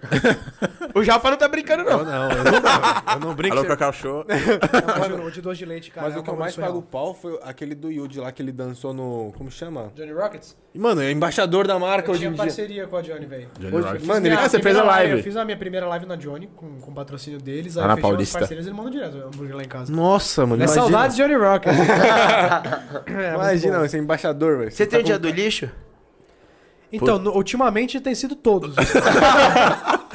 A: O Japa não tá brincando, não.
B: Eu não, eu não, eu não brinco.
E: Alô, Cacau Show.
C: Não, mas, juro, o de Doce de Leite, cara.
B: Mas
C: é
B: o que
C: um
B: eu mais
C: bagulho
B: pago o
C: surreal.
B: pau foi aquele do Yudi lá que ele dançou no. Como chama?
C: Johnny Rockets?
E: Tá
B: Mano, é embaixador da marca
C: Eu
B: hoje
C: tinha
B: em dia.
C: parceria com a Johnny, velho.
B: Hoje,
C: Fiz
B: mano, ele
C: minha
E: Ah, você fez
C: primeira
E: a live.
C: Eu fiz a minha primeira live na Johnny, com, com o patrocínio deles. Aí
E: Ah, na
C: eu fechei
E: Paulista.
C: as parcerias e eles mandam direto o hambúrguer lá em casa.
B: Nossa, mano.
C: É
B: imagina.
C: saudades de Johnny Rockets. É, muito
B: Imagina,
C: bom.
B: você é embaixador, velho.
A: Você
B: tá
A: tem o
B: com-
A: dia do lixo?
C: Então, no- ultimamente tem sido todos.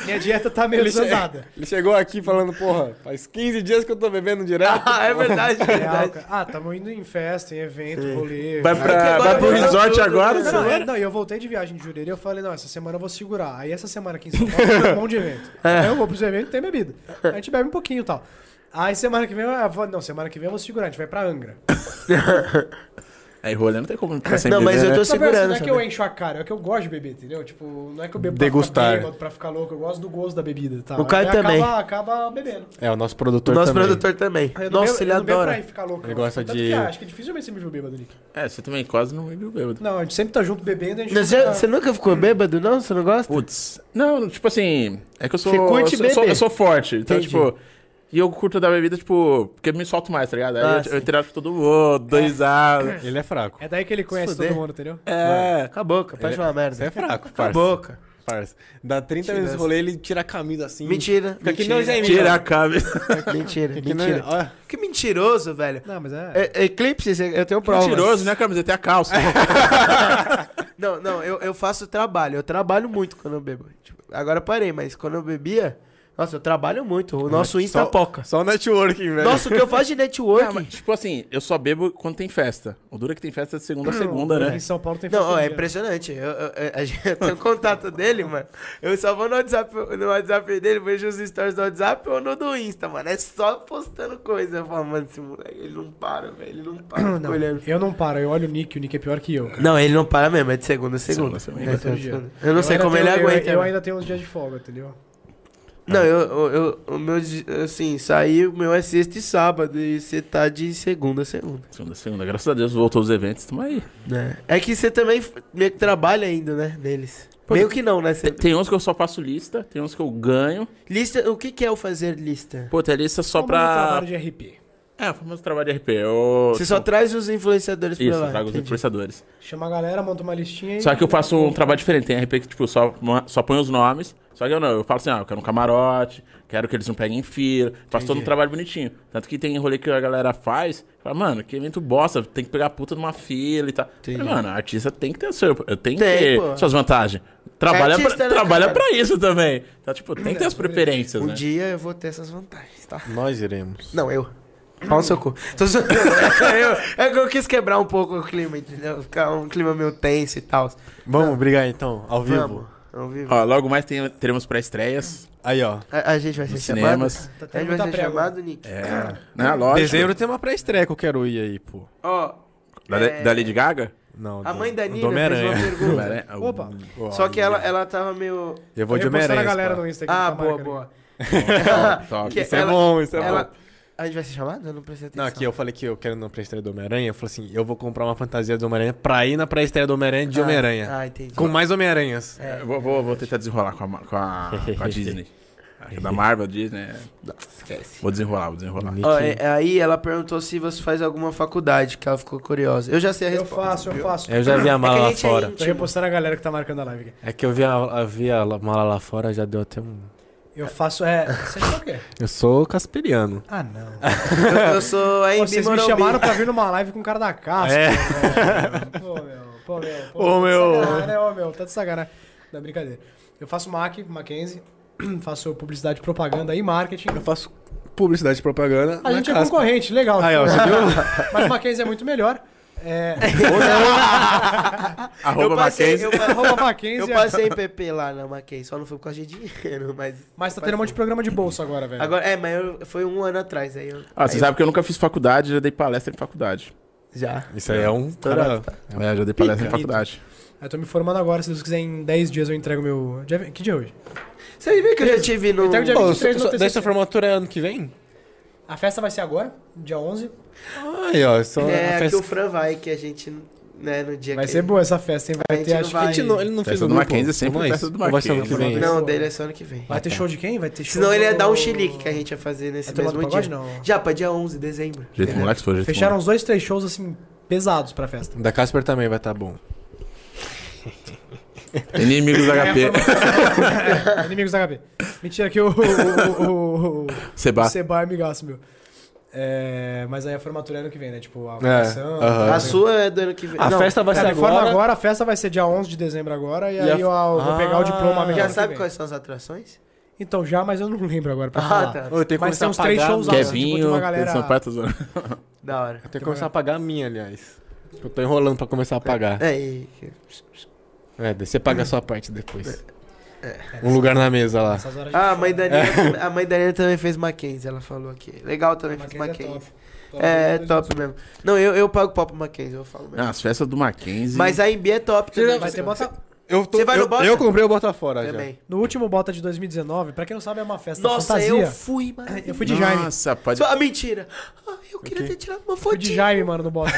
C: Minha dieta tá meio
B: Ele, che-
C: desandada.
B: ele chegou aqui falando, porra, faz 15 dias que eu tô bebendo direto.
A: Ah, é verdade, é
C: Real,
A: verdade.
C: cara. Ah, tamo indo em festa, em evento, rolê.
E: Vai, pra, vai pro resort agora?
C: Não, não, é- não, e eu voltei de viagem de Jurerê, eu falei, não, essa semana eu vou segurar. Aí essa semana aqui em São Paulo tem um monte de evento.
B: É.
C: Aí eu vou pros eventos e tem bebida. A gente bebe um pouquinho e tal. Aí semana que vem eu vou, não, semana que vem eu vou segurar, a gente vai pra Angra.
E: Aí rolê não tem como ficar tá sem
A: Não, mas
E: beber,
A: eu
E: né?
A: tô
C: Só pra-
A: segurando.
C: Não é que
A: sabe?
C: eu encho a cara, é que eu gosto de beber, entendeu? Tipo, não é que eu bebo pra
B: Degustar.
C: ficar bêbado, pra ficar louco, eu gosto do gosto da bebida, tá?
A: O Caio
C: Aí acaba-
A: também.
C: acaba bebendo.
B: É, o nosso produtor
A: Nosso
B: também.
A: produtor também.
C: Eu não
A: Nossa,
C: bebo-
A: ele
C: eu não bebo
A: adora.
C: pra ficar louco,
B: Ele
C: não.
B: gosta
C: Tanto
B: de-
C: que, ah, acho que dificilmente você me viu bêbado, Nick.
E: É, você também quase não me viu bêbado.
C: Não, a gente sempre tá junto bebendo, a gente...
A: Mas
C: nunca-
A: já- Você nunca ficou bêbado, não? Você não gosta?
E: Putz. Não, tipo assim, é que eu sou.
A: Você curte
E: eu, sou, eu, sou,
A: beber.
E: eu sou forte. Então,
A: Entendi.
E: tipo. E eu curto da bebida, tipo, porque eu me solto mais, tá ligado? Aí
A: Ah,
E: eu, eu
A: sim.
E: interajo com todo mundo, dou risada.
B: Ele é fraco.
C: É daí que ele conhece
A: fuder.
C: todo mundo, entendeu?
E: É.
A: Cala a boca, faz uma merda.
B: Você é fraco,
A: Cala a
B: parça.
A: boca.
B: parça. Dá 30 minutos de rolê, ele tira a camisa assim.
A: Mentira.
B: Fica que
A: mentira.
B: nem o Jaime.
E: Tira a cabeça.
A: Mentira,
B: Que nem-
A: mentira.
B: Ó,
A: Que é? mentiroso, velho.
C: Não, mas é...
A: É- Eclipse, cê- eu tenho provas.
E: Mentiroso, né, camiseta? É a calça.
A: Não, não, eu, eu faço trabalho. Eu trabalho muito quando eu bebo. Tipo, agora eu parei, mas quando eu bebia... Nossa, eu trabalho muito. O nosso Insta
B: só-
A: É, poca.
B: Só o networking, velho.
A: Nossa, o que eu faço de networking...
E: Não, mas, tipo assim, eu só bebo quando tem festa. O duro é que tem festa de segunda a segunda,
C: Em
E: né?
C: São Paulo tem
A: Não, ó, é
C: festa
A: impressionante. Eu, eu- eu- a gente- eu tenho o contato dele, mano. Eu só vou no WhatsApp, no WhatsApp dele, vejo os stories do WhatsApp ou no do Insta, mano. É só postando coisa. Eu falo, mano, esse moleque, ele não para, velho. Ele não para. fica olhando.
C: Eu não paro, eu olho o Nick, o Nick é pior que eu. cara. Um
A: Não, ele não para mesmo, é de segunda a segunda.
E: Segunda a segunda.
A: É de segunda a segunda. Eu não sei
C: ainda
A: como
C: tenho-
A: ele
C: eu-
A: aguenta.
C: Eu,
A: mano.
C: ainda tenho uns dias de folga, entendeu?
A: Não, eu, eu, eu- o meu, des- assim, sair, o meu é sexta e sábado, e você tá de segunda a segunda.
E: Segunda, segunda. Graças a Deus voltou os eventos, tamo aí.
A: Né? É que você também f- meio que trabalha ainda, né, neles. meio que não, né? Você-
E: Tem, tem uns que eu só faço lista, tem uns que eu ganho.
A: Lista, o que que é o fazer lista?
E: Pô, tem lista só
C: Como no
E: pra.
C: trabalho de RP.
E: É, o famoso trabalho de RP. Eu...
A: Você só traz os influenciadores
E: Isso,
A: pra lá.
E: eu trago os
A: entendi.
E: influenciadores.
C: Chama a galera, monta uma listinha e...
E: Só que eu faço um trabalho diferente. Tem RP que, tipo, só, só põe os nomes. Só que eu não, eu falo assim, ah, eu quero um camarote, quero que eles não peguem fila. Faço todo um trabalho bonitinho. Tanto que tem rolê que a galera faz, fala, mano, que evento bosta, tem que pegar a puta numa fila e tal. Falei, mano, artista tem que ter seu, tem
A: Tem,
E: que ter
A: pô.
E: suas vantagens. Trabalha,
A: Artista,
E: pra,
A: né,
E: trabalha
A: cara?
E: pra isso também. Então, tipo, tem que ter as preferências,
A: Um
E: né?
A: dia eu vou ter essas vantagens, tá?
B: Nós iremos.
A: Não, eu. Pau no seu cu. Tô zoando. eu, é que eu quis quebrar um pouco o clima, entendeu? Ficar um clima meio tenso e tal.
B: Vamos brigar então, ao vivo.
A: Vamos. Ao vivo.
E: Ó, logo mais tem- teremos pré-estreias.
B: Aí, ó.
A: A, a gente vai ser
E: Nos
A: chamado.
E: cinemas.
A: A
C: Tá
A: gente
C: tendo
A: vai
C: muita
A: ser
C: prego.
A: chamado, Nick.
B: É.
E: Né? Lógico.
B: Dezembro tem uma pré-estreia que eu quero ir aí, pô.
A: Ó,
E: Da, da Lady Gaga? é
B: Não,
A: a
B: do-
A: mãe da Nina
B: do
A: fez uma
B: Homem-Aranha.
A: pergunta.
E: Opa.
A: Só que ela, ela tava meio.
B: Eu vou de
C: Eu postei na
B: Homem-Aranha.
C: galera
B: pá.
C: no Instagram. tá
A: Ah, boa, boa.
E: top.
A: Que
B: Isso é bom, isso é bom.
A: ela- A gente vai ser chamado? Eu não prestei atenção.
B: Não, aqui eu falei que eu quero ir na pré-estreia do Homem-Aranha. Eu falei assim, eu vou comprar uma fantasia do Homem-Aranha pra ir na pré-estreia do Homem-Aranha de
A: Ah,
B: Homem-Aranha.
A: Ah, entendi.
B: Com mais Homem-Aranhas.
E: É, Eu Vou, vou- vou tentar desenrolar com a, Ma- com a- com a Disney. Acho que Da Marvel, Disney. é- Vou desenrolar, vou desenrolar.
B: Uhum.
A: Ó, é- aí ela perguntou se você faz alguma faculdade, que ela ficou curiosa. Eu já sei a
C: Eu
A: resposta.
C: faço, eu faço.
B: Eu já vi a mala
A: É que a
B: lá
A: gente é
B: fora.
A: íntimo.
C: Tô repostando a galera que tá marcando a live aqui.
B: É que eu vi a, eu vi a la- mala lá fora, já deu até um...
C: Eu faço, é... Você achou o quê?
B: Eu sou caspiriano.
C: Ah, não.
A: Eu, eu sou a
C: Pô,
A: Embi
C: vocês me um
A: Morumbi.
C: chamaram pra vir numa live com o cara da casa.
B: É.
C: Pô, meu, pô, meu. Pô,
B: Ô,
C: tá de
B: meu.
C: sacanagem, né? Ô, meu, tá de sacanagem. Não, brincadeira. Eu faço MAC, Mackenzie, faço publicidade, propaganda e marketing.
B: Eu faço publicidade e propaganda
C: A
B: na
C: gente é
B: Casper.
C: concorrente, legal.
B: Aí, ó, você viu?
C: Mas Mackenzie é muito melhor. É,
E: Arroba
A: eu passei,
E: Mackenzie.
A: eu,
C: arroba
A: eu
C: Mackenzie.
A: passei em PP lá na Mackenzie, só não foi por causa de dinheiro, mas...
C: Mas tá tendo um monte de programa de bolsa agora, velho.
A: Agora, é, mas eu- foi um ano atrás, aí eu...
E: Ah, você sabe que eu nunca fiz faculdade, já dei palestra em faculdade.
A: Já.
B: Isso aí é um cara...
A: Estourado,
E: É, já dei palestra em faculdade.
C: Eu tô me formando agora, se Deus quiser, em 10 dias eu entrego meu... dia- Que dia é hoje?
A: Você viu que eu já tive no...
C: Então, dia
B: Pô,
C: 23 no
B: só- só-
C: TCC.
B: dessa formatura é ano que vem?
C: A festa vai ser agora, dia 11.
B: Aí, ó, só
A: É,
B: a
A: que
B: festa...
A: o Fran vai, que a gente, né, no dia
C: Vai
A: que...
C: ser boa essa festa, hein? Vai
A: gente
C: ter,
A: não
C: acho que-
A: vai-
B: A gente não, ele não
E: Festa
B: fez
E: do
B: o grupo
E: Mackenzie é sempre
B: com nós?
E: festa do
B: Ou vai ser ano
E: Mackenzie.
B: que vem.
A: Não, o dele é só ano que vem.
C: Vai ter show de quem? Vai ter show
A: Senão ele ia dar um
C: do-
A: chilique que a gente ia fazer nesse
C: É turma do
A: mesmo
C: pagode,
A: dia.
C: não?
A: Já, pra dia 11 de dezembro.
E: Jeito moleque foi, jeito
C: Fecharam uns dois, três shows, assim, pesados pra festa.
B: Da Casper também vai estar bom.
E: moleque.
C: É,
E: Inimigos da HP.
C: Inimigos da HP. Mentira que o, o, o, o, o
E: Seba.
C: Seba é amigaço, meu. É, mas aí a formatura é ano que vem, né? Tipo, a
B: aham.
A: A sua é do ano que vem.
B: A
A: Não,
B: festa vai
C: Vai
B: ser
C: agora...
B: agora.
C: agora, a festa vai ser dia 11 de dezembro agora, e,
B: E
C: aí
B: a-
C: eu, eu vou pegar o diploma
B: Ah,
C: mesmo.
A: Já
C: ano que
A: sabe
C: vem.
A: quais são as atrações?
C: Então já, mas eu não lembro agora pra
A: Ah,
C: falar.
A: tá.
B: Ô, Eu tenho que
C: Mas
B: começar
C: tem
B: a
C: uns três
B: pagar
C: shows
B: a minha.
C: altos. tipo, de
E: Kevinho,
C: uma galera-
E: São Pai, tá zoando.
A: Da hora.
B: Eu tenho que começar a pagar a minha, aliás. Eu tô enrolando pra começar a pagar.
A: É, e...
B: É, daí você paga a sua parte depois. Um lugar na mesa lá.
C: Essas horas
A: Ah, a mãe, da
B: É.
A: Nina, a mãe da Nina também fez Mackenzie, ela falou aqui. Legal também fez
C: Mackenzie é
A: Mackenzie.
C: top.
A: É, é top mesmo. Não, eu, eu pago pau pro Mackenzie, eu falo mesmo.
E: Ah, As festas do Mackenzie.
A: Mas a MB é top também.
C: Vai ter bota...
B: Eu tô,
A: Você vai no
B: eu,
A: Bota?
B: eu comprei o Bota Fora já.
A: também.
C: No último Bota de 2019, pra quem não sabe, é uma festa
A: Nossa,
C: fantasia. Ah,
A: eu fui, mano.
C: Eu fui de Jaime.
E: Nossa, pode...
A: Ah, mentira. Ah, eu queria ter tirado uma
C: Fui de
A: fotinha.
C: Jaime, mano, no Bota.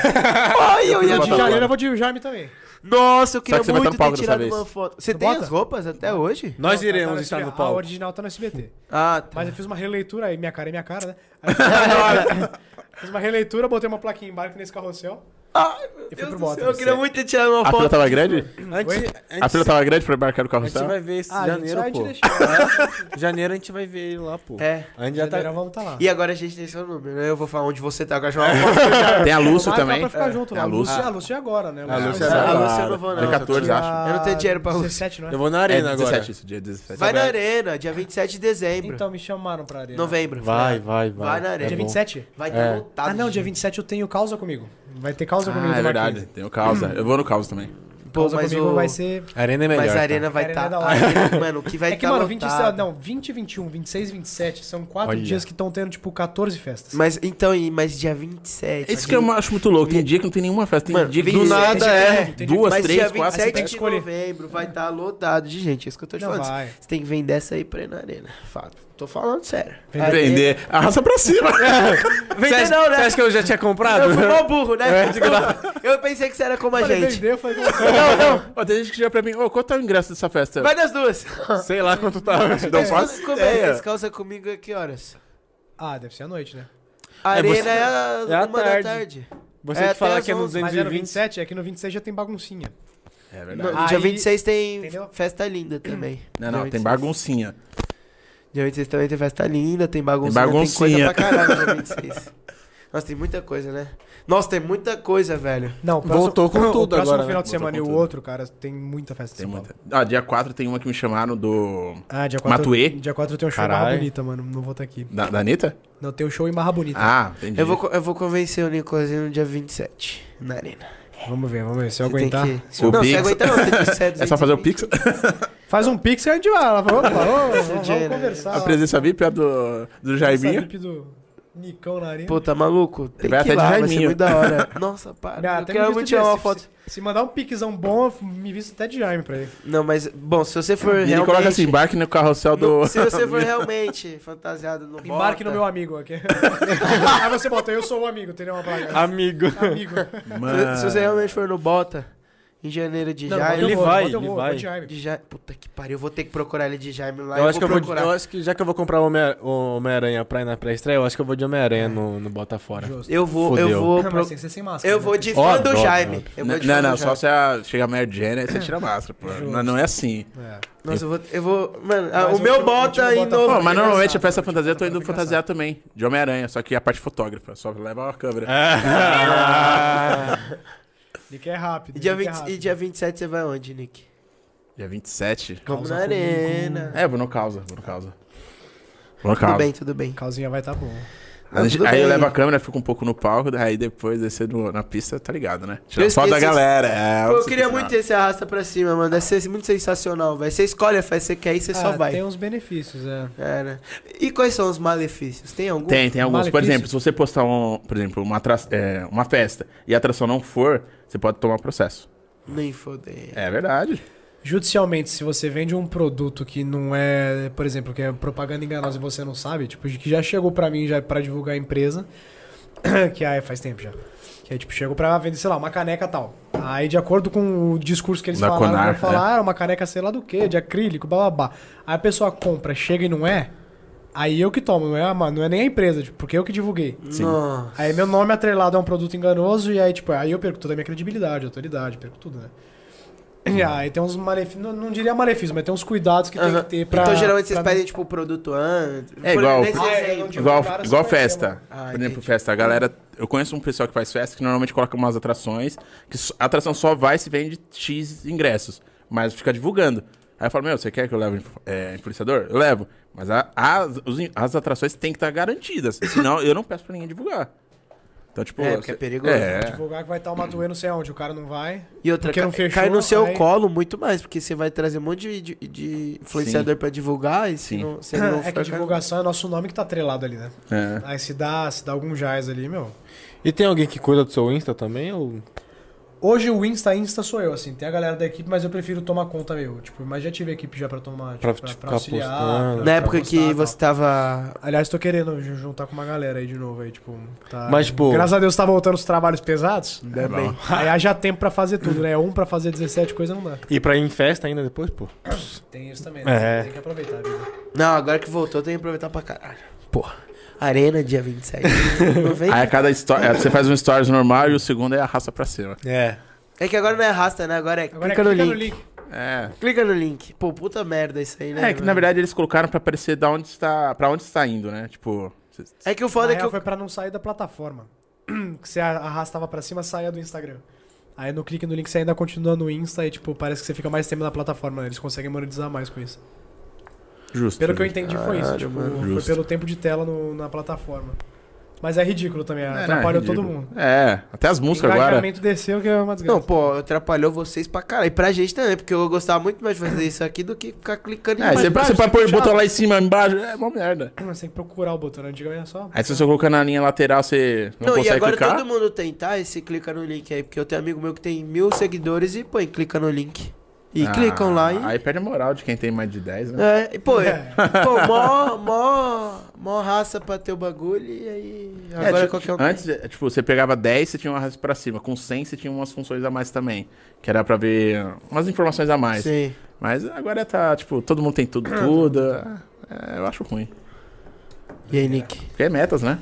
A: Ai, eu ia
C: Eu de
A: tirar.
C: janeiro eu vou de Jaime também.
A: Nossa, eu queria
E: que você vai estar
A: muito
E: no
A: ter
E: palco dessa
A: tirado
E: vez?
A: uma foto. Você
C: No
A: tem
C: Bota?
A: as roupas até hoje?
B: Nós
C: Não,
B: iremos
C: tá
B: estar
C: na
B: no
C: SBT. A
B: palco.
C: original tá no SBT.
A: Ah, tá.
C: Mas eu fiz uma releitura aí, minha cara é minha cara, né? Aí eu fiz uma- fiz uma releitura, botei uma plaquinha embarque nesse carrossel.
A: Ai, meu
C: fui
A: Deus
C: pro
A: do
C: Bota,
A: céu, eu queria
C: você- é.
A: muito ter tirado uma
E: A
A: foto.
E: fila tava grande?
B: Antes,
E: A fila tava grande pra embarcar no
B: Ah, a gente
E: carrossel?
B: vai ver
A: Ah,
B: esse janeiro,
C: gente,
B: pô.
C: só a gente deixou.
B: Janeiro a gente vai ver ele lá, pô.
A: É.
B: A gente já tá...
C: Janeiro vamos tá lá.
A: E agora a gente tem seu número, né? Eu vou falar onde você tá, agora chamar uma foto.
E: Tem a Lúcia
C: Marca
E: também.
C: Ah, Pra ficar junto
E: É
C: lá. A
E: a Lúcia.
C: Lúcia, a Lúcia tá é agora, né?
B: A Lúcia é
A: Ah,
B: agora.
A: Lúcia eu não vou, não.
E: Dia
C: Ah,
E: 14, acho.
A: Eu não tenho dinheiro pra Lúcia.
C: 17, não é?
B: Eu vou na arena
E: É,
B: agora.
E: 17 isso, dia 17.
A: Vai na Arena, dia 27 de dezembro.
C: Então, me chamaram pra arena.
A: novembro.
B: Vai, vai, vai.
A: Vai na arena.
B: É
C: Dia
B: bom.
C: 27?
A: Vai
B: É.
A: estar lotado.
C: Ah, não,
A: de
C: dia
A: gente.
C: 27 eu tenho causa comigo. Vai ter causa comigo.
E: Ah, é
C: do
E: verdade.
C: Marquinhos.
E: Tem o causa. Eu vou no causa também.
A: Pô,
C: Causa
A: mas
C: comigo
A: o...
C: vai ser...
B: Arena é melhor.
A: Mas a
B: tá?
A: Arena vai
C: A arena
A: estar.
C: é da
A: Tá...
C: hora.
A: arena, mano, o que vai
C: É que,
A: tá
C: mano, 20,
A: lotado.
C: não, 20, 21, 26, 27, são quatro
B: Olha.
C: dias que estão tendo, tipo, 14 festas.
A: Mas então, e- mas dia 27.
E: Isso que eu acho muito louco. Tem dia que não tem nenhuma festa. Tem
A: Mano,
E: dia que
A: do nada
E: é. Duas,
A: mas
E: três,
A: dia
E: quatro.
A: 27
C: tem que
A: de
C: escolher.
A: novembro vai estar lotado de gente. É isso que eu tô te
C: Não
A: falando.
C: vai.
A: Você tem que vender essa aí pra ir na arena. Fato. Tô falando sério.
E: Vender. Arrasta pra cima.
A: É. Vender
B: acha-
A: não, né?
B: Você acha que eu já tinha comprado?
A: Eu fui mal burro, né?
B: É, desgraça.
A: Eu pensei que você era como a
C: Falei,
A: gente.
C: vendeu, eu falei,
A: Não, não.
E: Ó, tem gente que já pra mim, ô, quanto é o ingresso dessa festa?
A: Vai nas duas.
E: Sei lá quanto tá. Não faço
A: Como é
E: ideia.
A: descalça comigo a que horas?
C: ah, deve ser à noite, né?
A: Arena
E: você-
A: é, a
B: É à
A: uma
B: tarde.
A: da tarde.
B: Você
A: É,
B: que fala
A: até
B: que é
A: as
B: no
A: onze,
C: Mas era
B: 220.
C: 27, é que no 26 já tem baguncinha.
E: É
A: No,
E: verdade.
A: no dia
C: Aí-
A: 26 tem
C: Entendeu?
A: festa linda também.
E: Não,
A: Dia
E: não, tem
A: 26.
E: baguncinha.
A: Dia 26 também tem festa linda, tem baguncinha,
E: Tem
A: tem,
E: baguncinha.
A: coisa pra caralho no dia 26. Nossa, tem muita coisa, né? Nossa, tem muita coisa, velho.
C: Não, o próximo-
B: Voltou com
C: o
B: tudo
C: próximo
B: agora, né?
C: final de
E: Voltou
C: semana e
E: com
C: o
E: tudo.
C: outro, cara, tem muita festa em São
E: Tem muita.
C: Paulo.
E: Ah, dia 4 tem uma que me chamaram do.
C: Ah, dia 4,
E: Matuê?
C: Dia 4 eu tenho um show em Barra
B: Caralho.
C: Bonita, mano. Não vou estar aqui.
E: Da, da Anitta?
C: Não, tem um show em Barra Bonita.
E: Ah, entendi.
A: Eu vou, co- eu vou convencer o Nicozinho no dia 27, na arena.
C: Vamos ver, vamos ver. Se eu
A: Você tem
C: aguentar.
A: que-
E: O
A: Não, você
E: Pix-
A: aguenta não, você disse,
E: É só fazer o
A: 220.
E: Pix.
C: Faz um pix e a gente vai. Ela falou, opa, ô, vamos
A: dinheiro,
C: conversar.
E: A presença VIP é do, do
C: Essa
E: Jaiminho.
C: VIP do Nicão na arena.
A: Pô, tá maluco? Tem
E: Vai
A: que ir
E: até de
A: lá, vai ser
E: Jaiminho.
A: muito da hora. Nossa,
C: Ah,
A: para. eu
C: até
A: quero
C: me
A: muito
C: visto
A: tirar
C: de-
A: uma
C: se-
A: foto.
C: Se, se mandar um pixão bom, eu me visto até de Jaime pra ele.
A: Não, mas, bom, se você for
E: E ele
A: realmente...
E: coloca assim, embarque no carrossel do.
A: no- Se você for realmente fantasiado no
C: Embarque no meu
A: Rota,
C: amigo aqui. Aí você bota, eu sou o amigo, entendeu? Uma
A: Ah.
C: placa.
B: Amigo.
A: Tá.
C: Amigo.
E: Mano.
A: Se, se você realmente for no Bota, em janeiro de
C: Não,
A: Jaime...
C: bota
B: ele
C: eu vou,
B: vai,
C: bota eu
B: ele
C: vou,
B: vai.
C: vou de Jaime.
A: de Ja- Puta que pariu, eu vou ter que procurar ele de Jaime lá.
B: Eu acho, que eu, vou,
A: procurar.
B: eu acho que já que eu vou comprar o Homem- o Homem-Aranha pra ir na pré-estreia, eu acho que eu vou de Homem-Aranha no, no Botafora.
C: Justo.
A: Eu vou,
B: Fudeu.
A: eu vou.
C: Não,
A: pro-
C: mas tem que ser sem máscara.
A: Eu
C: né?
A: vou de fã do
B: Óbvio,
A: Jaime.
B: óbvio.
A: Eu vou
E: Não,
A: de fã do
E: não, não,
A: Jaime.
E: só se a- chegar a Mary Jane, aí você tira a máscara, pô. Não, não é assim.
C: É.
A: Mas eu vou. Eu vou mano, ah,
C: Mas
A: o
C: o
A: meu
C: um último- o
A: bota
C: último
A: em
C: bota
A: novo.
E: Pô, mas normalmente
C: engraçado,
E: a festa fantasia eu tô indo
C: fica
E: fantasiar também, de Homem-Aranha, só que a parte fotógrafa, só leva a câmera.
C: É. Ele quer rápido.
A: E dia,
C: ele quer
A: 20,
C: rápido.
A: e dia 27 você vai onde, Nick?
E: Dia 27.
A: Vamos
C: Causa
A: na
C: comigo.
A: arena.
E: É, vou no causa, vou no causa. Vou no
A: Tudo
E: causa.
A: bem, tudo bem.
C: Calzinha vai tá bom.
E: Aí,
A: Ah, tudo
E: aí eu
A: bem.
E: levo a câmera, fico um pouco no palco, aí depois descer no- na pista, tá ligado, né? Tirar
A: Eu
E: foto da
A: esqueci-
E: galera. é,
A: Pô, eu
E: você
A: queria
E: tá
A: muito
E: ligado.
A: esse arrasta pra cima, mano. Deve ser muito sensacional, velho. Você escolhe a festa que você quer e você só
C: Ah,
A: vai.
C: Tem uns benefícios, é.
A: É, né? E quais são os malefícios? Tem algum?
E: Tem, tem alguns. Por
C: Malefício.
E: exemplo, se você postar um, por exemplo, uma, atra- é, uma festa e a atração não for, você pode tomar um processo.
A: Nem fodei.
E: É verdade.
C: Judicialmente, se você vende um produto que não é, por exemplo, que é propaganda enganosa e você não sabe, tipo, que já chegou pra mim já para divulgar a empresa, que aí faz tempo já. Que aí, tipo, chegou pra vender, sei lá, uma caneca tal. Aí, de acordo com o discurso que eles
E: Da
C: falaram,
E: Conar,
C: eles falaram, ah, uma caneca sei lá do quê, de acrílico, bababá. Aí a pessoa compra, chega e não é, aí eu que tomo, não é, a ma- não é nem a empresa, tipo, porque eu que divulguei.
A: Nossa.
C: Aí meu nome atrelado a um produto enganoso e aí, tipo, aí eu perco toda a minha credibilidade, autoridade, perco tudo, né? E aí tem uns malefícios, não, não diria malefícios, mas tem uns cuidados que tem
A: Uhum. Aham.
C: que ter pra...
A: então, geralmente vocês
C: pra-
A: pedem, tipo, o produto antes.
E: É
A: Por-
E: igual-
A: nesse
E: Ah,
C: é,
A: exemplo.
C: não tinha-
E: Igual,
C: várias
E: igual
C: coisas,
E: festa.
C: mano.
A: Ah,
E: Por exemplo,
A: entendi.
E: festa. A galera. Eu conheço um pessoal que faz festa que normalmente coloca umas atrações, que s- a atração só vai se vende X ingressos, mas fica divulgando. Aí eu falo, meu, você quer que eu leve influ- é, influenciador? Eu levo. Mas a- as, os in- as atrações têm que estar garantidas. Senão eu não peço pra ninguém divulgar. Então, tipo.
A: É, porque é
E: você-
A: perigoso.
E: É.
C: Divulgar que vai estar o Matuê não sei aonde, o cara não vai.
A: E outra,
C: Porque
A: ca
C: não fechou,
A: cai no seu
C: aí-
A: colo muito mais, porque você vai trazer um monte de, de- de influenciador pra divulgar e se
E: Sim.
A: não, se não
C: é que
A: ficar-
C: divulgação é nosso nome que tá atrelado ali, né?
E: é.
C: Aí se dá, se dá algum jazz ali, meu...
B: E tem alguém que cuida do seu Insta também? Ou...
C: Hoje o Insta, Insta sou eu, assim. Tem a galera da equipe, mas eu prefiro tomar conta meu. Tipo, mas já tive equipe já pra tomar,
B: Pra
C: tipo, pra,
B: te
C: pra
B: ficar
C: auxiliar.
B: postando.
C: pra-
A: Na
C: pra
A: época
C: postar e
A: né? que
C: tal.
A: você tava.
C: Aliás, tô querendo ju- juntar com uma galera aí de novo aí, tipo. Tá...
B: Mas, tipo-
C: Graças a Deus tá voltando os trabalhos pesados.
A: Ainda é bem.
C: Aí haja tempo pra fazer tudo, né? Um pra fazer 17 coisas não dá.
B: E pra ir em festa ainda depois, pô?
C: Tem isso também,
B: né? É.
C: Tem que aproveitar, vida.
A: Não, agora que voltou, tem que aproveitar pra caralho. Porra. Arena, dia 27. não vem?
E: Aí a cada história. Você faz um stories normal e o segundo é arrasta pra cima.
B: É.
A: É que agora não é arrasta, né? Agora é
C: Agora
A: clica,
C: é
A: no,
C: clica
A: link.
C: no link.
E: É.
A: Clica no link. Pô, puta merda isso aí, né?
E: É que na
A: mano?
E: verdade eles colocaram pra aparecer da onde está, pra onde está indo, né? Tipo. cê-
A: É que o
C: Na
A: foda é que
C: real,
A: eu...
C: foi pra não sair da plataforma. que você arrastava pra cima, saia do Instagram. Aí no clique no link você ainda continua no Insta e, tipo, parece que você fica mais tempo na plataforma, né? Eles conseguem monetizar mais com isso.
E: Justo.
C: Pelo
E: justo.
C: que eu entendi foi isso, tipo, foi
E: Justo.
C: pelo tempo de tela no- na plataforma. Mas é ridículo também,
E: É, né,
C: atrapalhou todo mundo.
E: ridículo. É, até as músicas agora.
C: engajamento desceu, que é uma desgraça.
A: Não, pô, atrapalhou vocês pra caralho. E pra gente também, porque eu gostava muito mais de fazer isso aqui do que ficar clicando em
E: É,
A: mais.
E: você, você vai pôr o
C: puxar.
E: botão lá em cima, embaixo, é uma merda.
C: Você tem que procurar o botão, né? antigamente era só.
E: Aí se você colocar na linha lateral, você não,
A: Não, e
E: consegue
A: agora
E: clicar.
A: todo mundo tem, tá? Esse clica no link aí, porque eu tenho amigo meu que tem mil seguidores e põe clica no link. E E clicam lá e.
E: Ah, Aí perde a moral de quem tem mais de 10, né?
A: É, e pô, é. pô mó, mó, mó raça pra ter o bagulho e aí.
E: É,
A: Agora
E: tipo,
A: qualquer um.
E: Antes, é, tipo, você pegava 10, você tinha uma raça pra cima. Com 100, você tinha umas funções a mais também. Que era pra ver umas informações a mais.
A: Sim.
E: Mas agora tá, tipo, todo mundo tem tudo, tudo. É, eu acho ruim.
A: E aí, Nick?
E: Porque é metas, né?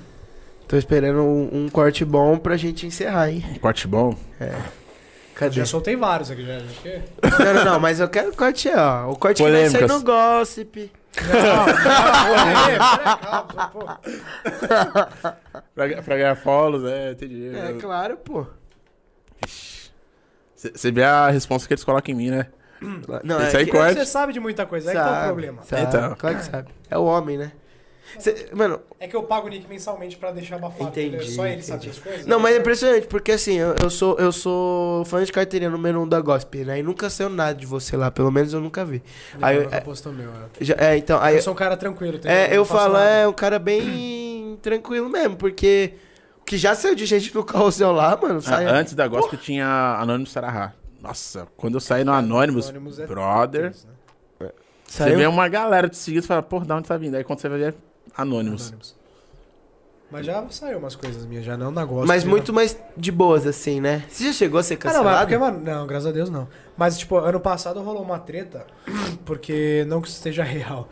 A: Tô esperando um, um corte bom pra gente encerrar, hein?
E: Um corte bom.
A: Cadê?
C: Já soltei vários aqui, já. acho que-
A: Não, não, não, mas eu quero o corte, ó. O corte que vai sair
E: Polêmicas.
A: no gossip.
E: Pra, pra ganhar follows, é, entendi.
A: É claro, pô.
E: Você vê a resposta que eles colocam em mim, né?
A: Não, é
E: Isso aí
A: que-
E: corte.
C: Você sabe de muita coisa, é que tá o
A: Sabe,
C: problema.
A: sabe,
E: Então.
A: Claro que sabe. É o homem, né? Cê- mano,
C: É que eu pago o Nick mensalmente pra deixar abafado.
A: Entendi,
C: entendeu? Só ele
A: entendi.
C: sabe as coisas.
A: não, mas é impressionante, porque assim, eu, eu sou, eu sou fã de carteirinha número um da gospel, né? E nunca saiu nada de você lá, pelo menos eu nunca vi. Aí,
C: Aí,
A: eu-
C: eu, postou meu, é.
A: Já- é, então, aí,
C: Eu sou um cara tranquilo. entendeu?
A: É, eu
C: não faço
A: falo,
C: nada.
A: é um cara bem tranquilo mesmo, porque o que já saiu de gente no carrossel lá, mano,
E: Ah,
A: sai.
E: antes da Gospel tinha Anonymous Sarahá. Nossa, quando eu saí no Anonymous,
C: Anonymous é
E: brother, você
A: saiu.
E: vê um uma galera te seguindo e fala, pô, da onde tá vindo? Aí quando você vai ver, é Anonymous.
C: Anonymous. Mas já saiu umas coisas minhas, já não na gosto.
A: Mas muito mais de boas, assim, né? Você já chegou a ser
C: né? Ah, não, mas
A: cancelado?
C: porque, mano, não, graças a Deus não. Mas, tipo, ano passado rolou uma treta, porque não que isso seja real,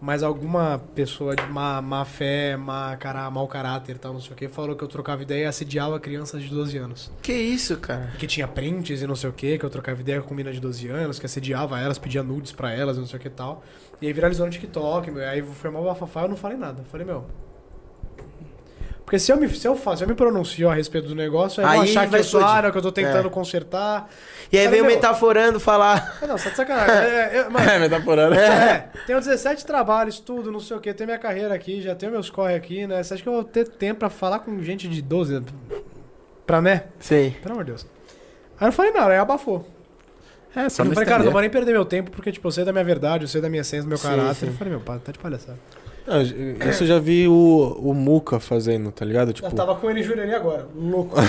C: mas alguma pessoa de má, má fé, má cara, mau caráter e tal, não sei o que, falou que eu trocava ideia e assediava crianças de 12 anos.
A: Que isso, cara?
C: E que tinha prints e não sei o que, que eu trocava ideia com mina de 12 anos, que assediava elas, pedia nudes pra elas, não sei o que e tal. E aí viralizou no TikTok, meu, aí foi mal bafafá, eu não falei nada. Eu falei, meu. Porque se eu me, se eu, faço, se eu me pronuncio a respeito do negócio, aí,
A: Aí
C: vão achar que
A: vai
C: eu sou,
A: explodir.
C: ah, não, que eu tô tentando
A: É.
C: consertar.
A: E aí
C: Cara,
A: veio
C: meu,
A: metaforando falar.
C: ah, Não, você tá de sacanagem. É, é, é, mano,
E: É, metaforando.
C: é, tenho 17 trabalhos, tudo, não sei o que, tenho minha carreira aqui, já tenho meus corre aqui, né? Você acha que eu vou ter tempo pra falar com gente de 12? Pra né?
A: Sim.
C: Pelo amor de Deus. Aí eu não falei nada, aí abafou.
E: É, só
C: eu
E: não
C: falei, cara, não vou
E: estender.
C: nem perder meu tempo, porque, tipo, eu sei da minha verdade, eu sei da minha essência, do meu
A: Sim,
C: caráter.
A: sim.
C: Eu falei, meu, pá, tá de palhaçada.
B: Não, eu- isso eu já vi o, o Muca fazendo, tá ligado? Tipo,
C: Eu tava com ele Júnior ali agora. Louco. louco,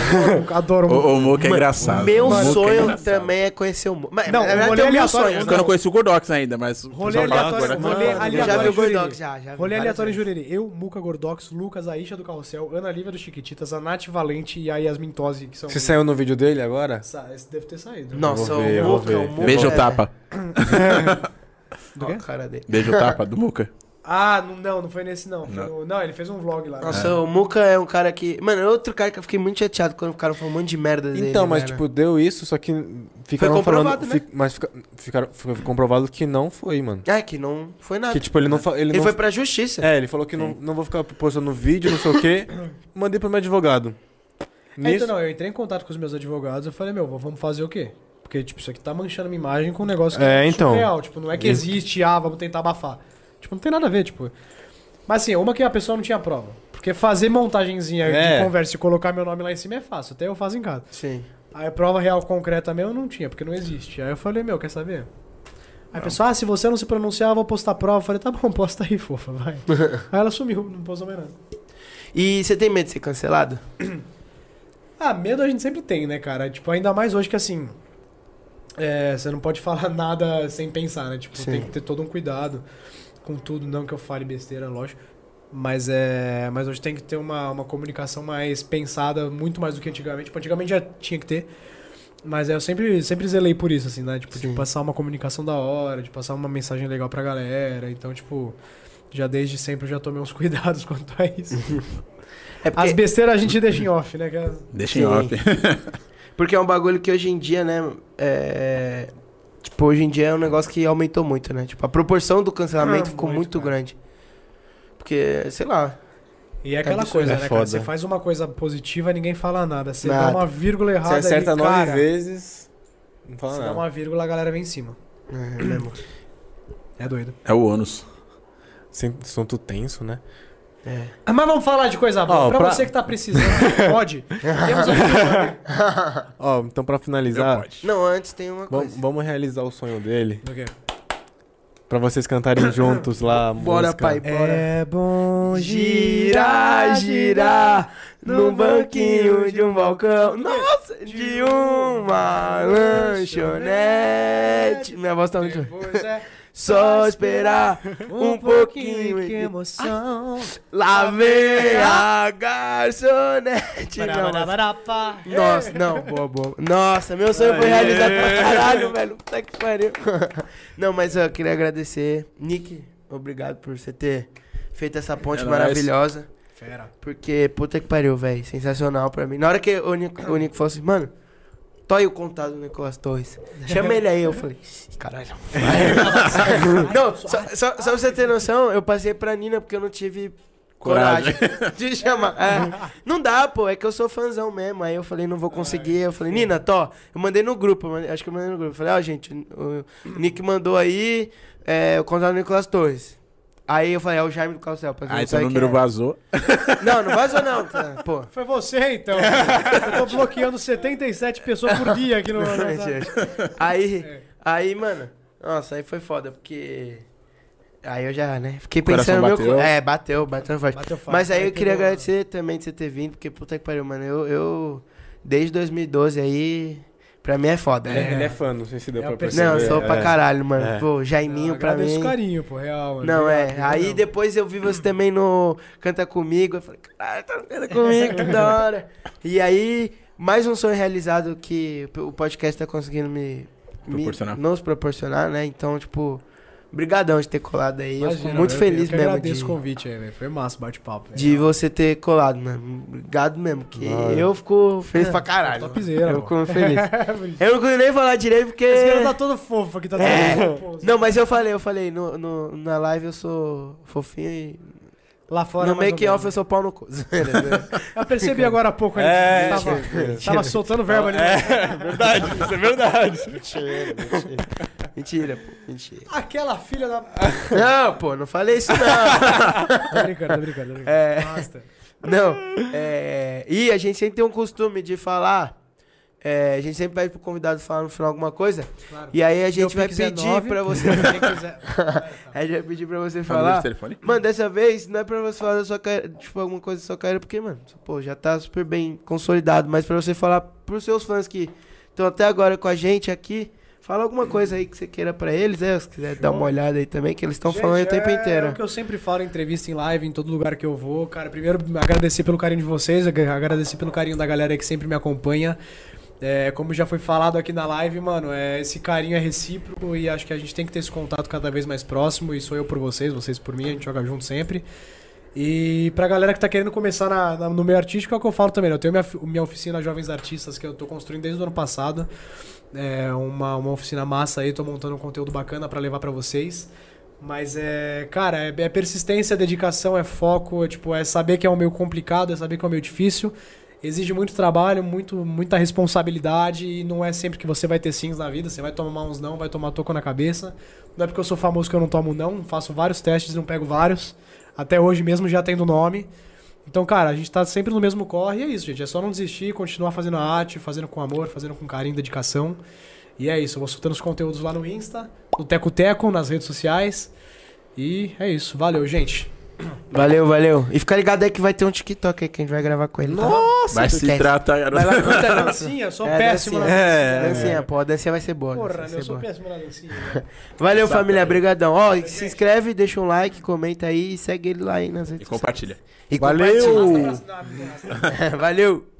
C: Adoro
E: O,
C: o
E: o Mook é engraçado.
A: Meu
E: O Mook é
A: sonho
E: engraçado.
A: também é conhecer o mundo. Mas,
C: Não,
A: na verdade,
C: rolê
A: tem mil
C: aleatório,
A: sonhos,
C: um
E: Eu
A: né?
E: não conheci o Gordox ainda, mas... o
C: Rolê
E: pessoal tá fala
C: aleatório,
E: do Gordox. é
C: rolê
A: Mano, eu já vi
C: aleatório.
A: o
C: em Jurerê.
A: Gordox, já, já vi
C: Rolê
A: várias
C: aleatório em
A: vezes.
C: Jurerê. Eu, Muca Gordox, Lucas Aisha do Carrossel, Ana Lívia do Chiquititas, a Nath Valente e a Yasmin Tosi, que são.
B: você saiu no vídeo dele agora?
C: Sa- Esse deve ter saído.
A: né? Nossa,
B: Eu vou ver,
A: o Muca,
B: eu vou
A: o
B: ver.
A: Muca.
E: Beijo
A: é-
E: o tapa.
A: Ó, a cara dele.
E: Beijo o tapa do Muca.
C: Ah, não, não, não foi nesse não. Foi
E: Não.
C: no- Não. ele fez um vlog lá. né?
A: Nossa, o Muca é um cara que. Mano, é outro cara que eu fiquei muito chateado quando ficaram falando um monte de merda dele.
B: Então, mas
A: velho.
B: tipo, deu isso, só que ficaram
A: comprovado,
B: falando.
A: né?
B: fi- mas fica- ficaram, foi comprovado que não foi, mano.
A: É, que não foi nada.
B: Que tipo, ele não. fa- Ele,
A: Ele
B: não
A: foi pra justiça.
B: É, ele falou que não, não vou ficar postando vídeo, não sei o quê. Mandei pro meu advogado.
C: É,
B: Nisso,
C: Então, não, eu entrei em contato com os meus advogados, eu falei, meu, vamos fazer o quê? Porque, tipo, isso aqui tá manchando minha imagem com um negócio que
B: É, então.
C: surreal. Tipo, não é que existe, ah, vamos tentar abafar. Tipo, não tem nada a ver, tipo... Mas, assim, uma que a pessoa não tinha prova. Porque fazer montagenzinha
B: É.
C: de conversa e colocar meu nome lá em cima é fácil, até eu faço em casa.
A: Sim.
C: Aí a prova real concreta mesmo não tinha, porque não existe. Aí eu falei, meu, quer saber? Aí a pessoa, ah, se você não se pronunciar, eu vou postar a prova. Eu falei, tá bom, posta aí, fofa, vai. aí ela sumiu, não postou mais nada.
A: E você tem medo de ser cancelado?
C: Ah, medo a gente sempre tem, né, cara? Tipo, ainda mais hoje que assim. é, você não pode falar nada sem pensar, né? Tipo,
A: Sim.
C: tem que ter todo um cuidado com tudo. Não que eu fale besteira, lógico. Mas é. Mas hoje tem que ter uma, uma comunicação mais pensada, muito mais do que antigamente. Tipo, antigamente já tinha que ter. Mas é, eu sempre, sempre zelei por isso, assim, né? Tipo, de passar uma comunicação da hora, de passar uma mensagem legal pra galera. Então, tipo, já desde sempre eu já tomei uns cuidados quanto a isso.
A: É
C: As
A: porque,
C: besteiras a gente deixa em off, né? Que é-
E: Deixa em
A: Sim.
E: off.
A: porque é um bagulho que hoje em dia, né? É. Tipo, hoje em dia é um negócio que aumentou muito, né? Tipo, a proporção do cancelamento
C: Ah,
A: ficou
C: muito,
A: muito
C: cara.
A: grande. Porque, sei lá.
C: E é aquela
A: absurdo.
C: coisa,
B: É
C: né, cara?
B: foda.
C: Você faz uma coisa positiva e ninguém fala nada. Você
A: Nada.
C: dá uma vírgula errada
B: você acerta
C: ali,
B: nove
C: cara,
B: vezes. Não fala
C: Você dá
B: nada.
C: uma vírgula, a galera vem em cima.
A: É, mesmo.
C: É doido.
E: É o ônus.
B: Sem- Assunto tenso, né?
A: É.
C: Ah, Mas vamos falar de coisa boa.
B: Ó,
C: pra,
B: pra-
C: você que tá precisando, pode. Temos um...
B: Ó, então pra finalizar,
A: Não, antes tem uma
B: vam-
A: coisa.
B: vamos realizar o sonho dele.
C: Do quê?
B: Pra vocês cantarem juntos lá. a
A: Bora,
C: É
B: música.
A: pai, bora.
C: bom
A: Girar, girar num banquinho de um balcão. Nossa, de uma lanchonete. Minha voz tá muito. ruim.
C: Pois é.
A: Só esperar um pouquinho.
C: que Ah,
A: e-
C: emoção.
A: Lá vem a garçonete. Não, mas-
C: Barabarapá.
A: Nossa, não, boa, boa. Nossa, meu sonho foi realizado pra caralho, velho. Puta que pariu. Não, mas eu queria agradecer. Nick, obrigado por você ter feito essa ponte
E: É nóis.
A: maravilhosa.
C: Fera.
A: Porque, puta que pariu, velho. Sensacional pra mim. Na hora que o Nico, o Nico falou assim, mano, toy o contato do Nicolas Torres. Chama ele aí. Eu falei,
C: Caralho.
A: não, só, só, só pra você ter noção, eu passei pra Nina porque eu não tive coragem,
E: Coragem.
A: de chamar. É. Não dá, pô, é que eu sou fãzão mesmo. Aí eu falei, não vou conseguir. Eu falei, Nina, tô. Eu mandei no grupo, eu mandei- acho que eu mandei no grupo. Eu falei, ó, gente, o Nick mandou aí é, o contato do Nicolas Torres. Aí eu falei, é o Jaime do Calcel. pra quem
E: Aí
A: não
E: seu
A: sabe quem
E: então número
A: é.
E: vazou.
A: Não, não vazou não, cara, pô.
C: Foi você, então. Eu tô bloqueando 77 pessoas por dia aqui no...
A: Exatamente. aí,
C: É.
A: aí, mano, nossa, aí foi foda, porque. Aí eu já, né? Fiquei
E: coração
A: pensando no meu.
E: bateu.
A: co- É, bateu, bateu forte.
C: Bateu forte.
A: Mas aí
C: Aí
A: eu queria
C: pegou-
A: agradecer também de você ter vindo, porque puta que pariu, mano. Eu, eu desde 2012 aí, pra mim é foda. né?
B: Ele é fã, não sei se deu
C: É
B: pra
C: a pessoa-
B: perceber.
A: Não, eu sou
B: é.
A: pra caralho, mano.
B: É.
A: Pô, Jaiminho pra
C: Agradeço
A: mim.
C: o carinho, pô, real. mano.
A: Não, é.
C: Obrigado, viu,
A: Aí
C: meu?
A: depois eu vi você também no Canta Comigo. Eu falei, caralho, tá no Canta Comigo, que da hora. E aí, mais um sonho realizado que o podcast tá conseguindo me. me-
E: Proporcionar.
A: nos proporcionar, né? Então, tipo, brigadão de ter colado aí. eu fico
C: Imagina,
A: muito
C: eu-
A: feliz
C: eu que
A: mesmo
C: agradeço o
A: de,
C: convite aí, velho. Foi massa o bate-papo. né? velho.
A: de você ter colado, mano. Obrigado mesmo, que eu fico feliz pra caralho. mano.
C: É, Topzera,
A: eu
C: pô.
A: fico feliz.
C: Esse
A: Eu não consigo nem falar direito porque.
C: cara tá todo fofo aqui, tá todo
A: É.
C: fofo.
A: Não, mas eu falei, eu falei, no, no- na live eu sou fofinho e
C: Lá fora.
A: no
C: mais ou
A: make off eu
C: menos.
A: sou pau no cu.
C: Eu percebi agora há pouco ali.
B: É,
C: tava, tava soltando verba ali. né?
E: Verdade, isso é verdade.
A: mentira, mentira. Mentira, pô, mentira.
C: Aquela filha da.
A: Não, pô, não falei isso não.
C: Tô brincando, tô brincando, tô brincando.
A: É.
C: Basta.
A: Não. É... E a gente sempre tem um costume de falar. é, a gente sempre pede pro convidado falar no final alguma coisa.
C: Claro.
A: E aí a gente
C: Meu
A: vai
C: Pix é
A: pedir
C: nove.
A: pra você.
C: Quem quiser.
A: a gente vai pedir pra você
E: Tá no número de
A: falar.
E: telefone?
A: Mano, dessa vez não é pra você falar da sua carreira, tipo, alguma coisa da sua carreira, porque, mano, pô, já tá super bem consolidado, mas pra você falar pros seus fãs que estão até agora com a gente aqui, fala alguma coisa aí que você queira pra eles, é, se quiser dar uma olhada aí também, que eles estão
C: Gente,
A: falando o tempo
C: é-
A: inteiro.
C: É o que eu sempre falo em entrevista, em live, em todo lugar que eu vou. Cara, primeiro agradecer pelo carinho de vocês, ag- agradecer pelo carinho da galera que sempre me acompanha. É, como já foi falado aqui na live, mano, é, esse carinho é recíproco e acho que a gente tem que ter esse contato cada vez mais próximo. E sou eu por vocês, vocês por mim, a gente joga junto sempre. E pra galera que tá querendo começar na- na- no meio artístico, é o que eu falo também. né? Eu tenho minha, fi- minha oficina Jovens Artistas que eu tô construindo desde o ano passado. É uma, uma oficina massa aí, tô montando um conteúdo bacana pra levar pra vocês. Mas é, cara, é, é persistência, é dedicação, é foco, é, tipo, é saber que é um meio complicado, é saber que é um meio difícil. Exige muito trabalho, muito, muita responsabilidade e não é sempre que você vai ter sims na vida. Você vai tomar uns não, vai tomar toco na cabeça. Não é porque eu sou famoso que eu não tomo não. Faço vários testes, não pego vários. Até hoje mesmo já tendo nome. Então, cara, a gente tá sempre no mesmo corre e é isso, gente. É só não desistir, continuar fazendo a arte, fazendo com amor, fazendo com carinho, dedicação. E é isso, eu vou soltando os conteúdos lá no Insta, no Teco Teco, nas redes sociais. E é isso, valeu, gente.
A: Valeu, valeu. E fica ligado aí que vai ter um TikTok aí que a gente vai gravar com ele. Nossa!
E: Vai se
A: esquece.
E: tratar, garoto.
A: Vai lá, conta a dança.
C: Dancinha, eu sou
A: É,
C: péssimo na
A: dancinha.
C: dancinha. É.
A: Dancinha, pô, a dancinha vai ser boa. a dancinha vai
C: Porra, meu, eu
A: ser
C: sou
A: boa.
C: péssimo na dancinha.
A: Valeu,
E: Exato,
A: família,
E: velho.
A: brigadão. Ó, e se inscreve, deixa um like, comenta aí e segue ele lá aí nas
E: E
A: redes sociais.
E: compartilha.
A: E
B: Valeu!
A: compartilha. Valeu!